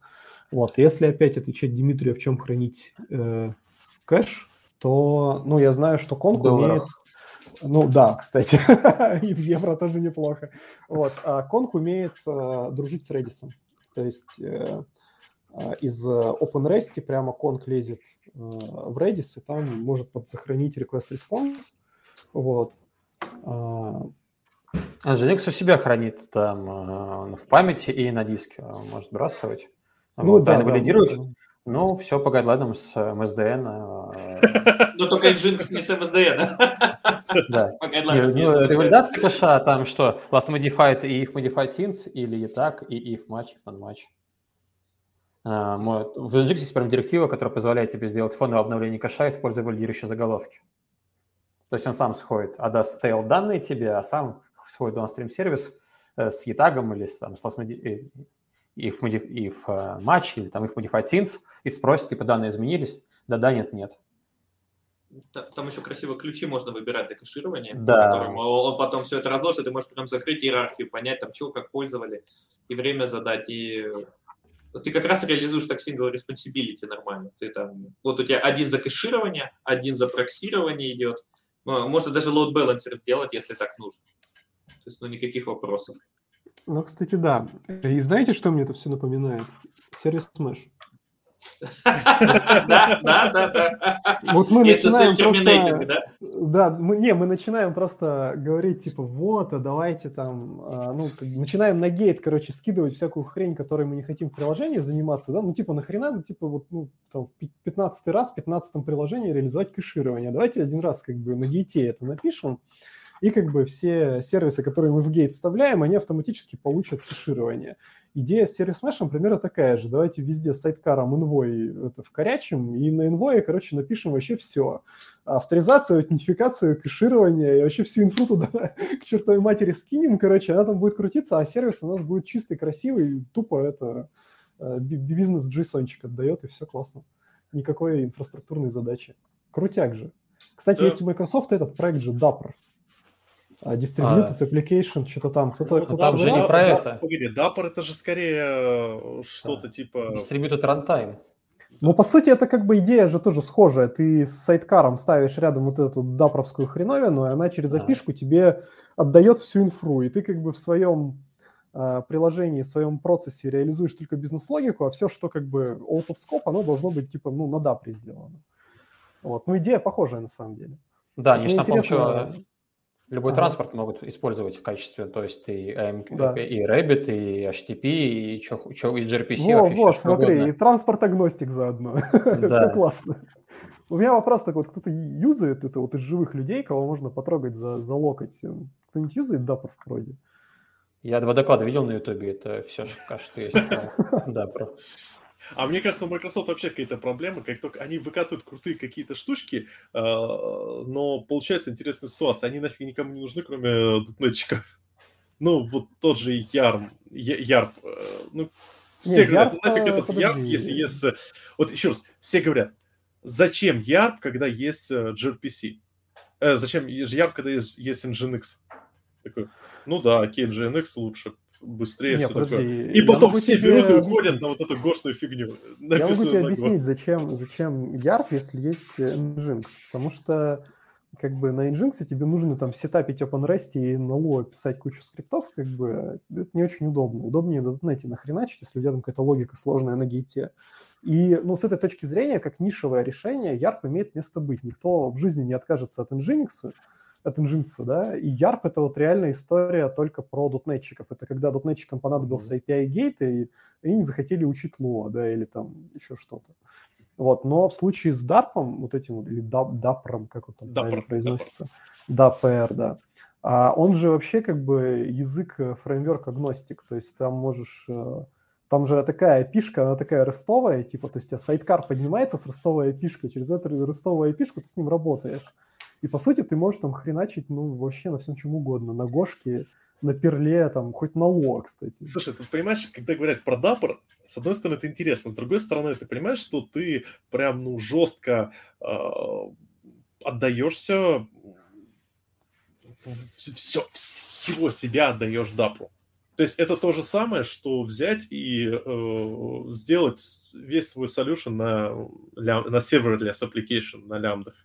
Speaker 2: Вот, если опять отвечать Дмитрию, в чем хранить э, кэш, то, ну, я знаю, что Конг
Speaker 4: В долларах.
Speaker 2: умеет... Ну, да, кстати, и в евро тоже неплохо. Вот, а Конг умеет э, дружить с Redis. То есть э, э, из э, OpenRest прямо Конг лезет э, в Redis, и там может подсохранить request-response. Вот. А,
Speaker 4: А Nginx у себя хранит там э, в памяти и на диске, э, может сбрасывать. А
Speaker 2: ну
Speaker 4: Вот, тайно валидировать. Ну, все по гайдлайнам с MSDN.
Speaker 3: ну, только Nginx не с MSDN.
Speaker 4: э, Да.
Speaker 3: По гайдлайнам
Speaker 4: Не,
Speaker 3: не
Speaker 4: ну,
Speaker 3: SDN.
Speaker 4: это валидация кэша, там что, last modified и if modified since, или и так, и if match, if not match. А, мо- В Nginx есть прям директива, которая позволяет тебе сделать фоновое обновление кэша, используя валидирующие заголовки. То есть он сам сходит, отдаст стейл данные тебе, а сам сходит downstream сервис э, с e-тагом или с, там, с last modi- э, if, modi- if, э, match, или там if modified since, и спросит, типа, данные изменились? Да-да, нет-нет.
Speaker 3: Та- Там еще красиво ключи можно выбирать для кэширования,
Speaker 4: Да.
Speaker 3: по которому он потом все это разложит, и ты можешь прям закрыть иерархию, понять, там, чего как пользовали, и время задать, и э, ты как раз реализуешь так single responsibility нормально. Ты там, вот у тебя один за кэширование, один за проксирование идет. М, Можно даже load balancer сделать, если так нужно. То есть, ну, никаких вопросов.
Speaker 2: Ну, кстати, да. И знаете, что мне это все напоминает? Сервис Smash.
Speaker 3: Да, да, да, да.
Speaker 2: Вот мы
Speaker 3: А, Если с
Speaker 2: начинаем
Speaker 3: Terminating,
Speaker 2: просто... Да,
Speaker 3: да?
Speaker 2: мы, не, мы начинаем просто говорить, типа, вот, а давайте там... а, ну, как бы начинаем на гейт, короче, скидывать всякую хрень, которой мы не хотим в приложении заниматься, да? Ну, типа, нахрена, ну, типа, вот, ну, там, пи- 15 раз в 15 приложении реализовать кэширование. Давайте один раз, как бы, на гейте это напишем, и, как бы, все сервисы, которые мы в гейт вставляем, они автоматически получат кэширование. Идея с сервис Mesh, например, такая же. Давайте везде сайткаром инвой это вкорячим, и на инвое, короче, напишем вообще все. Авторизацию, аутентификацию, кэширование, и вообще всю инфу туда к чертовой матери скинем, короче, она там будет крутиться, а сервис у нас будет чистый, красивый, и тупо это э, би- бизнес джейсончик отдает, и все классно. Никакой инфраструктурной задачи. Крутяк же. Кстати,
Speaker 3: Да.
Speaker 2: есть у Microsoft этот проект же Dapper. А, Distributed application, что-то там. Кто-то,
Speaker 1: Ну,
Speaker 2: кто-то
Speaker 4: А. там же не
Speaker 2: обрывался.
Speaker 4: про
Speaker 1: Dapper,
Speaker 4: это.
Speaker 1: Погоди, Dapper это же скорее э, что-то типа...
Speaker 4: Distributed runtime.
Speaker 2: Ну, по сути, это как бы идея же тоже схожая. Ты с сайткаром ставишь рядом вот эту дапровскую хреновину, и она через
Speaker 4: Да.
Speaker 2: опишку тебе отдает всю инфру, и ты как бы в своем э, приложении, в своем процессе реализуешь только бизнес-логику, а все, что как бы out of scope, оно должно быть типа, ну, на дапре сделано. Вот. Ну, идея похожая на самом деле.
Speaker 4: Да, они
Speaker 2: Мне
Speaker 4: же там, по-моему,
Speaker 2: интересно,
Speaker 4: еще любой
Speaker 2: Ага.
Speaker 4: транспорт могут использовать в качестве, то есть и, AMK,
Speaker 2: Да.
Speaker 4: и Rabbit, и HTTP, и, чё, чё- и gRPC,
Speaker 2: Во,
Speaker 4: вообще всё,
Speaker 2: вот,
Speaker 4: что
Speaker 2: смотри,
Speaker 4: угодно.
Speaker 2: и транспорт-агностик заодно.
Speaker 4: Да.
Speaker 2: Все классно. У меня вопрос такой, вот кто-то юзает это вот из живых людей, кого можно потрогать за, за локоть? Кто-нибудь юзает дапр в проде?
Speaker 4: Я два доклада видел на Ютубе, это все, что есть. про- Да, про.
Speaker 1: А мне кажется, у Microsoft вообще какие-то проблемы, как только они выкатывают крутые какие-то штучки, э, но получается интересная ситуация. Они нафиг никому не нужны, кроме дутнетчиков. Ну, вот тот же Ярм, Я- Ярп, э, ну,
Speaker 2: Не,
Speaker 1: все говорят,
Speaker 2: Ярп,
Speaker 1: нафиг
Speaker 2: э,
Speaker 1: этот Ярп,
Speaker 2: подожди.
Speaker 1: если есть... э, Вот еще раз, все говорят, зачем Ярп, когда есть э, gRPC? Э, зачем Ярп, когда есть, есть Nginx? Такой, ну да, окей, Nginx лучше, быстрее,
Speaker 2: Не,
Speaker 1: все такое.
Speaker 2: подожди,
Speaker 1: И
Speaker 2: я
Speaker 1: потом
Speaker 2: могу
Speaker 1: все
Speaker 2: тебе
Speaker 1: берут и
Speaker 2: объяснить.
Speaker 1: уходят на вот эту гошную фигню.
Speaker 2: Я могу
Speaker 1: написанную
Speaker 2: тебе
Speaker 1: на год.
Speaker 2: объяснить, зачем, зачем YARP, если есть э, Nginx. Потому что как бы на Nginx тебе нужно там сетапить OpenRest и на Lua писать кучу скриптов, как бы э, это не очень удобно. Удобнее на .NET нахреначить, если у тебя там какая-то логика сложная на гейте. И ну, с этой точки зрения, как нишевое решение, YARP имеет место быть. Никто в жизни не откажется от Nginx, от Nginx, да, и YARP это вот реальная история только про дотнетчиков. Это когда дотнетчикам понадобился API-гейт, и и они не захотели учить Луа, да, или там еще что-то. Вот, но в случае с дарпом, вот этим, вот, или дап- дапром, как он там правильно
Speaker 1: Дапр,
Speaker 2: произносится, дапр, да, а он же вообще как бы язык э, фреймворк агностик, то есть там можешь, э, там же такая пишка, она такая рестовая, типа, то есть у тебя сайткар поднимается с рестовой пишкой, через эту рестовую пишку ты с ним работаешь. И по сути ты можешь там хреначить, ну, вообще на всем чем угодно, на гошке, на перле, там, хоть на ло, кстати.
Speaker 1: Слушай, ты понимаешь, когда говорят про дапор, с одной стороны, это интересно, с другой стороны, ты понимаешь, что ты прям, ну, жестко э, отдаешься, все, всего себя отдаешь дапру. То есть это то же самое, что взять и э, сделать весь свой solution на, лям- на serverless application, на лямбдах,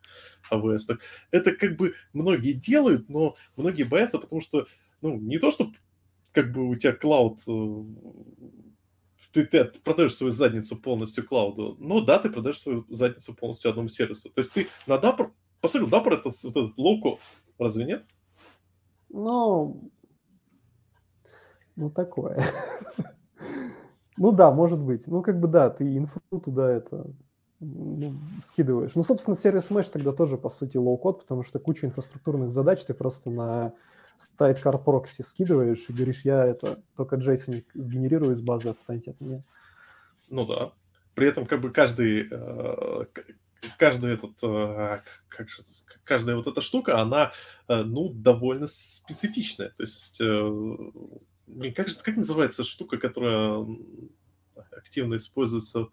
Speaker 1: AWS. -ах. Это как бы многие делают, но многие боятся, потому что, ну, не то, что как бы у тебя клауд... э, Ты, ты от- продаешь свою задницу полностью клауду. Ну да, ты продаешь свою задницу полностью одному сервису. То есть ты на Dapper... По сути, Dapper это с- вот этот локу, разве нет?
Speaker 2: Ну, ну такое. Ну да, может быть. Ну как бы да, ты инфу туда это ну, скидываешь. Ну, собственно, сервис Mesh тогда тоже, по сути, лоу-код, потому что кучу инфраструктурных задач ты просто на сайткар прокси скидываешь и говоришь, я это только JSON сгенерирую из базы, отстаньте от меня.
Speaker 1: Ну да. При этом как бы каждый, э, к- каждый этот, э, к- как же, это- к- каждая вот эта штука, она, э, ну, довольно специфичная. То есть, э, блин, как же, как называется штука, которая м, активно используется?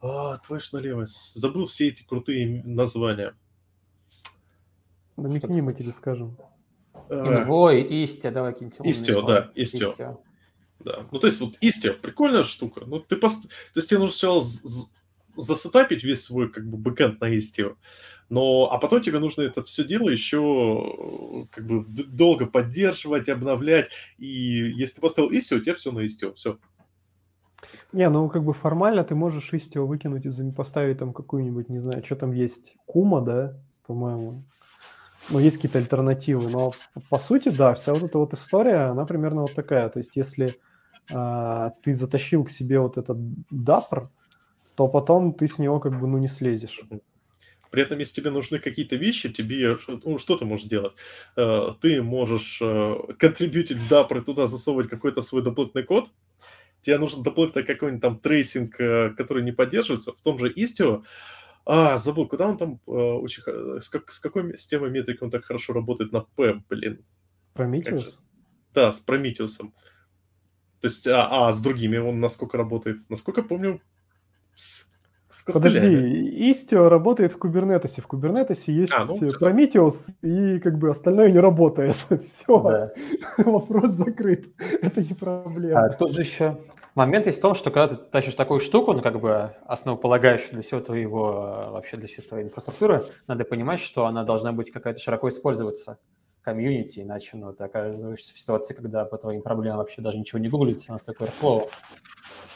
Speaker 1: А, твою ж налево, забыл все эти крутые названия.
Speaker 2: Намекни, мы тебе скажем.
Speaker 1: Э,
Speaker 4: Инвой, Истя, давай какие-нибудь умные
Speaker 1: Istio,
Speaker 4: слова.
Speaker 1: да, Istio.
Speaker 4: Istio.
Speaker 1: Да. Ну, то есть, вот Истия, прикольная штука. Ну, ты пос- То есть, тебе нужно сначала з- з- засетапить весь свой, как бы, бэкэнд на Истию. Но... А потом тебе нужно это все дело еще, э, как бы, д- долго поддерживать, обновлять. И если ты поставил Истию, у тебя все на Истию. Все.
Speaker 2: Не, ну как бы формально ты можешь Istio выкинуть и зам- поставить там какую-нибудь, не знаю, что там есть, Кума, да, по-моему. Ну, есть какие-то альтернативы, но п- по сути, да, вся вот эта вот история, она примерно вот такая. То есть если а, ты затащил к себе вот этот дапр, то потом ты с него как бы, ну, не слезешь.
Speaker 1: При этом, если тебе нужны какие-то вещи, тебе... Ну, что ты можешь делать? Э, Ты можешь э, контрибьютить в Dapper и туда засовывать какой-то свой дополнительный код. Тебе нужен дополнительный какой-нибудь там трейсинг, э, который не поддерживается. В том же Istio... А, забыл, куда он там... э, очень х- С, как- с какой системой метрик он так хорошо работает на P, блин? Как же?
Speaker 2: Прометеус?
Speaker 1: Да, с Prometheus. То есть, а, а с другими он насколько работает? Насколько помню, с, С костылями.
Speaker 2: Подожди, Istio работает в Кубернетесе. В Кубернетесе есть
Speaker 1: А, ну,
Speaker 2: э,
Speaker 1: да.
Speaker 2: Prometheus, и как бы остальное не работает. Все,
Speaker 4: Да.
Speaker 2: вопрос закрыт. Это не проблема.
Speaker 4: А тут же еще момент есть в том, что когда ты тащишь такую штуку, ну, как бы основополагающую для всего твоего, э, вообще для всей твоей инфраструктуры, надо понимать, что она должна быть какая-то широко использоваться комьюнити, иначе, ну, ты оказываешься в ситуации, когда по твоим проблемам вообще даже ничего не гуглится, на Stack Overflow.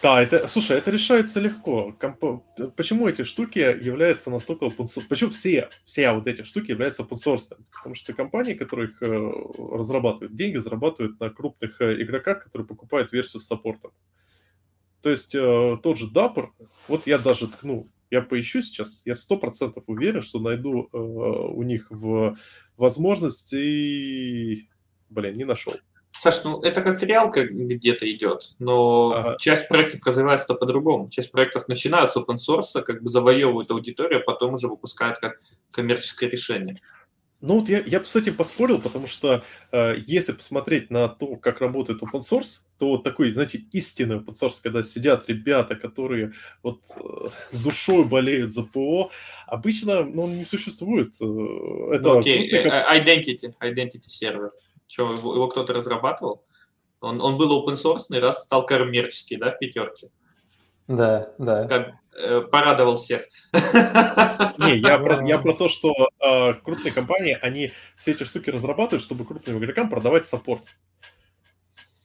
Speaker 1: Да, это, слушай, это решается легко. Компо- Почему эти штуки являются настолько open source? Почему все, все вот эти штуки являются open source? Потому что компании, которые их э, разрабатывают, деньги зарабатывают на крупных э, игроках, которые покупают версию с саппортом. То есть э, тот же Dapper, вот я даже ткну, я поищу сейчас, я сто процентов уверен, что найду э, у них в возможности, блин, не нашел.
Speaker 3: Саш, ну это как реалка где-то идет, но
Speaker 1: Ага.
Speaker 3: часть проектов развивается по-другому. Часть проектов начинают с open source, как бы завоевывают аудиторию, а потом уже выпускают как коммерческое решение.
Speaker 1: Ну вот я, я бы с этим поспорил, потому что э, если посмотреть на то, как работает open source, то вот такой, знаете, истинный open source, когда сидят ребята, которые вот э, душой болеют за ПО, обычно ну, он не существует. Э, Это
Speaker 3: Ну, окей,
Speaker 1: крупный
Speaker 3: э, э, identity, identity сервер. Че, его, его кто-то разрабатывал? Он, он был open source, раз стал коммерческий, да, в пятерке.
Speaker 4: Да, да.
Speaker 3: Как э, порадовал всех.
Speaker 1: Не, я про, я про то, что э, крупные компании, они все эти штуки разрабатывают, чтобы крупным игрокам продавать саппорт.
Speaker 3: Ну,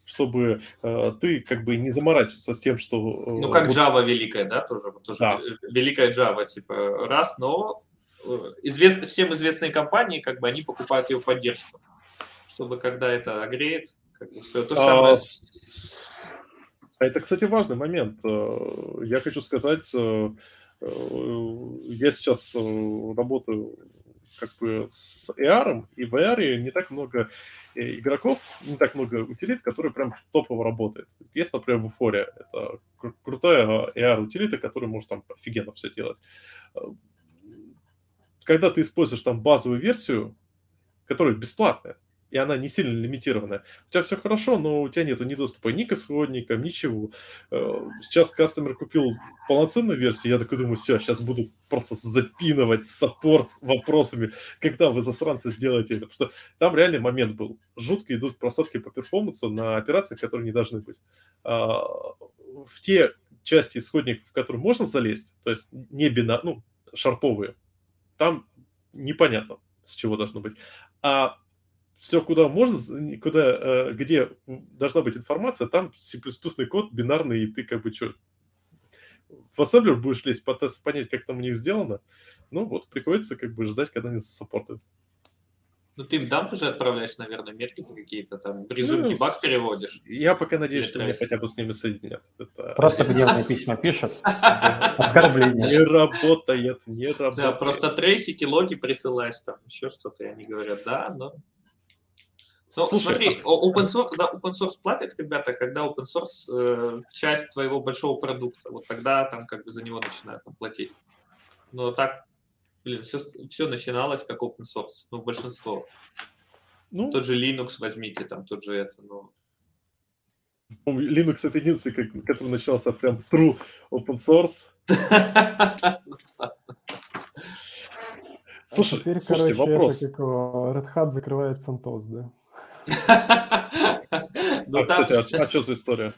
Speaker 1: Чтобы э, ты как бы не заморачивался с тем, что... э,
Speaker 3: Ну, как
Speaker 1: вот-
Speaker 3: Java великая, да, тоже. вот тоже
Speaker 1: Да.
Speaker 3: ве- Великая Java, типа, раз, но э, извест- всем известные компании, как бы, они покупают ее поддержку, чтобы когда это огреет, как бы, все то же самое.
Speaker 1: А,
Speaker 3: с-
Speaker 1: с- а Это, кстати, важный момент. Э, Я хочу сказать, э, э, я сейчас э, работаю как бы с AR, и в AR не так много э, игроков, не так много утилит, которые прям топово работают. Есть, например, в Euphoria, это кру- крутая AR-утилита, которая может там офигенно все делать. Э, Когда ты используешь там базовую версию, которая бесплатная, и она не сильно лимитированная, у тебя все хорошо, но у тебя нету ни доступа ни к исходникам, ничего. Э, Сейчас кастомер купил полноценную версию, я такой думаю, все, сейчас буду просто запинывать саппорт вопросами, когда вы, засранцы, сделаете это. Потому что там реальный момент был. Жутко идут просадки по перформансу на операциях, которые не должны быть. А, В те части исходников, в которые можно залезть, то есть не бина, ну, шарповые, там непонятно, с чего должно быть. А все, куда можно, з- куда, э, где должна быть информация, там C++ код бинарный, и ты как бы что, в ассемблер будешь лезть, пытаться понять, как там у них сделано. Ну вот, приходится как бы ждать, когда они саппортят.
Speaker 3: Ну, ты им дамп уже отправляешь, наверное, метрики какие-то там, в режим
Speaker 1: Ну,
Speaker 3: дебаг
Speaker 1: с-
Speaker 3: переводишь.
Speaker 1: Я пока надеюсь, что меня
Speaker 3: Интересно.
Speaker 1: хотя бы с ними соединят. Это
Speaker 4: Просто гневные письма пишут.
Speaker 1: не
Speaker 4: Оскорбление.
Speaker 1: работает, не работает.
Speaker 3: Да, просто трейсики, логи присылаешь там, еще что-то, и они говорят, да, но... Ну,
Speaker 1: Слушай, а
Speaker 3: смотри, о- open source- за open source платят, ребята, когда open source э, часть твоего большого продукта, вот тогда там как бы за него начинают там, платить. Но так, блин, все, все начиналось как open source, ну, большинство.
Speaker 1: Ну,
Speaker 3: Тот же Linux возьмите, там, тот же это, ну...
Speaker 1: ну, Linux это единственный, как- который начался прям true open source.
Speaker 2: А
Speaker 3: Ну
Speaker 1: А, Слушай,
Speaker 2: теперь,
Speaker 1: слушайте,
Speaker 2: короче,
Speaker 1: вопрос.
Speaker 2: Это как о, Red Hat закрывает Santos, да?
Speaker 3: Ну,
Speaker 1: а,
Speaker 3: там-
Speaker 1: кстати, а, что за история?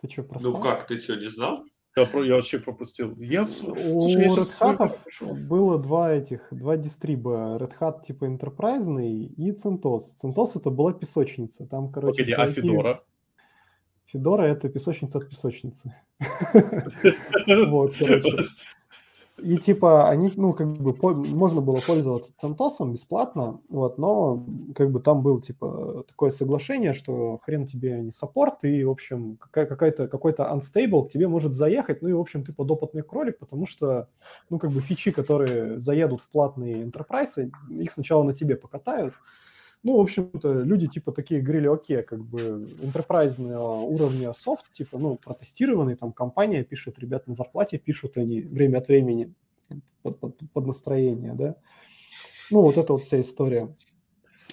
Speaker 2: Ты что, проспал?
Speaker 3: Ну как, ты что, не знал?
Speaker 1: Я, про- я вообще пропустил. Я, в-
Speaker 2: У
Speaker 1: слушай, я
Speaker 2: Red
Speaker 1: щас вспомнил,
Speaker 2: Hat'ов
Speaker 1: пошёл.
Speaker 2: было два этих, два дистриба. Red Hat типа энтерпрайзный и Centos. Centos это была песочница. Там, короче,
Speaker 1: Погоди, а
Speaker 2: чуваки-
Speaker 1: Федора?
Speaker 2: Федора это песочница от песочницы. Вот, короче. И типа они, ну, как бы, по- можно было пользоваться Центосом бесплатно, вот, но как бы там было, типа, такое соглашение, что хрен тебе не саппорт, и, в общем, какая- какая-то, какой-то unstable к тебе может заехать, ну и, в общем, ты подопытный кролик, потому что, ну, как бы, фичи, которые заедут в платные интерпрайсы, их сначала на тебе покатают, ну, в общем-то, люди типа такие говорили, окей, как бы интерпрайзного уровня софт, типа, ну, протестированный, там, компания пишет, ребят на зарплате пишут они время от времени под, под- под настроение, да. Ну, вот это вот вся история.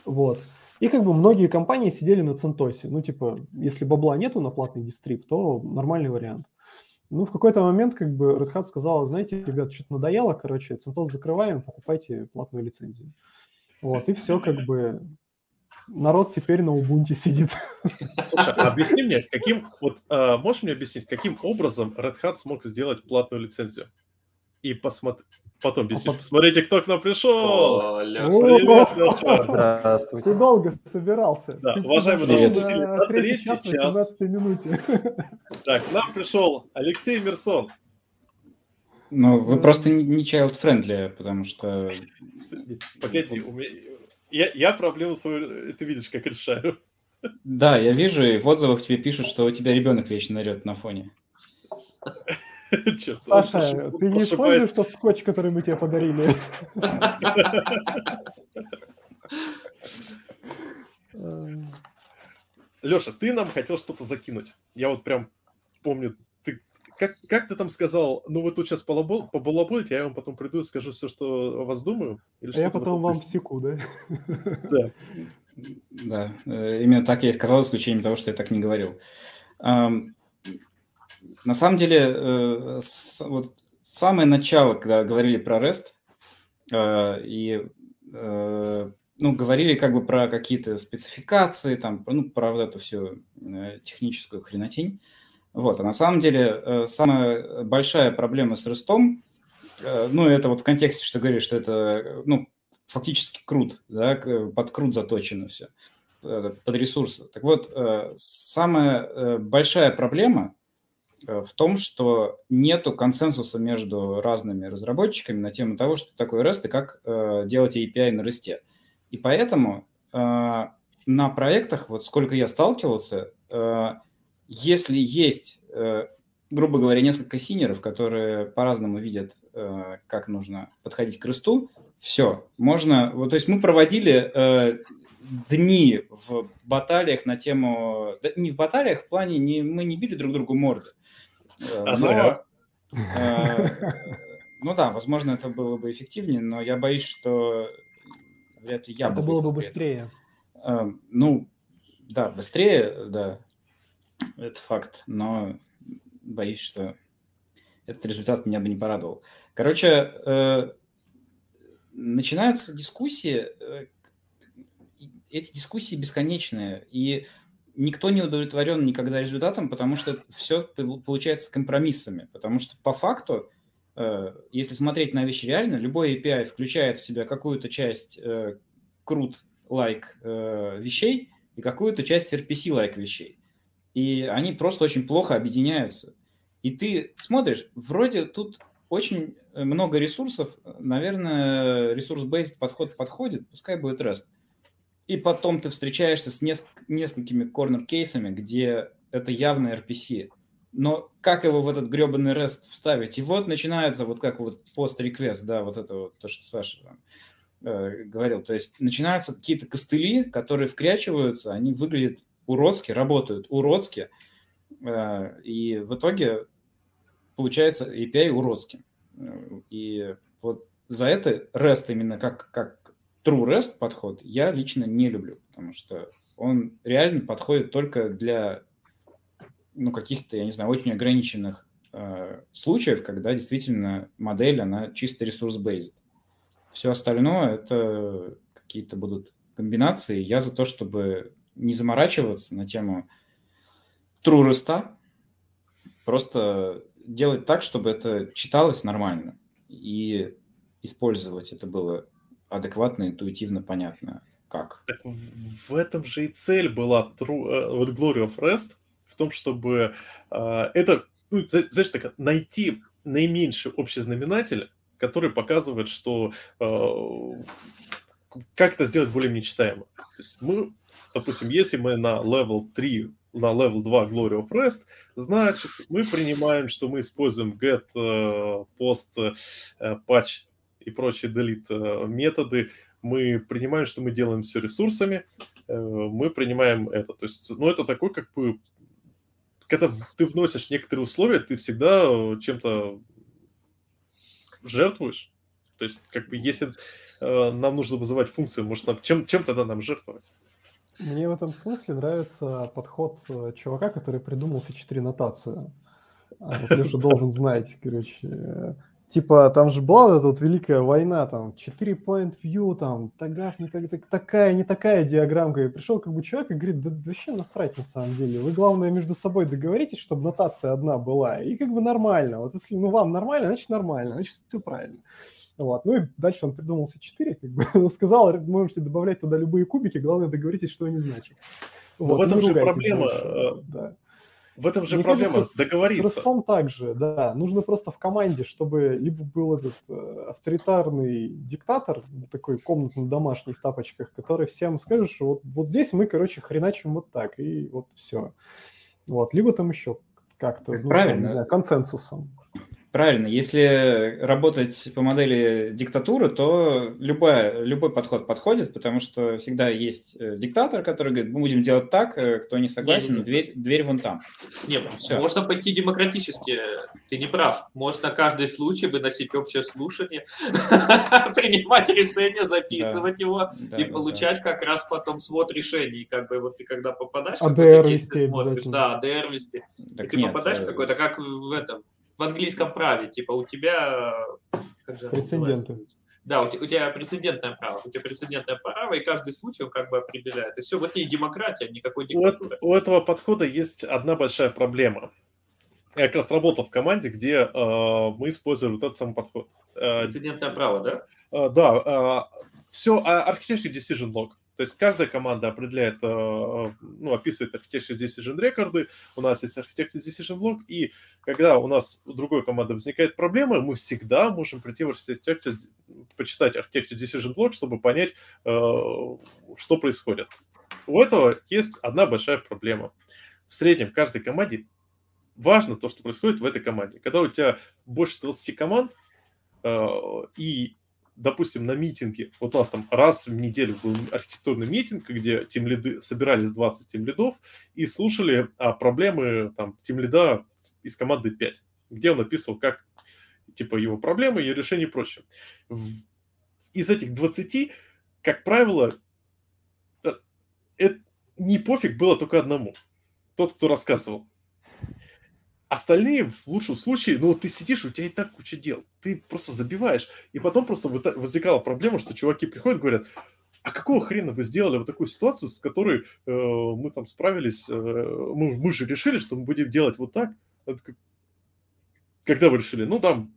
Speaker 2: Вот. И как бы многие компании сидели на Центосе. Ну, типа, если бабла нету на платный дистриб, то нормальный вариант. Ну, в какой-то момент как бы Red Hat сказала, знаете, ребят, что-то надоело, короче, Центос закрываем, покупайте платную лицензию. Вот, и все, как бы, народ теперь на Ubuntu сидит.
Speaker 1: Слушай, а объясни мне, каким, вот, а, можешь мне объяснить, каким образом Red Hat смог сделать платную лицензию? И посмотри, потом объяснишь.
Speaker 2: пот-
Speaker 1: Посмотрите, кто к нам пришел!
Speaker 3: О, Лёша.
Speaker 2: А О,
Speaker 1: Привет, Лёша!
Speaker 2: Ты
Speaker 4: Здравствуйте.
Speaker 2: долго собирался.
Speaker 1: Да,
Speaker 2: Ты
Speaker 1: уважаемые
Speaker 2: пришел
Speaker 4: наши
Speaker 1: зрители,
Speaker 2: на
Speaker 1: на
Speaker 2: третий
Speaker 1: третий
Speaker 2: час,
Speaker 1: час.
Speaker 2: 18 минуте.
Speaker 1: Так, к нам пришел Алексей Мерсон.
Speaker 5: Ну, вы просто не- не child-friendly, потому что...
Speaker 1: Погоди, у меня... Я, я проблему свою, э, ты видишь, как решаю.
Speaker 5: Да, я вижу, и в отзывах тебе пишут, что у тебя ребенок вечно орет на фоне.
Speaker 1: Чёрт, он
Speaker 2: Саша,
Speaker 1: пошиб-
Speaker 2: ты не
Speaker 1: пошибает.
Speaker 2: используешь тот скотч, который мы тебе подарили? Эм,
Speaker 1: Леша, ты нам хотел что-то закинуть. Я вот прям помню, ты как, как ты там сказал, ну вы тут сейчас полабол, побалаболите, а я вам потом приду и скажу все, что о вас думаю. Или
Speaker 2: а Я
Speaker 1: что-то в
Speaker 2: потом
Speaker 1: этом
Speaker 2: вам
Speaker 1: духе.
Speaker 2: всеку, да?
Speaker 5: Да, э, именно так я и сказал, за исключением того, что я так не говорил. Ам, На самом деле, э, с- вот самое начало, когда говорили про REST, э, и э, ну, говорили как бы про какие-то спецификации, там, ну, про вот эту всю э, техническую хренотень. Вот, а на самом деле э, самая большая проблема с рестом, э, ну, это вот в контексте, что говоришь, что это, э, ну, фактически крут, да, к- под крут заточено все, под ресурсы. Так вот, э, самая э, большая проблема э, в том, что нету консенсуса между разными разработчиками на тему того, что такое REST и как э, делать API на REST. И поэтому э, на проектах, вот сколько я сталкивался, э, если есть, э, грубо говоря, несколько синеров, которые по-разному видят, э, как нужно подходить к ресту, все, можно. Вот, то есть мы проводили э, дни в баталиях на тему, да, не в баталиях в плане, не мы не били друг другу морды. Э,
Speaker 1: А
Speaker 5: но,
Speaker 1: зря.
Speaker 5: э, ну да, возможно, это было бы эффективнее, но я боюсь, что вряд ли я
Speaker 2: Это было бы
Speaker 5: выиграл при этом.
Speaker 2: быстрее.
Speaker 5: Э, Ну, да, быстрее, да, это факт, но боюсь, что этот результат меня бы не порадовал. Короче, э, начинаются дискуссии, э, и эти дискуссии бесконечные, и никто не удовлетворен никогда результатом, потому что все получается компромиссами, потому что по факту, э, если смотреть на вещи реально, любой API включает в себя какую-то часть э, крут лайк э, вещей и какую-то часть RPC лайк вещей. И они просто очень плохо объединяются. И ты смотришь, вроде тут очень э, много ресурсов, э, наверное, ресурс-бейст подход подходит, пускай будет REST. И потом ты встречаешься с неск- несколькими корнер-кейсами, где это явно RPC. Но как его в этот гребаный REST вставить? И вот начинается вот как вот пост-реквест, да, вот это вот то, что Саша там э, говорил. То есть начинаются какие-то костыли, которые вкрячиваются, они выглядят уродски, работают уродски, э, и в итоге получается API уродским. Э, И вот за это REST именно как, как true REST подход я лично не люблю, потому что он реально подходит только для ну, каких-то, я не знаю, очень ограниченных э, случаев, когда действительно модель, она чисто ресурс-бейзд. Все остальное это какие-то будут комбинации. Я за то, чтобы не заморачиваться на тему true роста, просто делать так, чтобы это читалось нормально и использовать это было адекватно, интуитивно, понятно, как.
Speaker 1: Так в- в этом же и цель была True, э, вот Glory of Rest, в том, чтобы э, это, ну, зна- знаешь, так, найти наименьший общий знаменатель, который показывает, что э, как это сделать более-менее читаемо. То есть мы, допустим, если мы на level 3, на level 2 Glory of Rest, значит, мы принимаем, что мы используем get, э, post, э, patch и прочие delete э, методы, мы принимаем, что мы делаем все ресурсами, э, мы принимаем это. То есть, ну, это такой, как бы, когда ты вносишь некоторые условия, ты всегда э, чем-то жертвуешь. То есть, как бы, если э, нам нужно вызывать функцию, может, нам, чем, чем тогда нам жертвовать?
Speaker 2: Мне в этом смысле нравится подход э, чувака, который придумал C4 нотацию. Вот Леша должен знать, короче. Типа, там же была вот эта вот великая война, там, 4 point view, там, тагав, не так, так- такая, не такая диаграмма. И пришел как бы человек и говорит, да вообще насрать на самом деле. Вы, главное, между собой договоритесь, чтобы нотация одна была. И как бы нормально. Вот если ну, вам нормально, значит нормально, значит все правильно. Вот. Ну и дальше он придумал все четыре, как бы, он сказал, можете добавлять туда любые кубики, главное договоритесь, что они значат.
Speaker 1: Но в этом
Speaker 2: не
Speaker 1: же
Speaker 2: ругайтесь
Speaker 1: проблема,
Speaker 2: больше,
Speaker 1: э,
Speaker 2: да.
Speaker 1: В этом же
Speaker 2: Мне
Speaker 1: проблема
Speaker 2: кажется, с- С
Speaker 1: договориться.
Speaker 2: Ростом также, да. Нужно просто в команде, чтобы либо был этот э, авторитарный диктатор, такой комнатный домашний в тапочках, который всем скажет, что вот, вот здесь мы, короче, хреначим вот так, и вот все. Вот. Либо там еще как-то, ну,
Speaker 5: Правильно.
Speaker 2: там, не знаю, консенсусом.
Speaker 5: Правильно, если работать по модели диктатуры, то любая, любой подход подходит, потому что всегда есть э, диктатор, который говорит, мы будем делать так, э, кто не согласен,
Speaker 3: Есть.
Speaker 5: дверь, дверь вон там.
Speaker 3: Нет,
Speaker 5: Всё.
Speaker 3: можно пойти демократически. Ты не прав. Можно каждый случай выносить общее слушание, принимать решение, записывать его
Speaker 5: Да,
Speaker 3: и
Speaker 5: да, да.
Speaker 3: получать как раз потом свод решений. И Как бы вот ты когда попадаешь, в
Speaker 2: ADR
Speaker 3: какой-то кейс,
Speaker 2: А вести
Speaker 3: ты смотришь,
Speaker 2: обязательно.
Speaker 3: да, АДР вести.
Speaker 5: Так
Speaker 3: и ты
Speaker 5: нет,
Speaker 3: типа, попадаешь в
Speaker 5: э,
Speaker 3: какой-то, как в этом, в английском праве, типа у тебя... э, Как же оно
Speaker 2: Прецеденты.
Speaker 3: называется? Да, у те- у тебя, прецедентное право, у тебя прецедентное право, и каждый случай он как бы определяет. И все, вот и демократия, никакой
Speaker 1: У, эт-
Speaker 3: диктатуры.
Speaker 1: у этого подхода есть одна большая проблема. Я как раз работал в команде, где э, мы использовали вот этот самый подход. Э,
Speaker 3: Прецедентное право, да?
Speaker 1: Э, Да, все architecture decision log. То есть каждая команда определяет, э, э, ну, описывает architecture decision рекорды. У нас есть architecture decision log, и когда у нас у другой команды возникает проблема, мы всегда можем прийти в architecture, почитать architecture decision log, чтобы понять, э, что происходит. У этого есть одна большая проблема. В среднем в каждой команде важно то, что происходит в этой команде. Когда у тебя больше 20 команд, э, и допустим, на митинге, вот у нас там раз в неделю был архитектурный митинг, где тимлиды, собирались 20 тимлидов и слушали а, проблемы там тимлида из команды 5, где он описывал, как типа его проблемы, ее решение и прочее. В- Из этих 20, как правило, э, э- не пофиг было только одному, тот, кто рассказывал. Остальные, в лучшем случае, ну, ты сидишь, у тебя и так куча дел. Ты просто забиваешь. И потом просто выта- возникала проблема, что чуваки приходят и говорят, а какого хрена вы сделали вот такую ситуацию, с которой э, мы там справились, э, мы, мы же решили, что мы будем делать вот так. Я такой, Когда вы решили? Ну, там,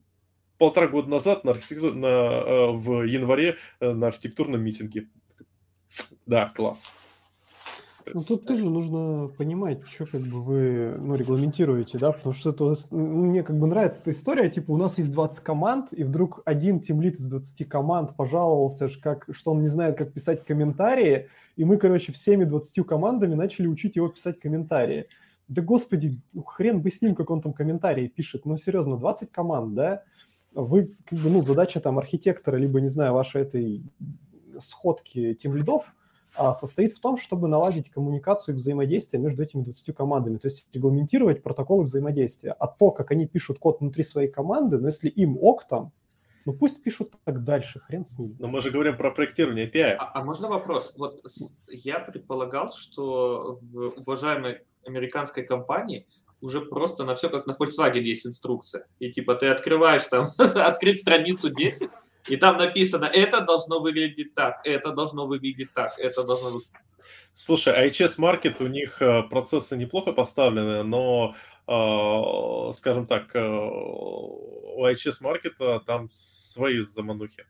Speaker 1: полтора года назад на архитекту- на, э, в январе э, на архитектурном митинге. Да, класс. То
Speaker 2: Ну,
Speaker 1: есть,
Speaker 2: тут тоже нужно понимать, что как бы вы ну, регламентируете, да, потому что это, ну, мне как бы нравится эта история, типа у нас есть 20 команд, и вдруг один тимлит из 20 команд пожаловался, ж как, что он не знает, как писать комментарии, и мы, короче, всеми 20 командами начали учить его писать комментарии. Да господи, ну, хрен бы с ним, как он там комментарии пишет. Ну, серьезно, 20 команд, да? Вы, как бы, ну, задача там архитектора, либо, не знаю, вашей этой сходки тем лидов а, состоит в том, чтобы наладить коммуникацию и взаимодействие между этими 20 командами, то есть регламентировать протоколы взаимодействия. А то, как они пишут код внутри своей команды, но если им ок там, ну пусть пишут так дальше, хрен с ним.
Speaker 1: Но мы же говорим про проектирование API.
Speaker 3: А, а можно вопрос? Вот с- я предполагал, что в уважаемой американской компании уже просто на все, как на Volkswagen, есть инструкция. И типа ты открываешь там, открыть страницу 10, и там написано, это должно выглядеть так, это должно выглядеть так, А, это должно выглядеть
Speaker 1: Слушай, а HS Market, у них э, процессы неплохо поставлены, но, э, скажем так, э, у HS Market э, там свои заманухи.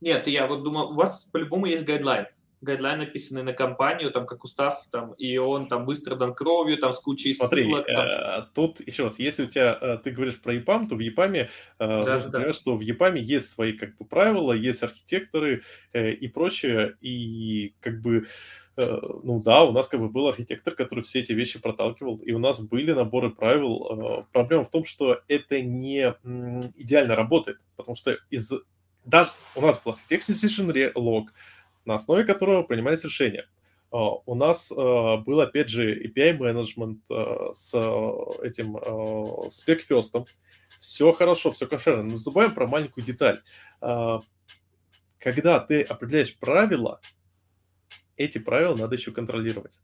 Speaker 3: Нет, я вот думал, у вас по-любому есть гайдлайн. Гайдлайн написанный на компанию, там как устав, там, и он там быстро дан кровью, там с кучей
Speaker 1: Смотри,
Speaker 3: ссылок. там.
Speaker 1: э, тут еще раз, если у тебя, э, ты говоришь про EPAM, то в EPAM, э, нужно
Speaker 3: да.
Speaker 1: понимать, что в EPAM есть свои как бы правила, есть архитекторы э, и прочее, и как бы, э, ну да, у нас как бы был архитектор, который все эти вещи проталкивал, и у нас были наборы правил. Э, проблема в том, что это не м, идеально работает, потому что из даже у нас был architecture decision re- log, на основе которого принимались решения. А, У нас э, был, опять же, API-менеджмент э, с э, этим э, спекфестом. Все хорошо, все кошерно. Но забываем про маленькую деталь. А, Когда ты определяешь правила, эти правила надо еще контролировать.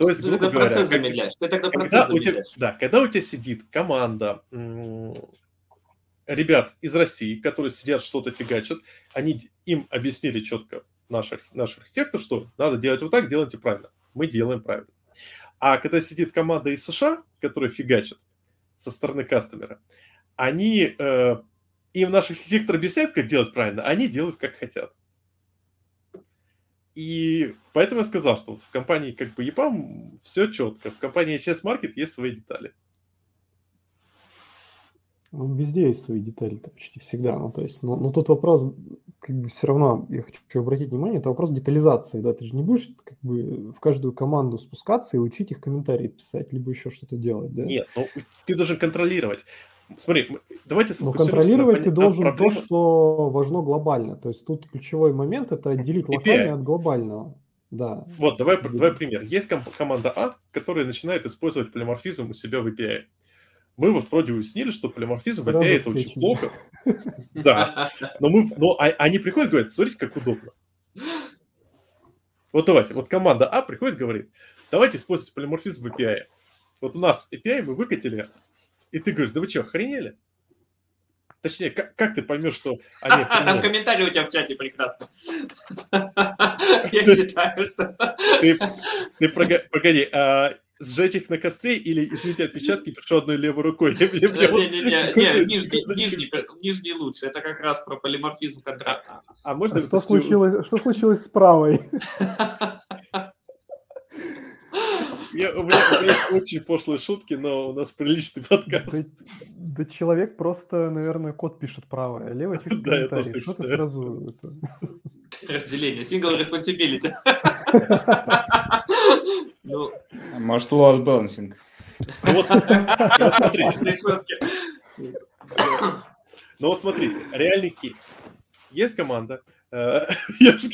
Speaker 1: То есть,
Speaker 3: Ты
Speaker 1: грубо
Speaker 3: тогда
Speaker 1: говоря,
Speaker 3: Ну, процесс
Speaker 1: как-
Speaker 3: замедляешь. Ты тогда
Speaker 1: когда
Speaker 3: процесс
Speaker 1: у тебя,
Speaker 3: замедляешь.
Speaker 1: да, когда у тебя сидит команда м, ребят из России, которые сидят, что-то фигачат, они им объяснили четко наш, арх- наш архитектор, что надо делать вот так, делайте правильно. Мы делаем правильно. А когда сидит команда из США, которая фигачит со стороны кастомера, они э, им наш архитектор объясняет, как делать правильно, а они делают, как хотят. И поэтому я сказал, что вот в компании как бы EPAM все четко. В компании HS Market есть свои детали.
Speaker 2: Ну, везде есть свои детали-то почти всегда. Ну, то есть, но, но тут вопрос, как бы все равно, я хочу обратить внимание, это вопрос детализации, да, ты же не будешь как бы в каждую команду спускаться и учить их комментарии писать, либо еще что-то делать, да?
Speaker 1: Нет, ну ты должен контролировать. Смотри, мы- давайте
Speaker 2: Но
Speaker 1: сфокусируемся на
Speaker 2: Ну, контролировать ты
Speaker 1: пони- на
Speaker 2: должен
Speaker 1: проблеме.
Speaker 2: то, что важно глобально. То есть тут ключевой момент это отделить
Speaker 1: KPI.
Speaker 2: локальное от глобального. Да.
Speaker 1: Вот, давай, пр- давай пример. Есть комп- команда А, которая начинает использовать полиморфизм у себя в API. Мы вот вроде уяснили, что полиморфизм в
Speaker 2: Сразу
Speaker 1: API это очень
Speaker 2: отключили.
Speaker 1: плохо. Да, Но мы, но а- они приходят, говорят, смотрите, как удобно. Вот давайте, вот команда А приходит, говорит, давайте использовать полиморфизм в API. Вот у нас API мы выкатили, и ты говоришь, да вы что, охренели? Точнее, как, как ты поймешь, что они
Speaker 3: А Там
Speaker 1: охренели?
Speaker 3: комментарии у тебя в чате прекрасно. Я считаю, что...
Speaker 1: Ты, ты прога- погоди, а сжечь их на костре или, извините, отпечатки, пришел одной левой рукой? Мне- мне вот-
Speaker 3: Не-не-не, не, нижний- нижний нижний лучше. Это как раз про полиморфизм контракта.
Speaker 1: А можно...
Speaker 2: А
Speaker 1: я
Speaker 2: что,
Speaker 1: уточню?
Speaker 2: случилось, что случилось с правой?
Speaker 1: Я- у, меня, у меня есть очень пошлые шутки, но у нас приличный
Speaker 2: Ну,
Speaker 1: подкаст.
Speaker 2: Да, да человек просто, наверное, код пишет правое, а левое пишет
Speaker 1: Да, я тоже
Speaker 2: комментарий.
Speaker 1: так
Speaker 2: Что ты
Speaker 1: считаю.
Speaker 2: сразу... это-
Speaker 3: Разделение. Single responsibility. Ну,
Speaker 5: Может, load balancing.
Speaker 1: Ну вот, ну вот смотри,
Speaker 3: классные шутки.
Speaker 1: Но вот смотрите, реальный кейс. Есть команда. э, я ж-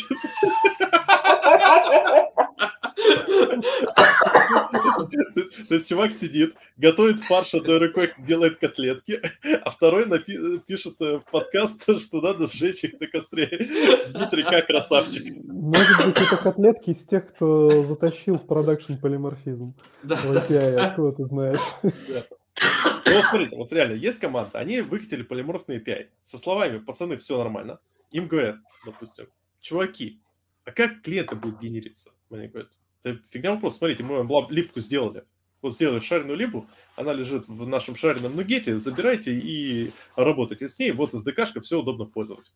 Speaker 1: То есть чувак сидит, готовит фарш одной рукой, делает котлетки, а второй напи- пишет э, в подкаст, что надо сжечь их на костре. Дмитрий как красавчик.
Speaker 2: Может быть, это котлетки из тех, кто затащил в продакшн полиморфизм.
Speaker 3: Да,
Speaker 2: В API, откуда ты знаешь?
Speaker 1: Ну вот смотрите, вот реально, есть команда, они выкатили полиморфный API. Со словами, пацаны, все нормально. Им говорят, допустим, чуваки, а как клиенты будут генериться? Они говорят, да фигня вопрос, смотрите, мы вам лап- липку сделали. Вот сделали шаренную липу, она лежит в нашем шаренном нугете, забирайте и работайте с ней, вот SDK-шка, все удобно пользоваться.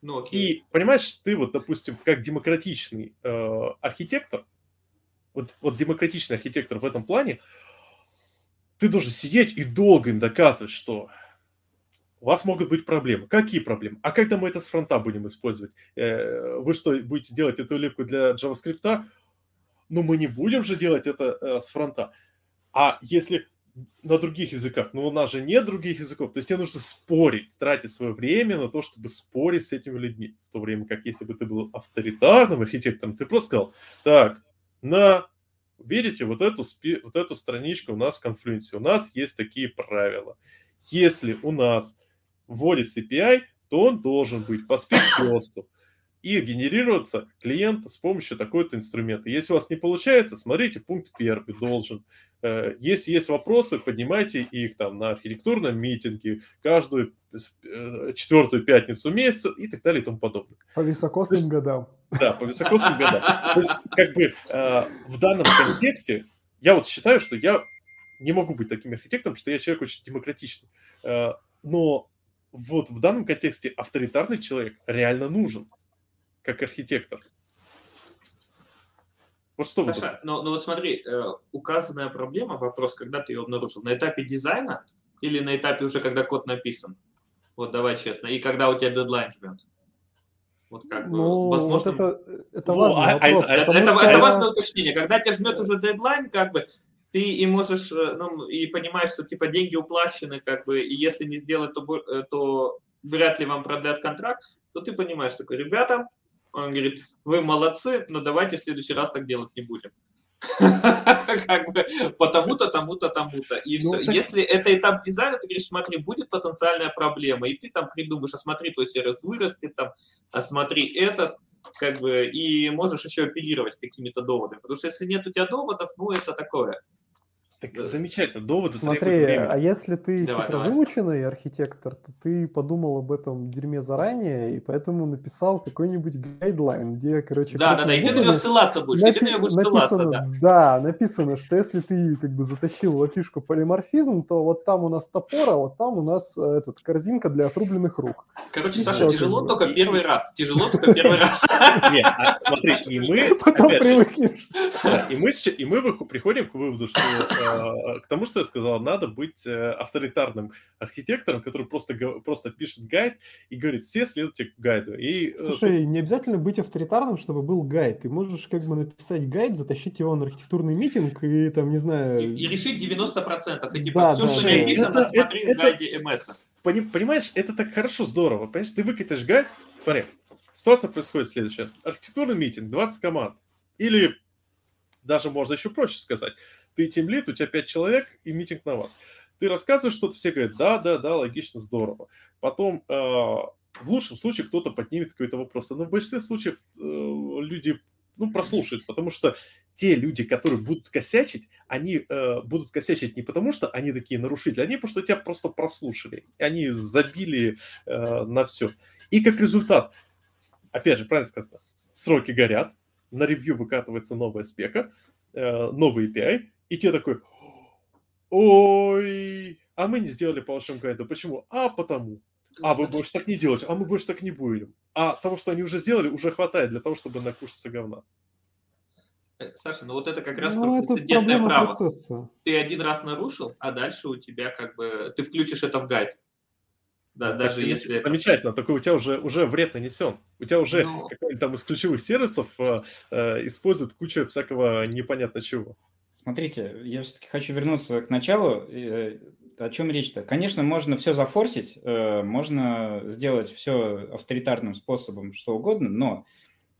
Speaker 3: Ну, окей.
Speaker 1: И понимаешь, ты вот, допустим, как демократичный э, архитектор, вот, вот демократичный архитектор в этом плане, ты должен сидеть и долго им доказывать, что у вас могут быть проблемы. Какие проблемы? А когда мы это с фронта будем использовать? Э, вы что, будете делать эту липку для JavaScript? Ну, мы не будем же делать это э, с фронта. А если на других языках? Ну, у нас же нет других языков. То есть тебе нужно спорить, тратить свое время на то, чтобы спорить с этими людьми. В то время как если бы ты был авторитарным архитектором, ты просто сказал, так, на, видите, вот эту, спи- вот эту страничку у нас в Confluence, у нас есть такие правила. Если у нас вводится API, то он должен быть по спецпосту и генерироваться клиент с помощью такой-то инструмента. Если у вас не получается, смотрите, пункт первый должен Э, Если есть вопросы, поднимайте их там на архитектурном митинге каждую э, четвертую пятницу месяца и так далее и тому подобное.
Speaker 2: По високосным годам.
Speaker 1: Да, по високосным годам. То есть, как бы э, в данном контексте я вот считаю, что я не могу быть таким архитектором, что я человек очень демократичный. Э, но вот в данном контексте авторитарный человек реально нужен как архитектор. Вот что вы
Speaker 3: Саша,
Speaker 1: думаете?
Speaker 3: ну, ну вот смотри, э, указанная проблема, вопрос, когда ты ее обнаружил, на этапе дизайна или на этапе уже, когда код написан? Вот давай честно. И когда у тебя дедлайн жмет? Вот как бы,
Speaker 2: Ну, вот
Speaker 3: э, возможно...
Speaker 2: это, это
Speaker 1: Во,
Speaker 2: важный
Speaker 1: а- а
Speaker 2: вопрос.
Speaker 1: это-
Speaker 3: Это,
Speaker 2: потому
Speaker 3: это-
Speaker 2: что-
Speaker 3: это важное уточнение. Когда тебя жмет уже дедлайн, как бы, ты и можешь, э, ну, и понимаешь, что, типа, деньги уплачены, как бы, и если не сделать, то, бо- э, то вряд ли вам продлят контракт, то ты понимаешь, такой, ребята, он говорит, вы молодцы, но давайте в следующий раз так делать не будем. Как бы, потому-то, тому-то, тому-то. И
Speaker 2: Ну,
Speaker 3: все.
Speaker 2: так-
Speaker 3: Если это этап дизайна, ты говоришь, смотри, будет потенциальная проблема, и ты там придумаешь, а смотри, твой сервис вырастет, там, а смотри этот, как бы, и можешь еще апеллировать какими-то доводами. Потому что если нет у тебя доводов, ну, это такое.
Speaker 1: Так замечательно, доводы
Speaker 2: Смотри,
Speaker 1: требуют времени.
Speaker 2: а если ты
Speaker 3: Давай,
Speaker 2: хитро
Speaker 3: давай.
Speaker 2: выученный архитектор, то ты подумал об этом дерьме заранее, и поэтому написал какой-нибудь гайдлайн, где, короче...
Speaker 3: Да, да, да, и ты на
Speaker 2: крупными
Speaker 3: него
Speaker 2: буквами
Speaker 3: ссылаться будешь, и ты на него будешь
Speaker 2: напи-
Speaker 3: ссылаться, да.
Speaker 2: написано- написано, что если ты как бы затащил латишку полиморфизм, то вот там у нас топор, а вот там у нас э, этот корзинка для отрубленных рук.
Speaker 3: Короче,
Speaker 2: Ну,
Speaker 3: Саша,
Speaker 2: всё,
Speaker 3: тяжело
Speaker 2: как бы.
Speaker 3: только первый раз. Тяжело только первый раз.
Speaker 1: Не, а смотри, и мы,
Speaker 2: Потом
Speaker 1: опять же,
Speaker 2: привыкнешь.
Speaker 1: да, и мы, сейчас- и мы выху- приходим к выводу, что э, к тому, что я сказал, надо быть э, авторитарным архитектором, который просто, го- просто пишет гайд и говорит, все следуйте гайду. И, э,
Speaker 2: Слушай, не обязательно быть авторитарным, чтобы был гайд. Ты можешь как бы написать гайд, затащить его на архитектурный митинг и там, не знаю...
Speaker 3: И и решить 90%. И типа,
Speaker 2: Э, Да,
Speaker 3: все,
Speaker 2: да,
Speaker 3: что
Speaker 2: да.
Speaker 3: написано,
Speaker 1: Это-
Speaker 3: смотри в
Speaker 1: это-
Speaker 3: гайде МС.
Speaker 1: Пони- Понимаешь, это так хорошо, здорово. Понимаешь, ты выкатаешь гайд. Смотри, ситуация происходит следующая. Архитектурный митинг, 20 команд. Или даже можно еще проще сказать. Ты тимлит, у тебя 5 человек и митинг на вас. Ты рассказываешь что-то, все говорят, да, да, да, логично, здорово. Потом э, в лучшем случае кто-то поднимет какой-то вопрос. Но в большинстве случаев э, люди ну, прослушают, потому что те люди, которые будут косячить, они э, будут косячить не потому, что они такие нарушители, они потому что тебя просто прослушали, и они забили э, на все. И как результат, опять же, правильно сказано, сроки горят, на ревью выкатывается новая спека, э, новый API, и те такой, ой, а мы не сделали по вашему гайду. Почему? А потому. А вы больше так не делаете, а мы больше так не будем. А того, что они уже сделали, уже хватает для того, чтобы накушаться говна.
Speaker 3: Э, Саша, ну вот это как раз
Speaker 2: Ну,
Speaker 3: про
Speaker 2: это
Speaker 3: прецедентное
Speaker 2: проблема
Speaker 3: право.
Speaker 2: процесса.
Speaker 3: Ты один раз нарушил, а дальше у тебя как бы... Ты включишь это в гайд. Да,
Speaker 1: Так,
Speaker 3: А даже
Speaker 1: замеч-
Speaker 3: если... это-
Speaker 1: ну Замечательно, только у тебя уже, уже вред нанесен. У тебя уже
Speaker 3: Ну.
Speaker 1: какой-нибудь там из ключевых сервисов э, э, используют кучу всякого непонятно чего.
Speaker 5: Смотрите, я все-таки хочу вернуться к началу. Э, О чем речь-то? Конечно, можно все зафорсить, э, можно сделать все авторитарным способом, что угодно, но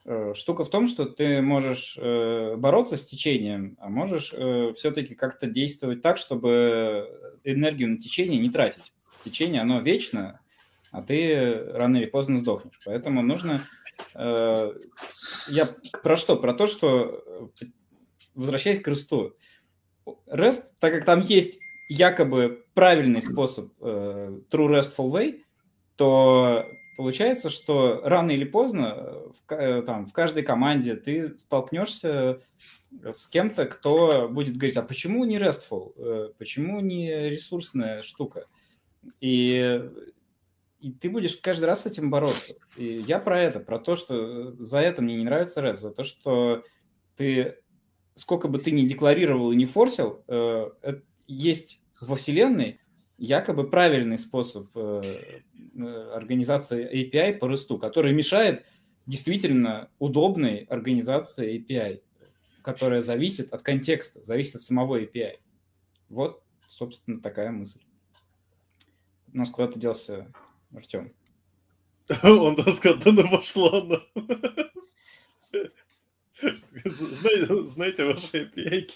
Speaker 5: э, штука в том, что ты можешь э, бороться с течением, а можешь все-таки как-то действовать так, чтобы энергию на течение не тратить. Течение, оно вечно, а ты рано или поздно сдохнешь. Поэтому нужно... э, Я про что? Про то, что э, возвращаясь к ресту, REST, так как там есть якобы правильный способ э, True RESTful Way, то получается, что рано или поздно э, в, ка- э, там, в каждой команде ты столкнешься с кем-то, кто будет говорить, а почему не RESTful, Э, почему не ресурсная штука? И, и ты будешь каждый раз с этим бороться. И я про это, про то, что за это мне не нравится REST, за то, что ты сколько бы ты ни декларировал и не форсил, э, э, есть во Вселенной якобы правильный способ э, э, организации API по росту, который мешает действительно удобной организации API, которая зависит от контекста, зависит от самого API. Вот, собственно, такая мысль. У нас куда-то делся Артем.
Speaker 1: Он даже сказал, да ну пошло оно». Знаете, знаете ваши API?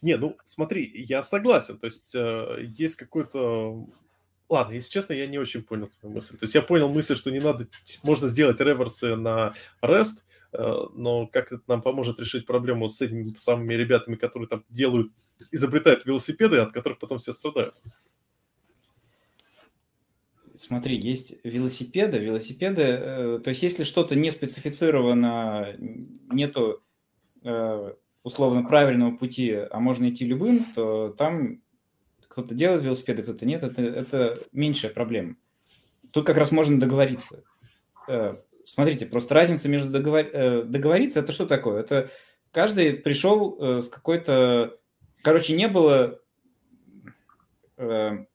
Speaker 1: Не, ну смотри, я согласен. То есть э, есть какой-то... Ладно, если честно, я не очень понял твою мысль. То есть я понял мысль, что не надо... Можно сделать реверсы на REST, э, но как это нам поможет решить проблему с этими самыми ребятами, которые там делают, изобретают велосипеды, от которых потом все страдают?
Speaker 5: Смотри, есть велосипеды, велосипеды, э, то есть если что-то не специфицировано, н- нету э, условно правильного пути, а можно идти любым, то там кто-то делает велосипеды, кто-то нет, это, это меньшая проблема. Тут как раз можно договориться. Э, Смотрите, просто разница между договор- э, договориться, это что такое? Это каждый пришел э, с какой-то... Короче, не было э,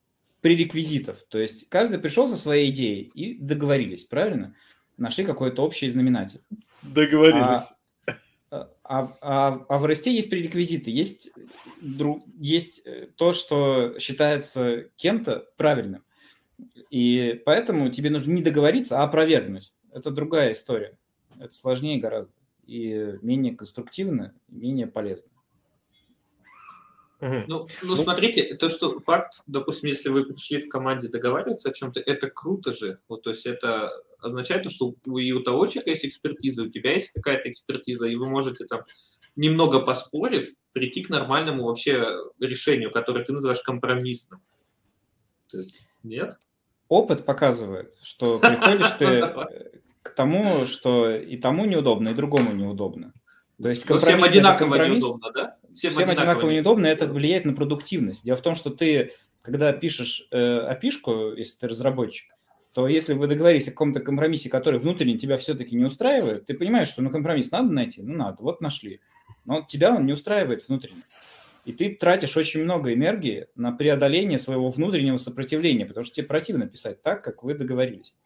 Speaker 5: пререквизитов. То есть каждый пришел со своей идеей и договорились, правильно? Нашли какой-то общий знаменатель.
Speaker 1: Договорились.
Speaker 5: А, а- а в росте есть пререквизиты, есть, дру- есть э, то, что считается кем-то правильным. И поэтому тебе нужно не договориться, а опровергнуть. Это другая история. Это сложнее гораздо. И менее конструктивно, и менее полезно.
Speaker 1: Мгм.
Speaker 3: Ну, ну, смотрите, то, что факт, допустим, если вы пришли в команде договариваться о чем-то, это круто же. Вот, то есть это означает, что у, и у того человека есть экспертиза, у тебя есть какая-то экспертиза, и вы можете там немного поспорив, прийти к нормальному вообще решению, которое ты называешь компромиссным. То есть нет?
Speaker 5: Опыт показывает, что приходишь ты э, к тому, что и тому неудобно, и другому неудобно. То есть
Speaker 3: Но Ну, всем
Speaker 5: компромисс-
Speaker 3: одинаково
Speaker 5: компромисс-
Speaker 3: неудобно, да?
Speaker 5: Всем, одинаково неудобно, и это влияет на продуктивность. Дело в том, что ты, когда пишешь э, api если ты разработчик, то если вы договорились о каком-то компромиссе, который внутренне тебя все-таки не устраивает, ты понимаешь, что ну компромисс надо найти, ну надо, вот нашли. Но вот тебя он не устраивает внутренне. И ты тратишь очень много энергии на преодоление своего внутреннего сопротивления, потому что тебе противно писать так, как вы договорились.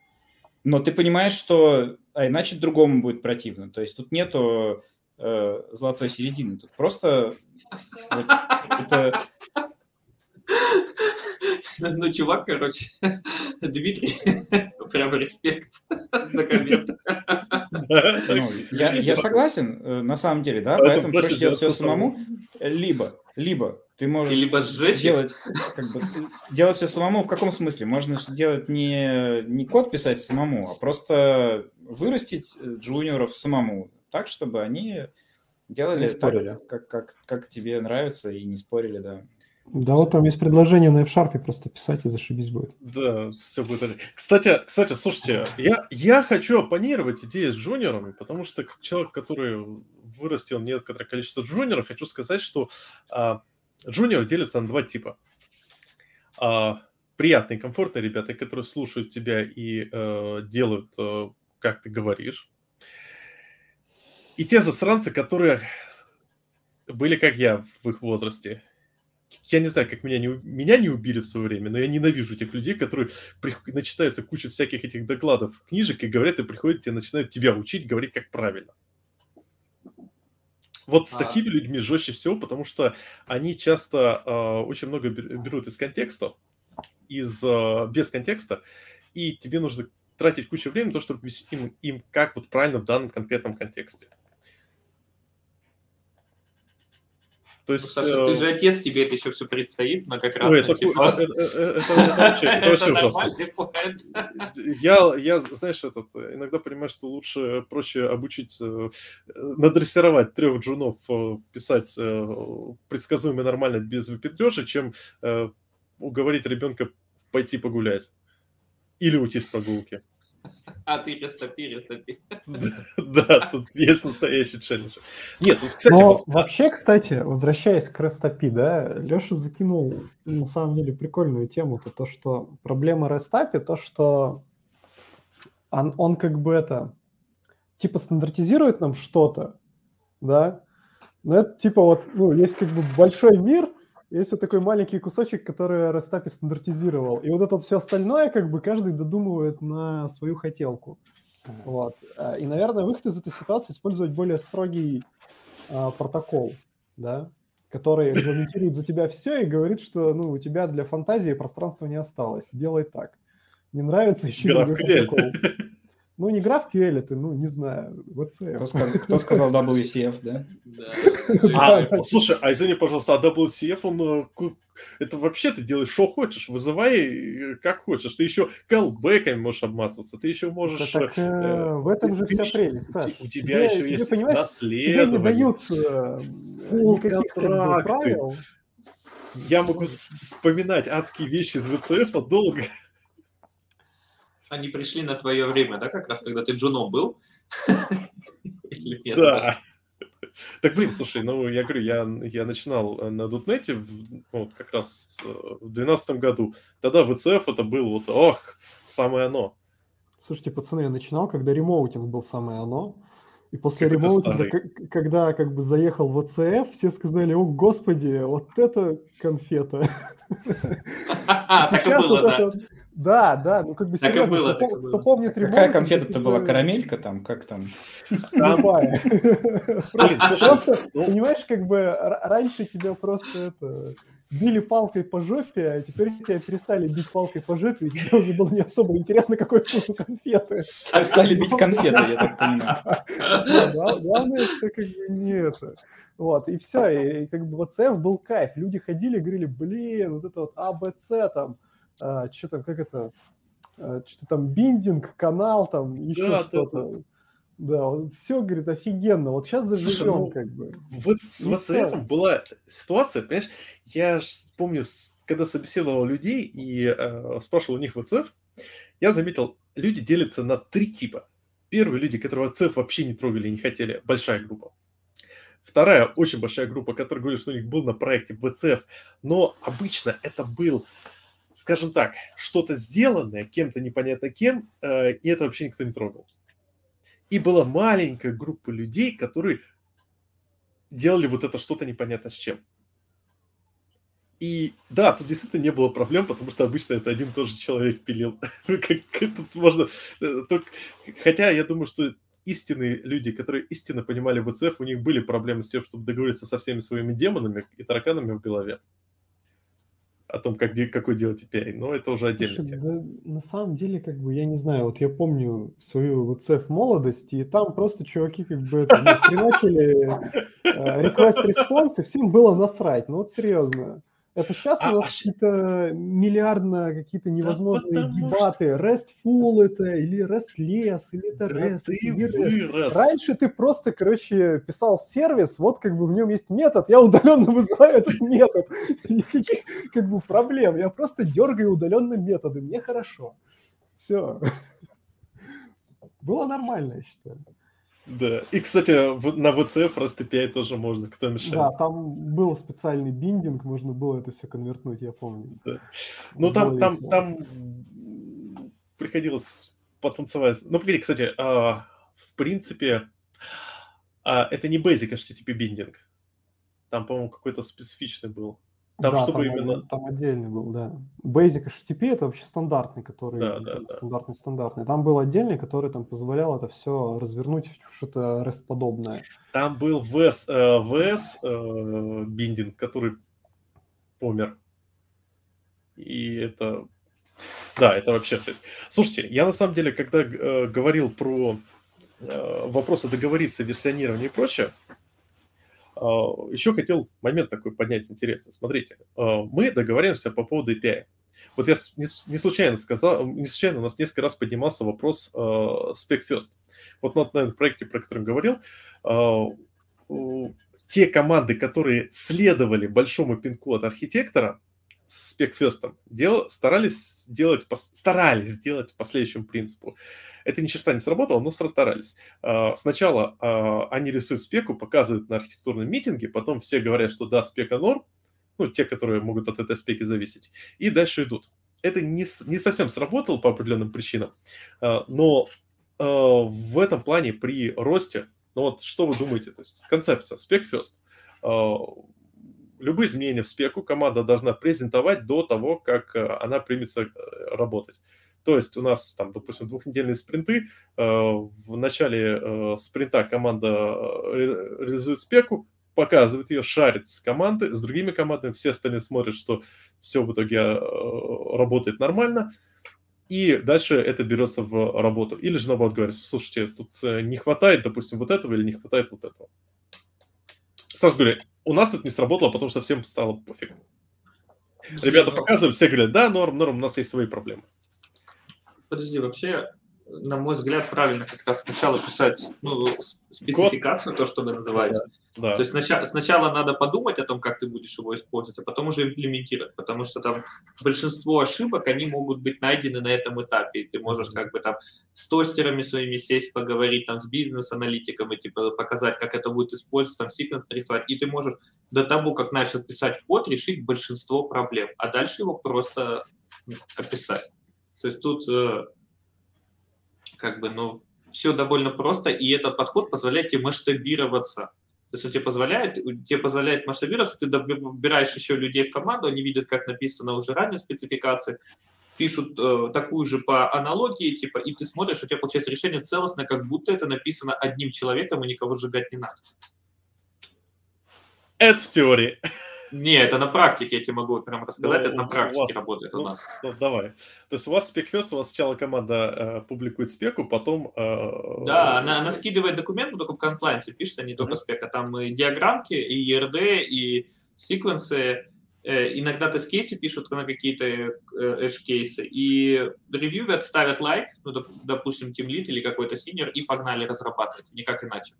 Speaker 5: Но ты понимаешь, что а иначе другому будет противно. То есть тут нету э, золотой середины. Тут просто вот это
Speaker 3: Ну, чувак, короче, Дмитрий, прям респект за коммент.
Speaker 5: Ну, я, я согласен, э, на самом деле, да, поэтому проще делать все самому. Либо, либо ты можешь
Speaker 3: Либо сжечь их.
Speaker 5: делать, как бы, делать все самому. В каком смысле? Можно же делать не, не код писать самому, а просто вырастить э, джуниоров самому, так, чтобы они делали
Speaker 4: Не
Speaker 5: так,
Speaker 4: спорили.
Speaker 5: как, как, как тебе нравится, и не спорили, да.
Speaker 2: Да, вот там есть предложение на F-Sharp, просто писать и зашибись будет.
Speaker 1: Да, все будет. отлично. Кстати, кстати, слушайте, я, я хочу оппонировать идеи с джуниорами, потому что как человек, который вырастил некоторое количество джуниоров, хочу сказать, что а, джуниоры делятся на два типа. А, приятные, комфортные ребята, которые слушают тебя и э, делают, э, как ты говоришь. И те засранцы, которые были как я в их возрасте. Я не знаю, как меня не, у- меня не убили в свое время, но я ненавижу этих людей, которые прих- начитаются куча всяких этих докладов, книжек, и говорят, и приходят, тебе начинают тебя учить, говорить, как правильно. Вот с
Speaker 3: А.
Speaker 1: такими людьми жестче всего, потому что они часто э, очень много бер- берут из контекста, из, э, без контекста, и тебе нужно тратить кучу времени на то, чтобы объяснить им, им, как вот правильно в данном конкретном контексте. То
Speaker 3: Ну,
Speaker 1: есть...
Speaker 3: Саша,
Speaker 1: э,
Speaker 3: ты же отец, тебе это еще все предстоит многократно.
Speaker 1: Ой, это, ху-
Speaker 3: типа.
Speaker 1: это- это- это- это вообще- это вообще ужасно.
Speaker 3: нормальный поэт.
Speaker 1: Я, я, знаешь, этот, иногда понимаю, что лучше, проще обучить, э, надрессировать трех джунов э, писать э, предсказуемо и нормально без выпендрежа, чем э, уговорить ребенка пойти погулять. Или уйти с прогулки.
Speaker 3: А ты растопи, растопи.
Speaker 1: Да, тут есть настоящий челлендж. Нет, тут, кстати,
Speaker 2: Но
Speaker 1: вот,
Speaker 2: вообще, кстати, возвращаясь к рестапи, да, Леша закинул на самом деле прикольную тему, то, то что проблема рестапи, то что он, он как бы это типа стандартизирует нам что-то, да, но это типа вот, ну, есть как бы большой мир, есть вот такой маленький кусочек, который Растапи стандартизировал. И вот это вот все остальное, как бы каждый додумывает на свою хотелку. Вот. А, И, наверное, выход из этой ситуации использовать более строгий а, протокол, да, который регламентирует за тебя все и говорит, что ну, у тебя для фантазии пространства не осталось. Делай так. Не нравится еще
Speaker 1: GraphQL.
Speaker 2: Ну, не GraphQL, это, ну, не знаю, WCF.
Speaker 5: Кто, сказ- кто сказал WCF, да?
Speaker 3: Да. э,
Speaker 1: А, слушай, а извини, пожалуйста, а WCF, он... э, ку- Это вообще ты делаешь, что хочешь, вызывай э, как хочешь. Ты еще калбэками можешь обмазываться, ты еще
Speaker 2: Да
Speaker 1: можешь...
Speaker 2: так, э,
Speaker 1: э,
Speaker 2: в этом же
Speaker 1: ты
Speaker 2: вся
Speaker 1: ещё-
Speaker 2: прелесть,
Speaker 1: у
Speaker 2: Саш.
Speaker 1: те- У тебя еще
Speaker 2: тебе,
Speaker 1: есть
Speaker 2: понимаешь, тебе не
Speaker 1: наследование.
Speaker 2: дают э,
Speaker 1: Full
Speaker 2: никаких как бы,
Speaker 1: контракты.
Speaker 2: правил.
Speaker 1: Я могу с- вспоминать адские вещи из WCF долго.
Speaker 3: Они пришли на твое время, да, как раз, когда ты джуном был? Или нет?
Speaker 1: Да. Так, блин, слушай, ну, я говорю, я, я начинал э, на Дутнете в- вот, как раз э, в 2012 году. Тогда WCF это был вот, ох, самое оно.
Speaker 2: Слушайте, пацаны, я начинал, когда ремоутинг был самое оно. И после
Speaker 1: Какой ты
Speaker 2: ремоутинга,
Speaker 1: старый.
Speaker 2: к- когда как бы заехал в ОЦФ, все сказали, о, господи, вот это конфета.
Speaker 3: А, Так и
Speaker 2: Сейчас
Speaker 3: было,
Speaker 2: вот
Speaker 3: да.
Speaker 2: это- Да, да, ну как бы
Speaker 3: Так и
Speaker 2: серьезно,
Speaker 3: было,
Speaker 2: кто
Speaker 3: так и
Speaker 2: пом-
Speaker 3: было.
Speaker 2: кто помнит
Speaker 5: Какая
Speaker 2: ремоутинг,
Speaker 5: конфета-то
Speaker 2: это
Speaker 5: была?
Speaker 2: же
Speaker 5: Карамелька там? Как там?
Speaker 2: любая.
Speaker 1: Блин, слушай,
Speaker 2: Просто,
Speaker 1: ну-
Speaker 2: понимаешь, как бы р- раньше тебя просто это били палкой по жопе, а теперь тебя перестали бить палкой по жопе, и тебе уже было не особо интересно, какой вкус у конфеты.
Speaker 5: Стали бить конфеты, я так понимаю.
Speaker 2: Да, гла- Главное, что как бы не это. Вот, и все, и, и как бы вот CF был кайф. Люди ходили, говорили, блин, вот это вот А, Б, С там, что там, а, как это, что там биндинг, канал, там еще
Speaker 1: Да, да,
Speaker 2: что-то. Да, вот все, говорит, офигенно. Вот сейчас
Speaker 1: Слушай,
Speaker 2: заживем,
Speaker 1: ну,
Speaker 2: как бы.
Speaker 1: Вот с
Speaker 2: Ну,
Speaker 1: WhatsApp
Speaker 2: всё.
Speaker 1: была ситуация, понимаешь, я ж помню, с- когда собеседовал людей и э, спрашивал у них WhatsApp, я заметил, люди делятся на три типа. Первые люди, которые WhatsApp вообще не трогали и не хотели, большая группа. Вторая, очень большая группа, которая говорит, что у них был на проекте WhatsApp, но обычно это был, скажем так, что-то сделанное кем-то непонятно кем, э, и это вообще никто не трогал. И была маленькая группа людей, которые делали вот это что-то непонятно с чем. И да, тут действительно не было проблем, потому что обычно это один и тот же человек пилил. Ну, как, как тут можно... э, только- Хотя я думаю, что истинные люди, которые истинно понимали WCF, у них были проблемы с тем, чтобы договориться со всеми своими демонами и тараканами в голове. О том, как, де- какой делать API. Но это уже отдельная
Speaker 2: Слушай, ну,
Speaker 1: тема.
Speaker 2: да, на самом деле, как бы, я не знаю, вот я помню свою WCF молодость, и там просто чуваки как бы это, ну, хреначили э, request-response, и всем было насрать, ну вот серьезно. Это сейчас
Speaker 1: А-
Speaker 2: у
Speaker 1: а
Speaker 2: нас
Speaker 1: щ-
Speaker 2: какие-то миллиардно какие-то невозможные
Speaker 1: потому что-
Speaker 2: дебаты, RESTful это, или RESTless, или
Speaker 1: Да
Speaker 2: это REST,
Speaker 1: Э, ты
Speaker 2: или REST.
Speaker 1: вырос.
Speaker 2: Раньше ты просто, короче, писал сервис, вот как бы в нем есть метод, я удаленно вызываю этот метод. Никаких как бы проблем, я просто дергаю удаленным методом, мне хорошо. Все. Было нормально, я считаю.
Speaker 1: Да. И, кстати, в- на WCF REST API тоже можно, кто мешает.
Speaker 2: Да, там был специальный биндинг, можно было это все конвертнуть, я помню.
Speaker 1: Да. Ну, там,
Speaker 2: Было
Speaker 1: там,
Speaker 2: весело.
Speaker 1: там приходилось потанцевать. Ну, погоди, кстати, а, в принципе, а, это не basic HTTP биндинг. Там, по-моему, какой-то специфичный был. Там,
Speaker 2: Да,
Speaker 1: чтобы
Speaker 2: там,
Speaker 1: именно...
Speaker 2: он- там отдельный был, да. Basic HTTP это вообще стандартный, который
Speaker 1: Да, да, да.
Speaker 2: стандартный стандартный. Там был отдельный, который там позволял это все развернуть в что-то REST подобное.
Speaker 1: Там был VS, э, VS э, биндинг, который помер. И это... Да, это вообще... то есть- Слушайте, я на самом деле, когда э, говорил про э, вопросы договориться, версионирования и прочее, э, еще хотел момент такой поднять интересный. Смотрите, э, мы договариваемся по поводу API. Вот я с- не с- не случайно сказал, не случайно у нас несколько раз поднимался вопрос э, Spec First. Вот на, на этом проекте, про который говорил, э, у- те команды, которые следовали большому пинку от архитектора с спекфестом, дел, старались делать, пос- старались сделать по следующему принципу. Это ни черта не сработало, но старались. Э, Сначала э, они рисуют спеку, показывают на архитектурном митинге, потом все говорят, что да, спека норм, ну, те, которые могут от этой спеки зависеть, и дальше идут. Это не, с- не совсем сработало по определенным причинам, э, но э, в этом плане при росте ну вот что вы думаете? То есть концепция, спек first. Э, Любые изменения в спеку команда должна презентовать до того, как э, она примется э, работать. То есть у нас там, допустим, двухнедельные спринты. э, В начале э, спринта команда э, ре- реализует спеку, показывает ее, шарит с команды, с другими командами. Все остальные смотрят, что все в итоге э, работает нормально. И дальше это берется в работу. Или же наоборот говорится, слушайте, тут э, не хватает, допустим, вот этого или не хватает вот этого. Сразу говорю, у нас это не сработало, потому что всем стало пофиг. Ребята показывают, все говорят, да, норм, норм, у нас есть свои проблемы.
Speaker 3: Ну, Подожди, вообще, на мой взгляд, правильно как раз сначала писать ну, с- спецификацию, то, что вы называете.
Speaker 1: Да.
Speaker 3: То есть сначала, сначала надо подумать о том, как ты будешь его использовать, а потом уже имплементировать, потому что там большинство ошибок, они могут быть найдены на этом этапе, и ты можешь как бы там с тостерами своими сесть, поговорить там с бизнес-аналитиком и типа показать, как это будет использоваться, там секвенс нарисовать, и ты можешь до того, как начал писать код, решить большинство проблем, а дальше его просто ну, описать. То есть тут э, как бы, ну, все довольно просто, и этот подход позволяет тебе масштабироваться. То есть он тебе позволяет, тебе позволяет масштабироваться, ты доб- выбираешь еще людей в команду, они видят, как написано уже ранее в спецификации, пишут э, такую же по аналогии, типа, и ты смотришь, у тебя получается решение целостное, как будто это написано одним человеком, и никого сжигать не надо.
Speaker 1: Это в теории.
Speaker 3: Не, это на практике, я тебе могу прям рассказать,
Speaker 1: Ну,
Speaker 3: это на
Speaker 1: у
Speaker 3: практике
Speaker 1: вас-
Speaker 3: работает у
Speaker 1: ну,
Speaker 3: нас.
Speaker 1: Ну, давай. То есть у вас спекфест, у вас сначала команда э, публикует спеку, потом... э,
Speaker 3: Да, она, она скидывает документ, но только в комплайнсе пишет, а не только
Speaker 1: Мгм.
Speaker 3: спека. Там и диаграммки, и ERD, и секвенсы, э, иногда тест-кейсы пишут на какие-то edge-кейсы, и ревьюверы ставят лайк, ну, допустим, Team Lead или какой-то синер, и погнали разрабатывать, никак иначе.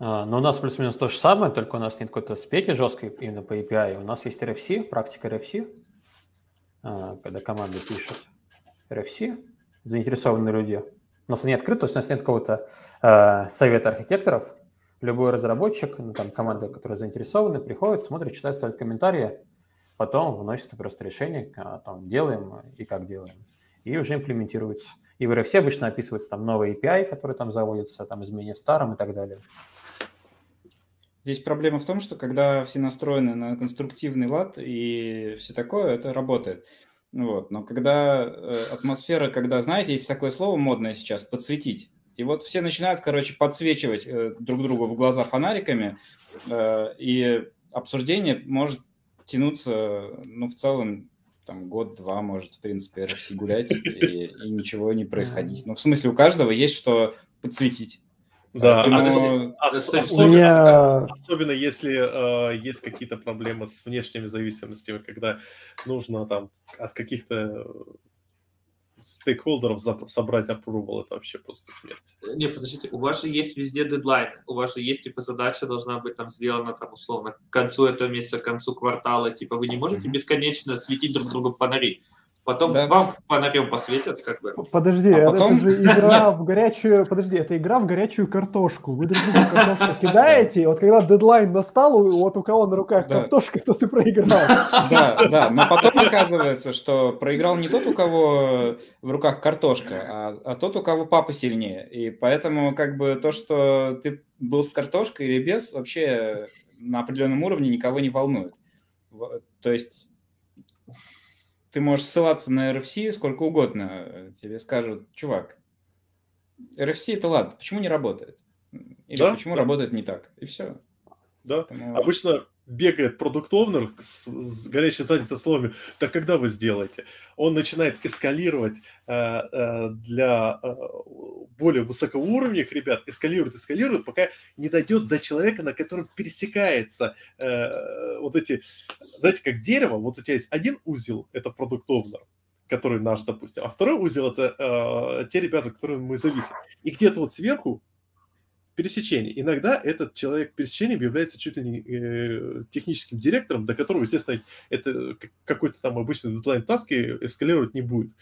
Speaker 4: А, но у нас плюс-минус то же самое, только у нас нет какой-то спеки жесткой именно по API. У нас есть RFC, практика RFC, а, когда команда пишет RFC, заинтересованные люди. У нас они открыты, то есть у нас нет какого-то а, совета архитекторов, любой разработчик, ну, там команда, которая заинтересована, приходит, смотрит, читает, ставит комментарии, потом вносится просто решение, а, там, делаем и как делаем, и уже имплементируется. И в RFC обычно описывается там новый API, который там заводится, там изменения в старом и так далее.
Speaker 5: Здесь проблема в том, что когда все настроены на конструктивный лад и все такое, это работает. Вот. Но когда э, атмосфера, когда, знаете, есть такое слово модное сейчас, подсветить, и вот все начинают, короче, подсвечивать э, друг другу в глаза фонариками, э, и обсуждение может тянуться, ну, в целом, там, год-два может, в принципе, RFC гулять, и, и ничего не происходить. Ну, в смысле, у каждого есть что подсветить.
Speaker 1: Да, а Поэтому... ос- особенно, меня... особенно если э, есть какие-то проблемы с внешними зависимостями, когда нужно там от каких-то э, стейкхолдеров собрать approval, это вообще просто смерть.
Speaker 3: Не, подождите, у вас же есть везде дедлайн, у вас же есть, типа, задача должна быть там сделана, там, условно, к концу этого месяца, к концу квартала, типа, вы не можете бесконечно светить друг другу фонари. Потом да. вам фонарем посветят, как бы.
Speaker 2: Подожди, а потом... это же игра в горячую. Подожди, это игра в горячую картошку. Вы друг другу картошку кидаете, и вот когда дедлайн настал, вот у кого на руках да. картошка, то ты проиграл.
Speaker 5: Да, да. Но потом оказывается, что проиграл не тот, у кого в руках картошка, а, а тот, у кого папа сильнее. И поэтому, как бы, то, что ты был с картошкой или без, вообще на определенном уровне никого не волнует. То есть ты можешь ссылаться на RFC сколько угодно. Тебе скажут, чувак, RFC это ладно, почему не работает? Или да? почему да. А работает не так? И все.
Speaker 1: Да. Поэтому... Обычно бегает продукт овнер с, с горящей задницей словами, так когда вы сделаете? Он начинает эскалировать э, э, для э, более высокого уровня ребят, эскалирует, эскалирует, пока не дойдет до человека, на котором пересекается э, вот эти, знаете, как дерево, вот у тебя есть один узел, это продукт овнер, который наш, допустим, а второй узел это э, те ребята, которые мы зависим. И где-то вот сверху пересечений. Иногда этот человек пересечением является чуть ли не э, техническим директором, до которого, естественно, это какой-то там обычный дедлайн таски эскалировать не будет.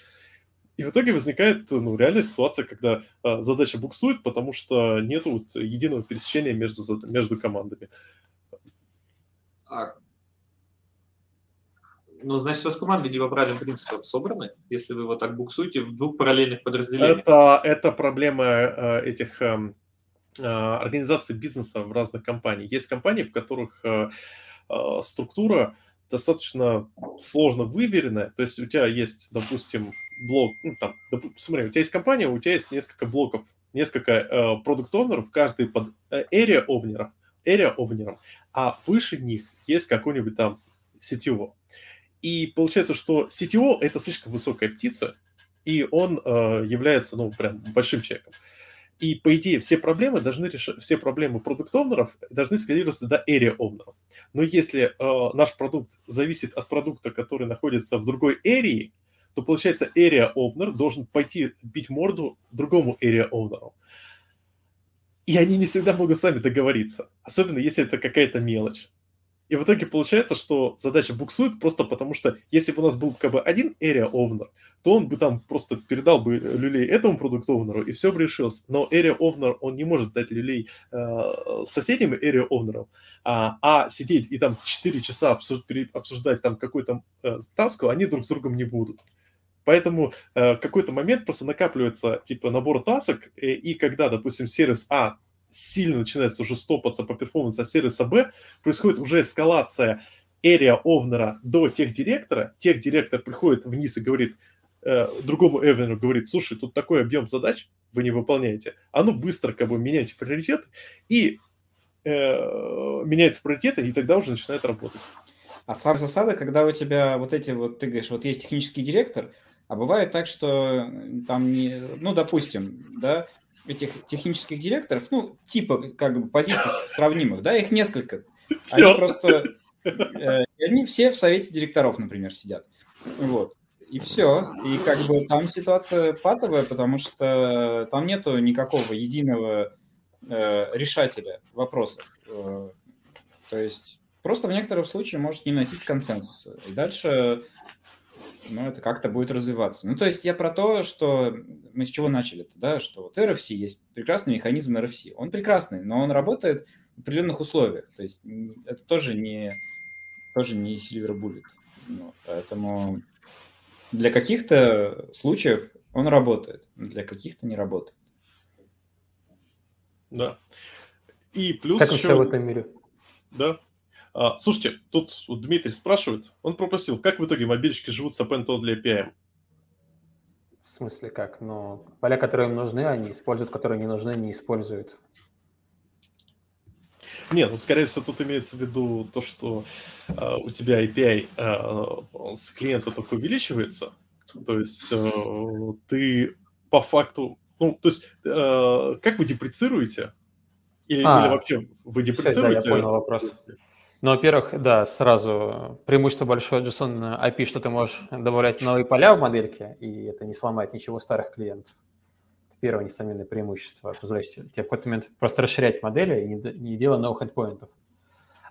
Speaker 1: И в итоге возникает ну, реальная ситуация, когда э, задача буксует, потому что нет вот единого пересечения между, между командами.
Speaker 3: А... Ну, значит, у вас команды не по правильным принципам собраны, если вы вот так буксуете в двух параллельных подразделениях.
Speaker 1: Это, это проблема э, этих э, организации бизнеса в разных компаниях. Есть компании, в которых э, э, структура достаточно сложно выверенная. То есть у тебя есть, допустим, блок, ну, там, доп, смотри, у тебя есть компания, у тебя есть несколько блоков, несколько продукт э, овнеров каждый под э, area овнеров, area овнеров, а выше них есть какой-нибудь там сетево. И получается, что сетево это слишком высокая птица, и он э, является, ну, прям большим человеком. И, по идее, все проблемы должны решать, все проблемы продукт овнеров должны скалироваться до area овнеров. Но если э, наш продукт зависит от продукта, который находится в другой эрии, то, получается, area овнер должен пойти бить морду другому area овнеру. И они не всегда могут сами договориться, особенно если это какая-то мелочь. И в итоге получается, что задача буксует просто потому, что если бы у нас был как бы один area owner, то он бы там просто передал бы люлей этому продукт овнеру и все бы решилось. Но area owner, он не может дать люлей э, соседним area owner, а, а сидеть и там 4 часа обсуждать, обсуждать там какую-то э, таску, они друг с другом не будут. Поэтому э, какой-то момент просто накапливается типа набор тасок, и, и когда, допустим, сервис А сильно начинается уже стопаться по перформансу от сервиса B, происходит уже эскалация area овнера до тех директора. Тех директор приходит вниз и говорит э, другому эвенеру, говорит, слушай, тут такой объем задач вы не выполняете, а ну быстро как бы меняйте приоритеты, и э, меняются приоритеты, и тогда уже начинает работать.
Speaker 5: А сам засада, когда у тебя вот эти вот, ты говоришь, вот есть технический директор, а бывает так, что э, там не, ну, допустим, да, этих технических директоров, ну, типа, как бы, позиций сравнимых, да, их несколько. Они просто, И они все в совете директоров, например, сидят. Вот. И все. И как бы там ситуация патовая, потому что там нету никакого единого э, решателя вопросов. Э, то есть просто в некоторых случаях может не найти консенсуса. И дальше ну, это как-то будет развиваться. Ну, то есть я про то, что мы с чего начали-то, да, что вот RFC есть прекрасный механизм RFC. Он прекрасный, но он работает в определенных условиях. То есть это тоже не, тоже не Silver Bullet. Ну, поэтому для каких-то случаев он работает, для каких-то не работает.
Speaker 1: Да. И плюс
Speaker 4: Как и
Speaker 1: еще...
Speaker 4: все в этом мире.
Speaker 1: Да. А, слушайте, тут вот Дмитрий спрашивает, он попросил, как в итоге мобильщики живут с append для API?
Speaker 4: В смысле как? Ну, поля, которые им нужны, они используют, которые не нужны, не используют.
Speaker 1: Нет, ну, скорее всего, тут имеется в виду то, что э, у тебя API э, с клиента только увеличивается, то есть э, ты по факту, ну, то есть э, как вы депрецируете? Или,
Speaker 4: А.
Speaker 1: или вообще вы
Speaker 4: Всё, да, я
Speaker 1: депрецируете?
Speaker 4: понял вопрос. Ну, во-первых, да, сразу преимущество большое JSON API, что ты можешь добавлять новые поля в модельке, и это не сломает ничего старых клиентов. Это первое несомненное преимущество, позволяющее тебе в какой-то момент просто расширять модели, и не, д- не делая новых endpoint'ов.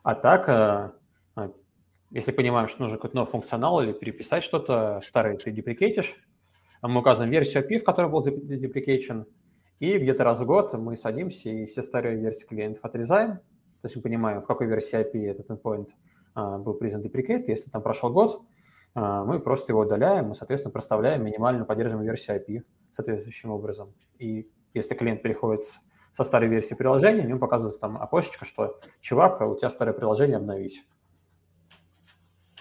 Speaker 4: А так, э, э, если понимаем, что нужен какой-то новый функционал или переписать что-то старое, ты деприкетишь, А мы указываем версию API, в которой был деп- деприкечен, и где-то раз в год мы садимся и все старые версии клиентов отрезаем, то есть мы понимаем, в какой версии API этот endpoint а, был признан деприкейт. Если там прошел год, а, мы просто его удаляем и, соответственно, проставляем минимально поддерживаемую версию API соответствующим образом. И если клиент переходит с- со старой версии приложения, ему показывается там окошечко, что «Чувак, а у тебя старое приложение, обновись».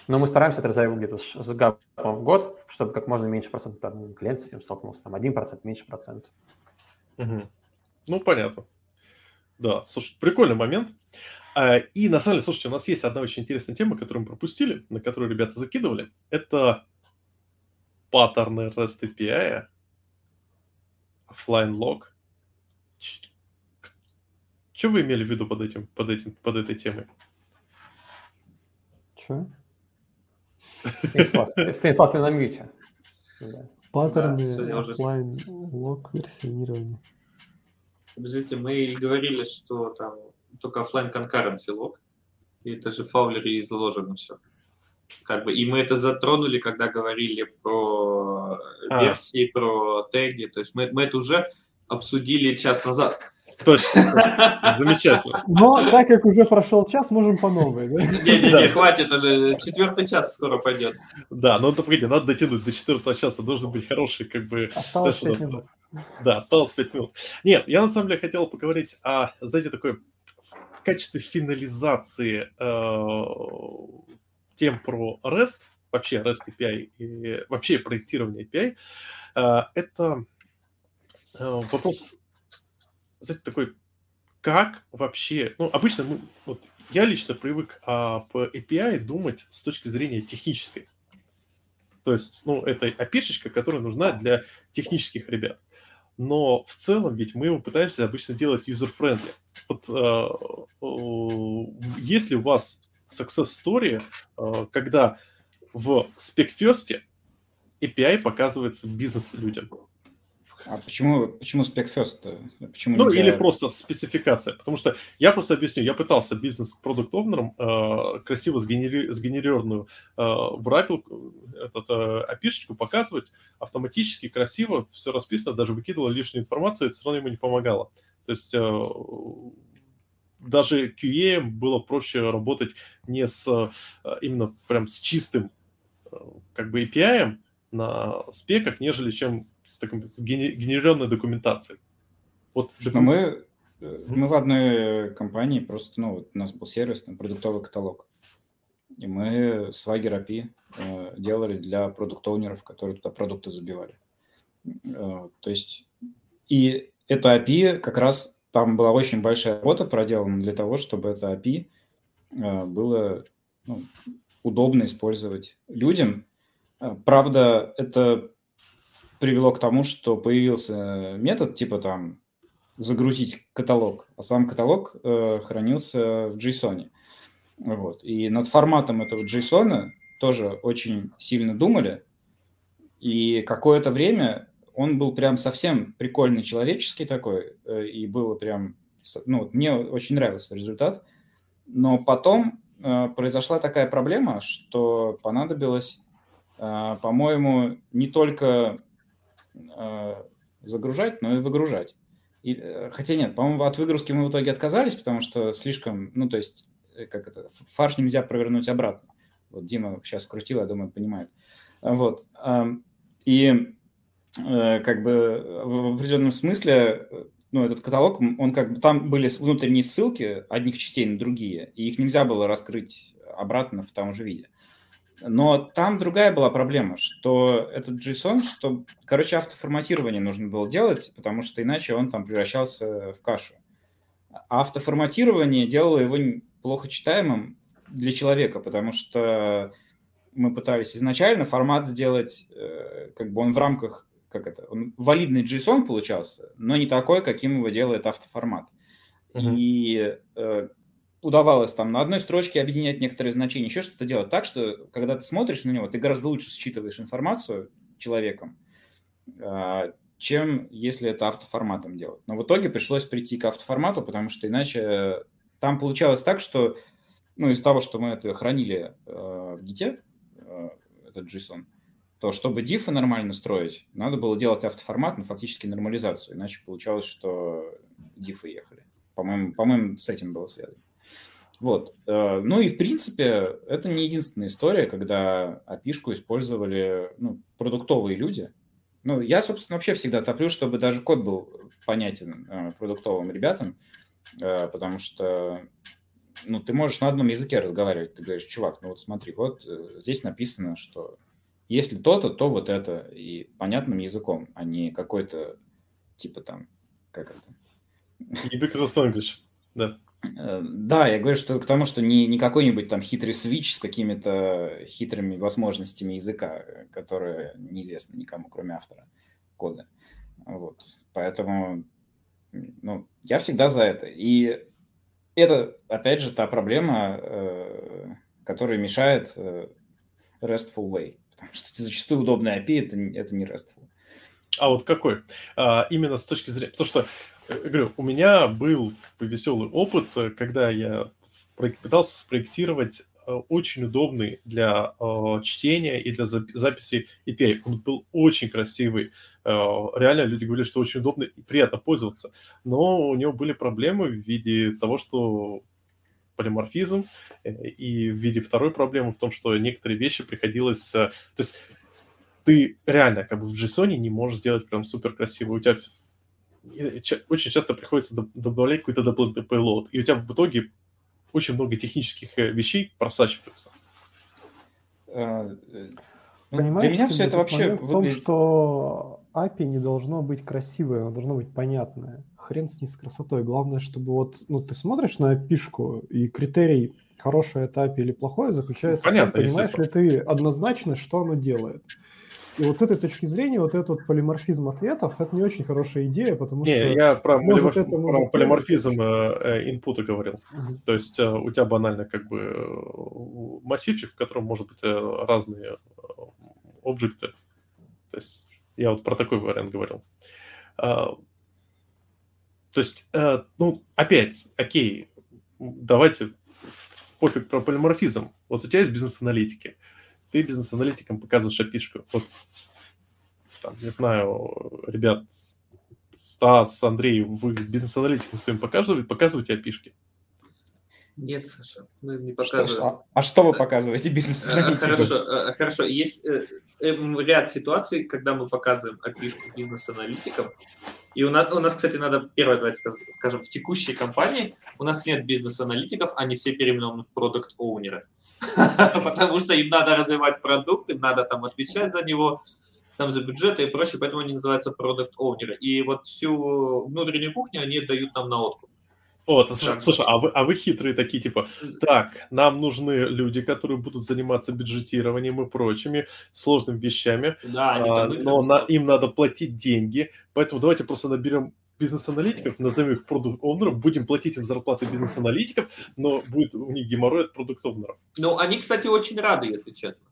Speaker 4: Но мы стараемся отрезать его где-то с с гапом в год, чтобы как можно меньше процентов там, клиент с этим столкнулся, там 1%, меньше процент.
Speaker 1: Мгм. Ну, понятно. Да, слушай, прикольный момент. А, И на самом деле, слушайте, у нас есть одна очень интересная тема, которую мы пропустили, на которую ребята закидывали. Это паттерны REST API, offline log. Что вы имели в виду под этим, под этим, под этой темой?
Speaker 2: Че?
Speaker 4: Станислав, Станислав, ты на мьюте. Да.
Speaker 2: Паттерны,
Speaker 3: всё, я уже-
Speaker 2: оффлайн, лог, версионирование.
Speaker 3: Подождите, мы и говорили, что там только оффлайн concurrency лог. И это же в Фаулере и заложено все. Как бы, и мы это затронули, когда говорили про
Speaker 1: А.
Speaker 3: версии, про теги. То есть мы, мы это уже обсудили час назад.
Speaker 1: Точно, замечательно.
Speaker 2: Но так как уже прошел час, можем по новой, да?
Speaker 1: Да.
Speaker 3: Не-не-не, хватит уже. Четвертый час скоро пойдет.
Speaker 1: Да, но это погоди, надо дотянуть до 4 часа, должен быть хороший, как бы,
Speaker 2: Осталось
Speaker 1: Хорошо,
Speaker 2: 5
Speaker 1: да.
Speaker 2: минут.
Speaker 1: Да, осталось 5 минут. Нет, я на самом деле хотел поговорить о, знаете, такой в качестве финализации э, тем про REST, вообще REST API и вообще проектирование API. Э, это э, вопрос, знаете, такой, как вообще, ну, обычно мы, вот, я лично привык об API думать с точки зрения технической. То есть, ну, это опишечка, которая нужна для технических ребят но в целом ведь мы его пытаемся обычно делать user-friendly. Вот э, э, есть ли у вас success story, э, когда в спекфесте API показывается бизнес-людям?
Speaker 5: А почему, почему Spec First? Почему
Speaker 1: Ну,
Speaker 5: нельзя-
Speaker 1: или просто спецификация. Потому что я просто объясню, я пытался бизнес-продукт-овнером э, красиво сгенери- сгенерированную э, в Rappel этот, э, API-шечку показывать автоматически, красиво, все расписано, даже выкидывала лишнюю информацию, это все равно ему не помогало. То есть э, даже QA было проще работать не с э, именно прям с чистым э, как бы API на спеках, нежели чем с, таком, с гене- генерированной документацией. Вот
Speaker 5: Но Типа ну мы, э, мы в одной компании просто, ну, вот у нас был сервис, там, продуктовый каталог. И мы Swagger API э, делали для продукт-оунеров, которые туда продукты забивали. Э, то есть, и это API как раз, там была очень большая работа проделана для того, чтобы это API э, было ну, удобно использовать людям. Э, Правда, это привело к тому, что появился метод типа там загрузить каталог, а сам каталог э, хранился в JSON. Вот. И над форматом этого JSON тоже очень сильно думали. И какое-то время он был прям совсем прикольный человеческий такой, э, и было прям... Ну, вот мне очень нравился результат. Но потом э, произошла такая проблема, что понадобилось, э, по-моему, не только э, загружать, но и выгружать. И, э, хотя нет, по-моему, от выгрузки мы в итоге отказались, потому что слишком, ну, то есть, как это, фарш нельзя провернуть обратно. Вот Дима сейчас крутил, я думаю, понимает. Вот. И э, как бы в определенном смысле, ну, этот каталог, он как бы, там были внутренние ссылки одних частей на другие, и их нельзя было раскрыть обратно в том же виде. Но там другая была проблема, что этот JSON, что, короче, автоформатирование нужно было делать, потому что иначе он там превращался в кашу. А автоформатирование делало его плохо читаемым для человека, потому что мы пытались изначально формат сделать, э, как бы он в рамках, как это, он валидный JSON получался, но не такой, каким его делает автоформат. Uh-huh. И э, удавалось там на одной строчке объединять некоторые значения, еще что-то делать так, что когда ты смотришь на него, ты гораздо лучше считываешь информацию человеком, а, чем если это автоформатом делать. Но в итоге пришлось прийти к автоформату, потому что иначе э, там получалось так, что ну, из-за того, что мы это хранили э, в гите, этот JSON, то чтобы дифы нормально строить, надо было делать автоформат, но ну, фактически нормализацию, иначе получалось, что дифы ехали. По-моему, по-моему, с этим было связано. Вот. Ну и, в принципе, это не единственная история, когда api использовали ну, продуктовые люди. Ну, я, собственно, вообще всегда топлю, чтобы даже код был понятен э, продуктовым ребятам, э, потому что ну, ты можешь на одном языке разговаривать. Ты говоришь, чувак, ну вот смотри, вот здесь написано, что если то-то, то вот это. И понятным языком, а не какой-то типа там, как это?
Speaker 1: Ubiquitous language, да.
Speaker 5: Э, Да, я говорю, что к тому, что не, не какой-нибудь там хитрый свич с какими-то хитрыми возможностями языка, которые неизвестны никому, кроме автора кода. Вот. Поэтому ну, я всегда за это. И это, опять же, та проблема, э, которая мешает э, RESTful way. Потому что зачастую удобные API это, это не RESTful.
Speaker 1: А вот какой? А, именно с точки зрения... Потому что, э, говорю, у меня был как бы, веселый опыт, э, когда я пытался спроектировать э, очень удобный для э, чтения и для запи- записи EPA. Он был очень красивый. Э, реально люди говорили, что очень удобно и приятно пользоваться. Но у него были проблемы в виде того, что полиморфизм, э, и в виде второй проблемы в том, что некоторые вещи приходилось... Э, то есть ты реально как бы в JSON не можешь сделать прям супер красиво. У тебя очень часто приходится добавлять какой-то дополнительный payload, и у тебя в итоге очень много технических э, вещей просачивается.
Speaker 5: Э, ну,
Speaker 2: Понимаешь, Ну, Для меня все это вообще в том, выглядит... что API не должно быть красивое, оно должно быть понятное. Хрен с ней с красотой. Главное, чтобы вот, ну, ты смотришь на api и критерий хорошее это API или плохое заключается ну, понятно, в том, понимаешь ли ты однозначно, что оно делает. И вот с этой точки зрения вот этот вот полиморфизм ответов это не очень хорошая идея, потому
Speaker 1: не,
Speaker 2: что...
Speaker 1: Не, я про, может, полиморф... это может... про полиморфизм э, инпута говорил. Угу. То есть э, у тебя банально как бы массивчик, в котором может быть э, разные объекты. То есть я вот про такой вариант говорил. А, то есть, э, ну, опять, окей, давайте пофиг про полиморфизм. Вот у тебя есть бизнес-аналитики ты бизнес-аналитикам показываешь опишку. Вот, там, не знаю, ребят, Стас, Андрей, вы бизнес-аналитикам своим показываете, показываете опишки?
Speaker 3: Нет, Саша, мы не показываем.
Speaker 5: Что, а, а что вы показываете бизнес-аналитикам?
Speaker 3: Э, Хорошо, э, хорошо. Есть э, ряд ситуаций, когда мы показываем опишку бизнес-аналитикам. И у нас, у нас, кстати, надо первое, давайте скажем, в текущей компании у нас нет бизнес-аналитиков, они все переименованы в продукт-оунеры потому что им надо развивать продукт, им надо там отвечать за него, там за бюджеты и прочее, поэтому они называются продукт оунеры И вот всю внутреннюю кухню они дают нам на откуп.
Speaker 1: О, ты, слушай, слушай а, вы, а вы хитрые такие, типа, так, нам нужны люди, которые будут заниматься бюджетированием и прочими сложными вещами,
Speaker 3: да,
Speaker 1: ну, а, но на, им надо платить деньги, поэтому давайте просто наберем бизнес-аналитиков, назовем их продукт оунеров будем платить им зарплаты бизнес-аналитиков, но будет у них геморрой от продукт оунеров
Speaker 3: Ну, они, кстати, очень рады, если честно.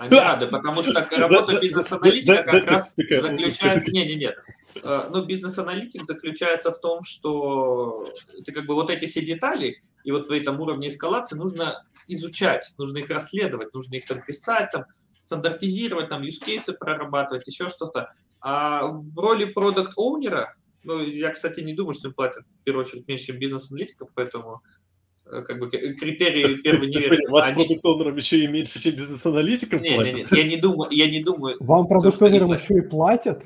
Speaker 3: Они рады, потому что работа бизнес-аналитика как раз заключается... Не, не, нет. Ну, бизнес-аналитик заключается в том, что ты как бы вот эти все детали и вот при этом уровне эскалации нужно изучать, нужно их расследовать, нужно их там писать, там, стандартизировать, там, юзкейсы прорабатывать, еще что-то. А в роли продукт-оунера, ну, я, кстати, не думаю, что им платят, в первую очередь, меньше, чем бизнес-аналитиков, поэтому э, как бы критерии первый неверные.
Speaker 1: У вас они... продукт оунером еще и меньше, чем бизнес-аналитикам
Speaker 3: не, платят? Нет, нет, я не думаю, я не думаю.
Speaker 2: Вам продукт оунером еще и платят?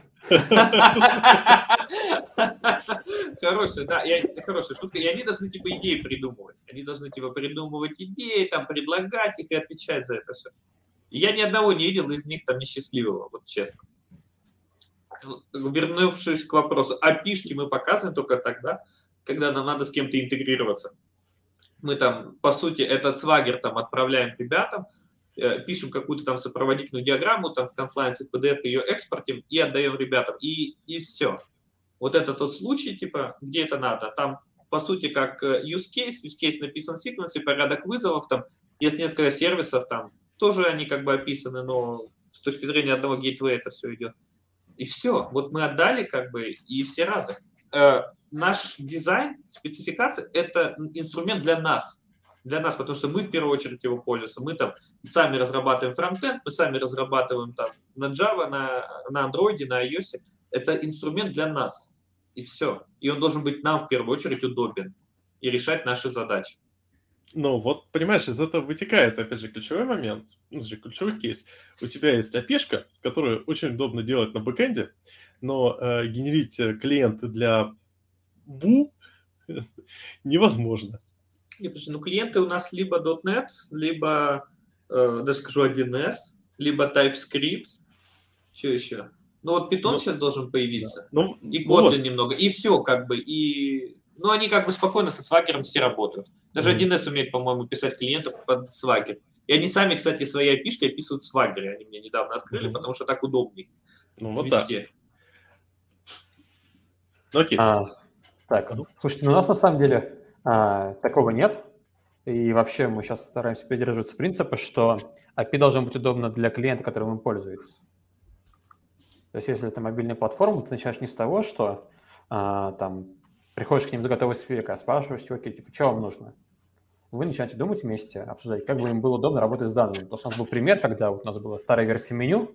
Speaker 3: Хорошая, да, я, хорошая шутка. И они должны типа идеи придумывать. Они должны типа придумывать идеи, там предлагать их и отвечать за это все. И я ни одного не видел из них там несчастливого, вот честно. Вернувшись к вопросу, API-шки мы показываем только тогда, когда нам надо с кем-то интегрироваться мы там, по сути, этот свагер там отправляем ребятам, э, пишем какую-то там сопроводительную диаграмму, там в конфлайенсе PDF ее экспортим и отдаем ребятам, и, и все. Вот это тот случай, типа, где это надо. Там, по сути, как э, use case, use case написан в секвенсе, порядок вызовов, там есть несколько сервисов, там тоже они как бы описаны, но с точки зрения одного гейтвея это все идет. И все. Вот мы отдали, как бы, и все рады Э, наш дизайн, спецификация – это инструмент для нас, для нас, потому что мы в первую очередь его пользуемся. Мы там сами разрабатываем фронтенд, мы сами разрабатываем там на Java, на, на Android, на iOS. Это инструмент для нас, и все. И он должен быть нам в первую очередь удобен и решать наши задачи.
Speaker 1: Ну вот, понимаешь, из этого вытекает, опять же, ключевой момент, ну, же ключевой кейс. У тебя есть API, которую очень удобно делать на бэкэнде, но э, генерить клиенты для бу невозможно.
Speaker 3: И, ну, клиенты у нас либо .NET, либо, э, даже скажу, 1С, либо TypeScript. Что еще? Ну, вот Python ну, сейчас должен появиться. Да. Ну, и Kotlin ну, вот. немного. И все, как бы. И... Ну, они как бы спокойно со свагером все работают. Даже mm-hmm. 1С умеет, по-моему, писать клиентов под свагер. И они сами, кстати, свои опишки описывают свагеры. Они мне недавно открыли, mm-hmm. потому что так удобнее.
Speaker 1: Ну, вот везде. так. Окей. А,
Speaker 4: так, слушайте, ну у нас на самом деле а, такого нет. И вообще мы сейчас стараемся придерживаться принципа, что API должно быть удобно для клиента, которым им пользуется. То есть если это мобильная платформа, ты начинаешь не с того, что а, там приходишь к ним за готовый спек, а спрашиваешь, окей, типа, что вам нужно? Вы начинаете думать вместе, обсуждать, как бы им было удобно работать с данными. Потому что у нас был пример, когда вот у нас была старая версия меню,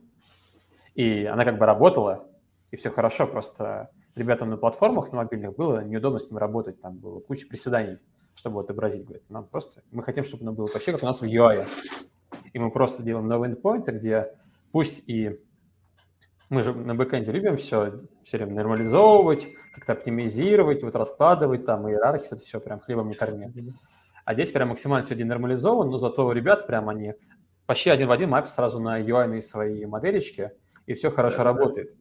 Speaker 4: и она как бы работала, и все хорошо, просто ребятам на платформах, на мобильных было неудобно с ним работать, там было куча приседаний, чтобы отобразить. Говорит, нам просто, мы хотим, чтобы оно было почти как у нас в UI. И мы просто делаем новые endpoint, где пусть и мы же на бэкэнде любим все все время нормализовывать, как-то оптимизировать, вот раскладывать там иерархию, это все прям хлебом не корми. А здесь прям максимально все денормализовано, но зато ребят прям они почти один в один мапят сразу на UI свои моделечки, и все хорошо да, работает.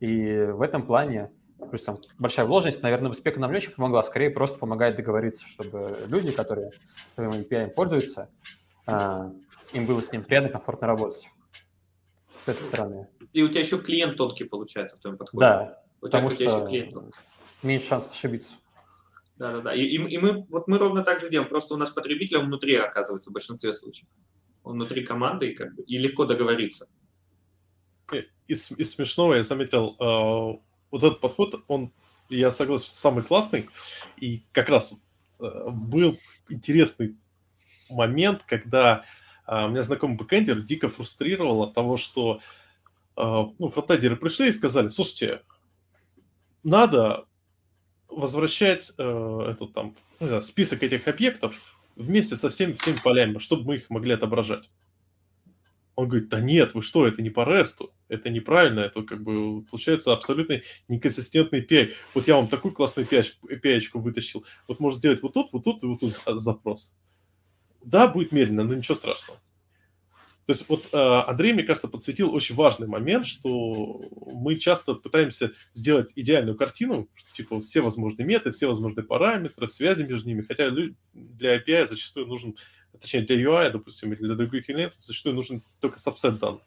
Speaker 4: И в этом плане плюс там большая вложенность, наверное, успеха нам не очень помогла, скорее просто помогает договориться, чтобы люди, которые своим API пользуются, э, им было с ним приятно, комфортно работать. С этой стороны.
Speaker 3: И у тебя еще клиент тонкий получается в твоем подходе.
Speaker 4: Да, у потому тебя, что у тебя еще меньше шанс ошибиться.
Speaker 3: Да-да-да. И, и, и мы, вот мы ровно так же делаем, просто у нас потребитель он внутри оказывается в большинстве случаев. Он внутри команды и, как бы, и легко договориться.
Speaker 1: Из, из смешного я заметил, э вот этот подход, он, я согласен, что самый классный. И как раз э, был интересный момент, когда э, у меня знакомый бэкэндер дико фрустрировал от того, что э, ну, фронтендеры пришли и сказали, слушайте, надо возвращать э, этот там ну, знаю, список этих объектов вместе со всеми всеми полями, чтобы мы их могли отображать. Он говорит, да нет, вы что, это не по ресту, это неправильно, это как бы получается абсолютно неконсистентный API. Вот я вам такую классную API вытащил, вот можно сделать вот тут, вот тут и вот тут запрос. Да, будет медленно, но ничего страшного. То есть вот э, Андрей, мне кажется, подсветил очень важный момент, что мы часто пытаемся сделать идеальную картину, что, типа все возможные меты, все возможные параметры, связи между ними, хотя для API зачастую нужен, точнее для UI, допустим, или для других клиентов зачастую нужен только сабсет данных.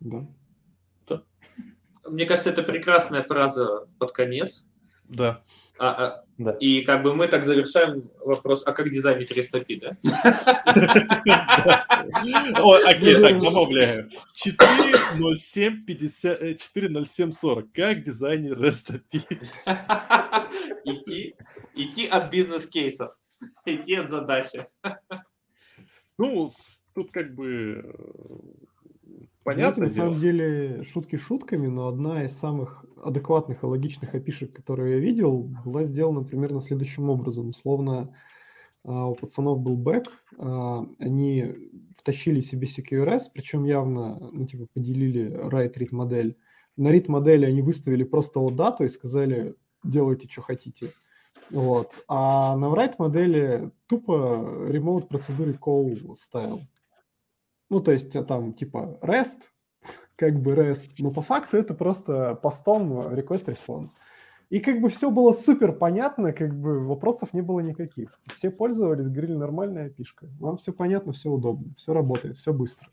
Speaker 2: Да.
Speaker 1: да.
Speaker 3: Мне кажется, это прекрасная фраза под конец.
Speaker 1: Да.
Speaker 3: А, а,
Speaker 4: Да.
Speaker 3: и как бы мы так завершаем вопрос, а как дизайнить REST API, да?
Speaker 1: О, окей, так, добавляю. 407 50, э, 40740. Как дизайнер REST API?
Speaker 3: Идти, идти от бизнес-кейсов, идти от задачи.
Speaker 1: Ну, с- тут как бы э,
Speaker 2: Знаете,
Speaker 1: понятное
Speaker 2: на самом
Speaker 1: дело.
Speaker 2: деле, шутки шутками, но одна из самых адекватных и логичных опишек, которые я видел, была сделана примерно следующим образом. Условно, а, у пацанов был бэк, а, они втащили себе CQRS, причем явно, ну, типа, поделили write read модель. На read модели они выставили просто вот дату и сказали, делайте, что хотите. Вот. А на write модели тупо remote процедуры call ставил. Ну, то есть а там типа REST, как бы REST, но по факту это просто постом э, request response. И как бы все было супер понятно, как бы вопросов не было никаких. Все пользовались, говорили, нормальная пишка. Вам все понятно, все удобно, все работает, все быстро.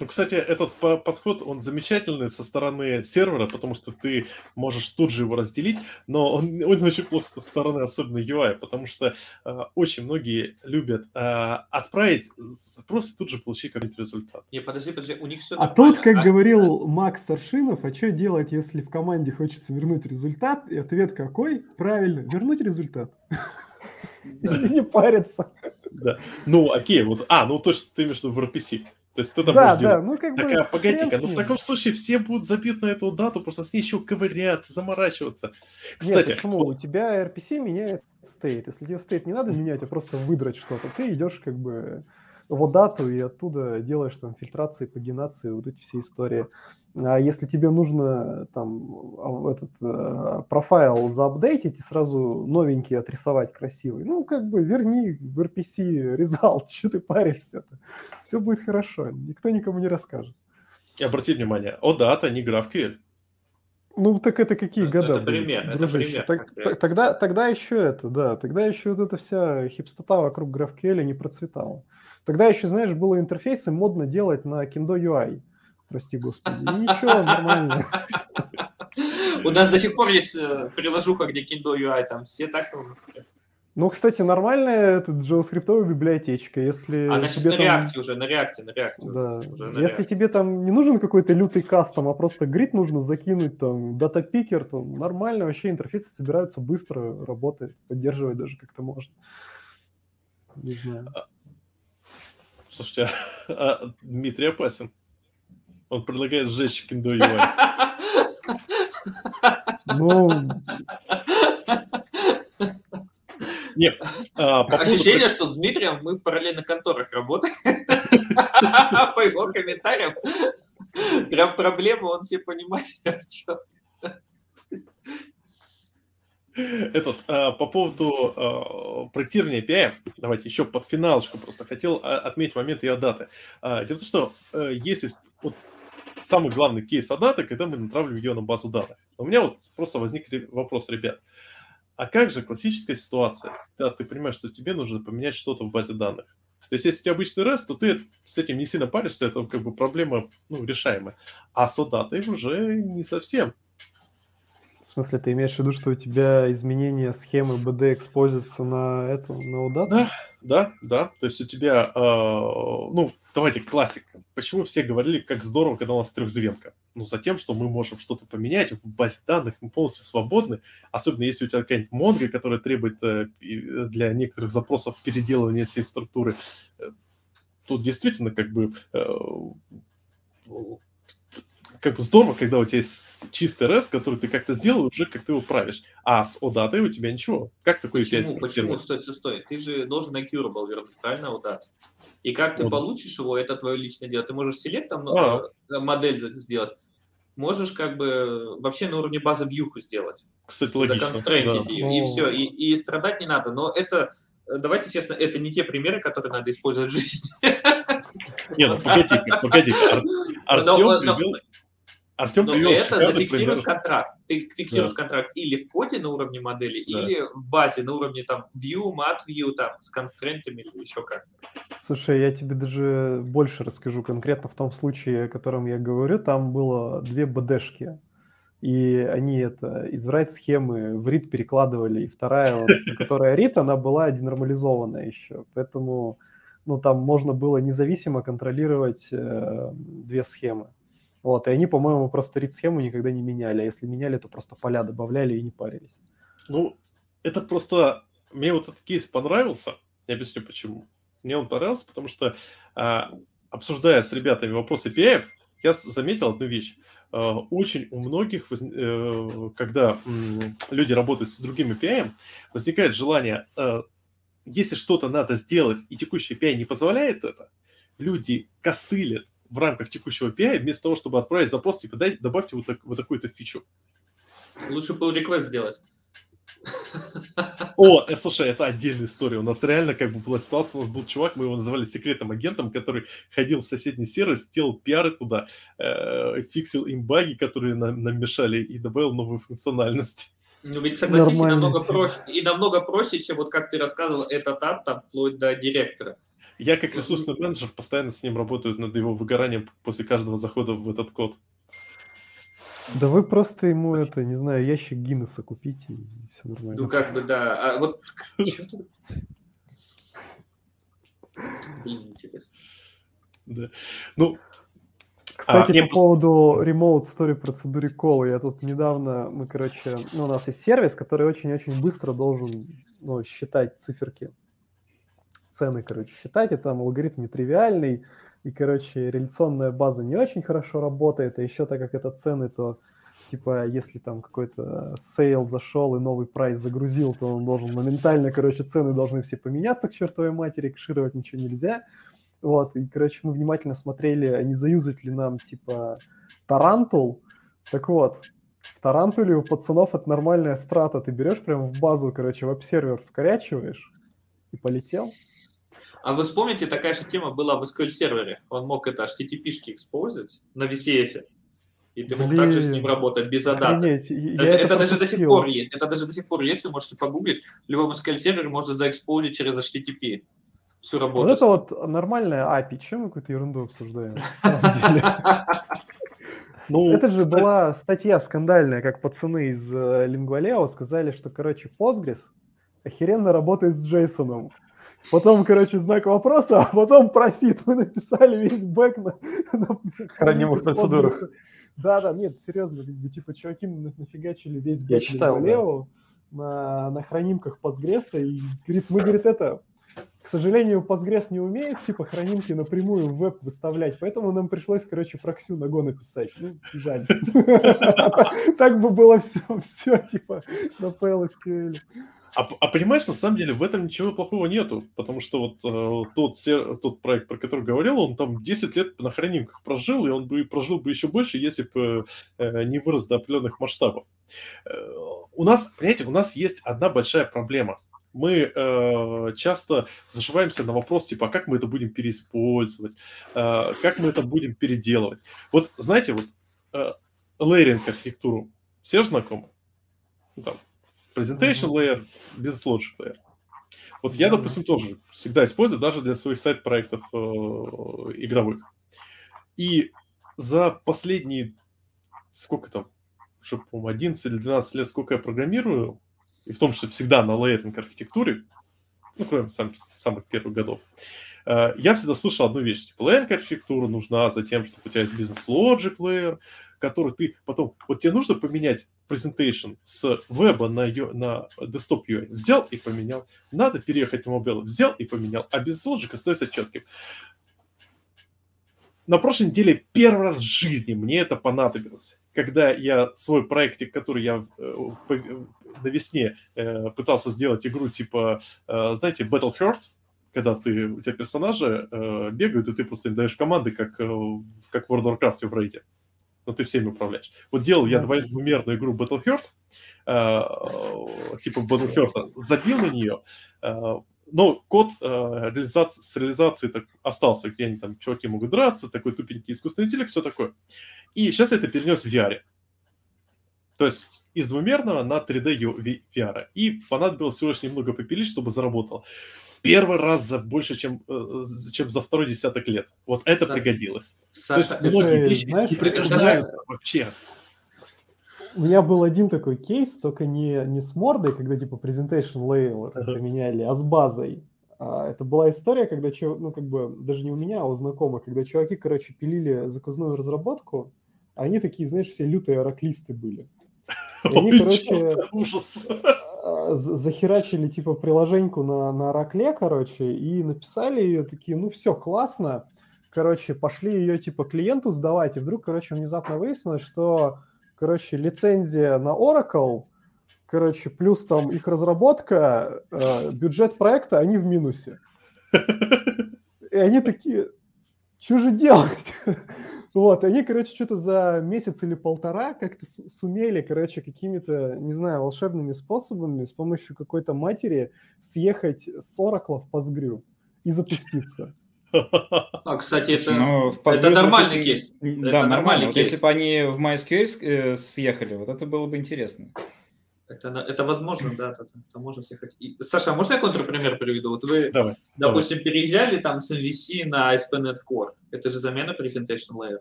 Speaker 1: Ну, кстати, этот по- подход, он замечательный со стороны сервера, потому что ты можешь тут же его разделить, но он, он очень плохо со стороны особенно UI, потому что э, очень многие любят э, отправить запрос и тут же получить какой-нибудь результат.
Speaker 3: Не, подожди, подожди, у них все
Speaker 2: А тут, как говорил Макс Аршинов, а что делать, если в команде хочется вернуть результат? И ответ какой? Правильно, вернуть результат. И Не париться.
Speaker 1: Да. Ну, окей, вот, а, ну то, что ты имеешь в виду в RPC. То есть ты там
Speaker 2: Да,
Speaker 1: можешь делать
Speaker 2: да, ну как бы...
Speaker 1: Такая,
Speaker 2: хрен
Speaker 1: погоди-ка,
Speaker 2: с
Speaker 1: ну в
Speaker 2: ним.
Speaker 1: таком случае все будут забьют на эту дату, просто с ней еще ковыряться, заморачиваться.
Speaker 2: Нет,
Speaker 1: Кстати,
Speaker 2: почему? У тебя RPC меняет стейт. Если тебе стейт не надо менять, а просто выдрать что-то, ты идешь как бы в дату и оттуда делаешь там фильтрации, пагинации, вот эти все истории. А если тебе нужно там а, в этот э, профайл заапдейтить и сразу новенький отрисовать красивый, ну как бы верни в RPC результат, что ты паришься-то? Все будет хорошо, никто никому не расскажет.
Speaker 1: и обрати внимание, о дата, не GraphQL.
Speaker 2: Ну, так это какие
Speaker 3: Это-
Speaker 2: года
Speaker 3: это
Speaker 2: были,
Speaker 3: пример, это
Speaker 2: дружище?
Speaker 3: пример
Speaker 2: Так-
Speaker 3: конкретно.
Speaker 2: т- тогда, тогда еще это, да, тогда еще вот эта вся хипстота вокруг GraphQL не процветала. Тогда еще, знаешь, было интерфейсы модно делать на Kendo UI. Прости господи. И ничего, нормально.
Speaker 3: У нас до сих пор есть э, приложуха, где Kindle UI, там все так... там.
Speaker 2: Ну, кстати, нормальная эта JavaScript библиотечка, если
Speaker 3: Она сейчас
Speaker 2: Э, тебе
Speaker 3: на
Speaker 2: там-
Speaker 3: реакте уже, на реакте, на реакте. уже.
Speaker 2: Да.
Speaker 3: на
Speaker 2: Если
Speaker 3: реакте.
Speaker 2: тебе там не нужен какой-то лютый кастом, а просто грид нужно закинуть, там, дата-пикер, то нормально, вообще интерфейсы собираются быстро, работает, поддерживать даже как-то можно. Не знаю.
Speaker 1: Слушайте, а, Дмитрий опасен. Он предлагает сжечь Kindle UI.
Speaker 2: Ну,
Speaker 1: Нет, а, по поводу-
Speaker 3: Ощущение, что с Дмитрием мы в параллельных конторах работаем. По его комментариям. Прям проблема, он все понимает. в чём.
Speaker 1: Этот, а, по поводу а, проектирования API, давайте еще под финалочку просто хотел а, отметить момент и даты. А, дело в том, что э, есть ис- вот самый главный кейс Адаты, когда мы натравливаем ее на базу данных. У меня вот просто возник ре- вопрос, ребят. А как же классическая ситуация, когда ты понимаешь, что тебе нужно поменять что-то в базе данных? То есть, если у тебя обычный REST, то ты с этим не сильно паришься, это как бы проблема ну, решаемая. А с OData уже не совсем.
Speaker 2: в смысле, ты имеешь в виду, что у тебя изменение схемы BD экспозится на эту, на удату?
Speaker 1: Да. Да, да. То есть у тебя, э, ну, давайте классик. Почему все говорили, как здорово, когда у нас трехзвенка? Ну, за тем, что мы можем что-то поменять в базе данных, мы полностью свободны. Особенно если у тебя какая-нибудь Монго, которая требует э, и- э, для некоторых запросов переделывания всей структуры. Э, Тут действительно как бы э, как бы здорово, когда у тебя есть чистый REST, который ты как-то сделал, уже как ты его правишь. А с OData у тебя ничего. Как такое
Speaker 3: Почему?
Speaker 1: опять
Speaker 3: Почему? Стой, стой, стой. Ты же должен был вернуть, правильно, вот так? И как ты
Speaker 1: Вот.
Speaker 3: получишь его, это твое личное дело. Ты можешь селект там
Speaker 1: А.
Speaker 3: э, модель за- сделать. Можешь как бы э, вообще на уровне базы вьюху сделать.
Speaker 1: Кстати, логично.
Speaker 3: законстрейнтить
Speaker 1: да.
Speaker 3: ее, и
Speaker 2: Ну.
Speaker 3: все, и, и страдать не надо. Но это, э, давайте честно, это не те примеры, которые надо использовать в жизни.
Speaker 1: Не, ну погоди-ка, погоди-ка. Ар- Артем
Speaker 3: Но- но-
Speaker 1: привел... Артем
Speaker 3: Но
Speaker 1: привел
Speaker 3: это
Speaker 1: шикарный
Speaker 3: зафиксирует
Speaker 1: пример.
Speaker 3: контракт. Ты фиксируешь контракт или в коде на уровне модели,
Speaker 1: Да.
Speaker 3: или в базе на уровне там view, mat view, там с констрентами или еще как.
Speaker 2: Слушай, я тебе даже больше расскажу. Конкретно в том случае, о котором я говорю, там было две БДшки. И они это из write схемы в рит перекладывали. И вторая, вот, которая рит, она была денормализованная еще. Поэтому ну, там можно было независимо контролировать э, две схемы. Вот, и они, по-моему, просто рит-схему никогда не меняли. А если меняли, то просто поля добавляли и не парились.
Speaker 1: Ну, это просто... Мне вот этот кейс понравился. Я объясню, почему. Мне он понравился, потому что, э, обсуждая с ребятами вопросы PF, я заметил одну вещь. Э, очень у многих, воз... э, когда люди работают с другим API, возникает желание, а, если что-то надо сделать, и текущий API не позволяет это, люди костылят в рамках текущего API, вместо того, чтобы отправить запрос, типа, дай, добавьте вот, так, вот такую-то фичу.
Speaker 3: Лучше был реквест сделать.
Speaker 1: О, э, слушай, это отдельная история. У нас реально как бы была ситуация, у нас был чувак, мы его называли секретным агентом, который ходил в соседний сервис, делал пиары туда, э, фиксил им баги, которые нам, нам мешали, и добавил новую функциональность.
Speaker 3: Ну ведь согласись, и намного, проще, и намного проще, чем вот как ты рассказывал, это там, там, вплоть до директора.
Speaker 1: Я как ресурсный менеджер постоянно с ним работаю над его выгоранием после каждого захода в этот код.
Speaker 2: Да вы просто ему это, не знаю, ящик Гиннесса купите, и все нормально.
Speaker 3: Ну как бы да, а вот... Блин, интересно.
Speaker 1: Да. Ну,
Speaker 2: кстати, а, по просто... поводу remote story процедуры кола, я тут недавно, мы, короче, ну, у нас есть сервис, который очень-очень быстро должен ну, считать циферки, цены, короче, считать, и там алгоритм нетривиальный, и, короче, реляционная база не очень хорошо работает, а еще так как это цены, то типа, если там какой-то сейл зашел и новый прайс загрузил, то он должен моментально, короче, цены должны все поменяться к чертовой матери, кэшировать ничего нельзя. Вот, и, короче, мы внимательно смотрели, а не заюзать ли нам, типа, тарантул. Так вот, в тарантуле у пацанов это нормальная страта. Ты берешь прям в базу, короче, веб-сервер вкорячиваешь и полетел.
Speaker 3: А вы вспомните, такая же тема была в SQL сервере. Он мог это HTTP-шки экспозить на VCF. И ты мог Блин, также с ним работать без адапта. Это, это, это даже до сих пор есть. Это даже до сих пор есть, вы можете погуглить. В любом SQL сервере можно заэкспозить через HTTP всю работу.
Speaker 2: Вот это вот нормальная API. Чем мы какую-то ерунду обсуждаем? Ну, это же была статья скандальная, как пацаны из э, Лингвалео сказали, что, короче, Postgres охеренно работает с Джейсоном. Потом, короче, знак вопроса, а потом профит. Мы написали весь бэк на...
Speaker 4: на Хранимых процедурах.
Speaker 2: Да-да, нет, серьезно, как бы, типа, чуваки нафигачили весь бэк Я читал, да. на, на хранимках Postgres, и говорит, мы, говорит, это, к сожалению, Postgres не умеет, типа, хранимки напрямую в веб выставлять, поэтому нам пришлось, короче, проксю на Go написать. Ну, жаль. Так бы было все, все, типа, на PLSQL.
Speaker 1: А, а понимаешь, на самом деле в этом ничего плохого нету, потому что вот э, тот, сер... тот проект, про который говорил, он там 10 лет на хранимках прожил, и он бы прожил бы еще больше, если бы э, не вырос до определенных масштабов. Э, у нас, понимаете, у нас есть одна большая проблема – мы э, часто зашиваемся на вопрос, типа, а как мы это будем переиспользовать, э, как мы это будем переделывать. Вот, знаете, вот э, лейеринг архитектуру все же знакомы? Ну, там, presentation layer, business logic layer. Вот я, допустим, тоже всегда использую даже для своих сайт-проектов э, игровых. И за последние, сколько там, чтобы, по-моему, 11 или 12 лет, сколько я программирую, и в том, что всегда на лейеринг архитектуре, ну, кроме сам, самых первых годов, э, я всегда слышал одну вещь, типа, лейеринг архитектура нужна за тем, что у тебя есть бизнес-лоджик лейер, который ты потом... Вот тебе нужно поменять презентейшн с веба на, на desktop UI. Взял и поменял. Надо переехать на мобилу. Взял и поменял. А без лоджика остается четким. На прошлой неделе первый раз в жизни мне это понадобилось когда я свой проектик, который я э, по, на весне э, пытался сделать игру типа, э, знаете, Battle Heart, когда ты, у тебя персонажи э, бегают, и ты просто им даешь команды, как, как в World of Warcraft в рейде. Но ты всеми управляешь. Вот делал я двумерную игру Battle Heart, типа Battle Heart, забил на нее, э, но Ну, код реализации, с реализацией так остался, где они там, чуваки могут драться, такой тупенький искусственный интеллект, все такое. И сейчас это перенес в VR. То есть из двумерного на 3D VR. И понадобилось всего лишь немного попилить, чтобы заработало. первый раз за больше, чем, э, чем за второй десяток лет. Вот это
Speaker 3: Саша,
Speaker 1: пригодилось.
Speaker 3: Саша,
Speaker 1: То есть многие
Speaker 2: Слушай,
Speaker 1: вещи
Speaker 2: ну, знаешь,
Speaker 1: не пригождаются вообще.
Speaker 2: У меня был один такой кейс, только не, не с мордой, когда типа presentation layer
Speaker 1: Ага.
Speaker 2: поменяли, а с базой. А, Это была история, когда, чё- ну, как бы, даже не у меня, а у знакомых, когда чуваки, короче, пилили заказную разработку, а они такие, знаешь, все лютые раклисты были. И они,
Speaker 1: Ой,
Speaker 2: короче,
Speaker 1: чёрт, ужас.
Speaker 2: а, за- захерачили, типа, приложеньку на, на Оракле, короче, и написали ее, такие, ну, все, классно. Короче, пошли ее, типа, клиенту сдавать, и вдруг, короче, внезапно выяснилось, что, короче, лицензия на Oracle, короче, плюс там их разработка, э, бюджет проекта, они в минусе. И они такие, что же делать? Вот, и они, короче, что-то за месяц или полтора как-то с- сумели, короче, какими-то, не знаю, волшебными способами с помощью какой-то матери съехать с Оракла в Пазгрю и запуститься.
Speaker 3: А, кстати, это...
Speaker 5: Но ну, в Postgres
Speaker 3: это нормальный
Speaker 5: звучит-
Speaker 3: кейс.
Speaker 5: Да,
Speaker 3: Это
Speaker 5: нормально.
Speaker 3: нормальный
Speaker 5: Вот
Speaker 3: кейс.
Speaker 5: если бы они в MySQL с- э, съехали, вот это было бы интересно.
Speaker 3: Это, на- это возможно, да, это, это можно всех. хот- И- Саша, а можно я контрпример приведу? Вот вы,
Speaker 1: Давай.
Speaker 3: допустим, переезжали там с MVC на SPNet Core. Это же замена presentation layer.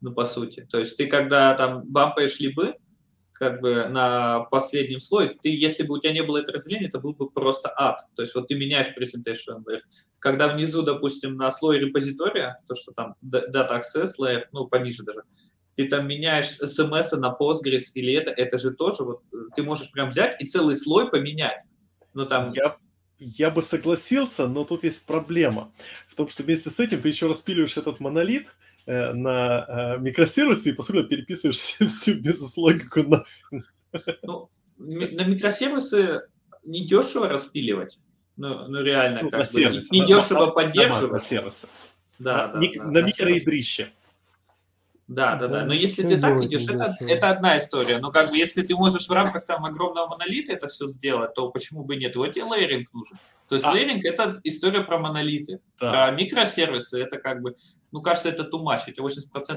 Speaker 3: Ну, по сути. То есть ты, когда там бампаешь либы, как бы на последнем слое, ты, если бы у тебя не было этого разделения, это был бы просто ад. То есть вот ты меняешь presentation layer. Когда внизу, допустим, на слой репозитория, то, что там д- data access layer, ну, пониже даже, ты там меняешь смс на Postgres или это, это же тоже вот, э, ты можешь прям взять и целый слой поменять. Ну, там,
Speaker 1: Я, я бы согласился, но тут есть проблема. В том, что вместе с этим ты еще распиливаешь этот монолит э, на э, микросервисы и, по сути, переписываешь всю, всю бизнес-логику на...
Speaker 3: Ну, ми- на микросервисы недешево распиливать. Ну, ну реально,
Speaker 1: ну,
Speaker 3: как
Speaker 1: на
Speaker 3: бы.
Speaker 1: сервисы, на-
Speaker 3: недешево
Speaker 1: на- на
Speaker 3: поддерживать.
Speaker 1: сервисы.
Speaker 3: Да,
Speaker 1: на,
Speaker 3: да,
Speaker 1: мик-
Speaker 3: да,
Speaker 1: на
Speaker 3: на сервис.
Speaker 1: микроядрище.
Speaker 3: Да, да, да. Но
Speaker 2: Да,
Speaker 3: если
Speaker 2: всё
Speaker 3: ты так
Speaker 2: делать
Speaker 3: идешь, это,
Speaker 2: недешево.
Speaker 3: это одна история. Но как бы если ты можешь в рамках там огромного монолита это все сделать, то почему бы и нет? Вот тебе лейеринг нужен. То есть
Speaker 1: А.
Speaker 3: лейеринг это история про монолиты.
Speaker 1: Да.
Speaker 3: А микросервисы это как бы, ну кажется, это too much. У тебя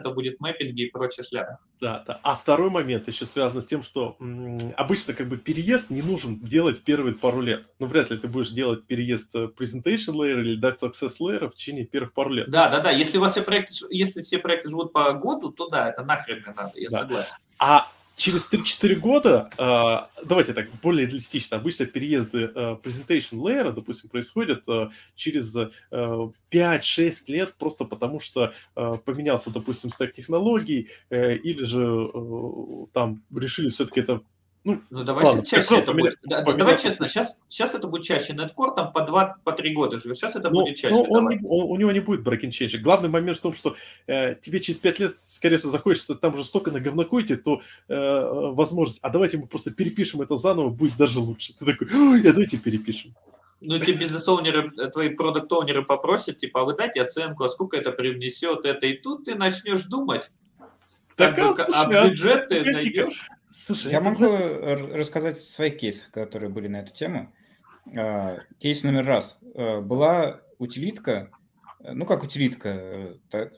Speaker 3: 80% будет мэппинги и прочая шляпа.
Speaker 1: Да, да. А второй момент еще связан с тем, что м, обычно как бы переезд не нужен делать первые пару лет. Ну, вряд ли ты будешь делать переезд э, presentation layer или data access layer в течение первых пару лет.
Speaker 3: Да, да, да. Если у вас все проекты, ж- если все проекты живут по году, то да, это нахрен не надо, я
Speaker 1: Да.
Speaker 3: согласен.
Speaker 1: А через 3-4 года, э, давайте так, более реалистично, обычно переезды э, presentation layer, допустим, происходят э, через э, 5-6 лет просто потому, что э, поменялся, допустим, стек технологий, э, или же э, там решили все-таки это...
Speaker 3: Ну, давай
Speaker 1: Ладно,
Speaker 3: сейчас чаще
Speaker 1: хорошо,
Speaker 3: это
Speaker 1: поменя-
Speaker 3: будет. Да, да,
Speaker 1: поменял
Speaker 3: давай
Speaker 1: состав.
Speaker 3: честно, сейчас, сейчас это будет чаще. Неткор там по 2-3 по три года живет. Сейчас это
Speaker 1: Ну,
Speaker 3: будет чаще.
Speaker 1: ну, он
Speaker 3: давай.
Speaker 1: не- он- у него не будет breaking change. Главный момент в том, что э, тебе через 5 лет, скорее всего, захочется там уже столько на говнокоте, то э, э, возможность, а давайте мы просто перепишем это заново, будет даже лучше. Ты такой, «Ой, а давайте перепишем.
Speaker 3: Ну, те бизнес-оунеры, э, твои продукт-оунеры попросят, типа, а вы дайте оценку, а сколько это привнесет это. И тут ты начнешь думать.
Speaker 1: Так,
Speaker 3: Как бы,
Speaker 1: а,
Speaker 3: к-
Speaker 1: слушай,
Speaker 3: а
Speaker 1: а
Speaker 3: бюджет ты
Speaker 1: погоди-ка.
Speaker 3: найдешь.
Speaker 1: Слушай,
Speaker 5: Я
Speaker 1: это
Speaker 5: могу
Speaker 1: вот-
Speaker 5: р- рассказать о своих кейсах, которые были на эту тему. А, Кейс номер раз. А, Была утилитка, э, ну как утилитка, э, та-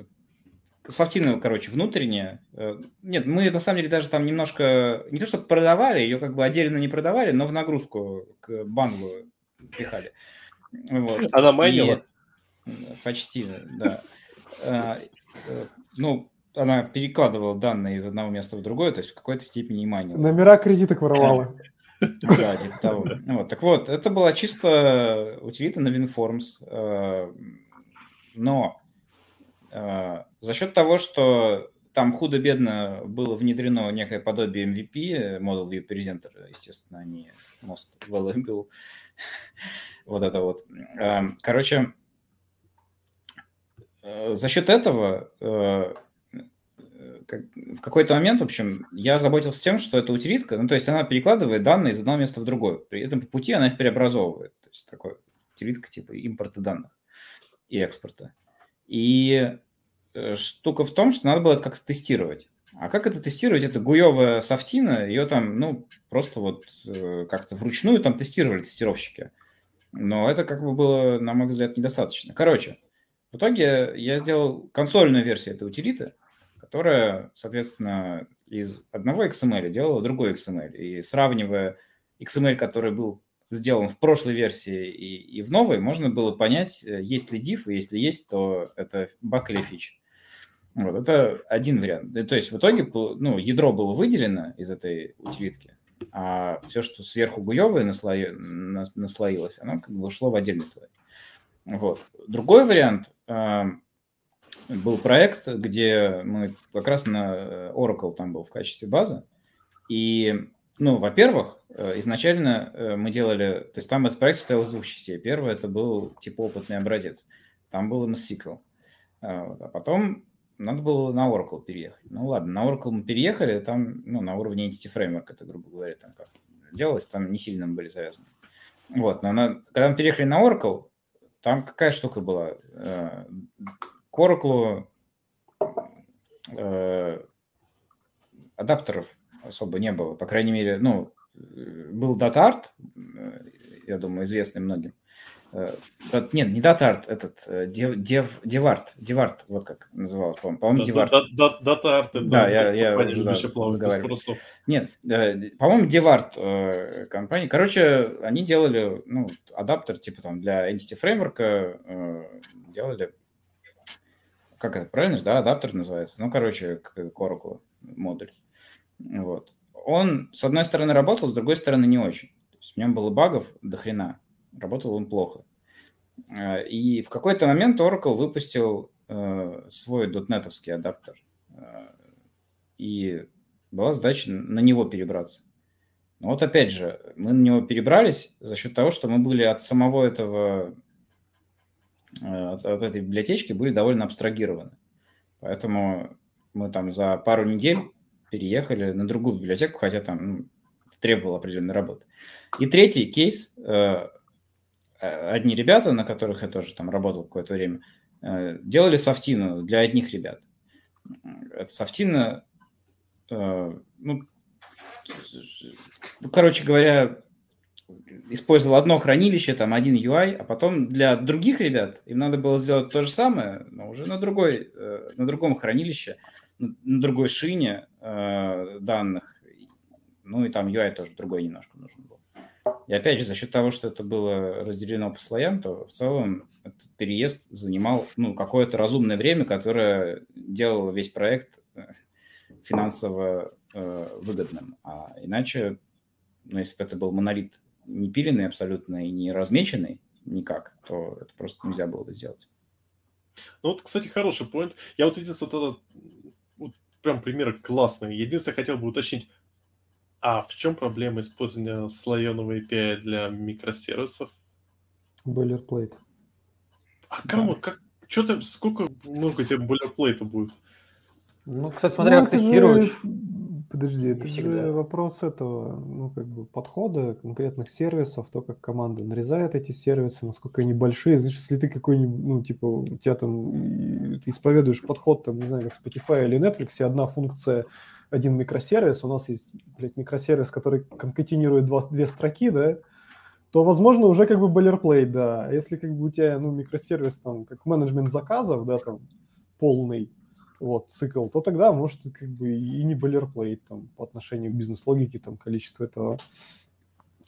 Speaker 5: софтина, короче, внутренняя. Э, Нет, мы на самом деле даже там немножко, не то что продавали, ее как бы отдельно не продавали, но в нагрузку к банку пихали. Вот.
Speaker 1: Она майнила.
Speaker 5: И- Почти, да. А, э, Ну, она перекладывала данные из одного места в другое, то есть в какой-то степени и майнила.
Speaker 2: Номера кредиток воровала.
Speaker 5: Да, типа того. Вот, так вот, это была чисто утилита на WinForms. э, Но э, за счет того, что там худо-бедно было внедрено некое подобие MVP, э, Model View Presenter, естественно, а не Most Valuable, вот это вот. Э, Короче, э, за счет этого э, э, как- в какой-то момент, в общем, я заботился тем, что эта утилитка, ну, то есть она перекладывает данные из одного места в другое. При этом по пути она их преобразовывает. То есть такой утилитка типа импорта данных и экспорта. И э, штука в том, что надо было это как-то тестировать. А как это тестировать? Это гуевая софтина, ее там, ну, просто вот э, как-то вручную там тестировали тестировщики. Но это как бы было, на мой взгляд, недостаточно. Короче, в итоге я сделал консольную версию этой утилиты, которая, соответственно, из одного XML делала другой XML. И сравнивая XML, который был сделан в прошлой версии и, и в новой, можно было понять, э, есть ли div, и если есть, то это баг или фич. Вот, это один вариант. То есть в итоге ну, ядро было выделено из этой утилитки, а все, что сверху гуевое насло... наслоилось, оно как бы ушло в отдельный слой. Вот. Другой вариант э, был проект, где мы как раз на э, Oracle там был в качестве базы. И, ну, во-первых, изначально э, мы делали... То есть там этот проект состоял из двух частей. Первый это был типа опытный образец. Там был MSQL. А потом надо было на Oracle переехать. Ну ладно, на Oracle мы переехали, там, ну, на уровне Entity Framework, это, грубо говоря, там как делалось, там не сильно мы были завязаны. Вот, но на, когда мы переехали на Oracle, там какая штука была? Э, К Oracle э, адаптеров особо не было, по крайней мере, ну, был DataArt, я думаю, известный многим, Э, нет, не DataArt, этот э, дев, дев, Деварт, Деварт, вот как называлось, по-моему, по-моему, Деварт.
Speaker 1: DataArt.
Speaker 5: Да, я, я уже да, разговаривал. Нет, э, по-моему, Деварт компания. Короче, они делали ну, адаптер типа там для Entity Framework, э, делали, как это правильно, да, адаптер называется. Ну, короче, к Oracle модуль. Вот. Он, с одной стороны, работал, с другой стороны, не очень. То есть в нем было багов до хрена работал он плохо. Э, И в какой-то момент Oracle выпустил э, свой дотнетовский адаптер. Э, и была задача на него перебраться. Но вот опять же, мы на него перебрались за счет того, что мы были от самого этого, э, от, от этой библиотечки были довольно абстрагированы. Поэтому мы там за пару недель переехали на другую библиотеку, хотя там ну, требовал определенной работы. И третий кейс. э, Одни ребята, на которых я тоже там работал какое-то время, э, делали софтину для одних ребят. Э, Это софтина, ну, короче говоря, использовал одно хранилище, там один UI, а потом для других ребят им надо было сделать то же самое, но уже на, другой, э, на другом хранилище, на другой шине э, данных. Ну и там UI тоже другой немножко нужен был. И опять же, за счет того, что это было разделено по слоям, то в целом этот переезд занимал ну, какое-то разумное время, которое делало весь проект э, финансово э, выгодным. А иначе, ну, если бы это был монолит не пиленный абсолютно и не размеченный никак, то это просто нельзя было бы сделать.
Speaker 1: Ну вот, кстати, хороший поинт. Я вот единственное тогда, вот прям примеры классные. Единственное, хотел бы уточнить, а в чем проблема использования слоеного API для микросервисов?
Speaker 2: Бойлерплейт.
Speaker 1: А кому? Да. Как, что ты, сколько много тебе бойлерплейта будет?
Speaker 4: Ну, кстати, смотря ну, как тестируешь. Же,
Speaker 2: подожди, это всегда. же вопрос этого, ну, как бы подхода конкретных сервисов, то, как команда нарезает эти сервисы, насколько они большие. Знаешь, если ты какой-нибудь, ну, типа, у тебя там, ты исповедуешь подход, там, не знаю, как Spotify или Netflix, и одна функция один микросервис, у нас есть, блядь, микросервис, который конкатинирует два, две строки, да, то, возможно, уже как бы болерплейт, да. А если как бы у тебя, ну, микросервис, там, как менеджмент заказов, да, там, полный, вот, цикл, то тогда, может, как бы и не болерплейт, там, по отношению к бизнес-логике, там, количество этого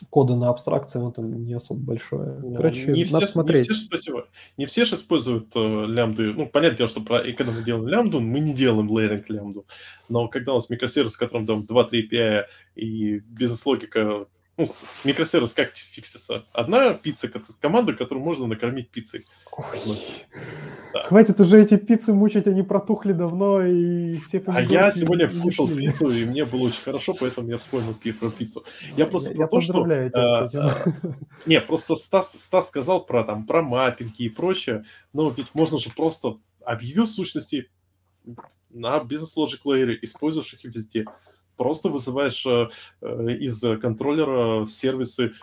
Speaker 2: кода на абстракции, оно там не особо большое.
Speaker 1: Ну,
Speaker 2: Короче,
Speaker 1: не все,
Speaker 2: надо смотреть.
Speaker 1: Не все, спасибо. не все же используют э, лямбды. Ну, понятное дело, что про, и когда мы делаем лямбду, мы не делаем лейринг лямбду. Но когда у нас микросервис, в котором там 2-3 API и бизнес-логика, ну, микросервис как фиксится? Одна пицца, команда, которую можно накормить пиццей.
Speaker 2: Ой. Да. Хватит уже эти пиццы мучить, они протухли давно, и все
Speaker 1: А я сегодня кушал пиццу, и мне было очень хорошо, поэтому я вспомнил про пиццу. Я просто
Speaker 2: я,
Speaker 1: про
Speaker 2: я
Speaker 1: то, что...
Speaker 2: Тебя а, с этим.
Speaker 1: А, не, просто Стас, Стас сказал про там про маппинги и прочее, но ведь можно же просто объявил сущности на бизнес-лоджик лейере, используешь их везде. Просто вызываешь э, из контроллера сервисы,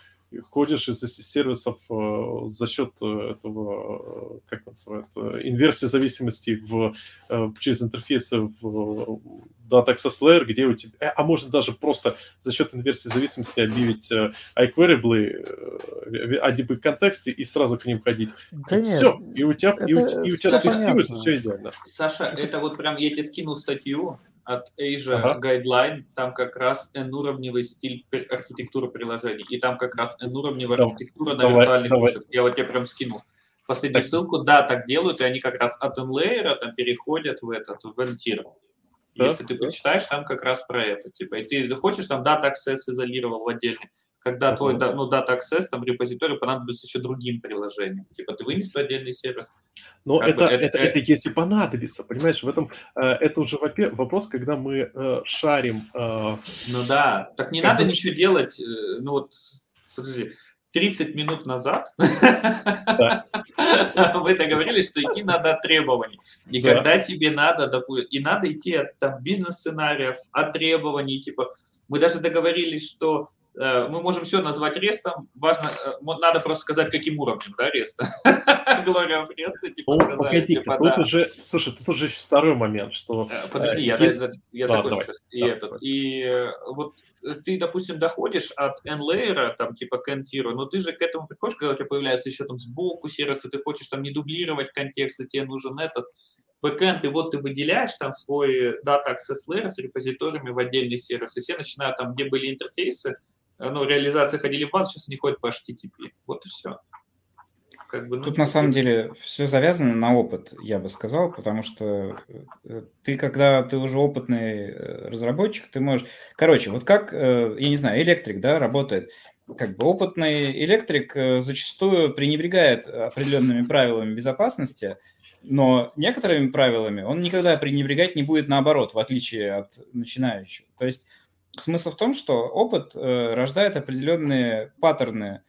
Speaker 1: ходишь из сервисов э, за счет этого, э, как он называет, э, инверсии зависимости в, э, через интерфейсы в э, Data Access Layer, где у тебя... А можно даже просто за счет инверсии зависимости объявить э, iQueryable, ADB контексты и сразу к ним ходить. Да и нет, все, и у тебя, и у, и у тебя тестируется все идеально.
Speaker 3: Саша, это вот прям я тебе скинул статью, от Asia
Speaker 1: Ага.
Speaker 3: Guideline, там как раз N-уровневый стиль пр- архитектуры приложений, и там как раз N-уровневая
Speaker 1: Давай,
Speaker 3: архитектура на
Speaker 1: давай,
Speaker 3: виртуальных
Speaker 1: давай.
Speaker 3: мышах. Я вот тебе прям скинул последнюю ссылку. Да, так делают, и они как раз от N-лейера там переходят в этот, в N-тир.
Speaker 1: Да,
Speaker 3: Если ты
Speaker 1: да.
Speaker 3: почитаешь, там как раз про это. Типа, и ты хочешь, там Data Access изолировал в отдельный. Когда твой да- ну, Data Access, там репозиторию понадобится еще другим приложением. Типа, ты вынес в отдельный сервис,
Speaker 1: Но
Speaker 3: Как бы
Speaker 1: это,
Speaker 3: это- э,
Speaker 1: это, это, если понадобится, понимаешь, в этом э, это уже вопе- вопрос, когда мы э, шарим. э,
Speaker 3: Ну да, так не
Speaker 1: Как
Speaker 3: надо
Speaker 1: бы-
Speaker 3: ничего делать. э, Ну вот, подожди, 30 минут назад вы договорились, что идти надо от требований. И
Speaker 1: Да.
Speaker 3: когда тебе надо, допу- и надо идти от там, бизнес-сценариев, от требований, типа, мы даже договорились, что э, мы можем все назвать рестом, важно, э, мо- надо просто сказать, каким уровнем, да, реста. Глория реста, типа,
Speaker 1: ну,
Speaker 3: сказали,
Speaker 1: погоди-ка,
Speaker 3: типа,
Speaker 1: тут
Speaker 3: да.
Speaker 1: уже, слушай, тут уже еще второй момент, что
Speaker 3: Э, Подожди,
Speaker 1: Э,
Speaker 3: я,
Speaker 1: есть-
Speaker 3: за- я
Speaker 1: Да,
Speaker 3: закончу
Speaker 1: давай.
Speaker 3: сейчас. И
Speaker 1: Да,
Speaker 3: этот.
Speaker 1: давай.
Speaker 3: И э, вот э, ты, допустим, доходишь от N-лейера, там, типа, к N-тиру, но ты же к этому приходишь, когда у тебя появляется еще там сбоку сервисы, ты хочешь там не дублировать контексты, тебе нужен этот бэкэнд, и вот ты выделяешь там свой э, Data Access Layer с репозиториями в отдельный сервис, и все начинают там, где были интерфейсы, э, ну, реализации ходили в бан, сейчас не ходят по HTTP. Вот и все. Как бы, ну,
Speaker 5: Тут
Speaker 3: не
Speaker 5: на самом
Speaker 3: будет.
Speaker 5: деле все завязано на опыт, я бы сказал, потому что э, ты, когда ты уже опытный э, разработчик, ты можешь... Короче, вот как, э, я не знаю, электрик, да, работает. Как бы опытный электрик э, зачастую пренебрегает определенными правилами безопасности, но некоторыми правилами он никогда пренебрегать не будет наоборот, в отличие от начинающего. То есть смысл в том, что опыт э, рождает определенные паттерны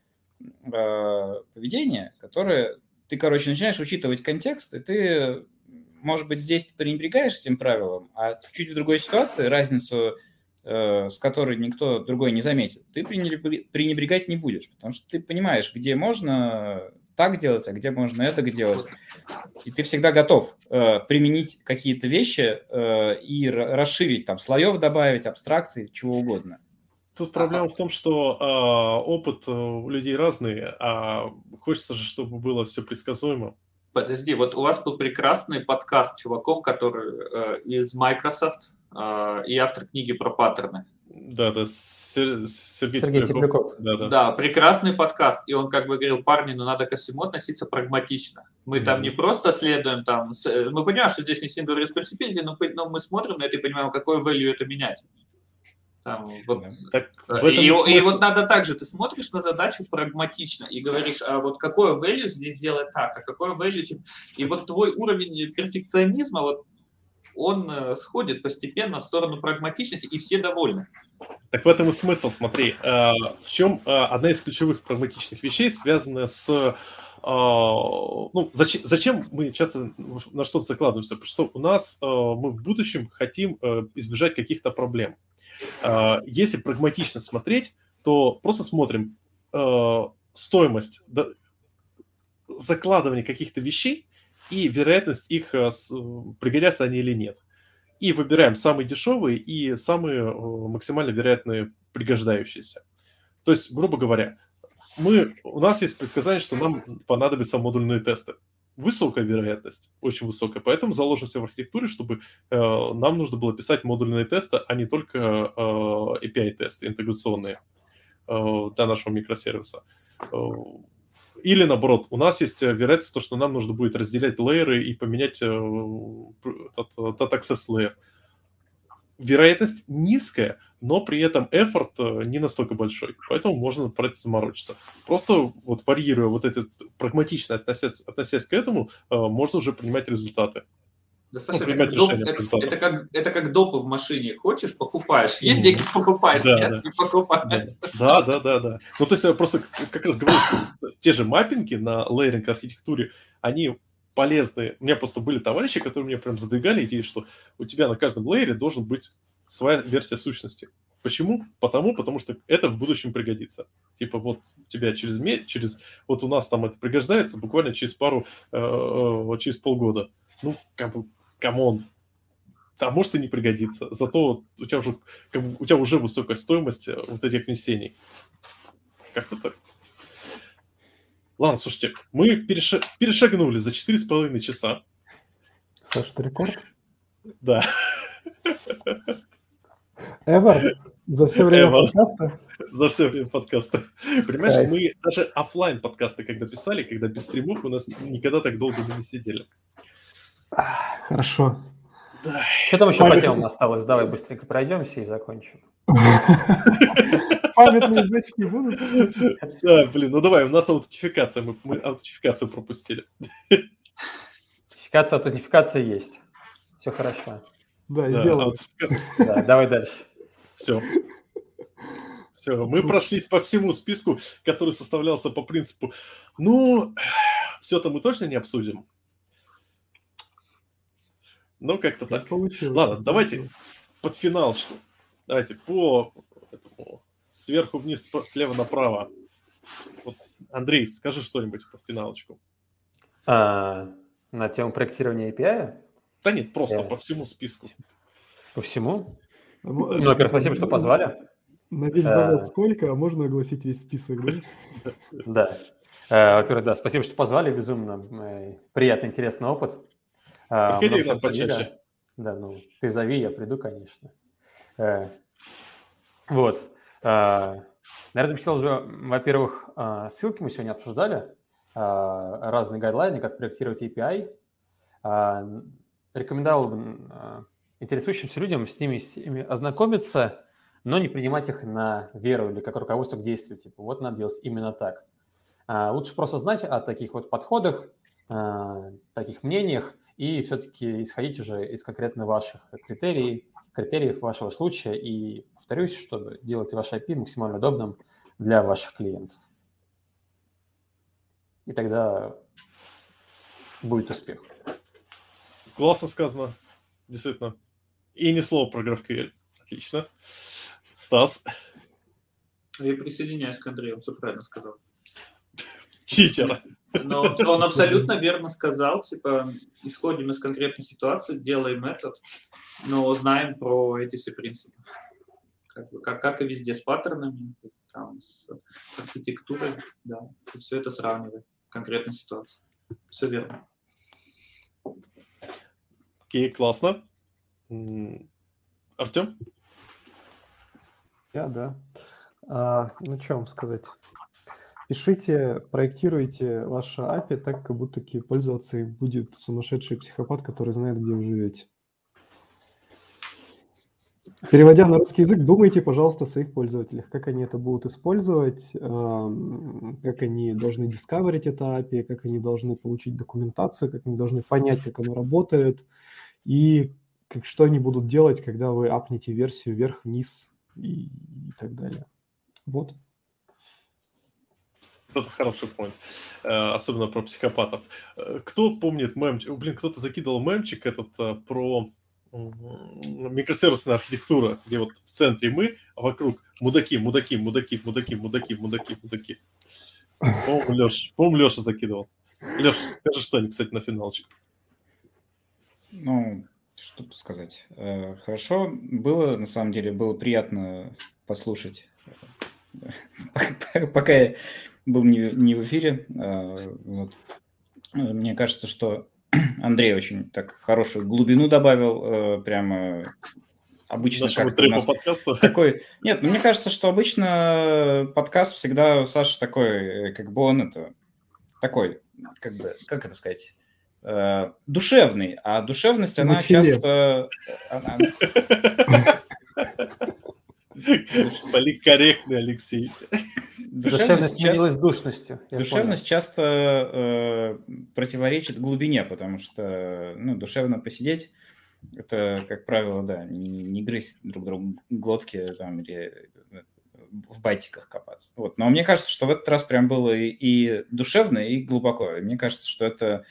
Speaker 5: э, поведения, которые ты, короче, начинаешь учитывать контекст, и ты, может быть, здесь ты пренебрегаешь этим правилом, а чуть в другой ситуации разницу, э, с которой никто другой не заметит, ты пренебре- пренебрегать не будешь, потому что ты понимаешь, где можно так делать, а где можно это делать. И ты всегда готов э, применить какие-то вещи э, и ра- расширить, там, слоев добавить, абстракции, чего угодно.
Speaker 1: Тут проблема в том, что а, опыт э, у людей разный, а хочется же, чтобы было все предсказуемо.
Speaker 3: Подожди, вот у вас был прекрасный подкаст с чуваком, который э, из Microsoft э, и автор книги про паттерны.
Speaker 1: Да, да, Сер- Сергей,
Speaker 4: Сергей Тепляков.
Speaker 1: Да, да.
Speaker 3: Да. прекрасный подкаст. И он как бы говорил, парни, ну надо ко всему относиться прагматично. Мы там
Speaker 1: Мгм.
Speaker 3: не просто следуем там... с- э, мы понимаем, что здесь не single responsibility, но, п- но мы смотрим на это и понимаем, какой value это менять. Там, вот,
Speaker 5: Да.
Speaker 1: Так в этом
Speaker 3: и,
Speaker 1: и
Speaker 3: и
Speaker 1: смысл.
Speaker 3: вот надо так же, ты смотришь на задачу прагматично и говоришь, а вот какое value здесь делать так, а какое value... тип- И вот твой уровень перфекционизма, вот он э, сходит постепенно в сторону прагматичности, и все довольны.
Speaker 1: Так в этом и смысл, смотри. Э, В чем э, одна из ключевых прагматичных вещей, связанная с... э, Ну, зачем, зачем мы часто на что-то закладываемся? Потому что у нас э, мы в будущем хотим э, избежать каких-то проблем. Э, Если прагматично смотреть, то просто смотрим э, стоимость да, закладывания каких-то вещей и вероятность их, э, с- пригодятся они или нет и выбираем самые дешевые и самые э, максимально вероятные пригождающиеся. То есть, грубо говоря, мы, у нас есть предсказание, что нам понадобятся модульные тесты. Высокая вероятность, очень высокая. Поэтому заложим все в архитектуре, чтобы э, нам нужно было писать модульные тесты, а не только API-тесты, интеграционные э, для нашего микросервиса. Э, Или наоборот, у нас есть э, вероятность, то, что нам нужно будет разделять лейеры и поменять э, пр- этот, э, этот access layer. Вероятность низкая, но при этом эффорт э, не настолько большой. Поэтому можно про это заморочиться. Просто вот варьируя вот этот прагматично относясь, относясь к этому, э, можно уже принимать результаты.
Speaker 3: Да, Саша, это,
Speaker 1: принимать
Speaker 3: как доп-
Speaker 1: решение
Speaker 3: это-
Speaker 1: результатом.
Speaker 3: это как, это как допы в машине. Хочешь, покупаешь. Есть
Speaker 1: Мгм.
Speaker 3: деньги, покупаешь.
Speaker 1: Да,
Speaker 3: Нет,
Speaker 1: да.
Speaker 3: не покупаешь.
Speaker 1: Да, да, да, да. Ну, то есть я просто к- как раз говорю, что те же маппинги на лейеринг архитектуре, они полезны. У меня просто были товарищи, которые мне прям задвигали идею, что у тебя на каждом лейере должен быть своя версия сущности. Почему? Потому, потому что это в будущем пригодится. Типа вот у тебя через месяц, через вот у нас там это пригождается буквально через пару, э, э, через полгода. Ну, как бы, камон. А может и не пригодится. Зато у тебя уже как бы у тебя уже высокая стоимость э, вот этих внесений. Как-то так. Ладно, слушайте, мы переше- перешагнули за 4,5 часа.
Speaker 2: Саша, это рекорд?
Speaker 1: Да.
Speaker 2: Ever? За все время
Speaker 1: Ever.
Speaker 2: подкаста?
Speaker 1: за все время подкаста. Понимаешь,
Speaker 2: Кайф.
Speaker 1: мы даже оффлайн подкасты когда писали, когда без стримов у нас никогда так долго мы не сидели.
Speaker 2: Хорошо.
Speaker 4: Что там еще по
Speaker 2: Память.
Speaker 4: темам осталось? Давай быстренько пройдемся и закончим.
Speaker 2: Памятные значки будут?
Speaker 1: Да, блин, ну давай, у нас аутентификация, мы, мы аутентификацию пропустили.
Speaker 4: Аутентификация, аутентификация есть. Все хорошо.
Speaker 2: Да, сделаем.
Speaker 4: Да, давай дальше.
Speaker 1: Все. Все, мы прошлись по всему списку, который составлялся по принципу, ну, все-то мы точно не обсудим. Ну, как-то так.
Speaker 2: Получилось.
Speaker 1: Ладно, давайте. под финалочку. Давайте по этому, сверху вниз, спо- слева направо. Вот, Андрей, скажи что-нибудь под финалочку.
Speaker 4: А, на тему проектирования API
Speaker 1: Да нет, просто
Speaker 4: Да.
Speaker 1: по всему списку.
Speaker 4: по всему.
Speaker 2: Ну,
Speaker 4: Ну, во-первых, спасибо, что позвали.
Speaker 2: На весь завод
Speaker 4: Э.
Speaker 2: сколько, а можно огласить весь список, да?
Speaker 4: Да. Э, Во-первых, да, спасибо, что позвали. Безумно э, приятный, интересный опыт. Э,
Speaker 1: Приходи
Speaker 4: много
Speaker 1: к нам
Speaker 4: чего обсудили.
Speaker 1: почаще.
Speaker 4: Да, ну, ты зови, я приду, конечно. Э, Вот. Э, Наверное, хотел бы, во-первых, э, ссылки мы сегодня обсуждали, э, разные гайдлайны, как проектировать API. Э, Рекомендовал бы э, интересующимся людям с ними, с ними ознакомиться, но не принимать их на веру или как руководство к действию. Типа, вот надо делать именно так. А, Лучше просто знать о таких вот подходах, а, таких мнениях и все-таки исходить уже из конкретно ваших критерий, критериев вашего случая. И повторюсь, чтобы делать ваш IP максимально удобным для ваших клиентов. И тогда будет успех.
Speaker 1: Классно сказано, действительно. И ни слова про GraphQL. Отлично. Стас,
Speaker 3: Я присоединяюсь к Андрею, он все правильно сказал.
Speaker 1: читер.
Speaker 3: Но вот он абсолютно верно сказал, типа, исходим из конкретной ситуации, делаем этот, но знаем про эти все принципы. Как, бы, как, как и везде с паттернами, там, с архитектурой, да, все это сравниваем в конкретной ситуации. Все верно.
Speaker 1: Окей, классно. М, Артем?
Speaker 2: Я, да. А, ну, что вам сказать? Пишите, проектируйте ваше API так, как будто таки пользоваться им будет сумасшедший психопат, который знает, где вы живете. Переводя на русский язык, думайте, пожалуйста, о своих пользователях, как они это будут использовать, эм, как они должны дискаверить это API, как они должны получить документацию, как они должны понять, как оно работает, и как, что они будут делать, когда вы апнете версию вверх-вниз и, и так далее. Вот.
Speaker 1: Это хороший point, Э, особенно про психопатов. Э, Кто помнит мемчик? О, Блин, кто-то закидывал мемчик этот э, про м, микросервисная архитектура, где вот в центре мы, а вокруг мудаки, мудаки, мудаки, мудаки, мудаки, мудаки, мудаки. По-моему, Леша, по-моему, Леша закидывал. Леша, скажи что-нибудь, кстати, на финалочку.
Speaker 5: Ну, что тут сказать. Э, Хорошо было, на самом деле, было приятно послушать. Пока я был не, не в эфире, э, вот. Э, мне кажется, что Андрей очень так хорошую глубину добавил, э, прямо обычно
Speaker 1: Нашему
Speaker 5: как-то у
Speaker 1: трепу
Speaker 5: нас
Speaker 1: подкаста.
Speaker 5: такой... Нет, ну мне кажется, что обычно э, подкаст всегда у Саши такой, э, как бы он это... Такой, как бы, как это сказать? э, душевный, а душевность, она
Speaker 2: На челе.
Speaker 5: часто... э, она-
Speaker 1: Поликорректный Алексей.
Speaker 5: душевность
Speaker 4: Душевность
Speaker 5: часто-
Speaker 4: сменилась душностью. я понял.
Speaker 5: Душевность часто э, противоречит глубине, потому что ну, душевно посидеть, это, как правило, да, не, не грызть друг другу глотки там, или э, в байтиках копаться. Вот. Но мне кажется, что в этот раз прям было и, и душевно, и глубоко. И мне кажется, что это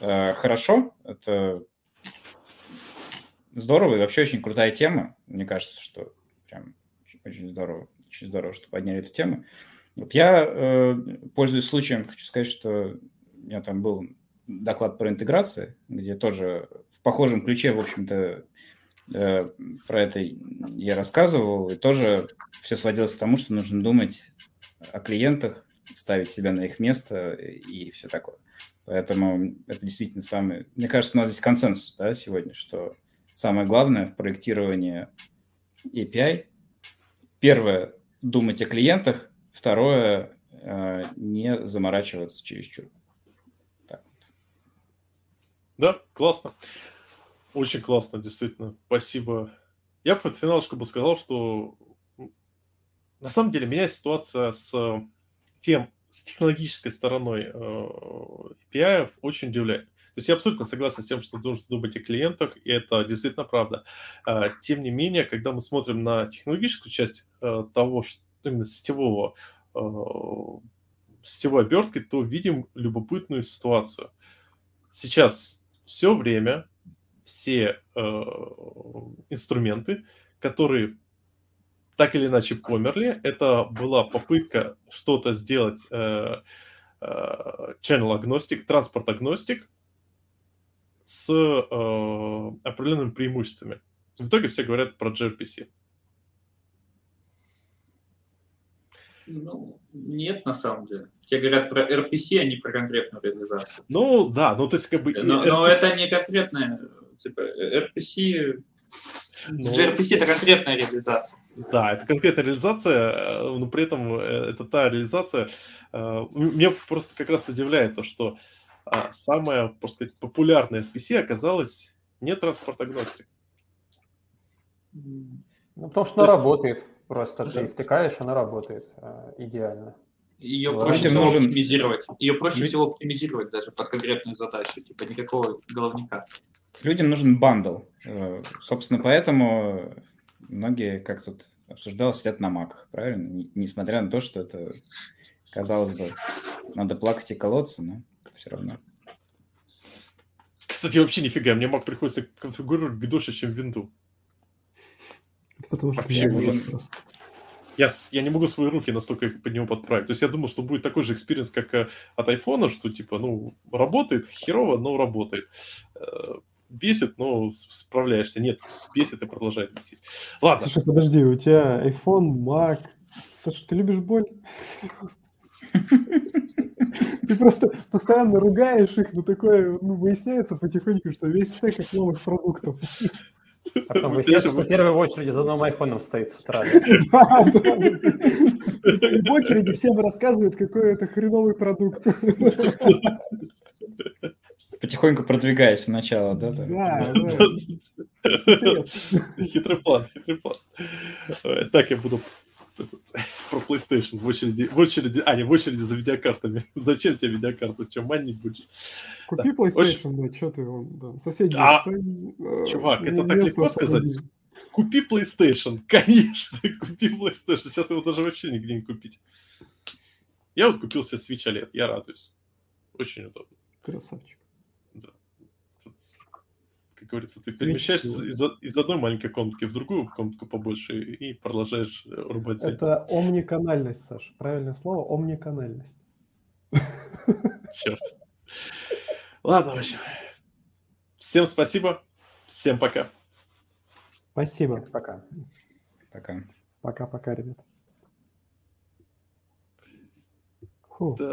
Speaker 5: э, хорошо, это здорово, и вообще очень крутая тема. Мне кажется, что прям очень- очень здорово, очень здорово, что подняли эту тему. Вот я, э, пользуясь случаем, хочу сказать, что у меня там был доклад про интеграции, где тоже в похожем ключе, в общем-то, э, про это я рассказывал, и тоже все сводилось к тому, что нужно думать о клиентах, ставить себя на их место и все такое. Поэтому это действительно самый... Мне кажется, у нас здесь консенсус да, сегодня, что самое главное в проектировании API. Первое – думать о клиентах. Второе – э, не заморачиваться чересчур.
Speaker 1: Так. Да, классно. Очень классно, действительно. Спасибо. Я под финалочку бы сказал, что на самом деле меня ситуация с э, тем, с технологической стороной э, API очень удивляет. То есть я абсолютно согласен с тем, что нужно думать о клиентах, и это действительно правда. А, Тем не менее, когда мы смотрим на технологическую часть э, того, что именно сетевого, э, сетевой оберткой, то видим любопытную ситуацию. Сейчас все время все э, инструменты, которые так или иначе померли. Это была попытка что-то сделать э, э, channel агностик, транспорт агностик с э, определенными преимуществами. В итоге все говорят про gRPC.
Speaker 3: Ну, нет, на самом деле. Те говорят про RPC, а не про конкретную реализацию.
Speaker 1: Ну, да, ну то есть как бы...
Speaker 3: Э, Но, RPC... но это не конкретная, типа, RPC но... gRPC это конкретная реализация.
Speaker 1: Да, это конкретная реализация, э, но при этом это та реализация. э, Меня просто как раз удивляет то, что а, самая, просто сказать, популярная RPC оказалась не транспорт-агностик.
Speaker 4: Ну, потому что то она есть... работает. Просто да. ты втыкаешь, она работает а, идеально.
Speaker 3: Ее Ладно. проще всего нужен... оптимизировать. Ее проще всего оптимизировать даже под конкретную задачу, типа никакого головника
Speaker 5: людям нужен бандл. Э, Собственно, поэтому многие, как тут обсуждалось, сидят на маках, правильно? Несмотря на то, что это, казалось бы, надо плакать и колоться, но все равно.
Speaker 1: Кстати, вообще нифига, мне мак приходится конфигурировать бедоше, чем винду.
Speaker 2: Это потому что вообще ужас просто.
Speaker 1: Я, я не могу свои руки настолько под него подправить. То есть я думал, что будет такой же экспириенс, как э, от айфона, что типа, ну, работает, херово, но работает Э, бесит, но справляешься. Нет, бесит и продолжает бесить. Ладно.
Speaker 2: Слушай, подожди, у тебя iPhone, Mac. Саша, ты любишь боль? Ты просто постоянно ругаешь их, но такое ну, выясняется потихоньку, что весь стек от новых продуктов.
Speaker 4: А потом выясняется, что в первой очереди за новым айфоном стоит с утра.
Speaker 2: В очереди всем рассказывают, какой это хреновый продукт
Speaker 5: потихоньку продвигаясь в начало, да? Там?
Speaker 2: Да,
Speaker 1: да. Хитрый план, хитрый план. Так я буду про PlayStation в очереди, в очереди, а не в очереди за видеокартами. Зачем тебе видеокарта? Чем манить будешь?
Speaker 2: Купи да. PlayStation, Очень... да, что ты, вон, да, соседи.
Speaker 1: А,
Speaker 2: э,
Speaker 1: стань, чувак, это так легко сказать. Купи PlayStation, конечно, купи PlayStation. Сейчас его даже вообще нигде не купить. Я вот купил себе Switch OLED, я радуюсь. Очень удобно.
Speaker 2: Красавчик
Speaker 1: как говорится, ты перемещаешься из, из одной маленькой комнатки в другую комнатку побольше и продолжаешь э, рубать
Speaker 2: землю. Это омниканальность, Саша. Правильное слово – омниканальность.
Speaker 1: Черт. Ладно, в общем. Всем спасибо. Всем пока.
Speaker 2: Спасибо.
Speaker 4: Ну, Пока.
Speaker 5: Пока.
Speaker 2: Пока-пока, ребят.
Speaker 1: Фу. Да.